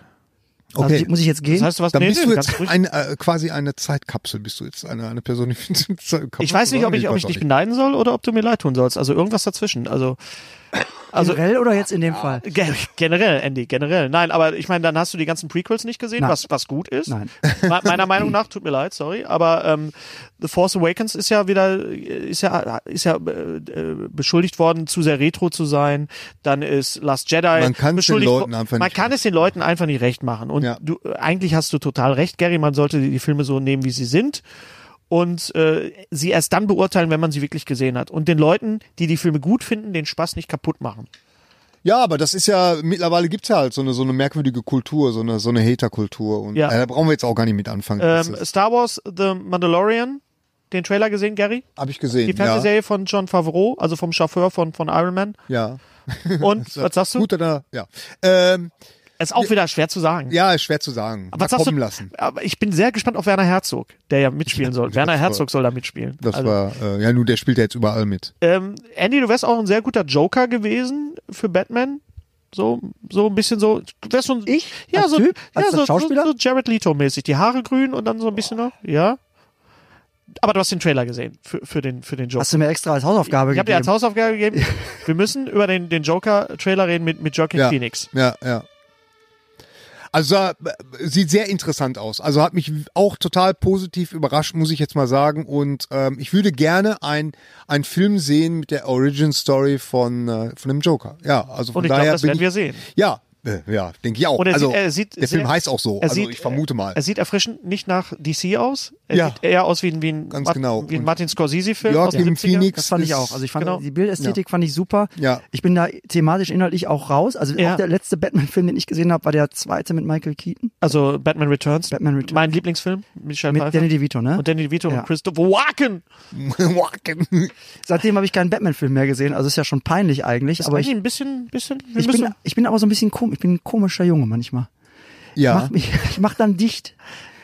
B: Also
D: Okay.
B: muss ich jetzt gehen?
A: Das heißt, du warst
D: dann
A: nee,
D: bist
A: nee,
D: du
A: ganz
D: jetzt
A: ruhig.
D: ein, äh, quasi eine Zeitkapsel, bist du jetzt eine, eine personifizierte Zeitkapsel.
A: Ich weiß nicht, ob ich, ob ich dich beneiden soll oder ob du mir leid tun sollst. Also irgendwas dazwischen. Also
B: Also Generell oder jetzt in dem Fall?
A: Gen- Generell, Andy, generell. Nein, aber ich meine, dann hast du die ganzen Prequels nicht gesehen,
B: Nein.
A: was, was gut ist.
B: Nein.
A: Me meiner Meinung nach, tut mir leid, sorry, aber ähm, The Force Awakens ist ja wieder, ist ja, ist ja äh, äh, beschuldigt worden, zu sehr retro zu sein. Dann ist Last Jedi.
D: Man kann's den
A: beschuldigt wo-
D: Leuten einfach
A: Man
D: nicht
A: kann es den Leuten einfach nicht recht machen. Und
D: Ja.
A: du, eigentlich hast du total recht, Gary, man sollte die Filme so nehmen, wie sie sind. Und äh, sie erst dann beurteilen, wenn man sie wirklich gesehen hat. Und den Leuten, die die Filme gut finden, den Spaß nicht kaputt machen.
D: Ja, aber das ist ja, mittlerweile gibt's ja halt so eine, so eine merkwürdige Kultur, so eine, so eine Hater-Kultur. Und
A: Ja.
D: äh, da brauchen wir jetzt auch gar nicht mit anfangen.
A: Ähm,
D: Ähm,
A: Star Wars The Mandalorian, den Trailer gesehen, Gary?
D: Habe ich gesehen.
A: Die
D: ja.
A: Fernsehserie von John Favreau, also vom Chauffeur von, von Iron Man.
D: ja.
A: Und was sagst du?
D: Gut oder ja. Ähm,
A: Ist auch wieder schwer zu sagen.
D: ja, ist schwer zu sagen.
A: Aber was
D: Mal
A: sagst
D: kommen
A: du?
D: lassen.
A: Aber ich bin sehr gespannt auf Werner Herzog, der ja mitspielen soll. Werner Herzog soll da mitspielen.
D: Das
A: also,
D: war, äh, ja, nun, der spielt ja jetzt überall mit.
A: ähm, Andy, du wärst auch ein sehr guter Joker gewesen für Batman. So, so ein bisschen so. Du wärst so ein,
B: Ich?
A: Ja,
B: Als
A: so,
B: Typ? Als
A: ja so, so,
B: Schauspieler?
A: so Jared Leto-mäßig. Die Haare grün und dann so ein bisschen noch. Ja. Aber du hast den Trailer gesehen für, für, den, für den Joker.
B: Hast du mir extra als Hausaufgabe
A: Ich habe dir
B: gegeben?
A: als Hausaufgabe gegeben, wir müssen über den, den Joker-Trailer reden mit, mit Joaquin
D: Ja.
A: Phoenix.
D: Ja, ja. Also sah, sieht sehr interessant aus. Also hat mich auch total positiv überrascht, muss ich jetzt mal sagen. Und ähm, ich würde gerne ein- einen Film sehen mit der Origin Story von, äh, von dem Joker. Ja, also von
A: Und ich
D: daher
A: glaube, das
D: bin
A: werden
D: ich,
A: wir sehen.
D: Ja, äh, ja, denke ich auch.
A: Und er
D: also
A: sieht- er sieht
D: der Film
A: sehr-
D: heißt auch so.
A: er
D: Also
A: sieht- äh,
D: ich vermute mal.
A: Er sieht erfrischend nicht nach DC aus. Er
D: Ja.
A: sieht eher aus wie ein, wie ein,
D: Ganz
A: Mart-
D: genau.
A: wie ein
D: Und
A: Martin Scorsese-Film aus
D: Joaquin
A: den 70ern.
D: Phoenix.
B: Das fand ich
D: ist-
B: auch. Also ich fand
A: Genau.
B: die Bildästhetik fand ich super.
D: Ja.
B: Ich bin da thematisch inhaltlich auch raus. Also
A: Ja.
B: auch der letzte Batman-Film, den ich gesehen habe, war der zweite mit Michael Keaton,
A: Also Batman Returns.
B: Batman Returns.
A: Mein Lieblingsfilm. Michelle
B: mit
A: Pfeiffer.
B: Danny DeVito, ne?
A: und Danny DeVito
B: Ja.
A: und Christopher Walken.
D: Joaquin.
B: Seitdem habe ich keinen Batman-Film mehr gesehen. Also ist ja schon peinlich eigentlich.
A: Das ist
B: aber
A: eigentlich
B: ich,
A: ein bisschen, bisschen, wir
B: ich,
A: müssen,
B: bin, ich bin aber so ein bisschen komisch. Ich bin ein komischer Junge manchmal.
D: ja.
B: Mach mich, ich mach dann dicht.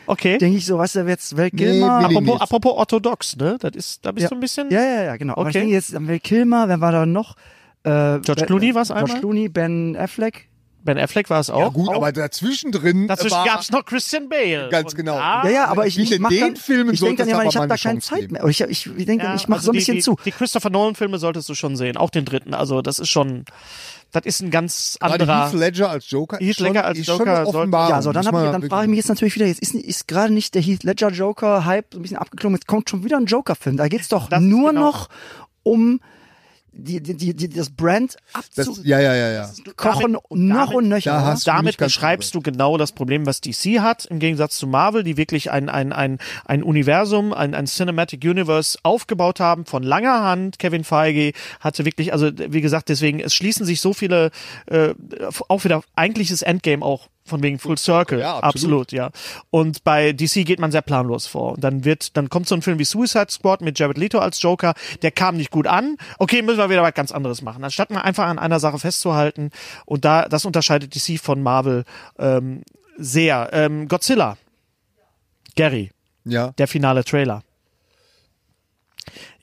A: okay.
B: Denke ich so, weißt du, jetzt Val
D: Nee,
B: Kilmer.
D: will ich
A: Apropos,
D: nicht.
A: apropos orthodox, ne? Das ist, da bist
B: ja.
A: du ein bisschen.
B: Ja, ja, ja, genau. Aber ich
A: Okay.
B: denke jetzt an Val Kilmer, wer war da noch? Äh,
A: George
B: Ben-
A: Clooney war's einmal?
B: George Clooney, Ben Affleck.
A: Ben Affleck war es auch.
D: ja, gut, aber dazwischen drin.
A: Dazwischen
D: war-
A: gab es noch Christian Bale.
D: Ganz
A: Und
D: genau.
A: da-
B: Ja, ja, aber ich,
D: Ich finde,
B: ich mach
D: den
B: dann,
D: Filmen
B: ich denk dann
D: solltest du
B: immer,
D: aber
B: ich habe
D: mal
B: da
D: eine
B: keine
D: Chance
B: Zeit
D: geben.
B: mehr. Aber Ich, ich, ich denke,
A: Ja,
B: ich mache
A: also
B: so ein
A: die-
B: bisschen
A: die,
B: zu.
A: Die Christopher Nolan-Filme solltest du schon sehen, auch den dritten. Also das ist schon, das ist ein ganz
D: Gerade
A: anderer.
D: Heath Ledger als Joker. ist
A: Heath Ledger
D: schon,
A: als
D: ist
A: Joker
D: Schon
A: sollte-
D: offenbar.
B: Ja, so, dann, hab
D: Muss
B: ich,
D: man
B: dann frage ich mich jetzt natürlich wieder, jetzt ist, ist gerade nicht der Heath Ledger Joker Hype so ein bisschen abgeklungen, jetzt kommt schon wieder ein Joker Film. Da geht's doch
A: Das ist
B: nur
A: genau-
B: noch um die, die, die, die, das Brand
D: Das, ja, ja, ja, ja.
B: abzukochen und noch und nöcher.
D: Da
B: oder?
D: hast du mich
A: Damit
D: ganz
A: beschreibst du genau das Problem, was DC hat, im Gegensatz zu Marvel, die wirklich ein, ein, ein, ein Universum, ein, ein Cinematic Universe aufgebaut haben von langer Hand. Kevin Feige hatte wirklich, also wie gesagt, deswegen, es schließen sich so viele, äh, auch wieder, eigentlich ist Endgame auch von wegen Full Circle.
D: ja, absolut.
A: absolut. ja. Und bei DC geht man sehr planlos vor. Und dann wird, dann kommt so ein Film wie Suicide Squad mit Jared Leto als Joker, der kam nicht gut an. Okay, müssen wir wieder was ganz anderes machen. Anstatt mal einfach an einer Sache festzuhalten. Und da, das unterscheidet DC von Marvel ähm, sehr. Ähm, Godzilla. Gary,
D: Ja.
A: der finale Trailer.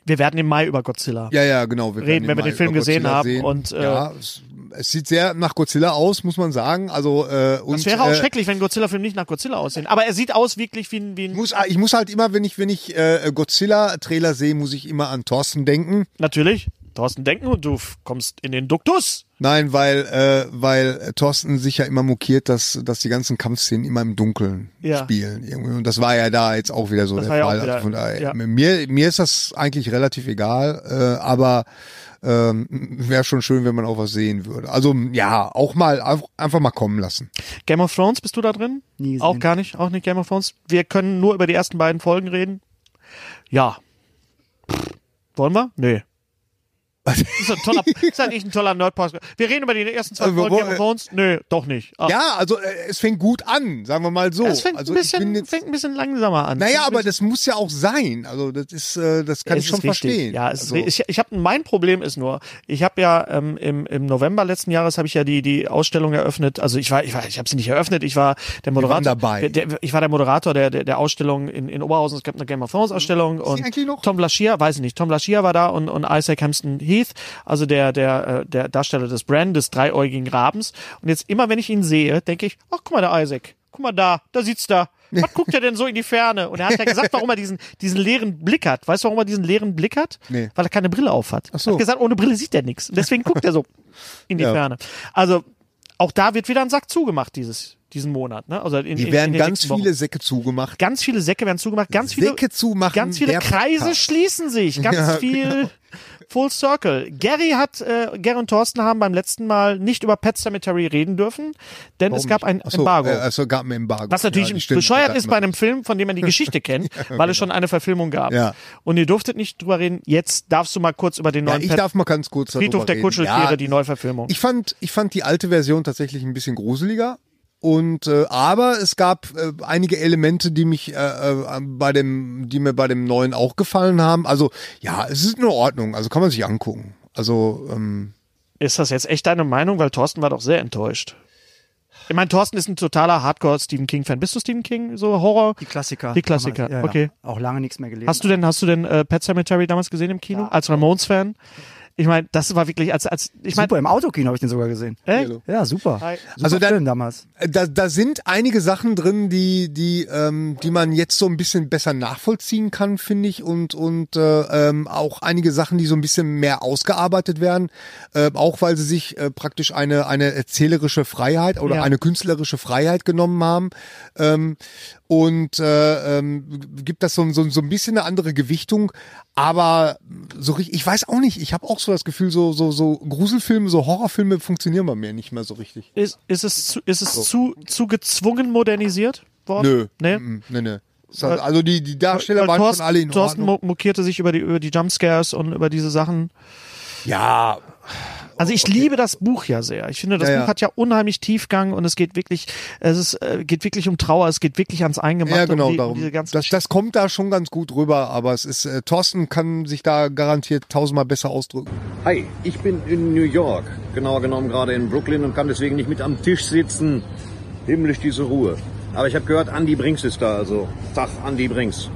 A: Wir werden im Mai über Godzilla.
D: Ja, ja, genau. Wir
A: Reden, wenn
D: werden
A: wir
D: mal
A: den Film
D: über
A: gesehen
D: Godzilla
A: haben
D: Sehen.
A: und, äh,
D: ja, es, es sieht sehr nach Godzilla aus, muss man sagen. Also äh, und
A: Es wäre auch
D: äh,
A: schrecklich, wenn Godzilla-Film nicht nach Godzilla aussehen. Aber er sieht aus wirklich wie ein, wie
D: Ich
A: ein
D: muss, ich muss halt immer, wenn ich, wenn ich äh, Godzilla-Trailer sehe, muss ich immer an Thorsten denken.
A: natürlich. Thorsten denken und du f- kommst in den Duktus.
D: Nein, weil, äh, weil Thorsten sich ja immer mokiert, dass, dass die ganzen Kampfszenen immer im Dunkeln
A: Ja.
D: spielen. Irgendwie. Und das war ja da jetzt auch wieder so
A: Das
D: der
A: war ja auch
D: Fall.
A: wieder-
D: also von daher,
A: ja.
D: mir, mir ist das eigentlich relativ egal, äh, aber ähm, wäre schon schön, wenn man auch was sehen würde. Also ja, auch mal einf- einfach mal kommen lassen.
A: Game of Thrones, bist du da drin?
B: Nie gesehen.
A: Auch gar nicht, auch nicht Game of Thrones. Wir können nur über die ersten beiden Folgen reden. Ja. Pff, Wollen wir? Nee. ist ein toller, ist halt nicht ein toller Nerd-Podcast. Wir reden über die ersten zwei
D: Also, wir
A: Folgen Game
D: wollen-
A: of Thrones? Nö, doch nicht. Ah,
D: Ja, also äh, es fängt gut an, sagen wir mal so.
A: es fängt,
D: also
A: ein bisschen,
D: jetzt-
A: fängt ein bisschen langsamer an.
D: Naja,
A: Fängt ein
D: aber das muss ja auch sein. Also das ist, äh, das kann
A: Es
D: ich
A: ist
D: schon
A: richtig.
D: verstehen.
A: Ja, es ist
D: also,
A: ri- ich, ich habe mein Problem ist nur, ich habe ja ähm, im, im November letzten Jahres habe ich ja die die Ausstellung eröffnet. Also ich war ich war ich habe sie nicht eröffnet. Ich war der Moderator.
D: waren dabei.
A: Der, ich war der Moderator der der, der Ausstellung in, in Oberhausen. Es gab eine Game of Thrones Ausstellung
D: Mhm. die
A: und
D: eigentlich noch?
A: Tom Laschier, weiß ich nicht. Tom Laschier war da und und Isaac Hampton Heath, also der der äh, der Darsteller des Brand des dreiäugigen Rabens. Und jetzt immer wenn ich ihn sehe, denke ich, ach guck mal der Isaac. guck mal da, da sitzt er. Was guckt er denn so in die Ferne? Und er hat ja gesagt, warum er diesen, diesen leeren Blick hat. Weißt du, warum er diesen leeren Blick hat?
D: Nee.
A: Weil er keine Brille auf hat.
D: so.
A: Er hat gesagt, ohne Brille sieht er nichts. Und Deswegen guckt er so in die
D: Ja.
A: Ferne. Also, auch da wird wieder ein Sack zugemacht dieses, diesen Monat. Ne? Also in, in-
D: Hier werden
A: in den
D: ganz
A: nächsten Wochen.
D: viele Säcke zugemacht.
A: Ganz viele Säcke werden zugemacht, ganz viele,
D: Säcke zumachen,
A: ganz viele
D: der
A: Kreise
D: Podcast.
A: schließen sich, ganz
D: Ja, genau.
A: viel Full Circle. Gary hat, äh, Gary und Thorsten haben beim letzten Mal nicht über Pet Cemetery reden dürfen, denn es gab ein
D: Achso,
A: Embargo.
D: Äh, also gab ein Embargo.
A: was natürlich
D: Ja, stimmt,
A: bescheuert
D: das
A: ist
D: hatten
A: bei
D: wir.
A: einem Film, von dem man die Geschichte kennt, weil es schon eine Verfilmung gab.
D: genau. Ja.
A: Und ihr durftet nicht drüber reden. Jetzt darfst du mal kurz über den
D: Ja,
A: neuen
D: ich
A: Pet
D: darf mal ganz kurz darüber
A: Friedhof der
D: reden.
A: Kutscheltiere,
D: ja,
A: die Neuverfilmung.
D: Ich fand, ich fand die alte Version tatsächlich ein bisschen gruseliger. Und äh, aber es gab äh, einige Elemente, die mich äh, äh, bei dem, die mir bei dem neuen auch gefallen haben. Also ja, es ist in Ordnung. Also kann man sich angucken. Also ähm,
A: Ist das jetzt echt deine Meinung? Weil Thorsten war doch sehr enttäuscht. Ich meine, Thorsten ist ein totaler Hardcore-Stephen King-Fan. Bist du Stephen King? So Horror?
B: Die Klassiker.
A: Die Klassiker,
B: damals,
A: okay.
B: Auch lange nichts mehr gelesen.
A: Hast du denn, hast du denn äh, Pet Cemetery damals gesehen im Kino? Als Ramones-Fan? Ich meine, das war wirklich, als, als ich meine,
B: super, im Autokino habe ich den sogar gesehen.
A: Äh?
B: Ja, super.
A: Hi.
B: super
D: Also dann-
B: Film damals.
D: da, da sind einige Sachen drin, die, die, ähm, die man jetzt so ein bisschen besser nachvollziehen kann, finde ich, und, und äh, ähm, auch einige Sachen, die so ein bisschen mehr ausgearbeitet werden, äh, auch weil sie sich äh, praktisch eine, eine erzählerische Freiheit oder
A: Ja.
D: eine künstlerische Freiheit genommen haben. Ähm, und äh, ähm, gibt das so, so, so ein bisschen eine andere Gewichtung, aber so richtig, ich weiß auch nicht, ich habe auch so das Gefühl, so, so, so Gruselfilme, so Horrorfilme funktionieren bei mir nicht mehr so richtig.
A: ist, ist es, zu, ist es zu, zu gezwungen modernisiert
D: Nö.
A: worden? Nee.
D: Mm, Nee, nee. Es hat- Also die, die Darsteller
A: Weil
D: waren
A: Thorsten,
D: schon alle in
A: Thorsten
D: Ordnung.
A: mo- mokierte sich über die, über die Jumpscares und über diese Sachen.
D: Ja,
A: Also ich liebe das Buch ja sehr. Ich finde, das
D: Oh, Ja, ja.
A: Buch hat ja unheimlich Tiefgang und es geht wirklich, es ist, äh, geht wirklich um Trauer, es geht wirklich ans Eingemachte.
D: ja genau
A: um die, Um
D: darum.
A: diese ganzen
D: Das, das kommt da schon ganz gut rüber, aber es ist äh, Thorsten kann sich da garantiert tausendmal besser ausdrücken.
G: Hi, ich bin in New York, genauer genommen gerade in Brooklyn und kann deswegen nicht mit am Tisch sitzen. Himmlisch diese Ruhe. Aber ich habe gehört, Andy Brinks ist da, also Tag Andy Brinks.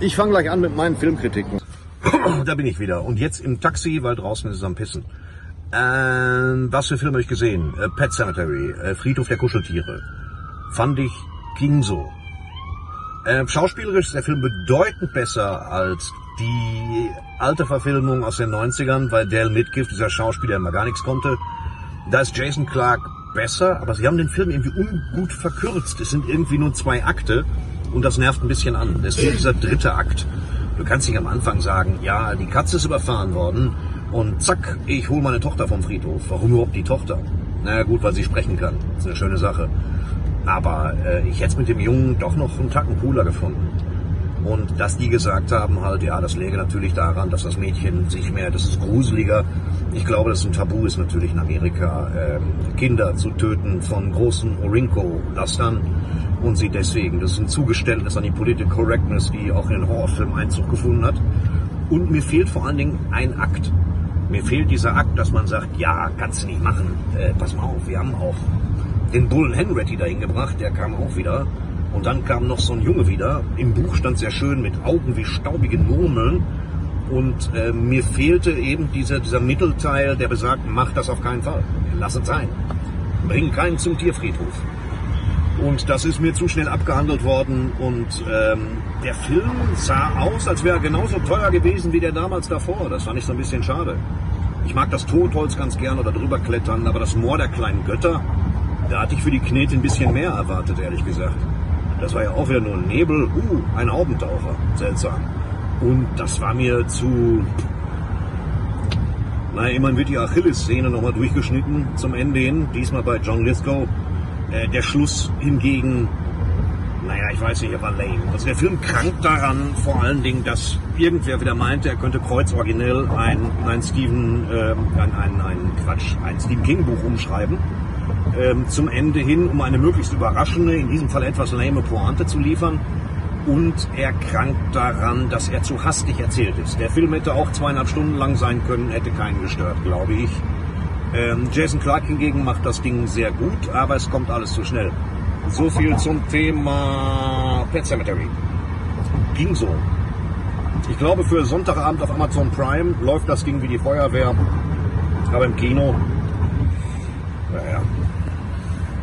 G: Ich fange gleich an mit meinen Filmkritiken. da bin ich wieder und jetzt im Taxi, weil draußen ist es am Pissen. Ähm, was für Filme habe ich gesehen? Äh, Pet Cemetery, äh, Friedhof der Kuscheltiere. Fand ich ging so. Äh, schauspielerisch ist der Film bedeutend besser als die alte Verfilmung aus den 90ern, weil Dale Midgiff, dieser Schauspieler, immer gar nichts konnte. Da ist Jason Clark besser, aber sie haben den Film irgendwie ungut verkürzt. Es sind irgendwie nur zwei Akte und das nervt ein bisschen an. Es fehlt dieser dritte Akt. Du kannst nicht am Anfang sagen, ja, die Katze ist überfahren worden und zack, ich hole meine Tochter vom Friedhof. Warum überhaupt die Tochter? Na ja, gut, weil sie sprechen kann. ist eine schöne Sache. Aber äh, ich hätte es mit dem Jungen doch noch einen Tacken cooler gefunden. Und dass die gesagt haben, halt, ja, das läge natürlich daran, dass das Mädchen sich mehr, das ist gruseliger. Ich glaube, dass es ein Tabu ist natürlich in Amerika, ähm, Kinder zu töten von großen Orinco-Lastern. Und sie deswegen, das ist ein Zugeständnis an die Political Correctness, die auch in den Horrorfilm Einzug gefunden hat. Und mir fehlt vor allen Dingen ein Akt. Mir fehlt dieser Akt, dass man sagt, ja, kannst du nicht machen. Äh, pass mal auf, wir haben auch den Bullen Henretti dahin gebracht, der kam auch wieder. Und dann kam noch so ein Junge wieder. Im Buch stand sehr schön mit Augen wie staubigen Murmeln. Und äh, mir fehlte eben dieser, dieser Mittelteil, der besagt, mach das auf keinen Fall. Lass es sein. Bring keinen zum Tierfriedhof. Und das ist mir zu schnell abgehandelt worden. Und ähm, der Film sah aus, als wäre er genauso teuer gewesen wie der damals davor. Das fand ich so ein bisschen schade. Ich mag das Totholz ganz gerne oder drüber klettern, aber das Moor der kleinen Götter, da hatte ich für die Knete ein bisschen mehr erwartet, ehrlich gesagt. Das war ja auch wieder nur ein Nebel. Uh, ein Haubentaucher. Seltsam. Und das war mir zu naja, immerhin wird die Achilles-Szene nochmal durchgeschnitten zum Ende hin. Diesmal bei John Lithgow. Äh, der Schluss hingegen, naja, ich weiß nicht, er war lame. Also der Film krankt daran, vor allen Dingen, dass irgendwer wieder meinte, er könnte kreuzoriginell ein, ein Stephen, ähm, ein, ein, ein Quatsch, ein Stephen King-Buch umschreiben. Ähm, zum Ende hin, um eine möglichst überraschende, in diesem Fall etwas lame Pointe zu liefern. Und er krankt daran, dass er zu hastig erzählt ist. Der Film hätte auch zweieinhalb Stunden lang sein können, hätte keinen gestört, glaube ich. Ähm, Jason Clark hingegen macht das Ding sehr gut, aber es kommt alles zu schnell. So viel zum Thema Pet Cemetery. Ging so. Ich glaube, für Sonntagabend auf Amazon Prime läuft das Ding wie die Feuerwehr. Aber im Kino, naja,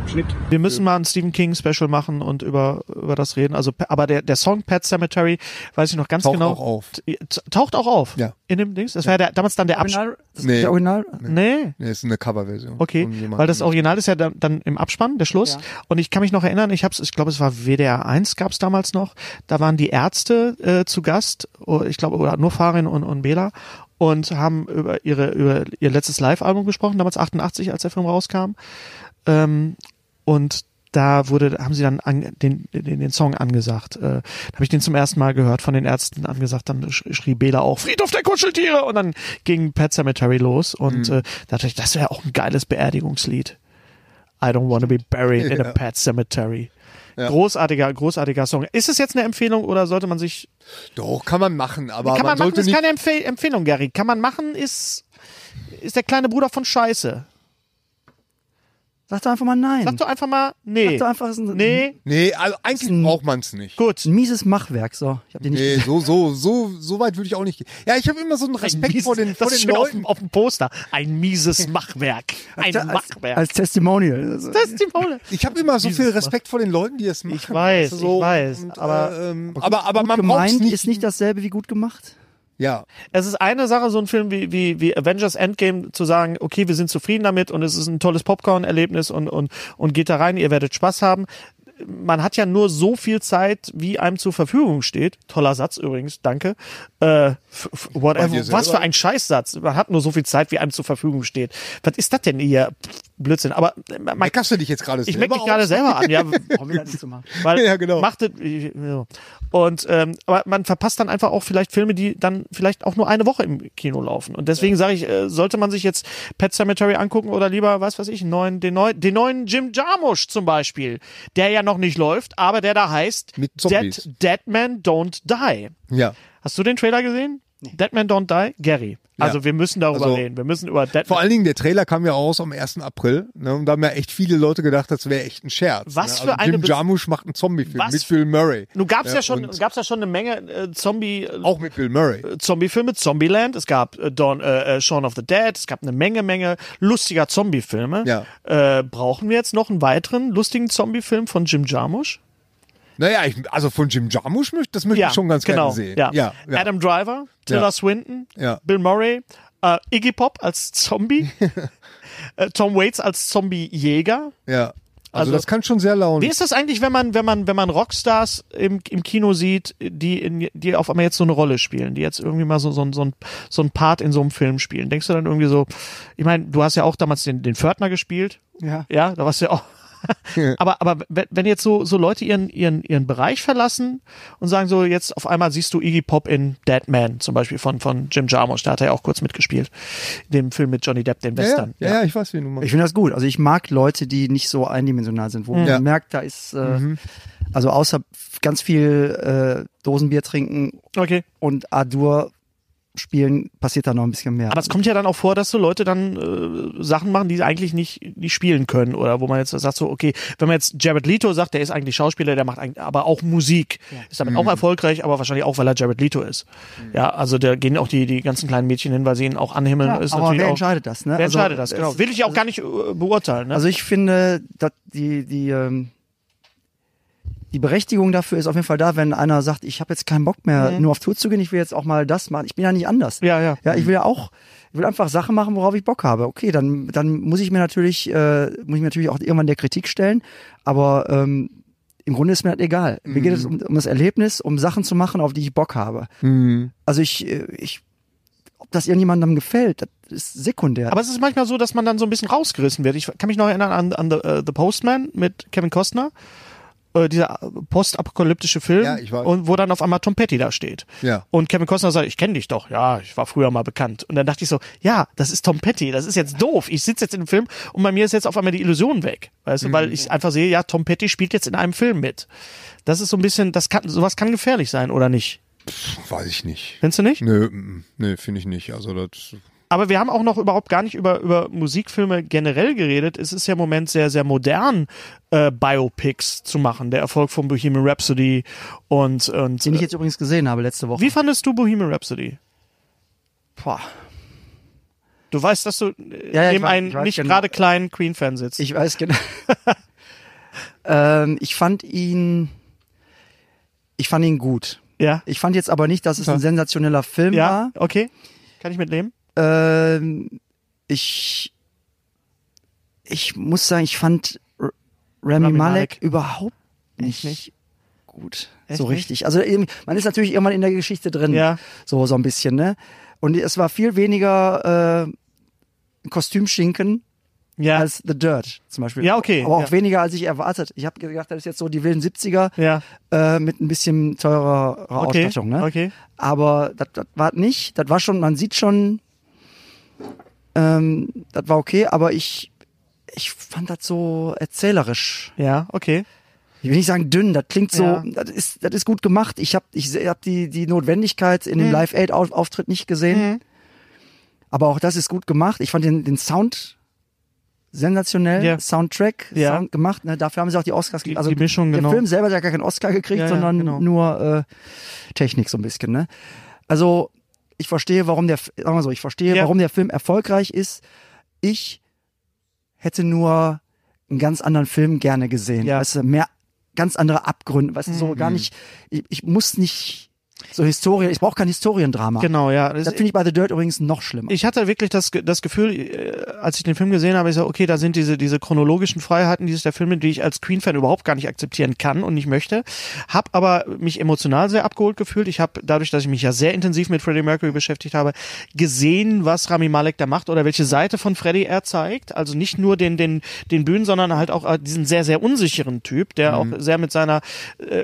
G: Schnitt.
A: Wir müssen mal ein Stephen King Special machen und über, über das reden. Also, aber der, der Song Pet Cemetery, weiß ich noch ganz
D: Taucht
A: genau.
D: auch auf.
A: T- Taucht auch auf.
D: Ja.
A: In dem Dings. Das war ja der, damals dann der Abspann.
B: Original, das
D: Nee.
B: nee. Original?
A: Nee.
D: Nee, ist eine Coverversion.
A: Okay,
D: Von jemandem.
A: weil das Original ist ja dann, dann im Abspann, der Schluss. Und ich kann mich noch erinnern, ich hab's, ich glaube, es war WDR 1 gab's damals noch. Da waren die Ärzte äh, zu Gast, oh, ich glaube, oder nur Farin und, und Bela und haben über ihre über ihr letztes Live-Album gesprochen, damals 88, als der Film rauskam. Ähm, und da wurde, haben sie dann an, den, den, den Song angesagt. Äh, da habe ich den zum ersten Mal gehört von den Ärzten angesagt. Dann sch schrie Bela auch Friedhof der Kuscheltiere und dann ging Pet Cemetery los und äh, da dachte ich, das wäre auch ein geiles Beerdigungslied. I don't want to be buried in a pet cemetery. Großartiger, großartiger Song. Ist es jetzt eine Empfehlung oder sollte man sich?
D: Doch, kann Ah, man machen, aber
A: Kann man, machen,
D: sollte
A: ist
D: nicht.
A: keine Empfe Empfehlung, Gary. Kann man machen, ist ist der kleine Bruder von Scheiße.
B: Sag doch einfach mal nein.
A: Sag doch einfach mal, nee,
B: Sag doch einfach, es ist ein,
A: nee,
D: Nee, also eigentlich braucht man es nicht.
A: gut.
B: ein mieses Machwerk. So, ich hab den nicht
D: Nee, so, so, so, so weit würde ich auch nicht gehen. Ja, ich habe immer so einen Respekt
A: mieses-
D: vor den, vor
A: das ist
D: den
A: schön auf,
D: Leuten.
A: dem- auf dem Poster. Ein mieses Machwerk. Ein
B: als,
A: Machwerk.
B: als Testimonial. Also,
A: das ist die Maule.
D: Ich habe immer so
A: Dieses
D: viel Respekt vor den Leuten, die das machen.
A: Ich weiß,
D: weißt du, so.
A: ich weiß,
D: Und,
A: aber-
D: äh, ähm, aber, aber man braucht
B: gemeint
D: es nicht.
B: ist nicht dasselbe wie gut gemacht.
D: Ja,
A: Es ist eine Sache, so ein Film wie, wie, wie Avengers Endgame zu sagen, okay, wir sind zufrieden damit und es ist ein tolles Popcorn-Erlebnis und, und, und geht da rein, ihr werdet Spaß haben. Man hat ja nur so viel Zeit, wie einem zur Verfügung steht. Toller Satz übrigens, danke. Äh, f- f-
D: dir
A: whatever. Was
D: selber?
A: für ein Scheißsatz. Man hat nur so viel Zeit, wie einem zur Verfügung steht. Was ist das denn hier? Pff, Blödsinn. Aber äh, man,
D: meckerst du dich jetzt gerade
A: ich
D: selber
A: meck mich
D: auf?
A: gerade selber an. Ja,
B: Warum wir das nicht so machen?
A: Weil
D: Ja, genau.
A: macht es- ja. und ähm, aber man verpasst dann einfach auch vielleicht Filme, die dann vielleicht auch nur eine Woche im Kino laufen. Und deswegen sage ich, äh, sollte man sich jetzt Pet Cemetery angucken oder lieber, was weiß ich, einen neuen, den neuen, den neuen Jim Jarmusch zum Beispiel, der ja noch nicht läuft, aber der da heißt
D: Mit
A: Dead,
D: Zombies.
A: Dead Man Don't Die.
D: Ja.
A: Hast du den Trailer gesehen? Dead Man Don't Die? Gary. Also wir müssen darüber
D: Also-
A: reden. Wir müssen über Dead
D: Vor
A: Man.
D: allen Dingen, der Trailer kam ja raus am 1. April. Ne, und da haben ja echt viele Leute gedacht, das wäre echt ein Scherz.
A: Was
D: ne?
A: für eine
D: Jim
A: Bez-
D: Jarmusch macht einen Zombie-Film
A: Was
D: mit
A: für-
D: Bill Murray.
A: Nun gab's ja,
D: Ja,
A: schon, gab's ja schon eine Menge äh, Zombie
D: Auch mit Bill Murray.
A: Äh, Zombie-Filme, Zombieland, es gab äh, Dawn, äh, äh, Shaun of the Dead, es gab eine Menge, Menge lustiger Zombie-Filme.
D: Ja.
A: Äh, brauchen wir jetzt noch einen weiteren lustigen Zombie-Film von Jim Jarmusch?
D: Naja, ich, also von Jim Jarmusch möchte, das möchte ich schon ganz
A: genau,
D: gerne sehen.
A: Ja.
D: ja, ja.
A: Adam Driver, Tilda
D: Ja.
A: Swinton,
D: Ja.
A: Bill Murray, äh, Iggy Pop als Zombie, äh, Tom Waits als Zombie-Jäger.
D: ja. Also,
A: Also-
D: das kann schon sehr
A: Wie
D: launig.
A: ist das eigentlich, wenn man, wenn man, wenn man Rockstars im, im Kino sieht, die, in, die auf einmal jetzt so eine Rolle spielen, die jetzt irgendwie mal so, so, ein- so, ein, so ein Part in so einem Film spielen? Denkst du dann irgendwie so, ich meine, du hast ja auch damals den, den Fördner gespielt.
B: Ja.
A: Ja, da warst du ja auch. aber aber wenn wenn jetzt so, so Leute ihren, ihren, ihren Bereich verlassen und sagen so, jetzt auf einmal siehst du Iggy Pop in Dead Man zum Beispiel von, von Jim Jarmusch, da hat er ja auch kurz mitgespielt, in dem Film mit Johnny Depp, den
D: Ja, ja,
A: Western.
D: ja, ja, ich weiß, wie du meinst.
B: Ich finde das gut. Also ich mag Leute, die nicht so eindimensional sind, wo man
D: Ja. Mhm.
B: merkt, da ist äh, also außer f- ganz viel äh, Dosenbier trinken
A: Okay.
B: und Adur spielen, passiert da noch ein bisschen mehr.
A: Aber es kommt ja dann auch vor, dass so Leute dann äh, Sachen machen, die sie eigentlich nicht, nicht spielen können. Oder wo man jetzt sagt, so, okay, wenn man jetzt Jared Leto sagt, der ist eigentlich Schauspieler, der macht eigentlich, aber auch Musik. Ist damit auch erfolgreich, aber wahrscheinlich auch, weil er Jared Leto ist.
B: Mhm.
A: Ja, also da gehen auch die, die ganzen kleinen Mädchen hin, weil sie ihn auch anhimmeln.
B: Ja,
A: ist
B: aber
A: natürlich
B: wer
A: auch,
B: entscheidet das, ne?
A: Wer
B: Also,
A: entscheidet das,
B: es
A: genau.
B: ist-
A: Will ich auch gar nicht äh, beurteilen. Ne?
B: also ich finde, dass die die ähm, die Berechtigung dafür ist auf jeden Fall da, wenn einer sagt, ich habe jetzt keinen Bock mehr, nur auf Tour zu gehen, ich will jetzt auch mal das machen. Ich bin ja nicht anders.
A: Mhm. Ja, ja.
B: Ja, ich will ja auch, ich will einfach Sachen machen, worauf ich Bock habe. Okay, dann, dann muss ich mir natürlich, äh, muss ich mir natürlich auch irgendwann der Kritik stellen, aber ähm, im Grunde ist mir das egal. Mir
A: Mhm.
B: geht es um, um das Erlebnis, um Sachen zu machen, auf die ich Bock habe.
D: Hm,
B: Also ich, äh, ich, ob das irgendjemandem gefällt, das ist sekundär.
A: Aber es ist manchmal so, dass man dann so ein bisschen rausgerissen wird. Ich kann mich noch erinnern an, an The, äh, The Postman mit Kevin Costner. Äh, dieser äh, postapokalyptische Film,
D: Ja, ich weiß.
A: und wo dann auf einmal Tom Petty da steht.
D: Ja.
A: Und Kevin Costner sagt, ich kenne dich doch, ja, ich war früher mal bekannt. Und dann dachte ich so, ja, das ist Tom Petty, das ist jetzt doof. Ich sitze jetzt in einem Film und bei mir ist jetzt auf einmal die Illusion weg. Weißt du, weil
D: Mhm.
A: ich einfach sehe, ja, Tom Petty spielt jetzt in einem Film mit. Das ist so ein bisschen, das kann, sowas kann gefährlich sein, oder nicht?
D: weiß ich nicht.
A: Findest du nicht?
D: Nö, mm, nö, finde ich nicht. Also das
A: Aber wir haben auch noch überhaupt gar nicht über, über Musikfilme generell geredet. Es ist ja im Moment sehr, sehr modern, äh, Biopics zu machen. Der Erfolg von Bohemian Rhapsody und. und
B: den ich
A: äh,
B: jetzt übrigens gesehen habe letzte Woche.
A: wie fandest du Bohemian Rhapsody?
B: Boah.
A: Du weißt, dass du äh,
B: Ja, ja, ich
A: neben
B: weiß-
A: einem
B: ich weiß
A: nicht
B: genau.
A: gerade kleinen Queen-Fan sitzt.
B: Ich weiß genau. Ähm, ich fand ihn, ich fand ihn gut.
A: Ja.
B: Ich fand jetzt aber nicht, dass es ein sensationeller Film
A: Ja, okay. Kann ich mitleben?
B: war. Ähm, ich, ich muss sagen, ich fand R Rami,
A: Rami
B: Malek,
A: Malek.
B: überhaupt nicht,
A: nicht?
B: gut.
A: Echt
B: so
A: nicht?
B: richtig. Also eben- man ist natürlich irgendwann in der Geschichte drin.
A: Ja.
B: So, so ein bisschen, ne? Und es war viel weniger äh, Kostümschinken
A: Ja.
B: als The Dirt zum Beispiel.
A: Ja, okay,
B: Aber auch
A: ja.
B: weniger, als ich erwartet. Ich habe gedacht, das ist jetzt so die wilden 70er
A: Ja.
B: äh, mit ein bisschen teurerer
A: Okay,
B: Ausstattung. Ne?
A: okay.
B: Aber das das war nicht. Das war schon, man sieht schon, ähm, das war okay, aber ich, ich fand das so erzählerisch.
A: ja, okay.
B: Ich will nicht sagen dünn, das klingt so,
A: Ja.
B: das, ist, das ist gut gemacht. Ich habe ich se- hab die, die Notwendigkeit
A: Hm.
B: in dem Live-Aid-Auftritt nicht gesehen.
A: Mhm.
B: Aber auch das ist gut gemacht. Ich fand den, den Sound sensationell.
A: Ja.
B: Soundtrack,
A: Ja.
B: Sound gemacht. Ne? Dafür haben sie auch die Oscars gekriegt.
A: Die- die Mischung,
B: der
A: genau.
B: Film selber hat ja gar keinen Oscar gekriegt,
A: Ja, ja,
B: sondern
A: genau.
B: nur äh, Technik so ein bisschen. Ne? Also ich verstehe, warum der, F- sagen wir so, ich verstehe,
A: Ja.
B: warum der Film erfolgreich ist. Ich hätte nur einen ganz anderen Film gerne gesehen.
A: Ja. Mhm.
B: Weißt du, mehr, ganz andere Abgründe. Weißt du, so gar nicht, ich, ich muss nicht so Historien, ich brauche kein Historiendrama.
A: Genau, ja.
B: Das finde ich bei The Dirt übrigens noch schlimmer.
A: ich hatte wirklich das, Ge- das Gefühl, äh, als ich den Film gesehen habe, ich so, okay, da sind diese, diese chronologischen Freiheiten, die es der Film nimmt, die ich als Queen-Fan überhaupt gar nicht akzeptieren kann und nicht möchte. Hab aber mich emotional sehr abgeholt gefühlt. Ich habe dadurch, dass ich mich ja sehr intensiv mit Freddie Mercury beschäftigt habe, gesehen, was Rami Malek da macht oder welche Seite von Freddie er zeigt. Also nicht nur den, den, den Bühnen, sondern halt auch äh, diesen sehr, sehr unsicheren Typ, der auch sehr mit seiner äh,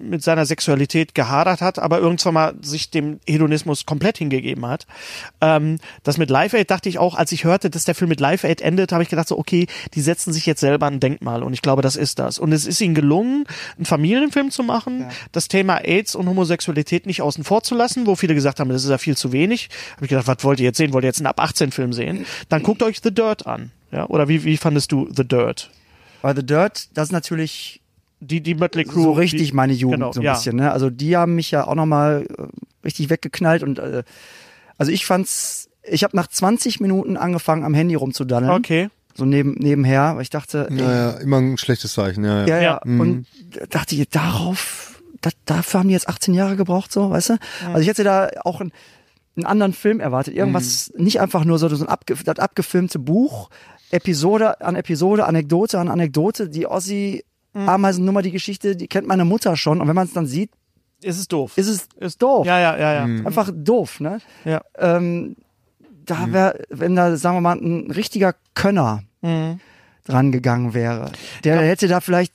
A: mit seiner Sexualität gehadert hat, aber irgendwann mal sich dem Hedonismus komplett hingegeben hat. Ähm, das mit Live Aid dachte ich auch, als ich hörte, dass der Film mit Live Aid endet, habe ich gedacht so, okay, die setzen sich jetzt selber ein Denkmal und ich glaube, das ist das. Und es ist ihnen gelungen, einen Familienfilm zu machen, das Thema AIDS und Homosexualität nicht außen vor zu lassen, wo viele gesagt haben, das ist ja viel zu wenig. Habe ich gedacht, was wollt ihr jetzt sehen? Wollt ihr jetzt einen Ab-18-Film sehen? Dann guckt euch The Dirt an. Ja, oder wie, wie fandest du The Dirt?
B: Bei The Dirt, das ist natürlich
A: Die, die Mötley Crew.
B: so richtig
A: die,
B: meine Jugend
A: Genau,
B: so ein
A: ja.
B: bisschen. Ne? Also die haben mich ja auch nochmal äh, richtig weggeknallt und äh, also ich fand's, ich habe nach 20 Minuten angefangen am Handy rumzudaddeln.
A: Okay.
B: So neben, nebenher, weil ich dachte, ey,
D: Naja, immer ein schlechtes Zeichen. Ja, ja.
B: Ja, ja.
A: Mhm.
B: Und dachte ich, darauf, da, dafür haben die jetzt 18 Jahre gebraucht, so, weißt du? Also ich hätte da auch einen, einen anderen Film erwartet. Irgendwas,
A: Mhm.
B: nicht einfach nur so, so ein abge, das abgefilmte Buch, Episode an Episode, Anekdote an Anekdote, die Ossi
A: Mhm.
B: Ameisennummer, die Geschichte, die kennt meine Mutter schon. Und wenn man es dann sieht,
A: Ist es doof.
B: ist es doof.
A: Ja, ja, ja, ja. Mhm.
B: Einfach doof, ne?
A: Ja. Mhm.
B: Ähm, da wäre, wenn da, sagen wir mal, ein richtiger Könner
A: Mhm.
B: dran gegangen wäre, der hätte da vielleicht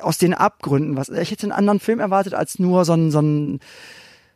B: aus den Abgründen was. Ich hätte einen anderen Film erwartet als nur so ein, so ein,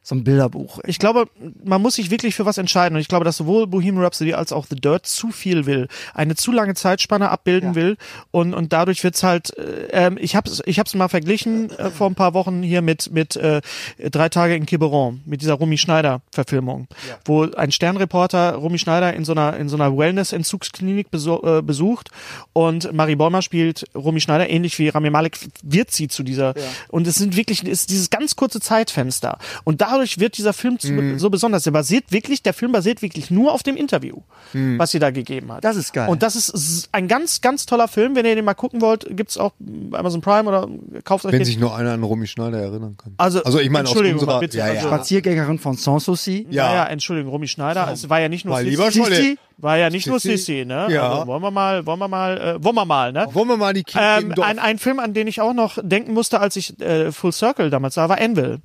B: so ein Bilderbuch.
A: Ich glaube, man muss sich wirklich für was entscheiden. Und ich glaube, dass sowohl Bohemian Rhapsody als auch The Dirt zu viel will, eine zu lange Zeitspanne abbilden will. Und, und dadurch wird's halt, äh, ähm, ich habe es ich hab's mal verglichen äh, vor ein paar Wochen hier mit, mit äh, Drei Tage in Quiberon, mit dieser Romy Schneider-Verfilmung, wo ein Sternreporter Romy Schneider in so einer, in so einer Wellness-Entzugsklinik beso- äh, besucht und Marie Bäumer spielt Romy Schneider, ähnlich wie Rami Malek wird sie zu dieser. Und es sind wirklich, es ist dieses ganz kurze Zeitfenster. Und dadurch wird dieser Film zu,
B: Mhm.
A: so besonders. Der basiert wirklich, der Film basiert wirklich nur auf dem Interview, was sie da gegeben hat.
B: Mhm. Das ist geil.
A: Und das ist s- ein ganz, ganz toller Film. Wenn ihr den mal gucken wollt, gibt's auch bei Amazon Prime oder kauft euch
D: Wenn
A: den.
D: sich nur einer an Romy Schneider erinnern kann.
A: Also,
D: ich meine, aus
A: Entschuldigung,
D: unserer.
A: mal bitte,
D: ja,
A: also-
D: ja.
B: Spaziergängerin von Sanssouci.
A: ja.
D: ja.
A: ja, Entschuldigung, Romy Schneider. Es war ja nicht nur
D: Mein lieber
A: Sissi.
D: Scholle.
A: War ja nicht nur
D: Sissi.
A: Sissi, ne?
D: Ja.
A: Also, wollen wir mal, wollen wir mal, äh, wollen wir mal, ne?
D: Wollen wir mal die Kinder
A: Ähm,
D: im Dorf.
A: ein, ein Film, an den ich auch noch denken musste, als ich äh, Full Circle damals sah, war Anvil.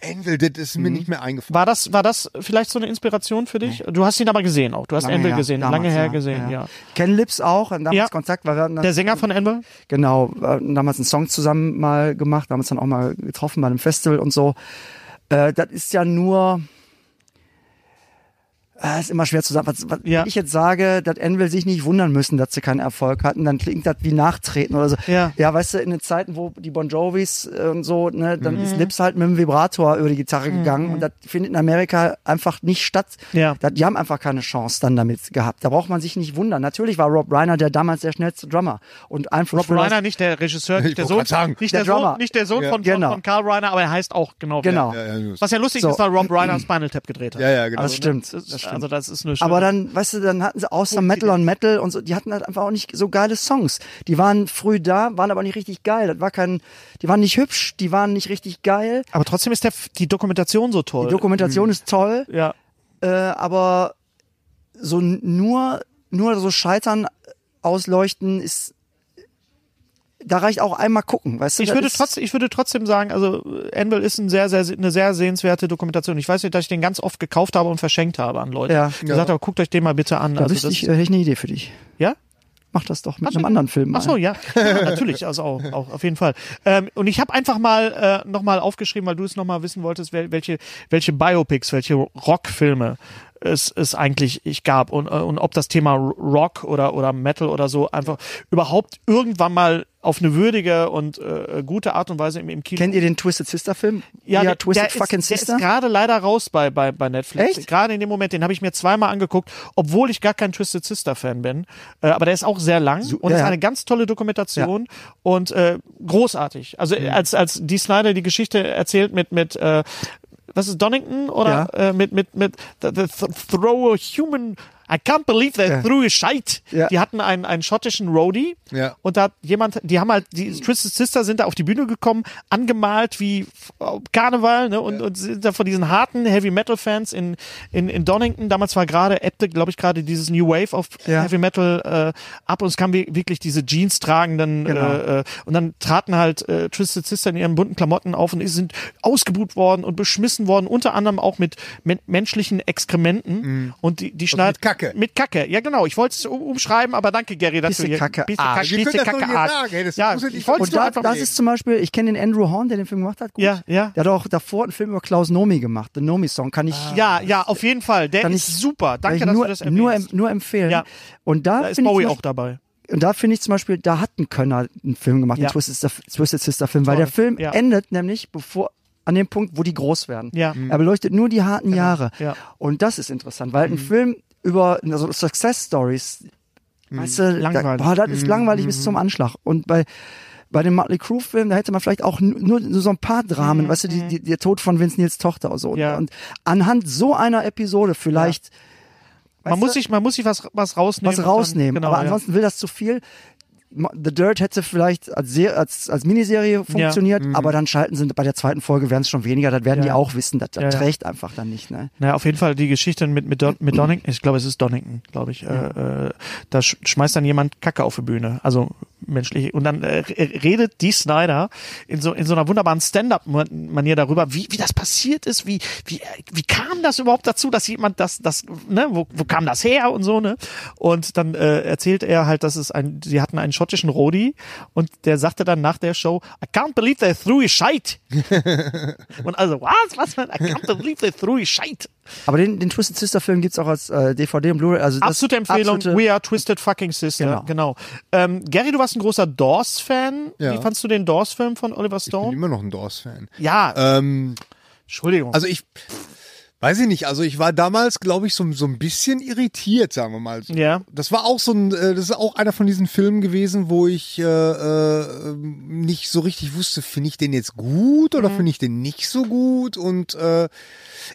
D: Envil, das ist
A: Mhm.
D: mir nicht mehr eingefallen.
A: War das, war das vielleicht so eine Inspiration für dich? Du hast ihn aber gesehen auch. Du hast Anvil
B: her,
A: gesehen,
B: damals,
A: lange her
B: ja,
A: gesehen, ja.
B: Ken Lips auch, und damals
A: Ja.
B: Kontakt, weil wir hatten
A: Der
B: das,
A: Sänger von Anvil?
B: genau, wir hatten damals einen Song zusammen mal gemacht, damals dann auch mal getroffen bei einem Festival und so. Äh, das ist ja nur, äh, ist immer schwer zu sagen. Was, was
A: Ja.
B: ich jetzt sage, dass Envil sich nicht wundern müssen, dass sie keinen Erfolg hatten, dann klingt das wie Nachtreten oder so.
A: Ja.
B: ja weißt du, in den Zeiten, wo die Bon Jovis äh, und so, ne,
A: Mhm.
B: dann ist Lips halt mit dem Vibrator über die Gitarre gegangen und das findet in Amerika einfach nicht statt.
A: Ja.
B: Das, die haben einfach keine Chance dann damit gehabt. Da braucht man sich nicht wundern. Natürlich war Rob Reiner der damals der schnellste Drummer und Einfluss
A: Rob Reiner, nicht der Regisseur, nicht der
D: wollte
A: Sohn,
D: grad sagen.
A: nicht
B: Der
A: der, Sohn,
B: Drummer.
A: nicht der Sohn
D: Ja.
A: von,
B: Genau.
A: von, von Karl Reiner, aber er heißt auch genau.
B: Genau.
A: der.
D: Ja, ja,
A: Was ja lustig
B: So.
A: ist, weil Rob Reiner Spinal Tap gedreht hat.
D: ja, ja, genau.
B: Das stimmt. Das
A: ist
B: schlimm.
A: Also das ist Oh, eine schöne-
B: Aber dann, weißt du, dann hatten sie außer Metal on Metal und so, die hatten halt einfach auch nicht so geile Songs. Die waren früh da, waren aber nicht richtig geil. Das war kein, die waren nicht hübsch, die waren nicht richtig geil.
A: Aber trotzdem ist der, F- die Dokumentation so toll.
B: Die Dokumentation
A: Mhm.
B: ist toll,
A: ja.
B: äh, aber so n- nur, nur so Scheitern ausleuchten ist, da reicht auch einmal gucken, weißt du?
A: Ich
B: das
A: würde,
B: ist-
A: trotzdem, ich würde trotzdem sagen, also Anvil ist ein sehr, sehr, eine sehr sehenswerte Dokumentation. Ich weiß nicht, dass ich den ganz oft gekauft habe und verschenkt habe an Leute.
B: Ja.
A: Ich gesagt habe, guckt euch den mal bitte an.
B: Da
A: Also
B: wüsste
A: das-
B: ich, äh, hätte ich eine Idee für dich.
A: ja?
B: Mach das doch mit
A: Ach so.
B: einem anderen Film.
A: Ach so,
B: mal.
A: ja. ja natürlich, also auch, auch auf jeden Fall. Ähm, und ich habe einfach mal äh, nochmal aufgeschrieben, weil du es nochmal wissen wolltest, wel welche, welche Biopics, welche Rockfilme es, es eigentlich ich gab und, äh, und ob das Thema Rock oder, oder Metal oder so einfach überhaupt irgendwann mal auf eine würdige und äh, gute Art und Weise im, im Kino
B: Kennt ihr den Twisted Sister Film?
A: der-
B: Twisted
A: der
B: Fucking
A: ist, Der
B: Sister.
A: ist gerade leider raus bei, bei, bei Netflix.
B: Echt?
A: Gerade in dem Moment, den habe ich mir zweimal angeguckt, obwohl ich gar kein Twisted Sister Fan bin. Äh, aber der ist auch sehr lang und
B: ja,
A: ist
B: ja.
A: eine ganz tolle Dokumentation und äh, großartig. Also
B: Mhm.
A: äh, als, als Dee Snyder die Geschichte erzählt mit, mit äh, was ist Donington oder äh, mit mit mit the, the th- throw a human I can't believe they threw a shite.
B: Ja.
A: Die hatten einen, einen schottischen Roadie
D: Ja.
A: und da hat jemand, die haben halt, die Twisted Sister sind da auf die Bühne gekommen, angemalt wie äh, Karneval, ne? Und, und sind da von diesen harten Heavy Metal Fans in, in, in Donington. Damals war gerade, ebbte, glaube ich, gerade dieses New Wave auf
B: Ja.
A: Heavy Metal äh, ab und es kamen wir- wirklich diese Jeans tragenden äh, äh, und dann traten halt äh, Twisted Sister in ihren bunten Klamotten auf und sind ausgebuht worden und beschmissen worden, unter anderem auch mit men menschlichen Exkrementen und die, die schneid-
D: mit Kacke.
A: Mit Kacke, ja genau. Ich wollte es um, umschreiben, aber danke Gary dafür.
B: Bisschen
A: Ihr-
B: Kacke,
A: bisschen Kacke,
B: Arsch.
D: Wir
A: bisschen
D: können das doch
A: Kacke
D: hier
A: Arsch.
D: sagen, ey, das
A: ja,
D: muss ja nicht-
A: ich wollte es
D: Und
B: Und
A: nur
B: da,
A: einfach
B: das ist zum Beispiel, ich kenne den Andrew Horn, der den Film gemacht hat. Gut.
A: Ja, ja.
B: Der hat auch davor einen Film über Klaus Nomi gemacht, The Nomi Song. Kann ich,
A: Ah. ja, ja, auf jeden Fall. Der
B: kann
A: ist
B: ich
A: super.
B: kann
A: Danke,
B: ich nur,
A: dass du das
B: nur,
A: erwähnst.
B: em- nur empfehlen.
A: Ja.
B: Und da,
A: da ist
B: finde ich
A: Bowie
B: zum
A: auch dabei.
B: Und da finde ich zum Beispiel, da hat ein Könner einen Film gemacht,
A: Ja.
B: einen Twisted Sister, Twisted Sister Film, weil
A: Toll,
B: der Film
A: ja.
B: endet nämlich bevor an dem Punkt, wo die groß werden.
A: Ja. Mhm.
B: Er beleuchtet nur die harten Jahre.
A: ja. Mhm.
B: Und das ist interessant, weil ein Film über also Success Stories, weißt du,
A: Mhm. Langweilig. Mhm.
B: Da, boah, das ist langweilig bis zum Anschlag. Und bei bei dem Motley Crue Film, da hätte man vielleicht auch nur, nur so ein paar Dramen, weißt du, die, die, der Tod von Vince Neils Tochter und so. Und-
A: Mhm. Ja.
B: Und anhand so einer Episode vielleicht
A: Man
B: weißt
A: muss
B: du?
A: sich, man muss sich was, was rausnehmen.
B: was rausnehmen.
A: Genau,
B: aber
A: ja.
B: ansonsten will das zu viel. Mo- The Dirt hätte vielleicht als, Se- als, als Miniserie funktioniert, aber dann schalten sie bei der zweiten Folge werden es schon weniger, das werden
A: Mhm. Ja.
B: die auch wissen, das, das
A: Ja, ja.
B: trägt einfach dann nicht. Ne?
A: Naja, auf jeden Fall die Geschichte mit, mit, Don, mit Donington, ich glaube, es ist Donington, glaube ich. Äh, äh, da sch schmeißt dann jemand Kacke auf die Bühne. Also menschlich. Und dann äh, re- redet Dee Snyder in so, in so einer wunderbaren Stand-up-Manier darüber, wie, wie das passiert ist, wie, wie, äh, wie kam das überhaupt dazu, dass jemand das, das, ne, wo, wo kam das her und so, ne? Und dann äh, erzählt er halt, dass es ein, sie hatten einen schottischen Rodi und der sagte dann nach der Show, I can't believe they threw his shite. und also, was? Was? I can't believe they threw his shite.
B: Aber den, den Twisted Sister Film gibt's auch als äh, DVD und Blu-ray. Also das
A: Absolute Empfehlung.
B: absolute-
A: We are Twisted Fucking Sister. Genau. Ähm, Gary, du warst ein großer Dawes-Fan.
D: Ja.
A: Wie fandst du den Dawes-Film von Oliver
D: Ich bin
A: Stone?
D: immer noch ein Dors-Fan.
A: Ja,
D: Ähm,
A: Entschuldigung.
D: also ich weiß ich nicht, also ich war damals, glaube ich, so, so ein bisschen irritiert, sagen wir mal. so.
A: Ja.
D: Das war auch so ein, äh, das ist auch einer von diesen Filmen gewesen, wo ich äh, äh, nicht so richtig wusste, finde ich den jetzt gut
A: Mhm.
D: oder finde ich den nicht so gut und äh,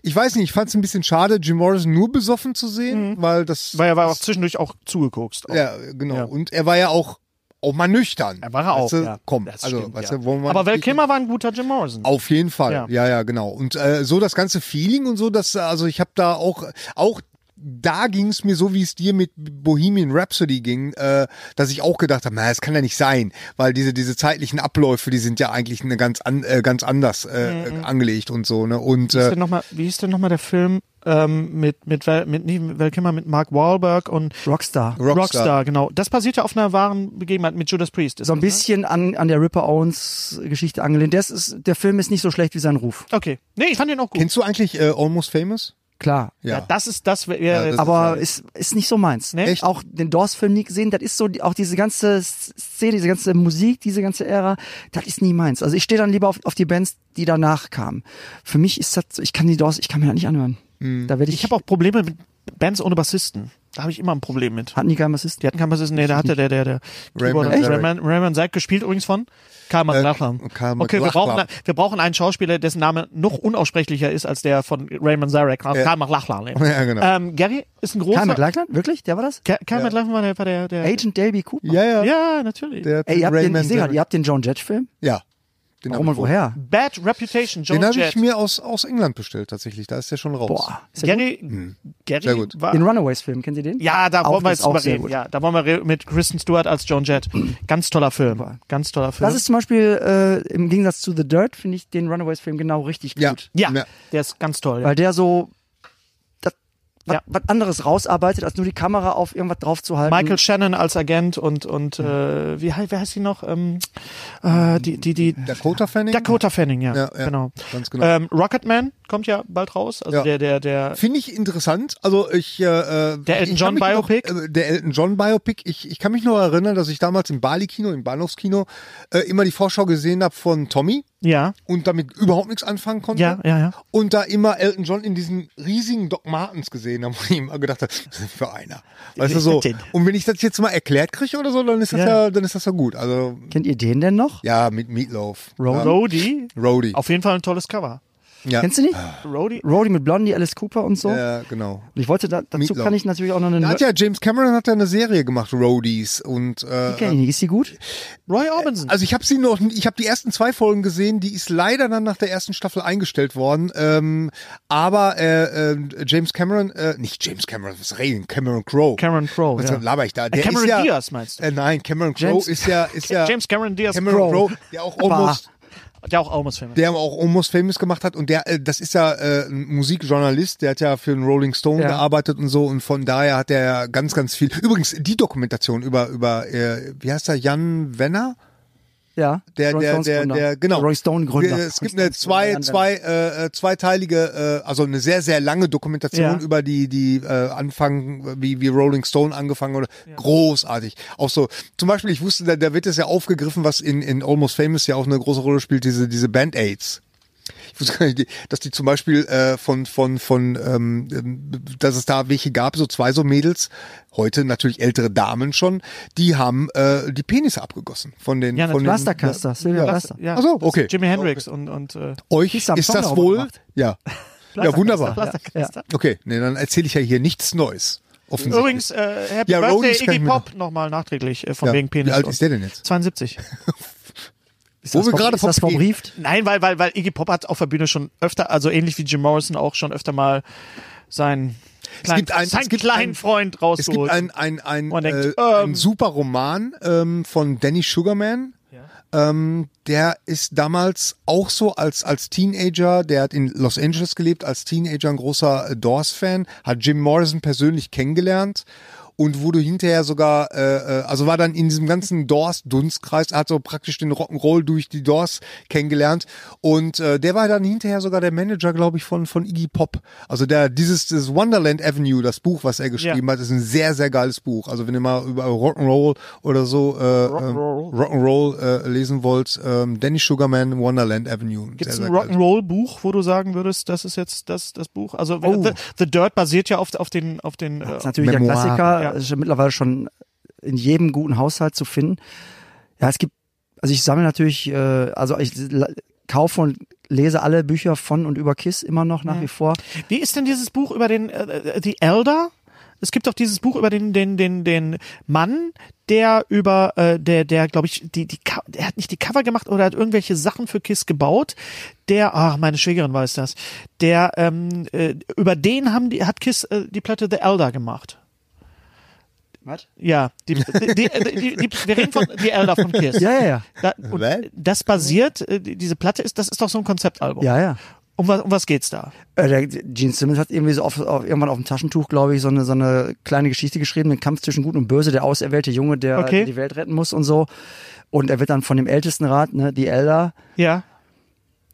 D: ich weiß nicht, ich fand es ein bisschen schade, Jim Morrison nur besoffen zu sehen, weil das
A: weil er Mhm. war auch zwischendurch auch zugeguckt. Auch.
D: ja genau
A: Ja.
D: und er war ja auch auch mal nüchtern.
A: Er war er auch.
D: Weißt du,
A: ja.
D: Komm,
A: Das
D: also
A: stimmt,
D: weißt
A: ja.
D: du, wollen wir
A: Aber Val
D: ich-
A: Kilmer war ein guter Jim Morrison.
D: auf jeden Fall.
A: Ja.
D: Ja, ja, genau. Und äh, so das ganze Feeling und so, das, äh, also ich habe da auch, auch da ging es mir so, wie es dir mit Bohemian Rhapsody ging, äh, dass ich auch gedacht habe, na, das kann ja nicht sein, weil diese, diese zeitlichen Abläufe, die sind ja eigentlich eine ganz, an, äh, ganz anders äh,
A: Mhm.
D: angelegt und so, ne? Und
A: Wie ist
D: äh,
A: denn nochmal, wie hieß denn nochmal der Film ähm, mit, mit, Val- mit, nicht Val Kilmer, mit Mark Wahlberg und
B: Rockstar.
D: Rockstar.
A: genau. Das basierte auf einer wahren Begebenheit mit Judas Priest. ist
B: So ein
A: das, ne?
B: bisschen an, an der Ripper Owens Geschichte angelehnt. Das ist, der Film ist nicht so schlecht wie sein Ruf.
A: Okay. Nee, ich fand den auch gut.
D: kennst du eigentlich äh, Almost Famous?
B: Klar.
A: ja. das ist, das wäre
D: Ja, das-
B: Aber ist, ist nicht so meins.
A: Nee? Echt?
B: Auch den Dors-Film nie gesehen, das ist so, die- auch diese ganze Szene, diese ganze Musik, diese ganze Ära, das ist nie meins. Also ich stehe dann lieber auf, auf die Bands, die danach kamen. Für mich ist das so, ich kann die Dors, ich kann mir das nicht anhören. Da werde ich,
A: Ich habe auch Probleme mit Bands ohne Bassisten. Da habe ich immer ein Problem mit.
B: Hatten die keinen Bassisten?
A: Die hatten keinen Bassisten, nee, da hatte der, der, der
D: Raymond
A: Keyboarder-
D: Äh, Echt?
A: Raymond, Raymond Seid gespielt übrigens von Karl Matlachlam.
D: Karl
A: okay, wir
D: Matlachlam.
A: brauchen, wir brauchen einen Schauspieler, dessen Name noch unaussprechlicher ist als der von Raymond Zarek. Karl ja. Matlachlam.
D: Ja, genau.
A: Ähm, Gary ist ein großer...
B: Karl McLachlan? Wirklich? Der war das?
A: Ka- Karl Matlachlam war der, war der, der
B: Agent Davy Cooper?
D: Ja, ja.
A: ja, natürlich.
D: Der
B: Ey, ihr habt den, ich
D: Raymond
B: sehe gerade,
D: Zarek.
B: ihr habt den John Jett-Film?
D: Ja. Den
B: Warum
D: hab
B: und
D: ich-
B: woher?
A: Bad Reputation, John
D: Den habe
A: Jett.
D: ich mir aus, aus England bestellt, tatsächlich. Da ist der schon raus.
B: Boah. Ist der gut?
A: Gary, Gary
D: Hm. Sehr gut.
A: war...
B: Den Runaways-Film, kennt ihr den?
A: Ja, da
B: Auch
A: wollen wir jetzt
B: das ist auch
A: drüber
B: sehr
A: reden.
B: gut.
A: Ja, da wollen wir re- mit Kristen Stewart als John Jett. Ganz toller Film. Ganz toller Film.
B: Das ist zum Beispiel, äh, im Gegensatz zu The Dirt, finde ich den Runaways-Film genau richtig
D: Ja.
B: gut.
A: ja,
D: Ja.
A: der ist ganz toll. Ja.
B: Weil der so das, was,
A: Ja.
B: was anderes rausarbeitet, als nur die Kamera auf irgendwas drauf zu halten.
A: Michael Shannon als Agent und und äh, wie hei- wer heißt sie noch? Ähm, äh, die die die
D: Dakota Fanning?
A: Dakota Fanning, ja,
D: Ja, ja,
A: genau.
D: ganz genau.
A: Ähm, Rocketman kommt ja bald raus, also
D: Ja.
A: der der der
D: Finde ich interessant. Also ich äh, äh,
A: Der Elton
D: ich
A: John
D: kann mich
A: Biopic?
D: Noch, äh, der Elton John Biopic. Ich, ich kann mich noch erinnern, dass ich damals im Bali Kino, im Bahnhofskino, äh, immer die Vorschau gesehen habe von Tommy
A: ja
D: und damit überhaupt nichts anfangen konnte.
A: ja ja ja.
D: Und da immer Elton John in diesen riesigen Doc Martens gesehen habe, wo ich immer gedacht habe, was ist das für einer. Weißt du so.
A: Wer ist das denn?
D: Und wenn ich das jetzt mal erklärt kriege oder so, dann ist das
A: Ja.
D: ja, dann ist das ja gut. Also
B: Kennt ihr den denn noch?
D: ja, mit Meatloaf. Ähm,
A: Ro-
D: ja.
A: Rhodey,
D: Roadie.
A: auf jeden Fall ein tolles Cover.
D: Ja.
B: Kennst du nicht?
A: Rhodey,
B: Roddy mit Blondie, Alice Cooper und so.
D: Ja, genau.
B: Und ich wollte da, dazu
D: Meatloaf.
B: kann ich natürlich auch noch eine.
D: Da hat ja James Cameron hat ja eine Serie gemacht, Roadies und äh,
B: Kenn ich nicht. Ist die gut?
A: Roy Orbison.
D: Also ich habe sie noch, ich habe die ersten zwei Folgen gesehen, die ist leider dann nach der ersten Staffel eingestellt worden. Ähm, aber äh, ähm, James Cameron, äh, nicht James Cameron, was reden? Cameron Crowe.
A: Cameron Crowe,
D: Was
A: ja. Äh,
D: laber ich da? Der
A: Cameron
D: ist ja,
A: Diaz meinst du?
D: Äh, nein, Cameron
B: James-
D: Crowe ist ja, ist ja
A: James Cameron Diaz
D: Cameron
A: Crowe.
D: Crowe, der auch almost,
A: der auch Almost Film.
D: der auch almost famous gemacht hat und der, äh, das ist ja äh, ein Musikjournalist, der hat ja für den Rolling Stone
B: Ja.
D: gearbeitet und so und von daher hat er ja ganz, ganz viel. Übrigens die Dokumentation über über äh, wie heißt er Jan Wenner?
B: Ja.
D: der, der, der, der, genau.
B: Rolling Stone Gründer.
D: Es gibt eine zwei, zwei, äh, äh, zweiteilige, äh, also eine sehr, sehr lange Dokumentation
A: Ja.
D: über die, die äh, Anfang, wie, wie Rolling Stone angefangen wurde. Großartig. Auch so, zum Beispiel, ich wusste, da, da wird es ja aufgegriffen, was in, in Almost Famous ja auch eine große Rolle spielt, diese, diese Band-Aids. Ich wusste gar nicht, die- dass die zum Beispiel äh, von, von, von, ähm, ähm, dass es da welche gab, so zwei so Mädels, heute natürlich ältere Damen schon, die haben äh, die Penisse abgegossen von den,
A: Ja,
D: von den
A: natürlich.
B: Blastercaster, Silvia Blaster.
A: Ja,
D: Ach so,
A: das ist
D: okay.
A: Jimi Hendrix und und äh,
D: Euch
B: Hieß am
D: ist
B: Song
D: das
B: auch
D: wohl.
B: gemacht.
D: Ja. ja, wunderbar.
A: Blasterkaster.
D: Okay, nee, dann erzähle ich ja hier nichts Neues. Offensichtlich.
A: Übrigens, äh, Happy
D: Ja,
A: Birthday
D: Rhodey's kann
A: Iggy
D: ich mir
A: Pop nochmal nachträglich äh, von
D: Ja.
A: wegen Penis.
D: Wie alt
A: und-
D: ist der denn jetzt?
A: 72.
B: Ist
D: Wo
B: das
D: wir
B: ver-
D: gerade
B: Ist das
D: vom-
B: verbrieft?
A: Nein, weil, weil, weil Iggy Pop hat auf der Bühne schon öfter, also ähnlich wie Jim Morrison auch schon öfter mal seinen kleinen,
D: gibt ein-
A: seinen
D: es gibt
A: kleinen
D: ein-
A: Freund
D: Es gibt
A: rausgeholt.
D: ein, ein, ein,
A: Man denkt,
D: äh,
A: ähm.
D: ein super Roman ähm, von Danny Sugarman. Ähm, der ist damals auch so als, als Teenager, der hat in Los Angeles gelebt, als Teenager ein großer äh, Doors-Fan, hat Jim Morrison persönlich kennengelernt und wurde hinterher sogar, äh, äh, also war dann in diesem ganzen Doors-Dunstkreis, hat so praktisch den Rock'n'Roll durch die Doors kennengelernt und äh, der war dann hinterher sogar der Manager, glaube ich, von, von Iggy Pop. Also der, dieses, dieses Wonderland Avenue, das Buch, was er geschrieben hat, ist ein sehr, sehr geiles Buch. Also wenn ihr mal über Rock'n'Roll oder so, äh,
A: Rock'n'Roll.
D: Rock'n'Roll. Rock'n'Roll äh, lesen wollt, ähm, Danny Sugarman, Wonderland Avenue.
A: Gibt es
D: Sehr,
A: ein
D: sehr geil.
A: Rock'n'Roll-Buch, wo du sagen würdest, das ist jetzt das, das Buch? Also
D: Oh.
A: The, The Dirt basiert ja auf, auf den, auf den äh,
B: Das ist natürlich ein
D: Memoir.
B: Klassiker,
A: Ja.
B: ist ja mittlerweile schon in jedem guten Haushalt zu finden. Ja, es gibt, also ich sammle natürlich, äh, also ich la- kaufe und lese alle Bücher von und über Kiss immer noch nach wie vor.
A: Wie ist denn dieses Buch über den äh, äh, The Elder? Es gibt doch dieses Buch über den den den den Mann, der über äh, der der glaube ich die die Co- der hat nicht die Cover gemacht oder hat irgendwelche Sachen für Kiss gebaut. Der ach meine Schwägerin weiß das. Der ähm, äh, über den haben die hat Kiss äh, die Platte The Elder gemacht.
B: Was?
A: Ja, die, die, die, die, die, wir reden von The Elder von Kiss.
B: Ja, ja, ja.
A: Da, und
D: Was?
A: das basiert äh, die- diese Platte ist das ist doch so ein Konzeptalbum.
B: Ja, ja.
A: Um was um was geht's da?
B: Äh, der Gene Simmons hat irgendwie so auf, auf, irgendwann auf dem Taschentuch, glaube ich, so eine, so eine kleine Geschichte geschrieben, den Kampf zwischen Gut und Böse, der auserwählte Junge, der
A: Okay.
B: die Welt retten muss und so. Und er wird dann von dem Ältestenrat, ne, die Elder,
A: Ja.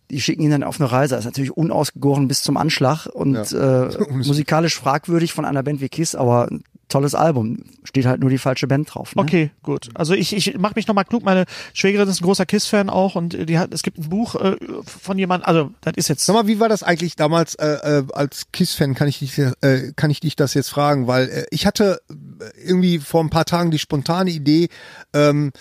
B: die schicken ihn dann auf eine Reise. Das ist natürlich unausgegoren bis zum Anschlag und äh, musikalisch fragwürdig von einer Band wie Kiss, aber tolles Album. Steht halt nur die falsche Band drauf. Ne?
A: Okay, gut. Also ich, ich mache mich nochmal klug. Meine Schwägerin ist ein großer KISS-Fan auch und äh, die hat, es gibt ein Buch äh, von jemandem, also das ist jetzt.
D: Sag mal, wie war das eigentlich damals äh, äh, als KISS-Fan? Kann, ich dich, äh, kann ich dich das jetzt fragen? Weil äh, ich hatte äh, irgendwie vor ein paar Tagen die spontane Idee, ähm,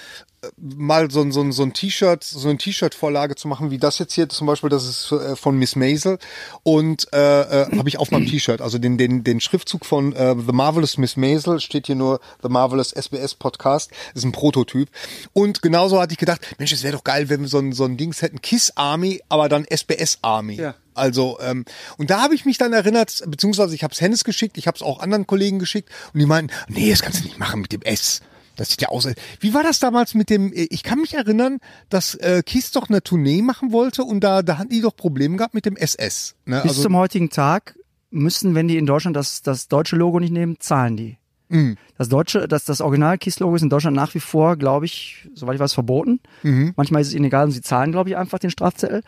D: äh, mal so, ein- so, ein- so ein T-Shirt, so eine T-Shirt-Vorlage zu machen, wie das jetzt hier zum Beispiel, das ist äh, von Miss Maisel und äh, äh, habe ich auf meinem T-Shirt, also den, den, den Schriftzug von äh, The Marvelous Miss Maisel, steht hier nur The Marvelous SBS Podcast, ist ein Prototyp und genauso hatte ich gedacht, Mensch, es wäre doch geil, wenn wir so ein, so ein Dings hätten, Kiss Army, aber dann SBS Army.
F: Ja.
D: Also, ähm, und da habe ich mich dann erinnert, beziehungsweise ich habe es Hennes geschickt, ich habe es auch anderen Kollegen geschickt und die meinten, nee, das kannst du nicht machen mit dem S. Das sieht ja aus. als- Wie war das damals mit dem, äh, ich kann mich erinnern, dass äh, Kiss doch eine Tournee machen wollte und da, da hatten die doch Probleme gehabt mit dem SS. Ne?
B: Bis zum heutigen Tag müssen, wenn die in Deutschland das, das deutsche Logo nicht nehmen, zahlen die.
D: mhm,
B: Das deutsche, das, das Original-Kiss-Logo ist in Deutschland nach wie vor, glaube ich, soweit ich weiß, verboten.
D: Mhm.
B: Manchmal ist es ihnen egal und sie zahlen, glaube ich, einfach den Strafzettel.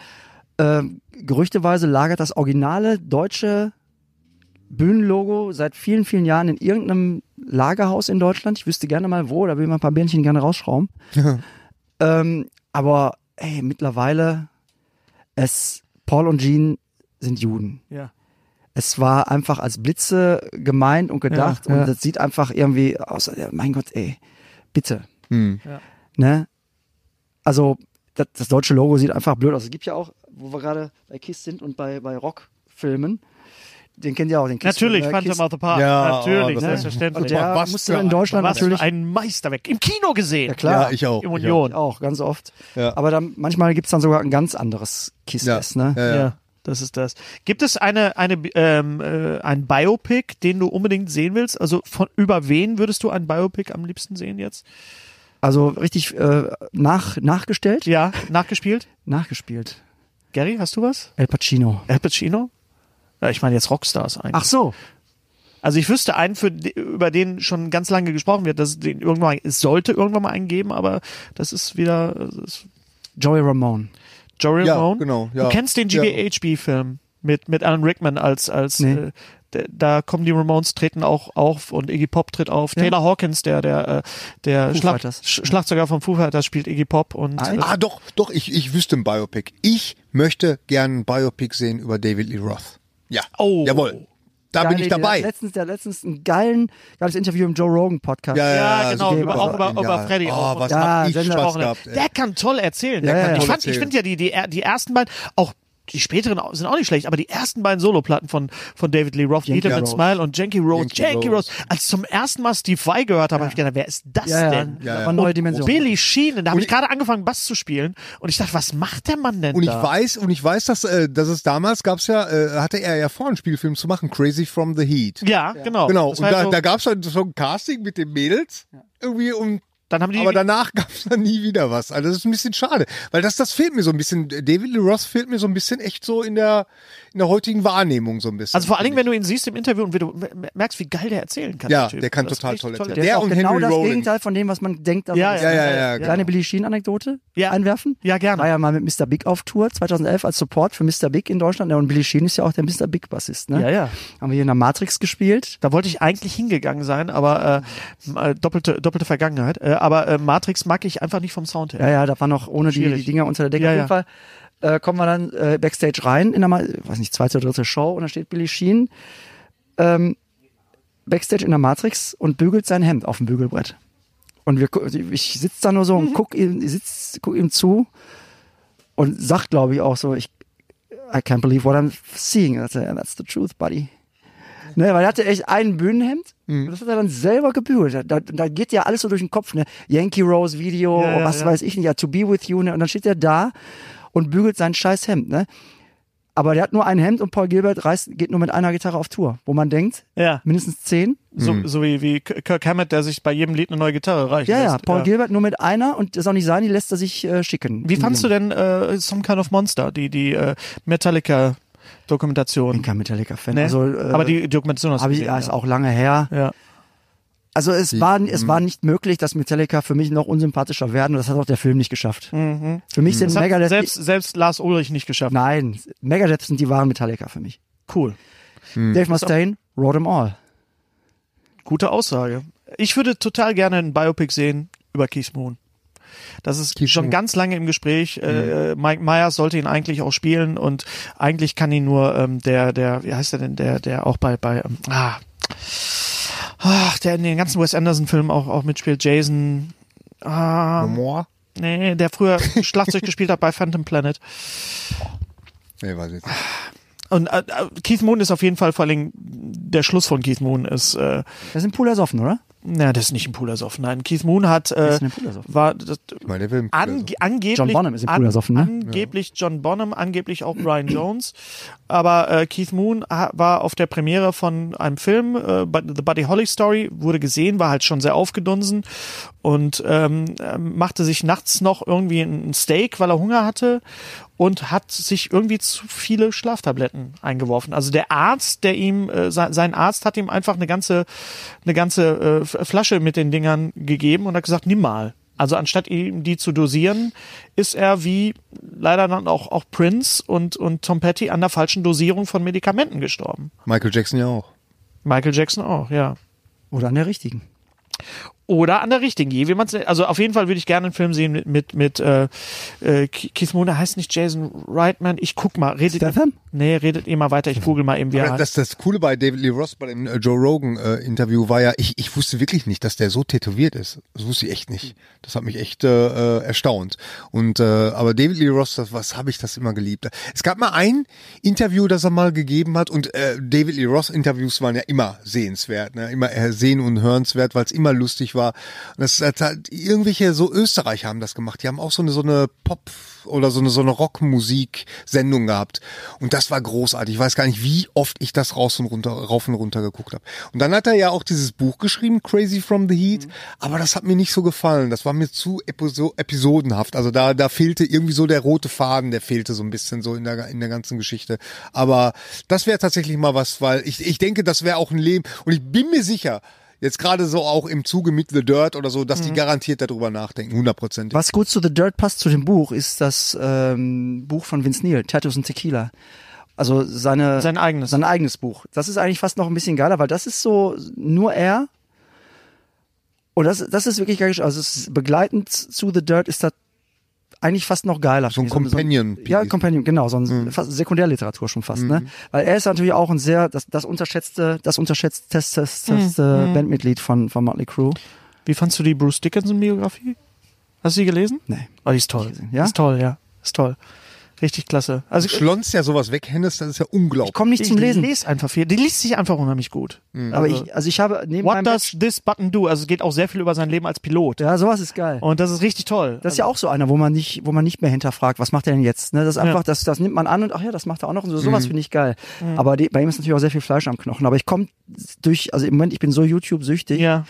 B: Ähm, gerüchteweise lagert das originale deutsche Bühnenlogo seit vielen, vielen Jahren in irgendeinem Lagerhaus in Deutschland. Ich wüsste gerne mal wo, da will ich mal ein paar Bändchen gerne rausschrauben. ähm, aber ey, mittlerweile, es, Paul und Jean sind Juden.
A: Ja.
B: Es war einfach als Blitze gemeint und gedacht
A: Ja, ja.
B: und das sieht einfach irgendwie aus, ja, mein Gott, ey, bitte.
D: Hm.
B: Ne? Also, das, das deutsche Logo sieht einfach blöd aus. Es gibt ja auch, wo wir gerade bei Kiss sind und bei, bei Rockfilmen, den kennt ihr auch, den Kiss.
A: Natürlich,
B: äh,
A: Phantom
B: Kiss-
A: of the Park.
D: Ja,
A: natürlich, ne,
D: oh, das-
A: selbstverständlich.
B: Und der
D: was
B: musste
D: für
B: in Deutschland
A: Was
B: natürlich
A: für ein Meisterwerk. Im Kino gesehen.
B: Ja, klar.
D: Ja, ich auch.
A: Im Union.
B: auch, ganz oft.
D: Ja.
B: Aber dann, manchmal gibt es dann sogar ein ganz anderes Kiss.
D: Ja.
B: Ne?
D: Ja, ja.
A: Ja, das ist das. Gibt es eine, eine, ähm, äh, ein Biopic, den du unbedingt sehen willst? Also von über wen würdest du ein Biopic am liebsten sehen jetzt?
B: Also richtig äh, nach, nachgestellt,
A: Ja, nachgespielt.
B: nachgespielt.
A: Gary, hast du was?
B: El Pacino.
A: Al Pacino? Ja, ich meine jetzt Rockstars eigentlich.
B: Ach so,
A: Also ich wüsste einen, für, de- über den schon ganz lange gesprochen wird, dass es den irgendwann, es sollte irgendwann mal einen geben, aber das ist wieder das ist
B: Joey Ramone.
A: Jory
D: Ja,
A: Ramone.
D: genau, ja.
A: Du kennst den
D: Ja.
A: GBHB-Film mit, mit Alan Rickman als, als
B: Nee.
A: äh, d- da kommen die Ramones, treten auch auf und Iggy Pop tritt auf. Taylor Hawkins, der, der, äh, der
B: Foo
A: Schlag,
B: Fighters.
A: Sch Schlagzeuger von Foo Fighters spielt Iggy Pop und
B: Ah,
A: äh,
D: Ah, doch, doch, ich, ich wüsste ein Biopic. Ich möchte gerne ein Biopic sehen über David Lee Roth. Ja.
A: Oh.
D: Jawohl. Da bin
B: Geile
D: ich
B: Idee. Der hat
D: dabei.
B: Letztens, der hat letztens ein geilen, geiles Interview im Joe Rogan Podcast.
A: Ja, genau,
D: super.
A: über- auch über- über
D: Genial.
A: Freddy auch.
D: Oh, was
B: Ja,
D: hab ich
B: Sender
D: Spaß
B: auch, ne?
D: gehabt. ey.
A: Der kann toll erzählen.
B: Ja, ja.
A: ich
B: Toll
A: fand, ich
D: erzählen.
A: finde ja die, die, er- die ersten beiden, auch die späteren au- sind auch nicht schlecht, aber die ersten beiden Soloplatten von, von David Lee Roth,
B: Yankee
A: Needle and
B: Rose.
A: Smile und Janky Rose,
D: Yankee
A: Janky Rose.
D: Rose.
A: als ich zum ersten Mal Steve Vai gehört habe, habe ich gedacht, wer ist das
B: Ja, ja,
A: denn?
B: das war eine neue Dimension.
A: Billy Sheehan, da habe
D: Und
A: ich gerade angefangen Bass zu spielen und ich dachte, was macht der Mann denn
D: Äh, Und ich
A: da?
D: weiß, und ich weiß, dass, äh, dass es damals gab's ja, äh, hatte er ja vor, einen Spielfilm zu machen, Crazy from the Heat.
A: ja, genau.
D: Genau.
A: Das
D: Und
A: war
D: da,
A: so,
D: da gab's halt so ein Casting mit den Mädels irgendwie und
A: dann haben die
D: aber danach gab's dann nie wieder was. Also das ist ein bisschen schade, weil das das fehlt mir so ein bisschen. David Lee Roth fehlt mir so ein bisschen echt so in der in der heutigen Wahrnehmung so ein bisschen.
A: also vor allen Dingen, wenn du ihn siehst im Interview und wie du mer- merkst, wie geil der erzählen kann.
D: Ja,
A: Typ.
D: der kann
A: Das ist
D: total
A: echt
D: toll erzählen.
B: Der,
D: Der
B: ist auch
D: und
B: genau
D: Henry
B: das
D: Rollins.
B: Gegenteil von dem, was man denkt. dass
A: Ja,
B: er ist.
D: ja, ja, ja, genau.
B: Kleine Billy Sheen-Anekdote
A: Ja.
B: einwerfen?
A: Ja, gerne.
B: War ja mal mit Mr. Big auf Tour 2011 als Support für Mr. Big in Deutschland. Ja, Und Billy Sheen ist ja auch der Mr. Big-Bassist. Ne?
A: Ja, ja.
B: Haben wir hier in der Matrix gespielt.
A: Da wollte ich eigentlich hingegangen sein, aber äh, m- äh, doppelte, doppelte Vergangenheit. Äh, aber äh, Matrix mag ich einfach nicht vom Sound her.
B: Ja, ja, da waren noch ohne die,
A: Schwierig.
B: die Dinger unter der Decke.
A: Ja,
B: Auf
A: ja.
B: jeden Fall äh, kommen wir dann äh, Backstage rein in der, Ma- weiß nicht, zweite oder dritte Show und da steht Billy Sheen ähm, Backstage in der Matrix und bügelt sein Hemd auf dem Bügelbrett. Und wir, gu- ich sitze da nur so
A: Mhm.
B: und guck ihm, sitz, guck ihm zu und sagt, glaube ich, auch so, ich, I can't believe what I'm seeing. Und er sagte, That's the truth, buddy. Ne, weil er hatte echt ein Bühnenhemd
A: Mhm.
B: und das hat er dann selber gebügelt. Da, da geht ja alles so durch den Kopf, ne? Yankee Rose Video,
A: Ja, ja,
B: was
A: ja.
B: weiß ich nicht, ja, To Be With You, ne? Und dann steht er da und bügelt sein scheiß Hemd, ne? Aber der hat nur ein Hemd und Paul Gilbert reist, geht nur mit einer Gitarre auf Tour, wo man denkt,
A: Ja. Mhm.
B: mindestens zehn.
A: So, so wie, wie Kirk Hammett, der sich bei jedem Lied eine neue Gitarre reicht.
B: Ja, ja, Paul Gilbert nur mit einer und das ist auch nicht sein, die lässt er sich äh, schicken.
A: Wie fandst du denn äh, Some Kind of Monster, die, die äh, Metallica-Dokumentation?
B: bin kein Metallica-Fan.
A: Ne?
B: Also, äh,
A: aber die Dokumentation hast du
B: hab ich,
A: gesehen.
B: ja, ist auch lange her.
A: ja.
B: Also es war, es war nicht möglich, dass Metallica für mich noch unsympathischer werden und das hat auch der Film nicht geschafft. Für mich sind
A: Mhm. Das hat
B: Megadeth...
A: selbst, selbst Lars Ulrich nicht geschafft.
B: nein, Megadeth sind die wahren Metallica für mich.
A: Cool.
B: Dave Mustaine, wrote them all.
A: Gute Aussage. Ich würde total gerne ein Biopic sehen über Keith Moon. Das ist schon ganz lange im Gespräch. Äh, Mike Myers sollte ihn eigentlich auch spielen und eigentlich kann ihn nur ähm, der, der, wie heißt er denn, der, der auch bei, bei, ähm, ah, ach, der in den ganzen Wes Anderson-Filmen auch, auch mitspielt, Jason, ah,
D: Moor?
A: nee, der früher Schlagzeug gespielt hat bei Phantom Planet.
D: Nee, weiß ich nicht.
A: Und äh, äh, Keith Moon ist auf jeden Fall vor allem der Schluss von Keith Moon ist äh,
B: Das ist im Pool ersoffen, oder?
A: na das ist nicht ein Pulersoff. Nein, Keith Moon hat äh,
B: ist denn ein Pulersoff?
A: war das,
D: Ich meine, der will im Pool
A: ange
D: ersoffen.
A: angeblich
B: John Bonham ist im Pulersoff, ne?
A: angeblich John Bonham, angeblich auch Brian Jones, aber äh, Keith Moon ha- war auf der Premiere von einem Film äh, Bud- The Buddy Holly Story wurde gesehen, war halt schon sehr aufgedunsen und ähm, äh, machte sich nachts noch irgendwie ein Steak, weil er Hunger hatte und hat sich irgendwie zu viele Schlaftabletten eingeworfen. Also der Arzt, der ihm, äh, se- sein Arzt hat ihm einfach eine ganze, eine ganze äh, F- Flasche mit den Dingern gegeben und hat gesagt, nimm mal. Also anstatt ihm die zu dosieren, ist er wie leider dann auch, auch Prince und, und Tom Petty an der falschen Dosierung von Medikamenten gestorben.
D: Michael Jackson ja auch.
A: Michael Jackson auch, ja.
B: Oder an der richtigen.
A: Oder an der richtigen, je, wie man's, also auf jeden Fall würde ich gerne einen Film sehen mit, mit, mit äh, äh, Keith Moon, der heißt nicht Jason Reitman, ich guck mal, redet,
B: Statham?
A: nee, redet ihr mal weiter, ich google mal eben, wie er
D: Ja, das, das Coole bei David Lee Ross bei dem äh, Joe Rogan äh, Interview war ja, ich, ich wusste wirklich nicht, dass der so tätowiert ist. Das wusste ich echt nicht. Das hat mich echt äh, äh, erstaunt. Und äh, aber David Lee Ross, das, was habe ich das immer geliebt. Es gab mal ein Interview, das er mal gegeben hat und äh, David Lee Ross Interviews waren ja immer sehenswert, ne? immer äh, sehen und hörenswert, weil es immer lustig war. Und das, das hat halt irgendwelche so Österreicher haben das gemacht. Die haben auch so eine so eine Pop oder so eine, so eine Rockmusik-Sendung gehabt. Und das war großartig. Ich weiß gar nicht, wie oft ich das raus und runter, rauf und runter geguckt habe. Und dann hat er ja auch dieses Buch geschrieben, Crazy from the Heat.
A: Mhm.
D: Aber das hat mir nicht so gefallen. Das war mir zu episo episodenhaft. Also da, da fehlte irgendwie so der rote Faden, der fehlte so ein bisschen so in der, in der ganzen Geschichte. Aber das wäre tatsächlich mal was, weil ich, ich denke, das wäre auch ein Leben. Und ich bin mir sicher, jetzt gerade so auch im Zuge mit The Dirt oder so,
A: Mhm.
D: dass die garantiert darüber nachdenken. Hundertprozentig.
B: Was gut zu The Dirt passt zu dem Buch, ist das ähm, Buch von Vince Neil, Tattoos und Tequila. Also seine,
A: Sein eigenes.
B: sein eigenes Buch. Das ist eigentlich fast noch ein bisschen geiler, weil das ist so nur er. Und das, das ist wirklich geil. gesch- Also es ist begleitend zu The Dirt ist das eigentlich fast noch geiler.
D: So ein Companion-Piece.
B: Ja, Companion, genau, so ein fast Sekundärliteratur schon fast, ne? Weil er ist natürlich auch ein sehr, das, das unterschätzte, das unterschätzteste äh,
A: Mhm.
B: Bandmitglied von, von Motley Crue.
A: Wie fandst du die Bruce Dickinson-Biografie? Hast du die gelesen?
B: Nee.
A: Oh, die ist toll.
B: gelesen, ja?
A: Ist toll, ja. Ist toll. Richtig klasse. Also ich,
D: schlonzt ja sowas weg, Hennes, das ist ja unglaublich.
B: Komm nicht
A: ich
B: zum Lesen.
A: lese einfach viel. Die liest sich einfach unheimlich gut.
D: Hm.
B: Aber ich, also ich habe neben
A: What
B: meinem
A: does this button do? Also es geht auch sehr viel über sein Leben als Pilot.
B: Ja, sowas ist geil.
A: Und das ist richtig toll.
B: das ist ja auch so einer, wo man nicht, wo man nicht mehr hinterfragt, was macht er denn jetzt? Ne, das ist einfach,
A: Also Ja. Mhm.
B: das, das nimmt man an und ach ja, das macht er auch noch und so, sowas finde ich geil. Aber die, bei ihm ist natürlich auch sehr viel Fleisch am Knochen. Aber ich komme durch, also im Moment, ich bin so YouTube-süchtig.
A: ja.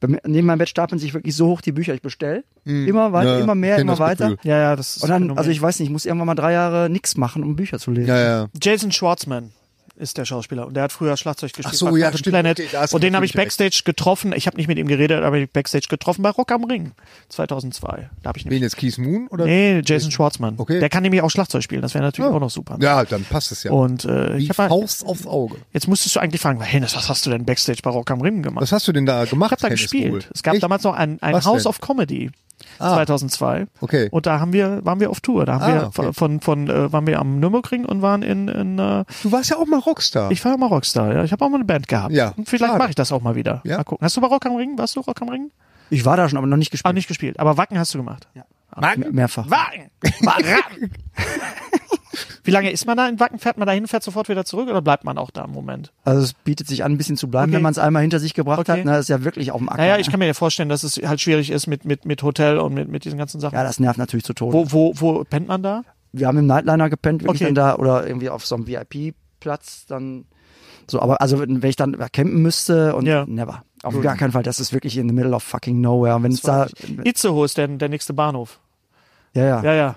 B: Bei mir- Neben meinem Bett stapeln sich wirklich so hoch die Bücher. Ich bestell
A: Mhm.
B: immer weiter,
D: Ja,
B: immer mehr,
D: kenn
B: immer
D: das
B: weiter.
D: Gefühl.
A: ja, ja, das ist
B: Und dann,
A: phänomenal.
B: also ich weiß nicht, ich muss irgendwann mal drei Jahre nichts machen, um Bücher zu lesen.
D: Ja, ja.
A: Jason Schwartzman ist der Schauspieler und der hat früher Schlagzeug gespielt
D: Ach so,
A: bei
D: ja,
A: Phantom
D: stimmt.
A: Planet
D: Okay, da hast du
A: und den habe ich
D: natürlich recht.
A: backstage getroffen. Ich habe nicht mit ihm geredet, aber ich hab Backstage getroffen bei Rock am Ring 2002. Da habe ich
D: Wen
A: nämlich
D: jetzt Keith Moon oder?
A: Nee, Jason Schwartzman.
D: Okay.
A: Der kann nämlich auch Schlagzeug spielen, das wäre natürlich auch noch super.
D: Ja, dann passt es ja.
A: Und äh,
D: Die
A: ich hab mal,
D: Faust aufs Auge.
A: jetzt musstest du eigentlich fragen, Hennes, was hast du denn backstage bei Rock am Ring gemacht?
D: Was hast du denn da
A: ich
D: gemacht?
A: habe da
D: Hennes
A: gespielt.
D: Buhl?
A: Es gab
D: Echt?
A: damals noch ein, ein
D: Was
A: House
D: denn? Ah.
A: of Comedy 2002.
D: Okay.
A: Und da haben wir waren wir auf Tour. Da haben
D: Ah,
A: wir
D: okay.
A: von von äh, waren wir am Nürburgring und waren in, in äh,
D: Du warst ja auch mal Rockstar.
A: Ich war ja mal Rockstar, ja. Ich habe auch mal eine Band gehabt.
D: Ja,
A: Und vielleicht
D: schade.
A: mache ich das auch mal wieder.
D: Ja.
A: Mal gucken. Hast du bei Rock am Ring? Warst du Rock am Ring?
B: Ich war da schon, aber noch nicht gespielt.
A: Ah, nicht gespielt. Aber Wacken hast du gemacht. Ja.
B: Mehr- mehrfach.
A: Wacken! Wacken! Wie lange ist man da in Wacken? Fährt man da hin, fährt sofort wieder zurück oder bleibt man auch da im Moment?
B: Also es bietet sich an, ein bisschen zu bleiben,
A: Okay.
B: wenn man es einmal hinter sich gebracht
A: Okay.
B: hat. Ne, ist ja wirklich auf dem Acker.
A: Naja,
B: ne?
A: ich kann mir ja vorstellen, dass es halt schwierig ist mit, mit, mit Hotel und mit, mit diesen ganzen Sachen.
B: ja, das nervt natürlich zu Tode.
A: wo, wo, wo pennt man da?
B: wir haben im Nightliner gepennt, wirklich
A: Okay.
B: dann da oder irgendwie auf so einem VIP-Platz dann so, aber also wenn wenn ich dann campen müsste und
A: Ja.
B: never. Auf gar keinen Fall, das ist wirklich in the middle of fucking nowhere. Und Wenn es da,
A: Itzehoe ist der, der nächste Bahnhof.
B: ja, ja,
A: Ja, ja.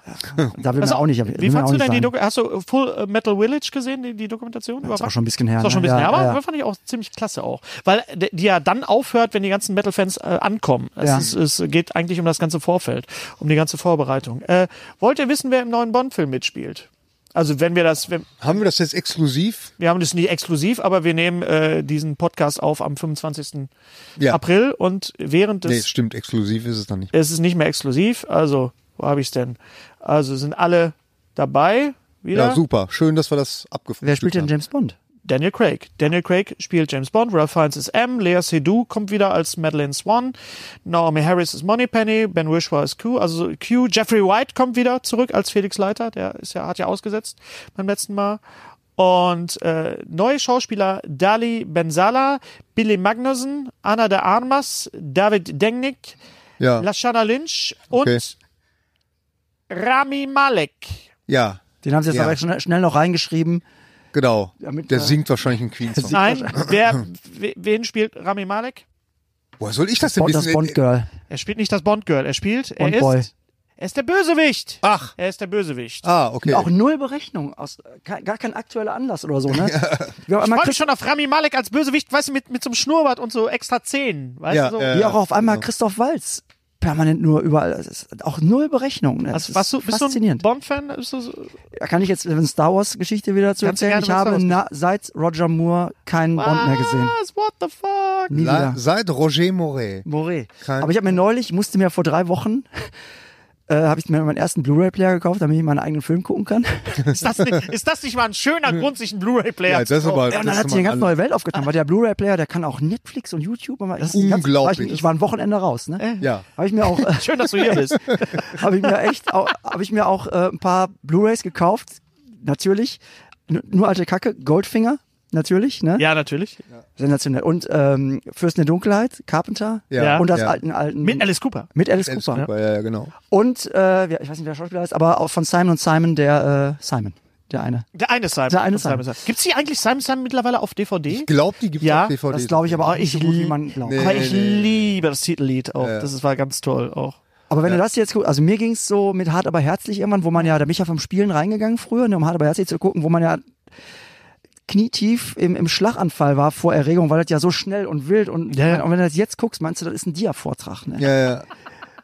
B: da will man auch nicht.
A: Wie fandst du denn die Dokumentation? Hast du äh, Full Metal Village gesehen, die, die Dokumentation? über
B: ist auch
A: Wacken?
B: schon ein bisschen her,
A: Ist auch schon ein
B: ne?
A: bisschen
B: Ja,
A: her, aber
B: ja, ja.
A: fand ich auch ziemlich klasse auch. Weil d- die ja dann aufhört, wenn die ganzen Metal-Fans äh, ankommen. Es,
B: Ja.
A: ist, es geht eigentlich um das ganze Vorfeld, um die ganze Vorbereitung. Äh, wollt ihr wissen, wer im neuen Bond-Film mitspielt? Also wenn wir das, wenn,
D: Haben wir das jetzt exklusiv?
A: wir haben das nicht exklusiv, aber wir nehmen äh, diesen Podcast auf am 25.
D: Ja.
A: April und während
D: Nee,
A: des,
D: stimmt, exklusiv ist es dann nicht.
A: es ist nicht mehr exklusiv, also wo habe ich es denn? Also sind alle dabei wieder.
D: Ja, super. Schön, dass wir das abgefunden
B: Wer spielt denn
D: haben.
B: James Bond?
A: Daniel Craig. Daniel Craig spielt James Bond, Ralph Fiennes ist M, Lea Seydoux kommt wieder als Madeleine Swan, Naomi Harris ist Moneypenny, Ben Whishaw ist Q, also Q, Jeffrey White kommt wieder zurück als Felix Leiter, der ist ja, hat ja ausgesetzt beim letzten Mal. Und äh, neue Schauspieler Dali Benzala, Billy Magnussen, Anna de Armas, David Dengnick,
D: Ja.
A: Lashana Lynch und
D: Okay.
A: Rami Malek.
D: Ja,
B: Den haben sie jetzt
D: Ja.
B: aber schnell, schnell noch reingeschrieben.
D: genau.
B: Damit
A: äh,
D: der
B: wir-
D: singt wahrscheinlich einen Queen-Song.
A: Nein, wer, we- wen spielt Rami Malek?
D: Woher soll ich das denn
B: Bond, das
D: wissen? eh-
B: Bond Girl.
A: Er spielt nicht das Bond-Girl, er spielt, er
B: Bond
A: ist,
B: Boy.
A: er ist der Bösewicht.
D: Ach.
A: Er ist der Bösewicht.
D: Ah, okay.
B: Auch null Berechnung. Aus, ke- gar kein aktueller Anlass oder so, ne? Wir haben
A: Ich
B: einmal
A: freue mich
B: Christ-
A: schon auf Rami Malek als Bösewicht, weißt du, mit, mit so einem Schnurrbart und so extra Zähnen, weißt
D: Ja,
A: du, so.
D: äh,
B: wie auch auf einmal Christoph Walz. Permanent nur überall. Es ist auch null Berechnung. Ne?
A: Was,
B: Das
A: was
B: ist
A: du, bist du ein
B: faszinierend.
A: Bond-Fan? Bist du so-
B: Da kann ich jetzt eine Star Wars Geschichte wieder dazu
A: Kannst du
B: erzählen?
A: gerne
B: Ich
A: mit
B: habe
A: Star
B: na, seit Roger Moore keinen Bond mehr gesehen.
A: Was? What the fuck?
B: Nie
D: La-
B: wieder.
D: Seit Roger Moret.
B: Moré.
D: Kein-
B: Aber ich habe mir neulich, musste mir vor drei Wochen, äh, habe ich mir meinen ersten Blu-ray-Player gekauft, damit ich meinen eigenen Film gucken kann.
A: Ist das, nicht, ist das nicht mal ein schöner Grund, sich einen Blu-ray-Player
D: Ja, das ist aber.
B: Ja, und dann
D: das kann
B: hat sich eine
D: man
B: ganz
D: alle-
B: neue Welt aufgetan, weil der Blu-ray-Player, der kann auch Netflix und YouTube. Und das
D: Unglaublich.
B: War ich, ich war ein Wochenende raus, ne?
D: Ja.
B: Habe ich mir auch, äh,
A: Schön, dass du hier bist.
B: habe ich mir echt, auch- habe ich mir auch äh, ein paar Blu-rays gekauft, natürlich. N nur alte Kacke, Goldfinger, natürlich, ne?
A: ja, natürlich.
B: Sensationell. Und ähm, Fürsten der Dunkelheit, Carpenter.
A: Ja.
B: Und das
D: ja.
B: alten, alten.
A: Mit Alice Cooper.
B: mit Alice
D: Alice
B: Cooper.
D: Cooper, ja, ja, genau.
B: Und äh, wer- ich weiß nicht, wer der Schauspieler ist, aber auch von Simon und Simon, der äh, Simon, der eine.
A: Der eine Simon.
B: Der eine
A: Simon.
B: Simon.
A: Gibt's die eigentlich Simon Simon mittlerweile auf DVD?
D: Glaubt, die gibt es
A: Ja,
D: auf DVD.
B: Das glaube ich aber auch Oh, nicht so gut, wie
A: l-
B: man glaubt.
A: Aber
D: Nee,
A: ich
D: nee, nee,
A: liebe das Titellied auch. Das ist, war ganz toll auch.
B: Aber wenn du das jetzt guckst, also mir ging's so mit Hart aber herzlich irgendwann, wo man ja, da bin ich ja vom Spielen reingegangen früher, ne, um Hart aber herzlich zu gucken, wo man ja knietief im, im Schlaganfall war vor Erregung, weil das ja so schnell und wild und,
A: Ja, ja.
B: und wenn du das jetzt guckst, meinst du, das ist ein Dia-Vortrag, ne?
D: Ja, ja.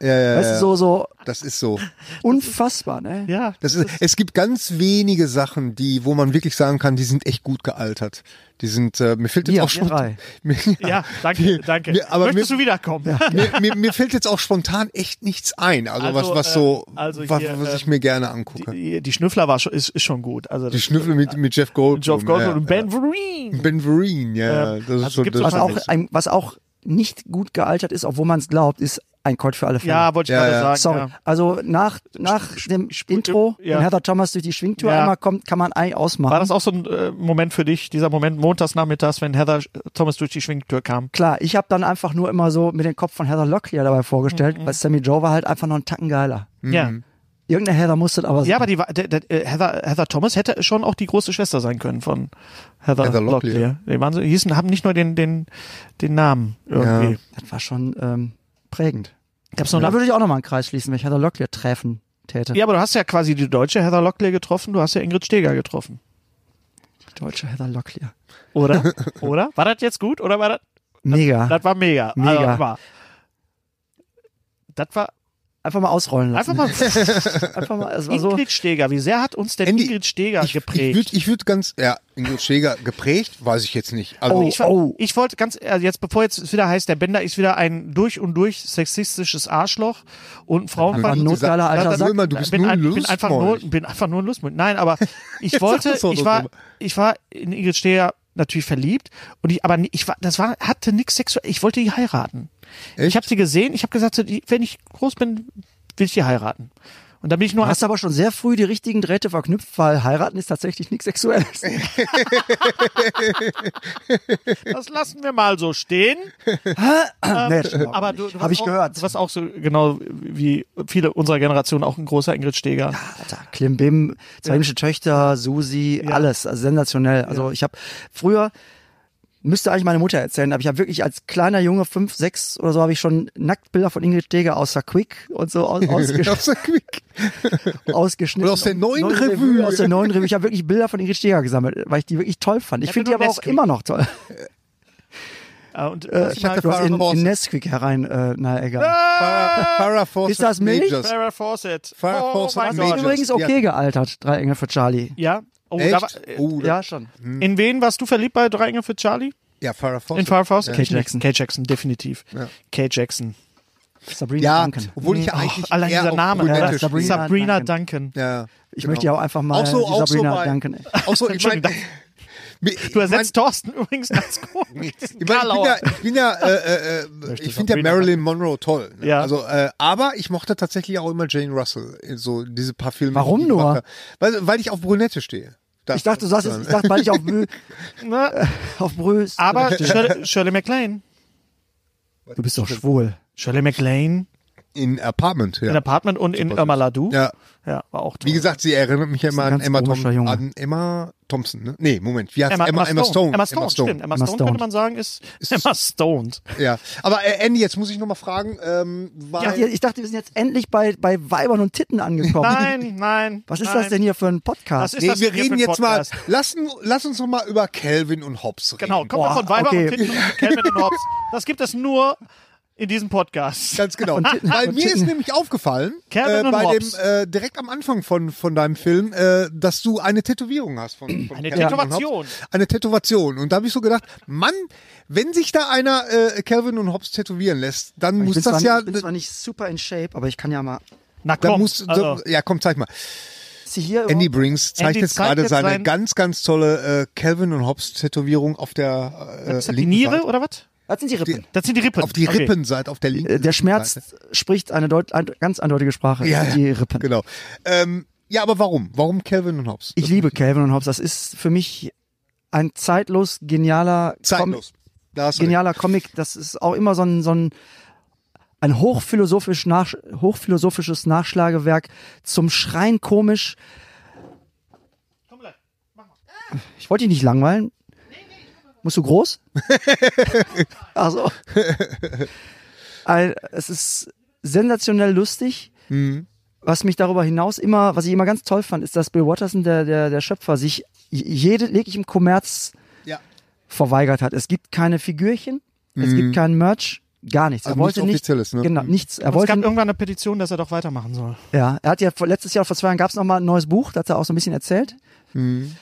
D: Ja, ja,
B: Weißt
D: ja.
B: du, so, so
D: Das ist so.
B: unfassbar, ne?
A: Ja.
D: Das ist, es gibt ganz wenige Sachen, die, wo man wirklich sagen kann, die sind echt gut gealtert. Die sind, äh, mir fehlt jetzt
B: Wir,
D: auch
B: wir
D: schon.
B: drei.
D: Mir,
A: Ja, danke,
D: mir-
A: danke.
D: Mir, aber mir,
A: Möchtest du wiederkommen?
D: mir, mir, mir fällt jetzt auch spontan echt nichts ein. Also,
A: Also,
D: was, was
A: äh,
D: so,
A: also
D: was,
A: hier,
D: was
A: äh,
D: ich mir gerne angucke. Die,
A: Die, die Schnüffler war schon, ist, ist schon gut. Also das-
D: Schnüffel mit, mit Jeff Goldblum.
A: Geoff Goldblum
D: ja,
A: und Ben
D: Mhm.
A: Vereen.
D: Ja. Ben Vereen, ja.
A: Ähm,
D: das ist
A: also
D: so,
A: gibt's
D: das
B: Was
A: schon
B: auch,
A: nicht.
B: ein, was auch nicht gut gealtert ist, obwohl man es glaubt, ist ein Code für alle Fälle.
A: Ja, wollte ich
D: Ja,
A: gerade
D: ja.
A: sagen.
B: Sorry.
A: Ja.
B: Also nach, nach dem Intro,
A: ja.
B: wenn Heather Thomas durch die Schwingtür
A: Ja.
B: einmal kommt, kann man eigentlich ausmachen.
A: War das auch so ein äh, Moment für dich, dieser Moment montags nachmittags, wenn Heather äh, Thomas durch die Schwingtür kam?
B: Klar, ich habe dann einfach nur immer so mit dem Kopf von Heather Locklear dabei vorgestellt,
A: Mhm.
B: weil Sammy Joe war halt einfach noch einen Tacken geiler.
D: Mhm.
A: Ja.
B: Irgendeine Heather musste aber
A: Ja, aber die war, der, der, äh, Heather, Heather Thomas hätte schon auch die große Schwester sein können von Heather,
D: Heather Locklear.
A: Locklear. Die waren so, hießen, haben nicht nur den, den, den Namen irgendwie.
B: das war schon ähm, prägend.
A: Gab's noch
B: da
A: eine,
B: würde ich auch nochmal einen Kreis schließen, wenn ich Heather Locklear treffen täte.
A: ja, aber du hast ja quasi die deutsche Heather Locklear getroffen, du hast ja Ingrid Steger getroffen.
B: Die deutsche Heather Locklear.
A: Oder? oder? War das jetzt gut oder war das?
B: Mega.
A: Das war mega.
B: Mega.
A: Also, das war- das war
B: Einfach mal ausrollen
A: einfach
B: lassen.
A: mal
B: Einfach mal, es war so,
A: Ingrid Steger. Wie sehr hat uns denn
D: Also, Andy,
A: Ingrid Steger
D: ich, ich
A: geprägt?
D: würde ich würd ganz, ja, Ingrid Steger geprägt, weiß ich jetzt nicht. Also,
A: ich, ver-
B: oh.
A: ich wollte ganz, also jetzt, bevor jetzt es wieder heißt, der Bender ist wieder ein durch und durch sexistisches Arschloch und
B: ein
A: Frauenfeindlich.
B: notgeiler
D: oh, Sag
B: alter
D: doch
B: Sack.
D: Also immer, du bist
A: bin,
D: nur ein
A: ein, bin, einfach nur,
D: Lustmolch.
A: bin einfach nur ein Lustmund. Nein, aber ich
D: Jetzt
A: wollte,
D: sag's doch
A: ich
D: doch
A: war,
D: nochmal.
A: ich war in Ingrid Steger natürlich verliebt und ich, aber ich war, das war, hatte nichts sexuell. Ich wollte die heiraten. Ich
D: Echt?
A: habe sie gesehen, ich habe gesagt, so, die- wenn ich groß bin, will ich die heiraten. Und da bin ich nur
B: Du hast aber schon sehr früh die richtigen Drähte verknüpft, weil heiraten ist tatsächlich nichts Sexuelles.
A: Das lassen wir mal so stehen.
B: Ah, nee, das stimmt auch
A: Äh, Aber
B: nicht.
A: du, du
B: Hab
A: warst
B: ich
A: auch,
B: gehört.
A: Du warst auch so genau wie viele unserer Generation auch ein großer Ingrid Steger.
B: Alter, Klimbim, zwei himmlische Töchter, Susi, alles, also sensationell. Also ich habe früher müsste eigentlich meine Mutter erzählen, aber ich habe wirklich als kleiner Junge fünf, sechs oder so habe ich schon Nacktbilder von Ingrid Steger aus der Quick und so aus, ausgeschnitten,
D: Aus der Quick.
B: ausgeschnitten.
D: Oder aus der neuen
B: Neue
D: Revue.
B: Aus der neuen Revue. Ich habe wirklich Bilder von Ingrid Steger gesammelt, weil ich die wirklich toll fand. Ich
A: Ja,
B: finde
A: nur
B: die aber auch
A: Nesquik.
B: immer noch toll.
A: Äh, Und
B: Äh,
A: äh, Ah,
B: ich hatte du hast in, in Nesquik herein, äh, na egal.
D: Farrah Farrah Fawcett
B: Ist das Milch?
D: Majors.
A: Farrah Fawcett. oh,
D: Farrah Fawcett
A: mein
D: Major.
A: Gott.
B: Übrigens okay gealtert, drei Engel für Charlie.
A: Ja. Oh, da war,
D: Echt?
A: äh,
D: Oh, da-
B: Ja, schon.
A: in wen warst du verliebt bei Drei Engel für Charlie?
D: ja, Farrah Fawcett.
A: In Farrah Fawcett?
B: Kate Jackson.
A: Kate Jackson, definitiv. Kate Jackson.
B: Sabrina
D: ja,
B: Duncan.
D: obwohl ich ja
A: Oh,
D: eigentlich
A: allein
D: eher
A: dieser
D: auf
A: Name.
D: brunette
A: oder?
B: ja,
D: stehe.
A: Sabrina,
B: Sabrina
A: Duncan.
D: Ja,
B: Ich
D: genau.
B: möchte ja auch einfach mal
D: auch so,
B: die
D: auch
B: Sabrina
D: so bei,
B: danken.
D: Auch so, ich mein,
A: Entschuldigung, Du
D: mir- ich mein,
A: ersetzt Thorsten übrigens ganz gut.
D: Ich, mein, ich bin ja, ich, bin ja, äh, äh, äh, ich finde ja
A: Sabrina.
D: Marilyn Monroe toll. Ne?
A: Ja.
D: Also, äh, aber ich mochte tatsächlich auch immer Jane Russell. in So diese paar Filme.
B: Warum
D: die ich
B: nur?
D: gemacht habe. Weil, weil ich auf Brünette stehe. Das-
B: Ich dachte, du sagst, jetzt- ich dachte, weil ich auf, Bö-
A: Ne?
B: auf Brüst.
A: Aber Shirley, Shirley MacLaine.
B: du bist doch schwul.
A: Shirley MacLaine
D: in Apartment. Ja.
A: in Apartment und in Irma Ladu.
D: ja.
A: ja, war auch toll.
D: Wie gesagt, sie erinnert mich ja immer
B: ein
D: an
B: ganz
D: Emma, Thom
B: komischer Junge.
D: an Emma Thompson. Ne? Nee, Moment. Wie heißt
A: Emma, Emma, Stone.
D: Emma
A: Emma Stone, stimmt. Emma,
B: Emma
A: Stone,
B: Stone.
A: könnte man sagen, ist, Emma Stone.
D: Ja. Aber äh, Andy, jetzt muss ich nochmal fragen, ähm,
B: Ich
D: weil
B: dachte, ich dachte, wir sind jetzt endlich bei, bei Weibern und Titten angekommen.
A: Nein, nein.
B: Was ist
A: nein.
B: das denn hier für ein
A: Das
B: Podcast?
A: ist
D: Nee,
A: das
D: wir
A: hier
D: reden
A: für ein
D: jetzt mal,
A: Podcast?
D: lassen, lass uns noch mal über Calvin und Hobbes reden.
A: Genau, kommen wir
B: Boah,
A: von Weiber
B: okay.
A: und Titten und Calvin und Hobbes. Das gibt es nur in diesem Podcast.
D: Ganz genau. Weil mir ist nämlich aufgefallen, äh,
A: Calvin und
D: bei dem,
A: Hobbes.
D: äh, direkt am Anfang von, von deinem Film, äh, dass du eine Tätowierung hast. Von, von
A: Eine
D: Calvin und
A: Tätowation.
D: Hobbes. Eine Tätowation. Und da habe ich so gedacht, Mann, wenn sich da einer äh, Calvin und Hobbes tätowieren lässt, dann
B: ich
D: muss
B: bin, zwar,
D: das ja... ne,
B: ich bin zwar nicht super in Shape, aber ich kann ja mal.
A: Na
D: Da
A: komm,
D: muss,
A: also,
D: ja, komm, zeig mal.
B: Ist sie hier
D: Andy
B: überhaupt-
D: Brings zeigt
A: Andy
D: jetzt
A: zeigt
D: gerade
A: jetzt
D: seine
A: sein-
D: ganz, ganz tolle äh, Calvin und Hobbes Tätowierung auf der äh,
A: ist das die
D: linken
A: Niere
D: Seite.
A: oder was?
B: Was sind die Rippen?
A: Das sind die Rippen.
D: Auf die
A: Okay.
D: Rippenseite, auf der linken
B: Äh, Der Schmerz
D: Seite.
B: spricht eine deut ein, ganz eindeutige Sprache.
D: Ja,
B: Die
D: ja,
B: Rippen.
D: Genau. Ähm, ja, aber warum? Warum Calvin und Hobbes?
B: Ich liebe Calvin und Hobbes. Das ist für mich ein zeitlos genialer
D: Zeitlos. Da hast du
B: genialer Comic. Das ist auch immer so ein, so ein, ein hochphilosophisch nach, hochphilosophisches Nachschlagewerk zum Schreien komisch. Ich wollte dich nicht langweilen. Musst du groß? also. Es ist sensationell lustig. Was mich darüber hinaus immer, was ich immer ganz toll fand, ist, dass Bill Watterson, der, der, der Schöpfer, sich jede, jeglichem Kommerz
D: recht. Ja.
B: verweigert hat. Es gibt keine Figürchen, es gibt kein Merch, gar nichts.
D: Mhm. Also
B: er wollte
D: nichts
B: nicht,
D: Offizielles, ne?
B: Genau, nichts. Er
A: Es
B: wollte,
A: gab irgendwann eine Petition, dass er doch weitermachen soll.
B: ja, er hat ja vor, letztes Jahr, vor zwei Jahren gab es nochmal ein neues Buch, da hat er auch so ein bisschen erzählt.
D: Mhm.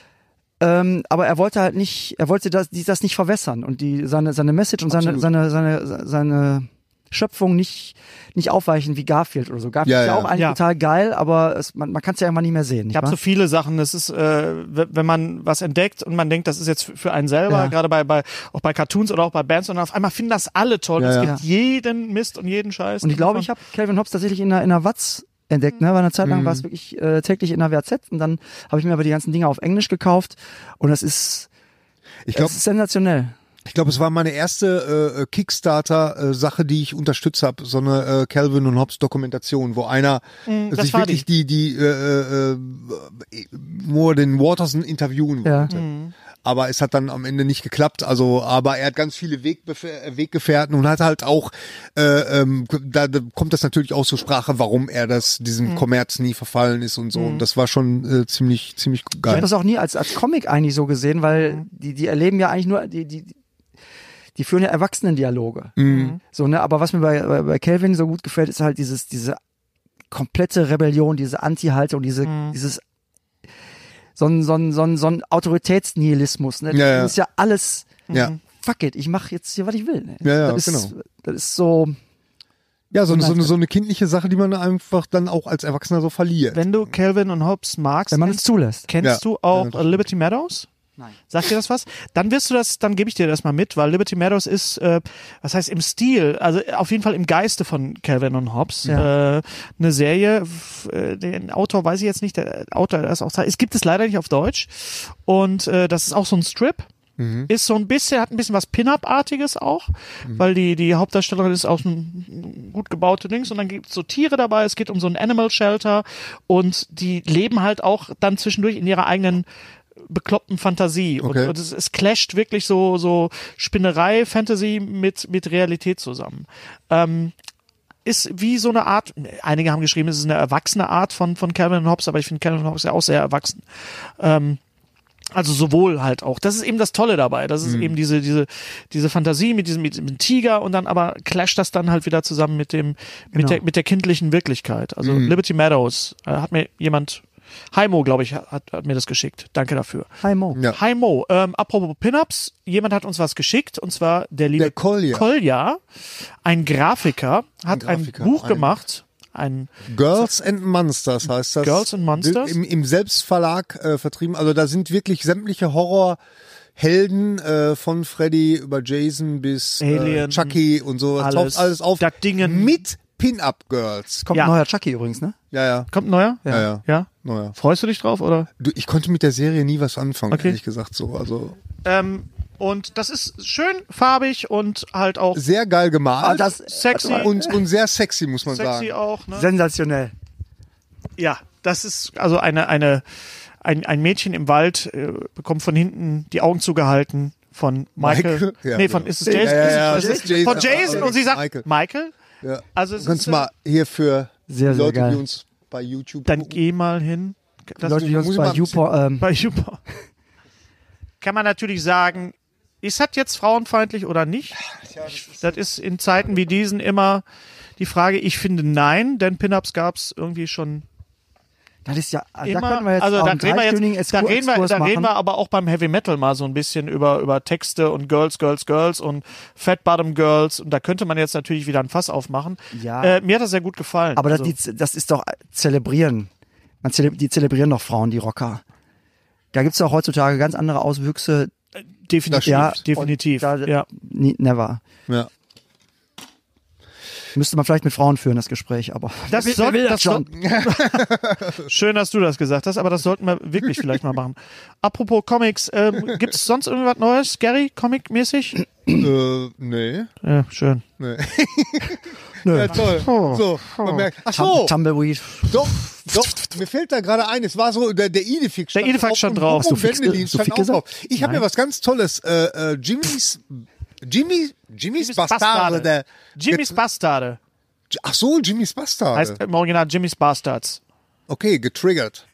B: Ähm, aber er wollte halt nicht, er wollte das, die, das nicht verwässern und die, seine, seine Message und seine, seine, seine, seine Schöpfung nicht, nicht aufweichen wie Garfield oder so. Garfield
D: Ja,
B: ist ja,
D: ja.
B: auch eigentlich
A: Ja.
B: total geil, aber es, man, man kann es ja irgendwann nicht mehr sehen. Nicht
A: Ich habe
B: wahr?
A: so viele Sachen. Es ist, äh, w- wenn man was entdeckt und man denkt, das ist jetzt f- für einen selber,
B: Ja.
A: gerade bei, bei auch bei Cartoons oder auch bei Bands, und auf einmal finden das alle toll.
D: Ja,
A: es
D: ja.
A: gibt jeden Mist und jeden Scheiß.
B: Und ich glaube, ich habe Calvin Hobbs tatsächlich in einer, in einer Watz entdeckt, ne? Weil eine Zeit
D: Mhm.
B: lang war es wirklich äh, täglich in einer WZ und dann habe ich mir aber die ganzen Dinge auf Englisch gekauft und das ist, das
D: Ich glaube,
B: ist sensationell.
D: ich glaub, es war meine erste äh, Kickstarter-Sache, die ich unterstützt habe, so eine äh, Calvin und Hobbes-Dokumentation, wo einer
A: das
D: sich
A: war
D: wirklich die, die, äh, äh, äh, nur den Waterson interviewen
B: Ja.
D: wollte. Aber es hat dann am Ende nicht geklappt. Also, aber er hat ganz viele Wegbef äh, Weggefährten und hat halt auch, äh, ähm, da, da kommt das natürlich auch zur Sprache, warum er das diesem Kommerz nie verfallen ist und so. Und das war schon äh, ziemlich, ziemlich
B: Ich
D: geil.
B: habe das auch nie als, als Comic eigentlich so gesehen, weil die, die erleben ja eigentlich nur, die, die, die führen ja Erwachsenendialoge.
D: Mhm.
B: So, ne? Aber was mir bei, bei, bei Calvin so gut gefällt, ist halt dieses, diese komplette Rebellion, diese Anti-Haltung, diese, dieses so ein, so ein, so ein, so ein Autoritätsnihilismus. Ne?
D: Ja, ja.
B: Das ist ja alles
D: ja.
B: fuck it, ich mache jetzt hier, was ich will. ne?
D: Ja, ja,
B: das ist,
D: genau.
B: Das ist so,
D: Ja, so, eine- so, eine, so eine kindliche Sache, die man einfach dann auch als Erwachsener so verliert.
A: wenn du Calvin und Hobbes magst,
B: wenn man es zulässt.
A: Kennst
D: Ja.
A: du auch äh, Liberty Meadows?
B: Nein.
A: Sagt dir das was? Dann wirst du das, dann gebe ich dir das mal mit, weil Liberty Meadows ist, äh, was heißt im Stil, also auf jeden Fall im Geiste von Calvin und Hobbes, äh, eine Serie, f- äh, den Autor weiß ich jetzt nicht, der Autor der das auch sagt, es gibt es leider nicht auf Deutsch und äh, das ist auch so ein Strip. Ist so ein bisschen, hat ein bisschen was Pin-Up-artiges auch, weil die, die Hauptdarstellerin ist aus einem gut gebaute Dings und dann gibt's so Tiere dabei, es geht um so ein Animal Shelter und die leben halt auch dann zwischendurch in ihrer eigenen bekloppten Fantasie.
D: Okay.
A: Und, und es, es clasht wirklich so, so Spinnerei, Fantasy mit, mit Realität zusammen. Ähm, ist wie so eine Art, einige haben geschrieben, es ist eine erwachsene Art von, von Calvin und Hobbes, aber ich finde Calvin und Hobbes ja auch sehr erwachsen. Ähm, Also sowohl halt auch. Das ist eben das Tolle dabei. Das
D: Mhm.
A: ist eben diese, diese, diese Fantasie mit diesem, mit diesem Tiger und dann aber clasht das dann halt wieder zusammen mit dem,
D: Genau.
A: mit der, mit der kindlichen Wirklichkeit. Also
D: Mhm.
A: Liberty Meadows äh, hat mir jemand, Heimo, glaube ich, hat, hat mir das geschickt. Danke dafür.
B: Hi Mo.
D: Ja.
A: Hi Mo, ähm, apropos Pin-Ups, jemand hat uns was geschickt und zwar der liebe
D: Der Kolja.
A: Kolja, ein Grafiker, hat ein,
D: Grafiker,
A: Buch
D: ein-
A: gemacht, ein
D: Girls and Monsters heißt das.
A: Girls and Monsters?
D: Im, im Selbstverlag äh, vertrieben. Also da sind wirklich sämtliche Horrorhelden äh, von Freddy über Jason bis äh,
A: Alien,
D: Chucky und so. Das
A: alles,
D: taucht alles auf.
A: das Dingen.
D: Mit Pin-Up Girls.
B: Kommt
A: Ja.
B: ein neuer Chucky übrigens, ne?
D: Ja, ja.
A: Kommt ein neuer?
D: Ja, ja.
A: Ja?
D: Naja.
A: Freust du dich drauf oder?
D: Du, ich konnte mit der Serie nie was anfangen,
A: Okay.
D: ehrlich gesagt so. Also
A: Ähm, und das ist schön farbig und halt auch
D: sehr geil gemalt.
B: Ah, das-
A: sexy.
D: und, und sehr sexy, muss man
A: sexy
D: sagen.
A: auch. Ne?
B: Sensationell.
A: Ja, das ist also eine, eine, ein, ein Mädchen im Wald äh, bekommt von hinten die Augen zugehalten von Michael.
D: Michael? Ja,
A: nee, von
D: genau.
A: ist es Jason?
D: Ja, ja, ja,
A: Ist es-
D: das ist Jason.
A: Von Jason
D: Aber-
A: und sie sagt
D: Michael.
A: Michael.
D: Ja.
A: Also es
D: Kannst
A: ist,
D: du mal hier für
B: Sehr, sehr
D: die Leute,
B: geil.
D: die uns bei YouTube
A: Dann
D: gucken.
A: geh mal hin. Das
B: Leute, die
D: muss
B: uns
D: ich
B: bei
D: mal-
B: YouPorn, ähm,
A: bei Juba. Kann man natürlich sagen, ist das jetzt frauenfeindlich oder nicht? Das ist in Zeiten wie diesen immer die Frage. Ich finde nein, denn Pin-Ups gab es irgendwie schon
B: das ist ja, da
A: immer.
B: können wir jetzt
A: also
B: auch
A: da
B: einen
A: reden wir
B: dreistündigen
A: jetzt, da
B: Exkurs-
A: reden wir,
B: Exkurs
A: da reden
B: machen.
A: wir aber auch beim Heavy Metal mal so ein bisschen über über Texte und Girls, Girls, Girls und Fat Bottom Girls und da könnte man jetzt natürlich wieder ein Fass aufmachen.
B: Ja.
A: Äh, mir hat das sehr gut gefallen.
B: Aber das,
A: Also-
B: die, das ist doch äh, zelebrieren. Man zele die zelebrieren doch Frauen, die Rocker. Da gibt's auch heutzutage ganz andere Auswüchse.
A: definitiv,
B: Ja,
A: definitiv.
B: Da,
A: ja.
B: nie- Never.
D: Ja.
B: Müsste man vielleicht mit Frauen führen, das Gespräch, aber.
A: Das
B: Wer- wer
A: soll-
B: will
A: das Schön, dass du das gesagt hast, aber das sollten wir wirklich vielleicht mal machen. Apropos Comics, ähm, gibt es sonst irgendwas Neues, Gary, Comic-mäßig?
D: Äh, nee.
A: Ja, schön.
D: Ja, toll. So, man merkt. Ach so,
B: Tum Tumbleweed.
D: doch, doch. Mir fällt da gerade ein. Es war so, der, der Idefix stand
A: Der Idefix stand
D: und
A: drauf. Hast
D: Hugo
A: du Fix
B: ge-
D: Wendelin
B: hast du
D: stand
B: Fix
D: auch drauf.
B: gesagt?
D: Ich habe mir
B: Nein.
D: was ganz Tolles. Äh, äh, Jimmys, Jimmy, Jimmys Bastarde.
A: Jimmy's Bastarde.
D: Get- Ach so, Jimmys Bastarde.
A: Heißt im Original Jimmy's Bastards.
D: okay, getriggert.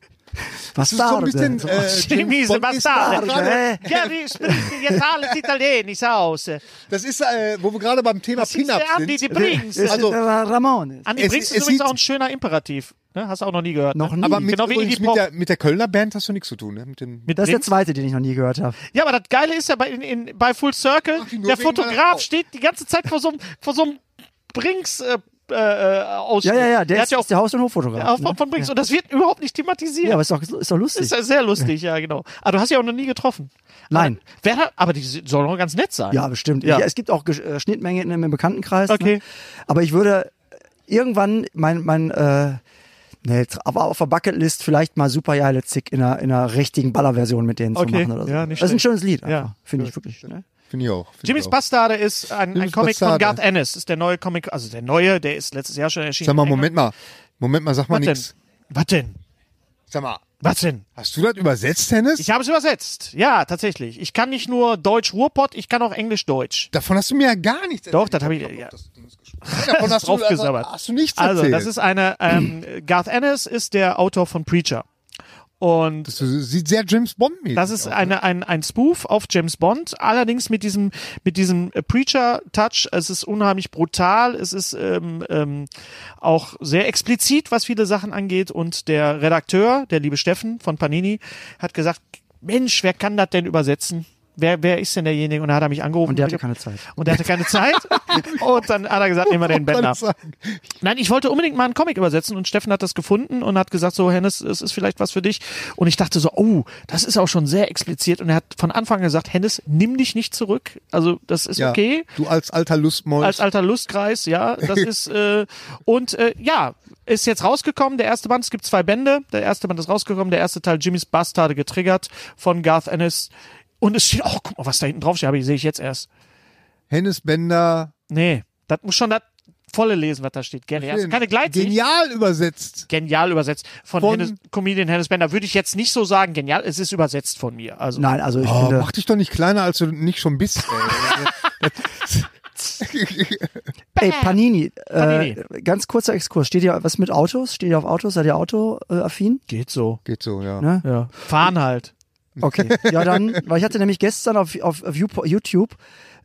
B: Was
D: Das ist so ein bisschen. Äh,
A: Jimmy's
D: James Bond ist
A: Oh, Bastarde.
D: gerade-
A: Ja, wir sprechen jetzt alles Italienisch aus.
D: Das ist, äh, wo wir gerade beim Thema
A: Das ist
D: Pin-Up
A: der Andi, die
D: sind.
A: Brings.
D: Also,
B: Ramon.
A: Andi
D: es-
A: Brings
D: es
A: ist übrigens
D: sieht-
A: auch ein schöner Imperativ. Ne? Hast du auch noch nie gehört.
B: Noch
A: ne?
B: nie.
D: aber mit,
A: Genau wie
D: übrigens
A: Iggy
D: mit,
A: Pop.
D: der, mit der Kölner Band hast du nichts zu tun, ne? Mit dem,
A: Mit
B: Das ist der
A: Brings?
B: zweite, den ich noch nie gehört habe.
A: Ja, aber das Geile ist ja bei, in, in, bei Full Circle,
D: Ach, die nur
A: der
D: wegen meiner Frau.
A: Fotograf steht die ganze Zeit vor so einem, vor so einem Brinks äh, äh, aus.
B: Ja, ja, ja, der,
A: hat
B: ist,
A: ja auch,
B: ist der Haus- und
A: auch
B: Hoffotograf.
A: von,
B: Ne?
A: von Brinks und das wird überhaupt nicht thematisiert.
B: Ja, aber ist doch, ist doch lustig.
A: ist ja sehr lustig, ja, genau. Aber du hast ja auch noch nie getroffen.
B: Nein.
A: Aber, wer hat, aber die soll doch ganz nett sein.
B: Ja, bestimmt.
A: Ja.
B: Ja. es gibt auch Gesch- äh, Schnittmengen in- im Bekanntenkreis.
A: Okay.
B: Ne? Aber ich würde irgendwann mein, mein äh, nee, tr- aber auf der Bucketlist vielleicht mal supergeile Zick in einer, in einer richtigen Ballerversion mit denen
A: Okay.
B: zu machen oder so.
A: Ja, nicht
B: das ist ein
A: schlecht.
B: schönes Lied, einfach,
A: Ja.
B: finde ich wirklich. Ne?
D: finde ich auch. Find ich
A: Jimmy's
D: auch.
A: Bastarde ist ein, ein
D: Genau. Jimmy's
A: Comic
D: Bastarde.
A: von Garth Ennis. Ist der neue Comic, also der neue, der ist letztes Jahr schon erschienen.
D: Sag mal, Moment mal. Moment mal, sag mal
A: Was denn?
D: nichts.
A: Was denn?
D: Sag mal,
A: Was denn?
D: hast du das übersetzt, Dennis?
A: Ich habe es übersetzt. Ja, tatsächlich. Ich kann nicht nur Deutsch-Ruhrpott, ich kann auch Englisch-Deutsch.
D: Davon hast du mir ja gar nichts erzählt.
A: Doch, das habe ich. Ja.
D: Davon hast, du, also
A: draufgesabbert.
D: hast du nichts
A: Also,
D: erzählt.
A: das ist eine. Ähm, Garth Ennis ist der Autor von Preacher. Und
D: So, sieht sehr James Bond mit.
A: das ist eine, ein, ein Spoof auf James Bond, allerdings mit diesem, mit diesem äh, Preacher-Touch. Es ist unheimlich brutal, es ist ähm, ähm, auch sehr explizit, was viele Sachen angeht. Und der Redakteur, der liebe Steffen von Panini, hat gesagt: Mensch, wer kann das denn übersetzen? Wer, wer ist denn derjenige? Und da hat er mich angerufen.
B: Und der hatte keine Zeit.
A: Und der hatte keine Zeit. und dann hat er gesagt, nehmen wir den Bender. Nein, ich wollte unbedingt mal einen Comic übersetzen und Steffen hat das gefunden und hat gesagt, so Hennes, es ist vielleicht was für dich. Und ich dachte so, oh, das ist auch schon sehr expliziert. Und er hat von Anfang an gesagt, Hennes, nimm dich nicht zurück. Also das ist
D: ja,
A: okay.
D: Du als alter Lustmolch.
A: Als alter Lustkreis, ja, das ist äh, und äh, ja, ist jetzt rausgekommen. Der erste Band, es gibt zwei Bände. Der erste Band ist rausgekommen, der erste Teil Jimmys Bastarde getriggert von Garth Ennis. Und es steht, oh, guck mal, was da hinten drauf steht, habe ich sehe ich jetzt erst.
D: Hennes Bender.
A: Nee, das muss schon das volle lesen, was da steht. Gary, hast du keine Gleitsicht?
D: Genial übersetzt.
A: Genial übersetzt von,
D: Von-
A: Hennes, Comedian Hennes Bender. Würde ich jetzt nicht so sagen, genial, es ist übersetzt von mir. Also
B: Nein, also ich
D: Oh,
B: finde,
D: mach dich doch nicht kleiner, als du nicht schon bist. Ey.
B: ey, Panini,
A: Panini.
B: Äh, ganz kurzer Exkurs. Steht ihr was mit Autos? Steht ihr auf Autos? Seid ihr autoaffin?
A: geht so.
D: Geht so, ja.
B: Ne?
A: Ja. Fahren halt.
B: Okay, ja dann, weil ich hatte nämlich gestern auf, auf, auf Youpo- YouTube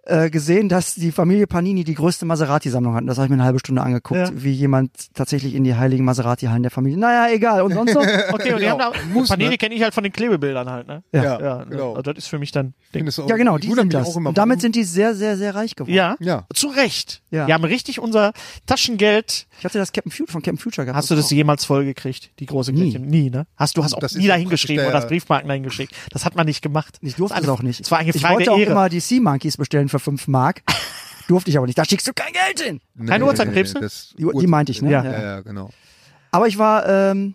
B: äh, gesehen, dass die Familie Panini die größte Maserati-Sammlung hat. Das habe ich mir eine halbe Stunde angeguckt,
A: Ja.
B: wie jemand tatsächlich in die heiligen Maserati-Hallen der Familie. Naja, egal. Und sonst so?
A: Okay, und die
D: Ja,
A: haben da,
D: muss,
A: Panini
D: ne?
A: kenne ich halt von den Klebebildern halt, ne?
D: Ja,
A: ja
D: genau.
A: Also das ist für mich dann. Ding.
B: Ja, genau, die sind das. Und damit
D: sind
B: sind die sehr, sehr, sehr reich geworden.
A: Ja,
D: Ja.
A: zu Recht.
B: Ja.
A: Die haben richtig unser Taschengeld.
B: Ich hatte das Captain Future von Captain Future gehabt.
A: Hast du das jemals vollgekriegt? Die große
B: Oh. Nie.
A: Kirche? Nie, ne? Hast du hast auch
D: Das ist
A: nie
D: ja
A: dahin geschrieben
D: praktisch
A: oder
D: der-
A: das Briefmarken dahin geschickt. Das hat man nicht gemacht.
B: Oh. Ich durfte
A: Das
B: es
A: war
B: auch nicht.
A: Es war eine
B: ich
A: Frage
B: wollte
A: der
B: auch
A: Ehre.
B: immer die Sea Monkeys bestellen für 5 Mark. durfte ich aber nicht. Da schickst du kein Geld hin.
A: Keine Uhrzeitkrebse?
D: das-
B: Die, die meinte ich, ne?
A: Ja.
D: Ja, ja, genau.
B: Aber ich war ähm,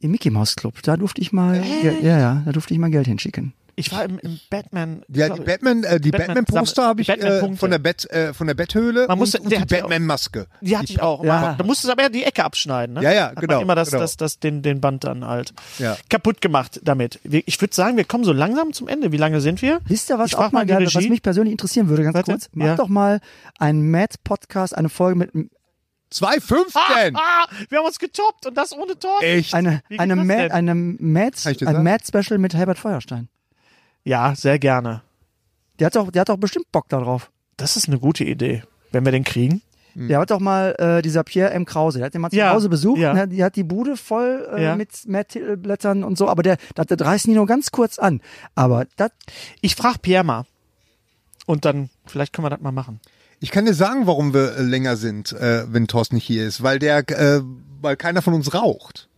B: im Mickey Mouse Club. Da durfte ich mal, ja, ja, ja, da durfte ich mal Geld hinschicken.
A: Ich war im, im Batman.
D: Ja, die Batman, äh, die
A: Batman-
D: Batman Poster
A: Sam-
D: habe ich äh,
A: Batman-Punkte.
D: von der Bett äh, von der Betthöhle
A: Man musste-
D: und, und
A: der
D: die
A: hat ja auch-
D: Batman Maske.
A: Die hatte ich auch.
B: Ja.
A: Ja. Da musstest du aber ja die Ecke abschneiden, ne?
D: Ja, ja,
A: Hat
D: genau,
A: Man immer das,
D: genau.
A: das, das, den, den Band dann halt
D: Ja.
A: kaputt gemacht damit. Wir- Ich würde sagen, wir kommen so langsam zum Ende. Wie lange sind wir?
B: Wisst ihr, was
A: ich
B: auch
A: frag
B: mal
A: mal die
B: geil, was
A: Regie.
B: mich persönlich interessieren würde, ganz
A: Warte,
B: kurz? Mach
A: ja.
B: doch mal einen Mad-Podcast, eine Folge mit m-
D: 2,15!
A: Ah, wir haben uns getoppt und das ohne Tor.
D: Echt?
B: eine,
A: Wie geht
B: eine
A: das
B: Mad,
A: denn?
B: eine Mad,
D: Kann ich dir
B: ein
D: sagen?
B: Mad-Special mit Herbert Feuerstein.
A: Ja, sehr gerne.
B: Der hat doch, der hat doch bestimmt Bock darauf.
A: Das ist eine gute Idee. Wenn wir den kriegen.
D: Mhm.
B: Der hat doch mal äh, dieser Pierre M. Krause, der hat den mal zu
A: Ja,
B: Hause besucht,
A: ja.
B: und hat, die hat die Bude voll äh,
A: Ja.
B: mit mehr Titelblättern und so, aber der, das, das reißen die nur ganz kurz an. Aber das,
A: Ich frage Pierre mal. Und dann, vielleicht können wir das mal machen.
D: Ich kann dir sagen, warum wir äh, länger sind, äh, wenn Thorsten nicht hier ist, weil der äh, weil keiner von uns raucht.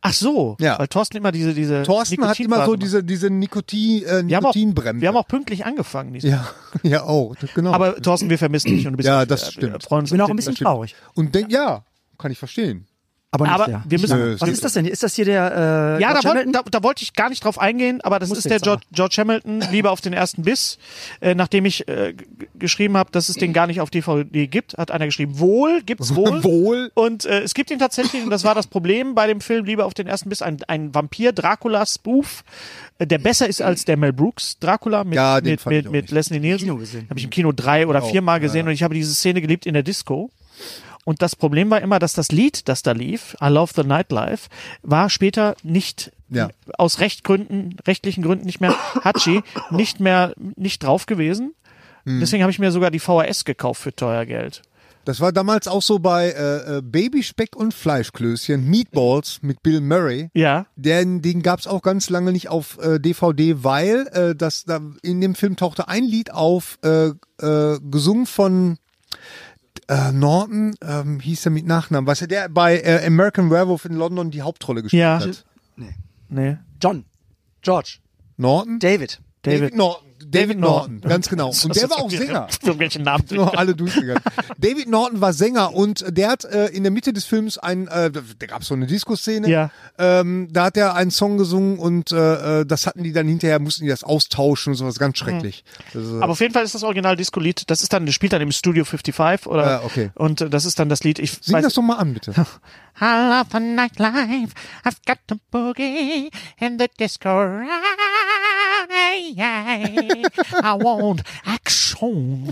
A: Ach so,
D: Ja.
A: weil Thorsten immer diese diese
D: Thorsten hat immer
A: Nikotinphase
D: so
A: macht.
D: diese diese Nikotin äh,
A: wir haben, auch,
D: Nikotinbremse.
A: wir haben auch pünktlich angefangen. Diese.
D: ja, ja, auch, genau.
A: Aber Thorsten, wir vermissen dich und du bist
D: Ja,
A: nicht-
D: das
A: äh,
D: stimmt.
A: Freuen uns
B: ich bin auch
A: auf
B: ein
A: den-
B: bisschen
D: das stimmt.
B: traurig.
D: und denk, ja, kann ich verstehen.
B: Aber nicht
A: Aber
B: der.
A: wir müssen.
D: Nö,
B: Was ist das denn? hier? Ist das hier der äh,
A: ja, da,
B: George
A: wollt,
B: Hamilton?
A: da, da wollte ich gar nicht drauf eingehen, aber das
B: Musst du
A: ist der
B: jetzt aber.
A: George, George Hamilton, lieber auf den ersten Biss, äh, nachdem ich äh, g- geschrieben habe, dass es den gar nicht auf DVD gibt, hat einer geschrieben, wohl, gibt's wohl.
D: Wohl.
A: Und äh, es gibt ihn tatsächlich, und das war das Problem bei dem Film, lieber auf den ersten Biss, ein, ein Vampir-Dracula-Spoof, äh, der besser ist als der Mel Brooks Dracula mit,
D: Ja, den
A: mit,
D: fand ich
A: mit,
D: auch
A: mit
D: nicht.
A: Leslie Nielsen.
B: Kino gesehen.
A: Habe ich im Kino drei oder
D: Auch,
A: viermal gesehen und ich habe diese Szene geliebt in der Disco. Und das Problem war immer, dass das Lied, das da lief, I Love the Nightlife, war später nicht
D: Ja.
A: aus Rechtgründen, rechtlichen Gründen nicht mehr Hachi, nicht mehr nicht drauf gewesen.
D: Hm.
A: Deswegen habe ich mir sogar die VHS gekauft für teuer Geld.
D: Das war damals auch so bei äh, äh, Babyspeck und Fleischklößchen, Meatballs mit Bill Murray.
A: Ja.
D: Denn den gab es auch ganz lange nicht auf äh, DVD, weil äh, das da in dem Film tauchte ein Lied auf, äh, äh, gesungen von äh, Norton, ähm, hieß er mit Nachnamen, was er der bei äh, American Werewolf in London die Hauptrolle gespielt
A: Ja.
D: hat.
A: Nee.
B: John. George.
D: Norton?
B: David.
A: David.
D: Norton. David, Norton, ganz genau. Und der
A: Das
D: war
A: ist
D: auch
A: mir-
D: Sänger.
A: Für welchen Namen?
D: Sind noch alle durchgegangen. David Norton war Sänger und äh, der hat äh, in der Mitte des Films einen, äh, da gab es so eine Disco-Szene,
A: Ja.
D: ähm, da hat er einen Song gesungen und äh, äh, das hatten die dann hinterher, mussten die das austauschen und sowas, ganz schrecklich. Also,
A: Mhm. Aber auf jeden Fall ist das Original Disco Lied, das ist dann das spielt dann im Studio 55 oder
D: Ah, okay.
A: und äh, das ist dann das Lied, ich
D: Sing
A: weiß
D: das doch mal an, bitte.
A: I love the nightlife. I've got to boogie in the disco. I want action.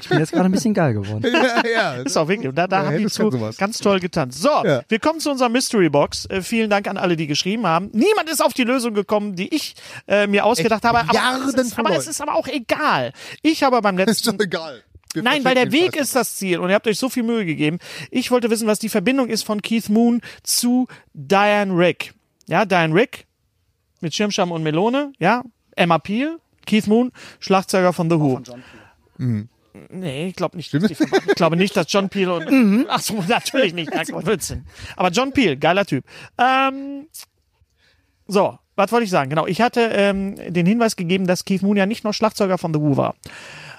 B: Ich bin jetzt gerade ein bisschen geil geworden.
D: ja, ja.
A: Ist auch wirklich. Und da, da
D: Ja,
A: haben die
D: hättest du
A: zu
D: sowas.
A: ganz toll getanzt. So,
D: Ja.
A: wir kommen zu unserer Mystery Box. Äh, vielen Dank an alle, die geschrieben haben. Niemand ist auf die Lösung gekommen, die ich äh, mir ausgedacht habe. Aber, es
D: Milliarden
A: ist,
D: von
A: aber es
D: Leuten.
A: ist aber auch egal. Ich habe beim
D: Ist
A: letzten
D: doch egal. Wir
A: Nein, weil der
D: verschicken
A: Weg
D: den Scheiß.
A: ist das Ziel und ihr habt euch so viel Mühe gegeben. Ich wollte wissen, was die Verbindung ist von Keith Moon zu Diane Rick. Ja, Diane Rick mit Schirmscham und Melone, ja, Emma Peel, Keith Moon, Schlagzeuger von The Who. Nee, ich glaube nicht. dass die verwandt- Ich glaube nicht, dass John Peel und. Ach so, natürlich nicht. Danke, Blödsinn. Aber John Peel, geiler Typ. Ähm, so, was wollte ich sagen? Genau, ich hatte ähm, den Hinweis gegeben, dass Keith Moon ja nicht nur Schlagzeuger von The Who war.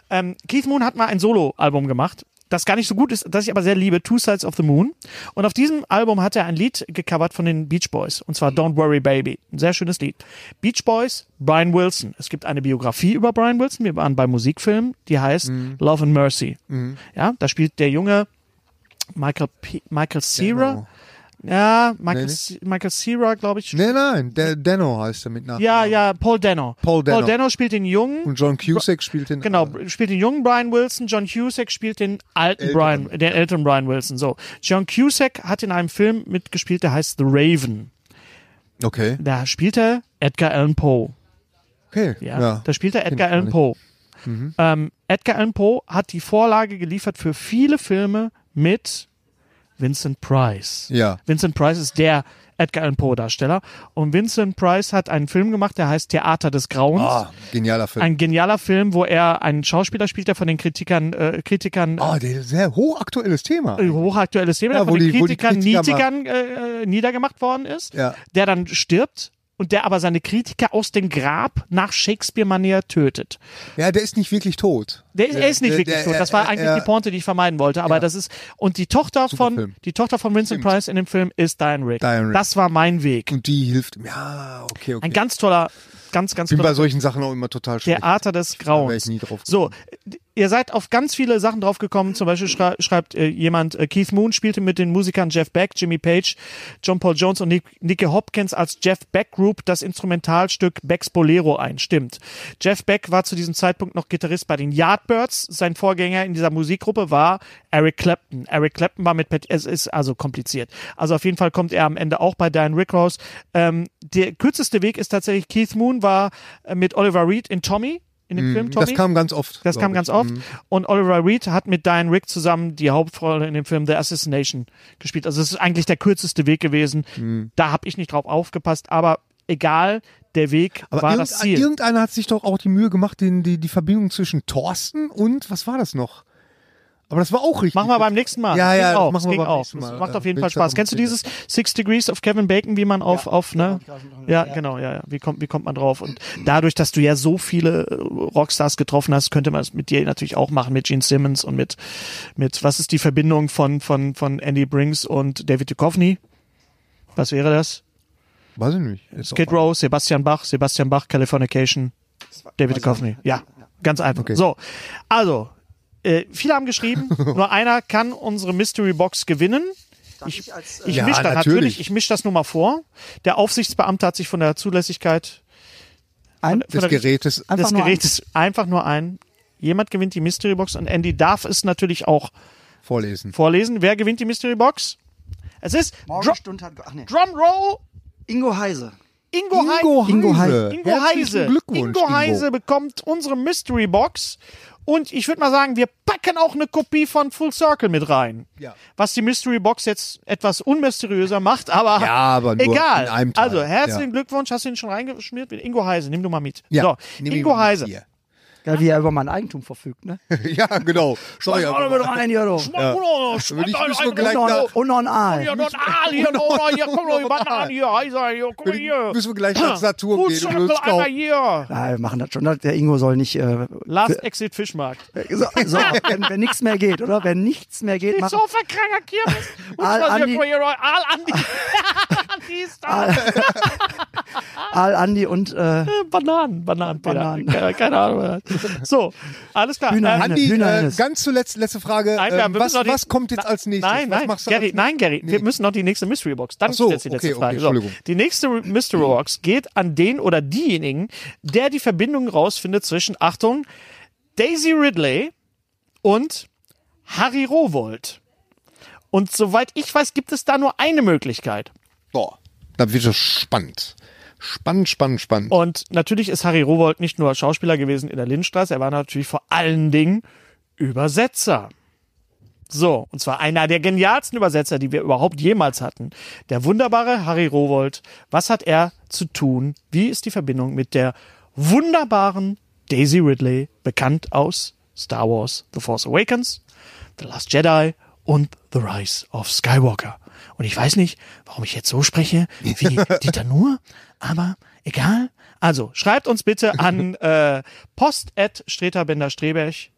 A: Ähm, Keith Moon hat mal ein Solo-Album gemacht, das gar nicht so gut ist, das ich aber sehr liebe, Two Sides of the Moon. Und auf diesem Album hat er ein Lied gecovert von den Beach Boys, und zwar Don't Worry Baby. Ein sehr schönes Lied. Beach Boys, Brian Wilson. Es gibt eine Biografie über Brian Wilson, wir waren bei Musikfilmen, die heißt Love and Mercy. Ja, da spielt der junge Michael, P Michael Cera. Ja, Michael,
D: Nee, nee.
A: C- Michael Cera, glaube ich.
D: Nein, nein, der Denno heißt er mit Nachnamen.
A: Ja, ja, Paul Dano.
D: Paul Dano.
A: Paul Dano spielt den jungen.
D: Und John Cusack spielt den.
A: Genau, spielt den jungen Brian Wilson, John Cusack spielt den alten Brian, den älteren Brian Wilson. So, John Cusack hat in einem Film mitgespielt, der heißt The Raven.
D: Okay.
A: Da spielt er Edgar Allan Poe.
D: Okay.
A: Ja, da spielt er Edgar Allan
D: nicht. Mhm.
A: Poe. Ähm, Edgar Allan Poe hat die Vorlage geliefert für viele Filme mit Vincent Price.
D: Ja.
A: Vincent Price ist der Edgar Allan Poe Darsteller und Vincent Price hat einen Film gemacht, der heißt Theater des Grauens.
D: Ah, genialer Film.
A: Ein genialer Film, wo er einen Schauspieler spielt, der von den Kritikern, äh, Kritikern
D: Ah, der sehr hochaktuelles Thema.
A: äh, hochaktuelles Thema, der
D: Ja,
A: von
D: wo
A: den
D: die- wo die
A: Kritikern,
D: Kritiker
A: Nietigern, äh, äh, niedergemacht worden ist,
D: Ja.
A: der dann stirbt und der aber seine Kritiker aus dem Grab nach Shakespeare-Manier tötet.
D: Ja, der ist nicht wirklich tot.
A: Der, ist- er ist nicht
D: der-
A: wirklich
D: der-
A: tot. Das
D: er-
A: war eigentlich
D: er-
A: die Pointe, die ich vermeiden wollte. Aber das ist und die Tochter von
D: Film.
A: die Tochter von Vincent Price in dem Film ist Diane Rick.
D: Diane Rick.
A: Das war mein Weg.
D: Und die hilft ihm. Ja, okay, okay.
A: Ein ganz toller, ganz ganz
D: ich bin
A: toller
D: bei solchen Sachen auch immer total schlecht.
A: Theater des
D: Da wär
A: Grauens.
D: ich nie drauf
A: so, d- ihr seid auf ganz viele Sachen draufgekommen. Zum Beispiel schrei schreibt äh, jemand, äh, Keith Moon spielte mit den Musikern Jeff Beck, Jimmy Page, John Paul Jones und Nick Nicky Hopkins als Jeff Beck Group das Instrumentalstück Beck's Bolero ein. Stimmt. Jeff Beck war zu diesem Zeitpunkt noch Gitarrist bei den Yardbirds. Sein Vorgänger in dieser Musikgruppe war Eric Clapton. Eric Clapton war mit Pat, es ist also kompliziert. Also auf jeden Fall kommt er am Ende auch bei Diane Rickross. Ähm, der kürzeste Weg ist tatsächlich, Keith Moon war äh, mit Oliver Reed in Tommy, in dem Film Tommy.
D: Das kam ganz oft.
A: Das
D: glaub
A: kam
D: ich.
A: ganz oft.
D: Mhm.
A: Und Oliver Reed hat mit Diane Rick zusammen die Hauptrolle in dem Film The Assassination gespielt. Also es ist eigentlich der kürzeste Weg gewesen.
D: Mhm.
A: Da habe ich nicht drauf aufgepasst, aber egal, der Weg
D: Aber
A: war
D: irgend-
A: das Ziel.
D: irgendeiner hat sich doch auch die Mühe gemacht, den, die, die Verbindung zwischen Thorsten und, was war das noch? Aber das war auch richtig.
A: Machen wir beim nächsten Mal.
D: Ja,
A: Das
D: ja,
A: ging
D: das
A: auch.
D: machen
A: das
D: wir
A: ging
D: beim
A: auch.
D: nächsten Mal.
A: Das macht auf
D: Ja,
A: jeden
D: bin
A: Fall
D: ich darum
A: Spaß. Kennst du dieses Six Degrees of Kevin Bacon, wie man auf, auf, ne? Ja, genau, ja, ja. Wie kommt, wie kommt man drauf? Und dadurch, dass du ja so viele äh, Rockstars getroffen hast, könnte man es mit dir natürlich auch machen, mit Gene Simmons und mit, mit, was ist die Verbindung von, von, von Andy Brinks und David Duchovny? Was wäre das?
D: Weiß ich nicht. Ist
A: Skid
D: auch-
A: Row, Sebastian Bach, Sebastian Bach, Californication, David Duchovny. also- Ja, ganz einfach. So, also, äh, viele haben geschrieben, nur einer kann unsere Mystery Box gewinnen. Ich, äh, ich
D: Ja,
A: mische das
D: natürlich.
A: natürlich, ich mische das nur mal vor. Der Aufsichtsbeamte hat sich von der Zulässigkeit
B: Ein,
A: von
D: Des
A: der-
D: Gerätes.
B: Einfach
A: des
B: nur
A: Gerätes einfach nur ein. Jemand gewinnt die Mystery Box und Andy darf es natürlich auch
D: Vorlesen.
A: vorlesen. Wer gewinnt die Mystery Box? Es ist Drum,
B: Morgenstunde hat. Ach nee.
A: Drumroll
B: Ingo Heise.
A: Ingo, Ingo
B: Ingo Heise.
A: Ingo
D: Herzlichen
A: Heise.
D: Glückwunsch,
A: Ingo Heise bekommt unsere Mystery Box. Und ich würde mal sagen, wir packen auch eine Kopie von Full Circle mit rein.
D: Ja.
A: Was die Mystery Box jetzt etwas unmysteriöser macht, aber,
D: Ja, aber nur
A: egal.
D: in einem Teil.
A: Also herzlichen
D: Ja.
A: Glückwunsch, hast du ihn schon reingeschmiert? Ingo Heise, nimm du mal mit.
D: Ja,
A: so,
D: nehmen wir
A: Ingo
D: mal
A: Heise.
D: hier.
B: Geil, wie er über mein Eigentum verfügt, ne?
D: ja, genau. Sorry,
B: Schmeiß auch noch mit rein, hier, du.
A: Ja.
D: Will ich mich nur
B: Und
D: gleich
B: noch,
D: nach.
B: und noch ein Aal.
A: Ja, dort Aal, Ah, hier,
D: Genau.
A: dort, hier, komm doch, jemand an, hier, Heiser, hier, guck mal hier.
D: Müssen wir gleich nach Saturn
A: Full
D: gehen und
A: Circle,
D: uns
A: einmal
D: kaufen.
A: hier.
B: Ah, wir machen das schon. Der Ingo soll nicht. Äh,
A: Last Exit Fischmarkt.
B: so, so, wenn, wenn nichts mehr geht, oder? Wenn nichts mehr geht,
A: Ich
B: machen.
A: so verkranker Kirmes. Und
B: Al-
A: Al
B: Andi-
A: Andi. Al Andi. Andi ist da.
B: Aal, Andi und. Äh,
A: Bananen, Bananen,
B: Bananen.
A: Bananen. Keine, keine Ahnung. So, alles klar.
B: Hühner- Hühner-
D: Andi, äh,
B: Hühnerhines.
D: ganz zuletzt, letzte Frage.
A: Nein,
D: ähm,
A: wir müssen
D: was,
A: noch die-
D: was kommt jetzt
A: Na-
D: als nächstes?
A: Nein,
D: was
A: nein,
D: machst du
A: Gary,
D: als
A: nein, Gary, wir
D: Nee.
A: müssen noch die nächste Mystery Box. Dann
D: Ach so,
A: ist jetzt die letzte
D: okay, okay,
A: Frage. so,
D: Entschuldigung.
A: die nächste Mystery Box geht an den oder diejenigen, der die Verbindung rausfindet zwischen, Achtung, Daisy Ridley und Harry Rowold. Und soweit ich weiß, gibt es da nur eine Möglichkeit.
D: Boah, da wird es spannend. Spannend, spannend, spannend.
A: Und natürlich ist Harry Rowold nicht nur Schauspieler gewesen in der Lindstraße, er war natürlich vor allen Dingen Übersetzer. So, und zwar einer der genialsten Übersetzer, die wir überhaupt jemals hatten. Der wunderbare Harry Rowold. Was hat er zu tun? Wie ist die Verbindung mit der wunderbaren Daisy Ridley, bekannt aus Star Wars The Force Awakens, The Last Jedi und The Rise of Skywalker? Und ich weiß nicht, warum ich jetzt so spreche wie Dieter Nuhr, aber egal. Also, schreibt uns bitte an äh, post.streterbender-streberch.de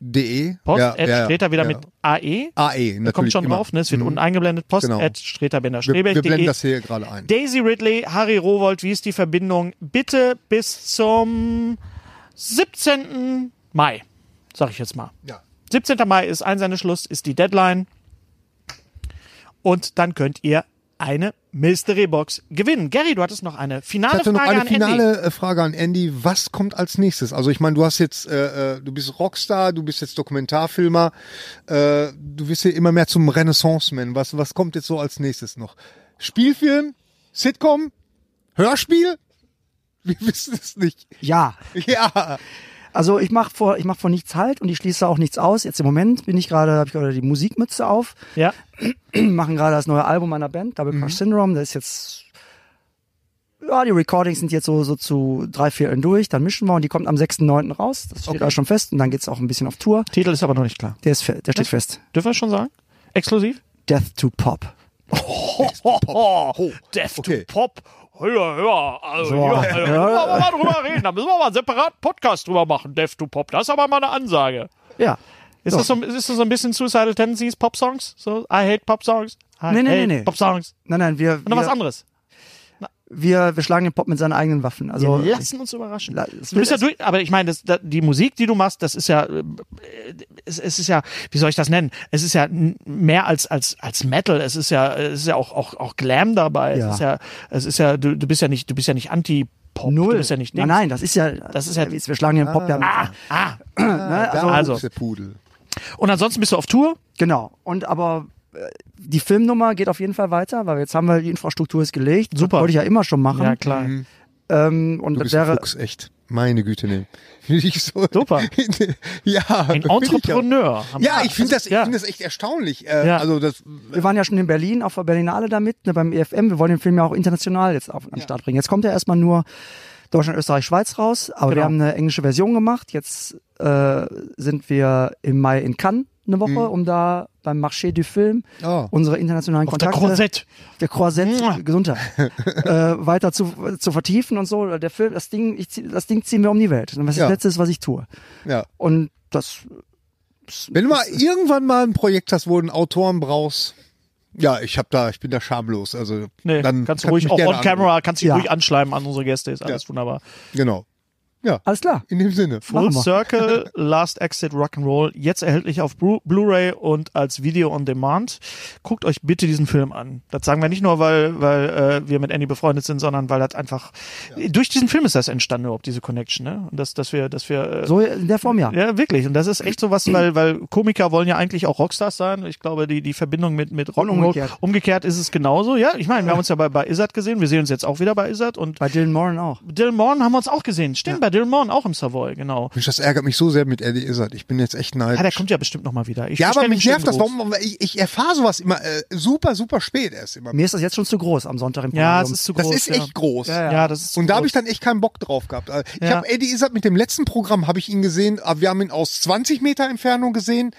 D: DE?
A: Post
D: E. Ja,
A: at
D: ja,
A: Streter wieder
D: ja.
A: mit AE.
D: AE,
A: Da
D: natürlich.
A: kommt schon
D: immer.
A: drauf, ne? E. Es wird unten eingeblendet. Post
D: Genau.
A: at streter
D: Wir, wir blenden das hier gerade ein.
A: Daisy Ridley, Harry Rowold, wie ist die Verbindung? Bitte bis zum 17. Mai, sag ich jetzt mal.
D: Ja.
A: 17. Mai ist Einsendeschluss, ist die Deadline. Und dann könnt ihr eine Mystery Box gewinnen. Gary, du hattest noch eine
D: Ich
A: finale
D: hatte
A: Frage
D: noch eine
A: an Andy.
D: finale äh, Frage an Andy. Was kommt als nächstes? Also ich meine, du hast jetzt, äh, äh, du bist Rockstar, du bist jetzt Dokumentarfilmer, äh, du wirst hier immer mehr zum Renaissance-Man. Was, was kommt jetzt so als nächstes noch? Spielfilm? Sitcom? Hörspiel? Wir wissen es nicht.
B: Ja.
D: Ja.
B: Also ich mache vor, ich mach vor nichts halt und ich schließe auch nichts aus. Jetzt im Moment bin ich gerade, habe ich gerade die Musikmütze auf,
A: Ja.
B: machen gerade das neue Album meiner Band, Double
A: Mhm.
B: Crush Syndrome. Da ist jetzt, ja, die Recordings sind jetzt so, so zu drei Vierteln durch. Dann mischen wir und die kommt am 6.9. raus. Das steht alles schon fest und dann geht's auch ein bisschen auf Tour.
A: Titel ist aber noch nicht klar.
B: Der, ist, fe- der steht fest.
A: Dürfen wir schon sagen? Exklusiv?
B: Death to Pop.
A: Ho, ho, ho. Death
D: Okay.
A: to Pop. Höher, höher. Also,
B: So.
A: hier, also, da müssen wir aber mal drüber reden. Da müssen wir mal einen separaten Podcast drüber machen. Death to Pop. Das ist aber mal eine Ansage.
B: Ja.
A: Ist, das so, ist das so ein bisschen Suicidal Tendencies, Pop-Songs? So, I hate Pop-Songs. I
B: Nee,
A: hate
B: nee, nee, nee.
A: Pop-Songs.
B: Nein, nein, wir,
A: Und noch was
B: wir,
A: anderes.
B: wir, wir schlagen den Pop mit seinen eigenen Waffen. Also,
A: wir lassen uns überraschen.
B: La- es
A: du bist ja
B: wird-
A: durch, aber ich meine, das, da, die Musik, die du machst, das ist ja, äh, es, es ist ja, wie soll ich das nennen? Es ist ja n- mehr als als als Metal. Es ist ja, es ist ja auch auch auch Glam dabei.
B: Ja.
A: Es ist ja, es ist ja, du, du bist ja nicht, du bist ja nicht anti Pop.
B: äh, null.
A: Du bist ja nicht.
B: nein, nein, das ist ja, äh,
A: Das ist ja-
B: wir schlagen den Pop ja mit.
A: Ah, ah.
B: ne?
D: Da
A: also-
D: ist der Pudel.
A: Und ansonsten bist du auf Tour.
B: Genau. Und aber äh, die Filmnummer geht auf jeden Fall weiter, weil jetzt haben wir die Infrastruktur ist gelegt.
A: Super.
B: Das wollte ich ja immer schon
D: Hm?
B: machen.
A: klar.
B: Ähm, und
D: Du
B: das
D: bist ein
B: wäre
D: Fuchs, echt. Meine Güte, ne. Finde ich so.
A: Super.
D: ja.
A: Ein
D: bin ich ja.
A: Entrepreneur. Also,
D: Ja, ich finde das, ich
A: Ja.
D: finde das echt erstaunlich. Äh,
A: Ja.
D: Also das,
B: wir waren ja schon in Berlin auf der Berlinale damit, ne, beim EFM. Wir wollen den Film ja auch international jetzt auf, an den Start bringen. Jetzt kommt ja erstmal nur Deutschland, Österreich, Schweiz raus, aber wir
A: Genau.
B: haben eine englische Version gemacht. Jetzt äh, sind wir im Mai in Cannes eine
A: Mhm.
B: Woche, um da beim Marché du Film
D: Oh.
B: unsere internationalen
A: auf der
B: Kontakte
A: Korsett.
B: der Korsett
A: Mua.
B: Gesundheit äh, weiter zu, zu vertiefen und so. Der Film, das Ding, ich, zieh- das Ding ziehen wir um die Welt. Und Das ist
D: Ja.
B: das Letzte, was ich tue.
D: ja.
B: Und das,
D: Wenn du mal irgendwann mal ein Projekt hast, wo du einen Autoren brauchst, ja, ich hab da, ich bin da schamlos. Also
A: Nee,
D: dann
A: kannst du ruhig
D: mich
A: auch
D: gerne
A: on camera, kannst dich
B: Ja.
A: ruhig anschleimen an unsere Gäste, ist alles wunderbar.
D: anrufen. Genau.
B: alles klar.
D: In dem Sinne.
A: Full
B: Machen wir.
A: Circle Last Exit Rock'n'Roll, jetzt erhältlich auf Blu- Blu-ray und als Video on Demand. Guckt euch bitte diesen Film an. Das sagen wir nicht nur, weil, weil äh, wir mit Andy befreundet sind, sondern weil das einfach durch diesen Film ist das entstanden überhaupt diese Connection, ne? Und dass dass wir dass wir äh,
B: So in der Form ja.
A: ja, wirklich. Und das ist echt sowas, weil, weil Komiker wollen ja eigentlich auch Rockstars sein. Ich glaube, die, die Verbindung mit, mit Rock
B: umgekehrt.
A: umgekehrt ist es genauso. Ja, ich meine, wir haben uns ja bei, bei Izzard gesehen. Wir sehen uns jetzt auch wieder bei Izzard. Und
B: Bei Dylan Moran auch.
A: Dylan Morn haben wir uns auch gesehen. Stimmt, bei Dylan Morn auch im Savoy, genau.
D: Mensch, das ärgert mich so sehr mit Eddie Izzard. Ich bin jetzt echt neidisch.
A: Ja, Ah, der kommt ja bestimmt nochmal wieder. Ich
D: Ja, aber
A: bestell
D: mich
A: den
D: nervt das.
A: Stimmenruf.
D: Warum, ich, ich erfahre sowas immer äh, super, super spät erst immer.
B: Mir ist das jetzt schon zu groß am Sonntag im
A: Ja, es
B: Palladium.
A: ist zu
D: Das
A: groß.
D: ist
A: ja.
D: echt groß.
B: Ja, ja.
A: Ja, das ist zu
D: Und da habe
A: groß.
D: ich dann echt keinen Bock drauf gehabt. Also, Ich
A: Ja.
D: habe Eddie Izzard mit dem letzten Programm habe ich ihn gesehen. aber Wir haben ihn aus 20 Meter Entfernung gesehen,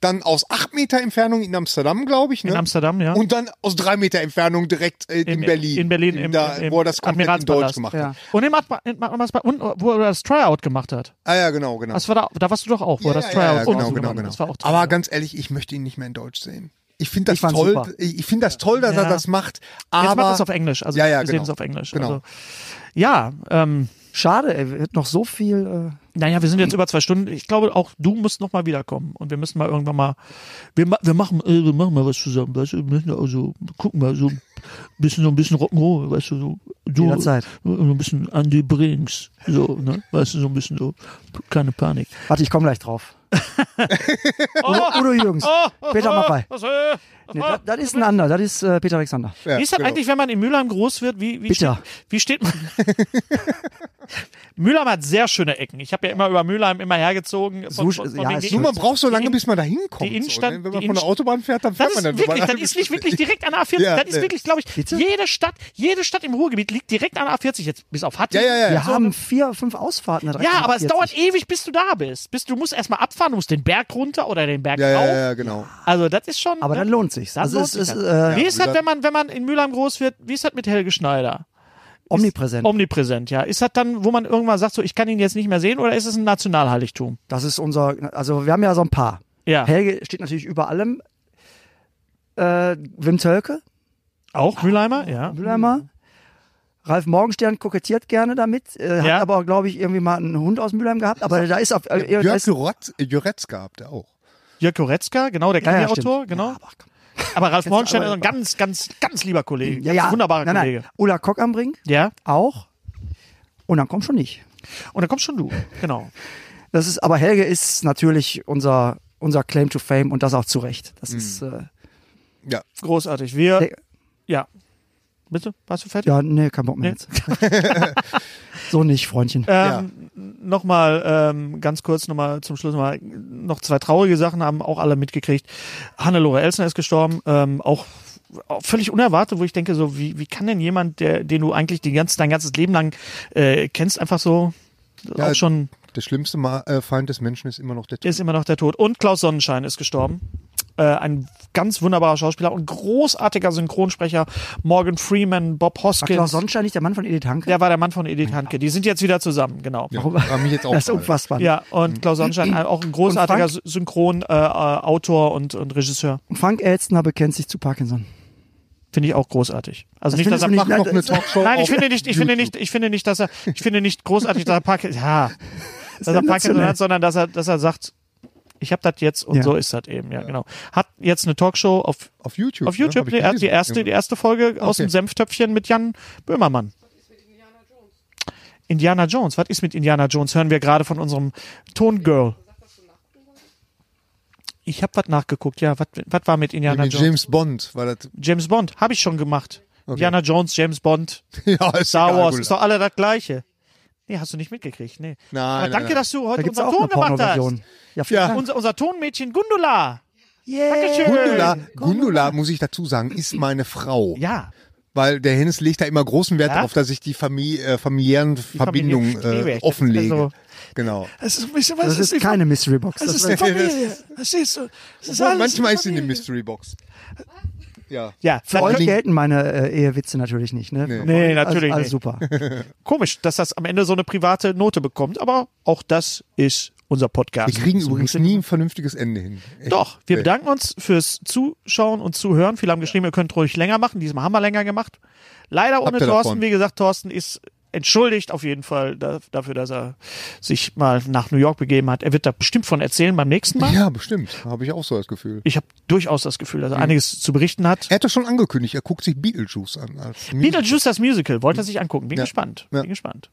D: dann aus 8 Meter Entfernung in Amsterdam, glaube ich. Ne?
A: In Amsterdam, ja.
D: Und dann aus 3 Meter Entfernung direkt äh, in,
A: Im-
D: Berlin.
A: In Berlin, im,
D: da,
A: im,
D: wo er das komplett in
A: Admiralspalast.
D: Deutsch gemacht
B: Ja.
D: hat.
A: Und, im Admi- im Admiralspalast- und wo er das Tryout gemacht hat.
D: Ah ja, genau, genau.
A: Das war da, da warst du doch auch, wo er das Tryout und
D: genau,
A: so
D: genau,
A: gemacht hat.
D: genau.
A: Das war auch toll.
D: Aber ganz ehrlich, ich möchte ihn nicht mehr in Deutsch sehen. Ich finde das
B: Ich fand's
D: toll.
B: super.
D: Ich ich finde das toll, dass er
A: Ja.
D: das macht. Aber
A: Jetzt macht es auf Englisch. Also
D: Ja,
A: wir
D: ja, genau.
A: sehen es auf Englisch.
D: Genau.
A: Also, ja, ähm,
B: Schade, ey, wir hätten noch so viel. Äh,
A: naja, wir sind jetzt über zwei Stunden. Ich glaube, auch du musst noch mal wiederkommen. Und wir müssen mal irgendwann mal. Wir, ma- wir, machen, äh, wir machen mal was zusammen, weißt du? Wir müssen also gucken mal so ein bisschen, so ein bisschen Rock'n'Roll, weißt du? So, du äh,
B: Jederzeit.
A: So ein bisschen Andy Brings. So, ne? Weißt du, so ein bisschen so. Keine Panik.
B: warte, ich komme gleich drauf. Udo, Udo Jürgens,
A: Oh.
B: Peter
A: Ah,
B: Maffei. Nee, das, das ist ein anderer, das ist äh, Peter Alexander.
D: Ja,
A: äh, wie ist das
D: genau.
A: eigentlich, wenn man in Mülheim groß wird? Wie, wie, steht,
B: Bitter.
A: wie steht man? Mülheim hat sehr schöne Ecken. Ich habe ja immer über Mülheim immer hergezogen.
B: So- ja,
A: wegen
B: ist
A: die-
B: schon-
D: Nur man braucht so lange,
A: In-
D: bis man da hinkommt.
A: die Innenstadt-
D: so,
A: die
D: ne? Wenn man von der
A: Innenstadt-
D: Autobahn fährt, dann fährt
A: Das ist
D: man dann
A: wirklich,
D: überall.
A: das ist nicht wirklich direkt an der A40.
D: Ja, äh,
A: das ist
D: nee.
A: wirklich, glaube ich,
B: Bitte?
A: jede Stadt, jede Stadt im Ruhrgebiet liegt direkt an der A40 jetzt, bis auf Hattingen.
D: Ja, ja, ja.
B: Wir haben vier, fünf Ausfahrten. da direkt
A: Ja,
B: am
A: aber es
B: 48.
A: dauert eh- ewig, bis du da bist. Bis du musst erstmal abfahren, du musst den Berg runter oder den Berg
D: Ja, ja,
A: rauf.
D: ja, ja, genau.
A: Also das ist schon.
B: Aber
A: ne?
B: dann lohnt sich's.
A: Dann
B: Also
A: lohnt
B: es
A: sich
B: ist
A: das.
B: äh,
A: Wie ist das,
D: Mülheim-
A: wenn man, wenn man in Mülheim groß wird? Wie ist das mit Helge Schneider?
B: omnipräsent.
A: Omnipräsent, ja. Ist das dann, wo man irgendwann sagt, so ich kann ihn jetzt nicht mehr sehen, oder ist es ein Nationalheiligtum?
B: Das ist unser, also wir haben ja so ein paar.
A: Ja.
B: Helge steht natürlich über allem. Äh, Wim Tölke,
A: Auch Mülheimer, ja.
B: Mülleimer. Ralf Morgenstern kokettiert gerne damit, äh,
A: Ja.
B: hat aber auch, glaube ich, irgendwie mal einen Hund aus Mülheim gehabt. Aber da ist auf. Äh, da
D: Jörg
B: ist,
D: Juretz- Juretzka habt ihr auch.
A: Jörg Koretzka, genau, der
B: Ja, ja,
A: Krimi-Autor,
B: stimmt.
A: genau.
B: Ja, aber komm.
A: Aber Ralf Morgenstern ist
B: aber-
A: ein ganz, ganz, ganz lieber Kollege.
B: ja, ja.
A: Wunderbarer
B: nein, nein.
A: Kollege.
B: Ulla Kock am Ring,
A: Ja,
B: auch. Und dann kommt schon nicht.
A: und dann kommst schon du. Genau.
B: Das ist, aber Helge ist natürlich unser, unser Claim to Fame
A: Hm.
B: und das auch zu Recht. Das ist. Äh,
D: Ja.
A: Großartig. Wir,
B: der-
A: ja. Bitte? Warst du fertig?
B: Ja, nee, kein Bock mehr
A: Nee.
B: jetzt. so nicht, Freundchen.
A: Ähm, Nochmal ähm, ganz kurz nochmal zum Schluss nochmal noch zwei traurige Sachen haben auch alle mitgekriegt. Hannelore Elsner ist gestorben, ähm, auch, auch völlig unerwartet, wo ich denke so wie wie kann denn jemand, der den du eigentlich den ganzen dein ganzes Leben lang äh, kennst, einfach so
D: Ja,
A: auch schon
D: Der schlimmste Ma äh, Feind des Menschen ist immer noch der Tod.
A: ist immer noch der Tod. Und Klaus Sonnenschein ist gestorben. Äh, ein ganz wunderbarer Schauspieler und großartiger Synchronsprecher. Morgan Freeman, Bob
B: War
A: Hoskins.
B: Klaus Sonnenschein nicht der Mann von Edith Hanke?
A: der war der Mann von Edith Hanke. Die sind jetzt wieder zusammen, genau.
D: Ja, war mich jetzt auch
B: das ist
D: gefallen.
B: unfassbar.
A: Ja, und Klaus Sonnenschein, ein- auch ein großartiger
B: Mhm. Und
A: Synchronautor äh, Autor und, und Regisseur.
B: Und Frank Elstner bekennt sich zu Parkinson.
A: Finde ich auch großartig. Also nicht, dass
B: findest
A: er
B: du
D: Mach
B: Nein,
D: noch eine
B: das-
D: Talkshow.
A: Nein, ich
D: auf
A: finde nicht, ich finde nicht, ich finde nicht, dass er, ich finde nicht großartig, dass er Parkinson, ja, dass er Parkinson
B: sensationell.
A: hat, sondern dass er, dass er sagt, ich habe das jetzt und
B: Ja.
A: so ist das eben, ja, genau. Hat jetzt eine Talkshow auf
D: Auf YouTube.
A: Auf YouTube,
D: ne?
A: er
D: Hab
A: hat
D: ich
A: die erste, die
D: gelesen.
A: erste Folge aus
D: Okay.
A: dem Senftöpfchen mit Jan Böhmermann. Indiana Jones. Was ist mit Indiana Jones? Hören wir gerade von unserem Tongirl. Ich habe was nachgeguckt, ja. Was was war mit
D: Ja,
A: Indiana
D: mit
A: Jones?
D: James Bond, weil das,
A: James Bond, habe ich schon gemacht. Indiana Jones, James Bond,
D: ja, ist
A: Star
D: egal,
A: Wars,
D: gut.
A: ist doch alle das Gleiche. Nee, hast du nicht mitgekriegt, nee.
D: Nein,
A: Aber
D: nein,
A: danke,
D: nein.
A: dass du
B: Da
A: heute
B: gibt's
A: unseren
B: auch eine
A: Ton gemacht hast.
B: Pornoversion. Ja, vielen
D: Ja.
B: Dank.
A: Unser, unser Tonmädchen Gundula. Dankeschön.
D: Gundula, Gundula, muss ich dazu sagen, ist meine Frau.
A: Ja.
D: Weil der Hennes legt da immer großen Wert
A: Ja?
D: darauf, dass ich die Famili äh, familiären
A: Familie
D: Verbindungen
A: pflege. Das
D: äh,
A: ist
D: offenlege.
A: also-
D: genau.
A: Es ist ein bisschen was.
B: Das
A: es
B: ist keine Mystery Box.
D: Also
B: Das ist
A: eine Familie. Das ist, so- das ist
D: Obwohl,
A: alles
D: manchmal
A: eine
D: ist sie in
A: Familie.
D: der Mystery Box. Ja.
A: Ja,
B: für euch
A: vielleicht-
B: gelten meine äh, Ehewitze natürlich nicht, ne? Nee,
A: Nee, natürlich
B: also,
A: nicht.
B: super.
A: komisch, dass das am Ende so eine private Note bekommt, aber auch das ist unser Podcast.
D: Wir kriegen
A: So
D: übrigens
A: muss ich-
D: nie ein vernünftiges Ende hin. Echt.
A: Doch, wir
D: Nee.
A: bedanken uns fürs Zuschauen und Zuhören. Viele haben geschrieben, ihr könnt ruhig länger machen. Diesmal haben wir länger gemacht. Leider ohne
D: ihr davon.
A: Thorsten. Wie gesagt, Thorsten ist entschuldigt auf jeden Fall da- dafür, dass er sich mal nach New York begeben hat. Er wird da bestimmt von erzählen beim nächsten Mal.
D: Ja, bestimmt. Habe ich auch so das Gefühl.
A: Ich habe durchaus das Gefühl, dass er einiges zu berichten hat.
D: Er hat doch schon angekündigt, er guckt sich Beetlejuice an. Als
A: Beetlejuice das Musical, wollte er sich angucken. Bin
D: Ja.
A: gespannt.
D: Ja.
A: Bin gespannt.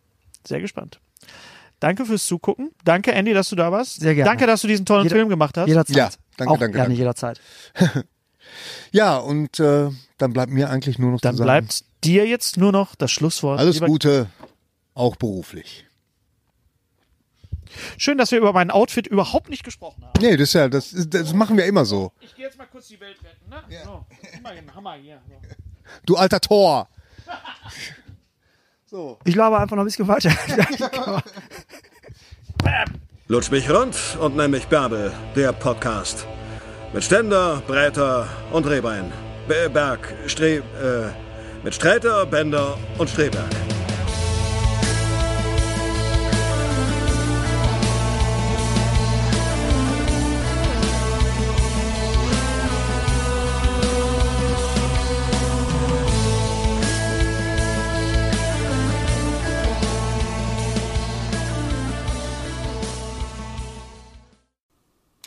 A: Sehr gespannt. Danke fürs Zugucken. Danke, Andy, dass du da warst.
B: Sehr gerne.
A: Danke, dass du diesen tollen
B: Jeder-
A: Film gemacht hast.
B: Jederzeit.
D: Ja, danke,
B: auch
D: danke,
B: gerne
D: danke.
B: jederzeit.
D: Ja, und äh, dann bleibt mir eigentlich nur noch
A: Dann
D: zu sagen,
A: bleibt dir jetzt nur noch das Schlusswort.
D: alles
A: Lieber-
D: Gute, auch beruflich.
A: Schön, dass wir über mein Outfit überhaupt nicht gesprochen haben.
D: Nee, das ist ja, das, ist- das machen wir immer so.
A: Ich gehe jetzt mal kurz die Welt retten, ne? So, immerhin, Hammer hier.
D: Du alter Tor.
B: Ich glaube einfach noch ein bisschen weiter.
C: Lutsch mich rund und nenn mich Bärbel, der Podcast. Mit Ständer, Breiter und Rehbein. Be Berg, Stre äh, mit Sträter, Bender und Streberg.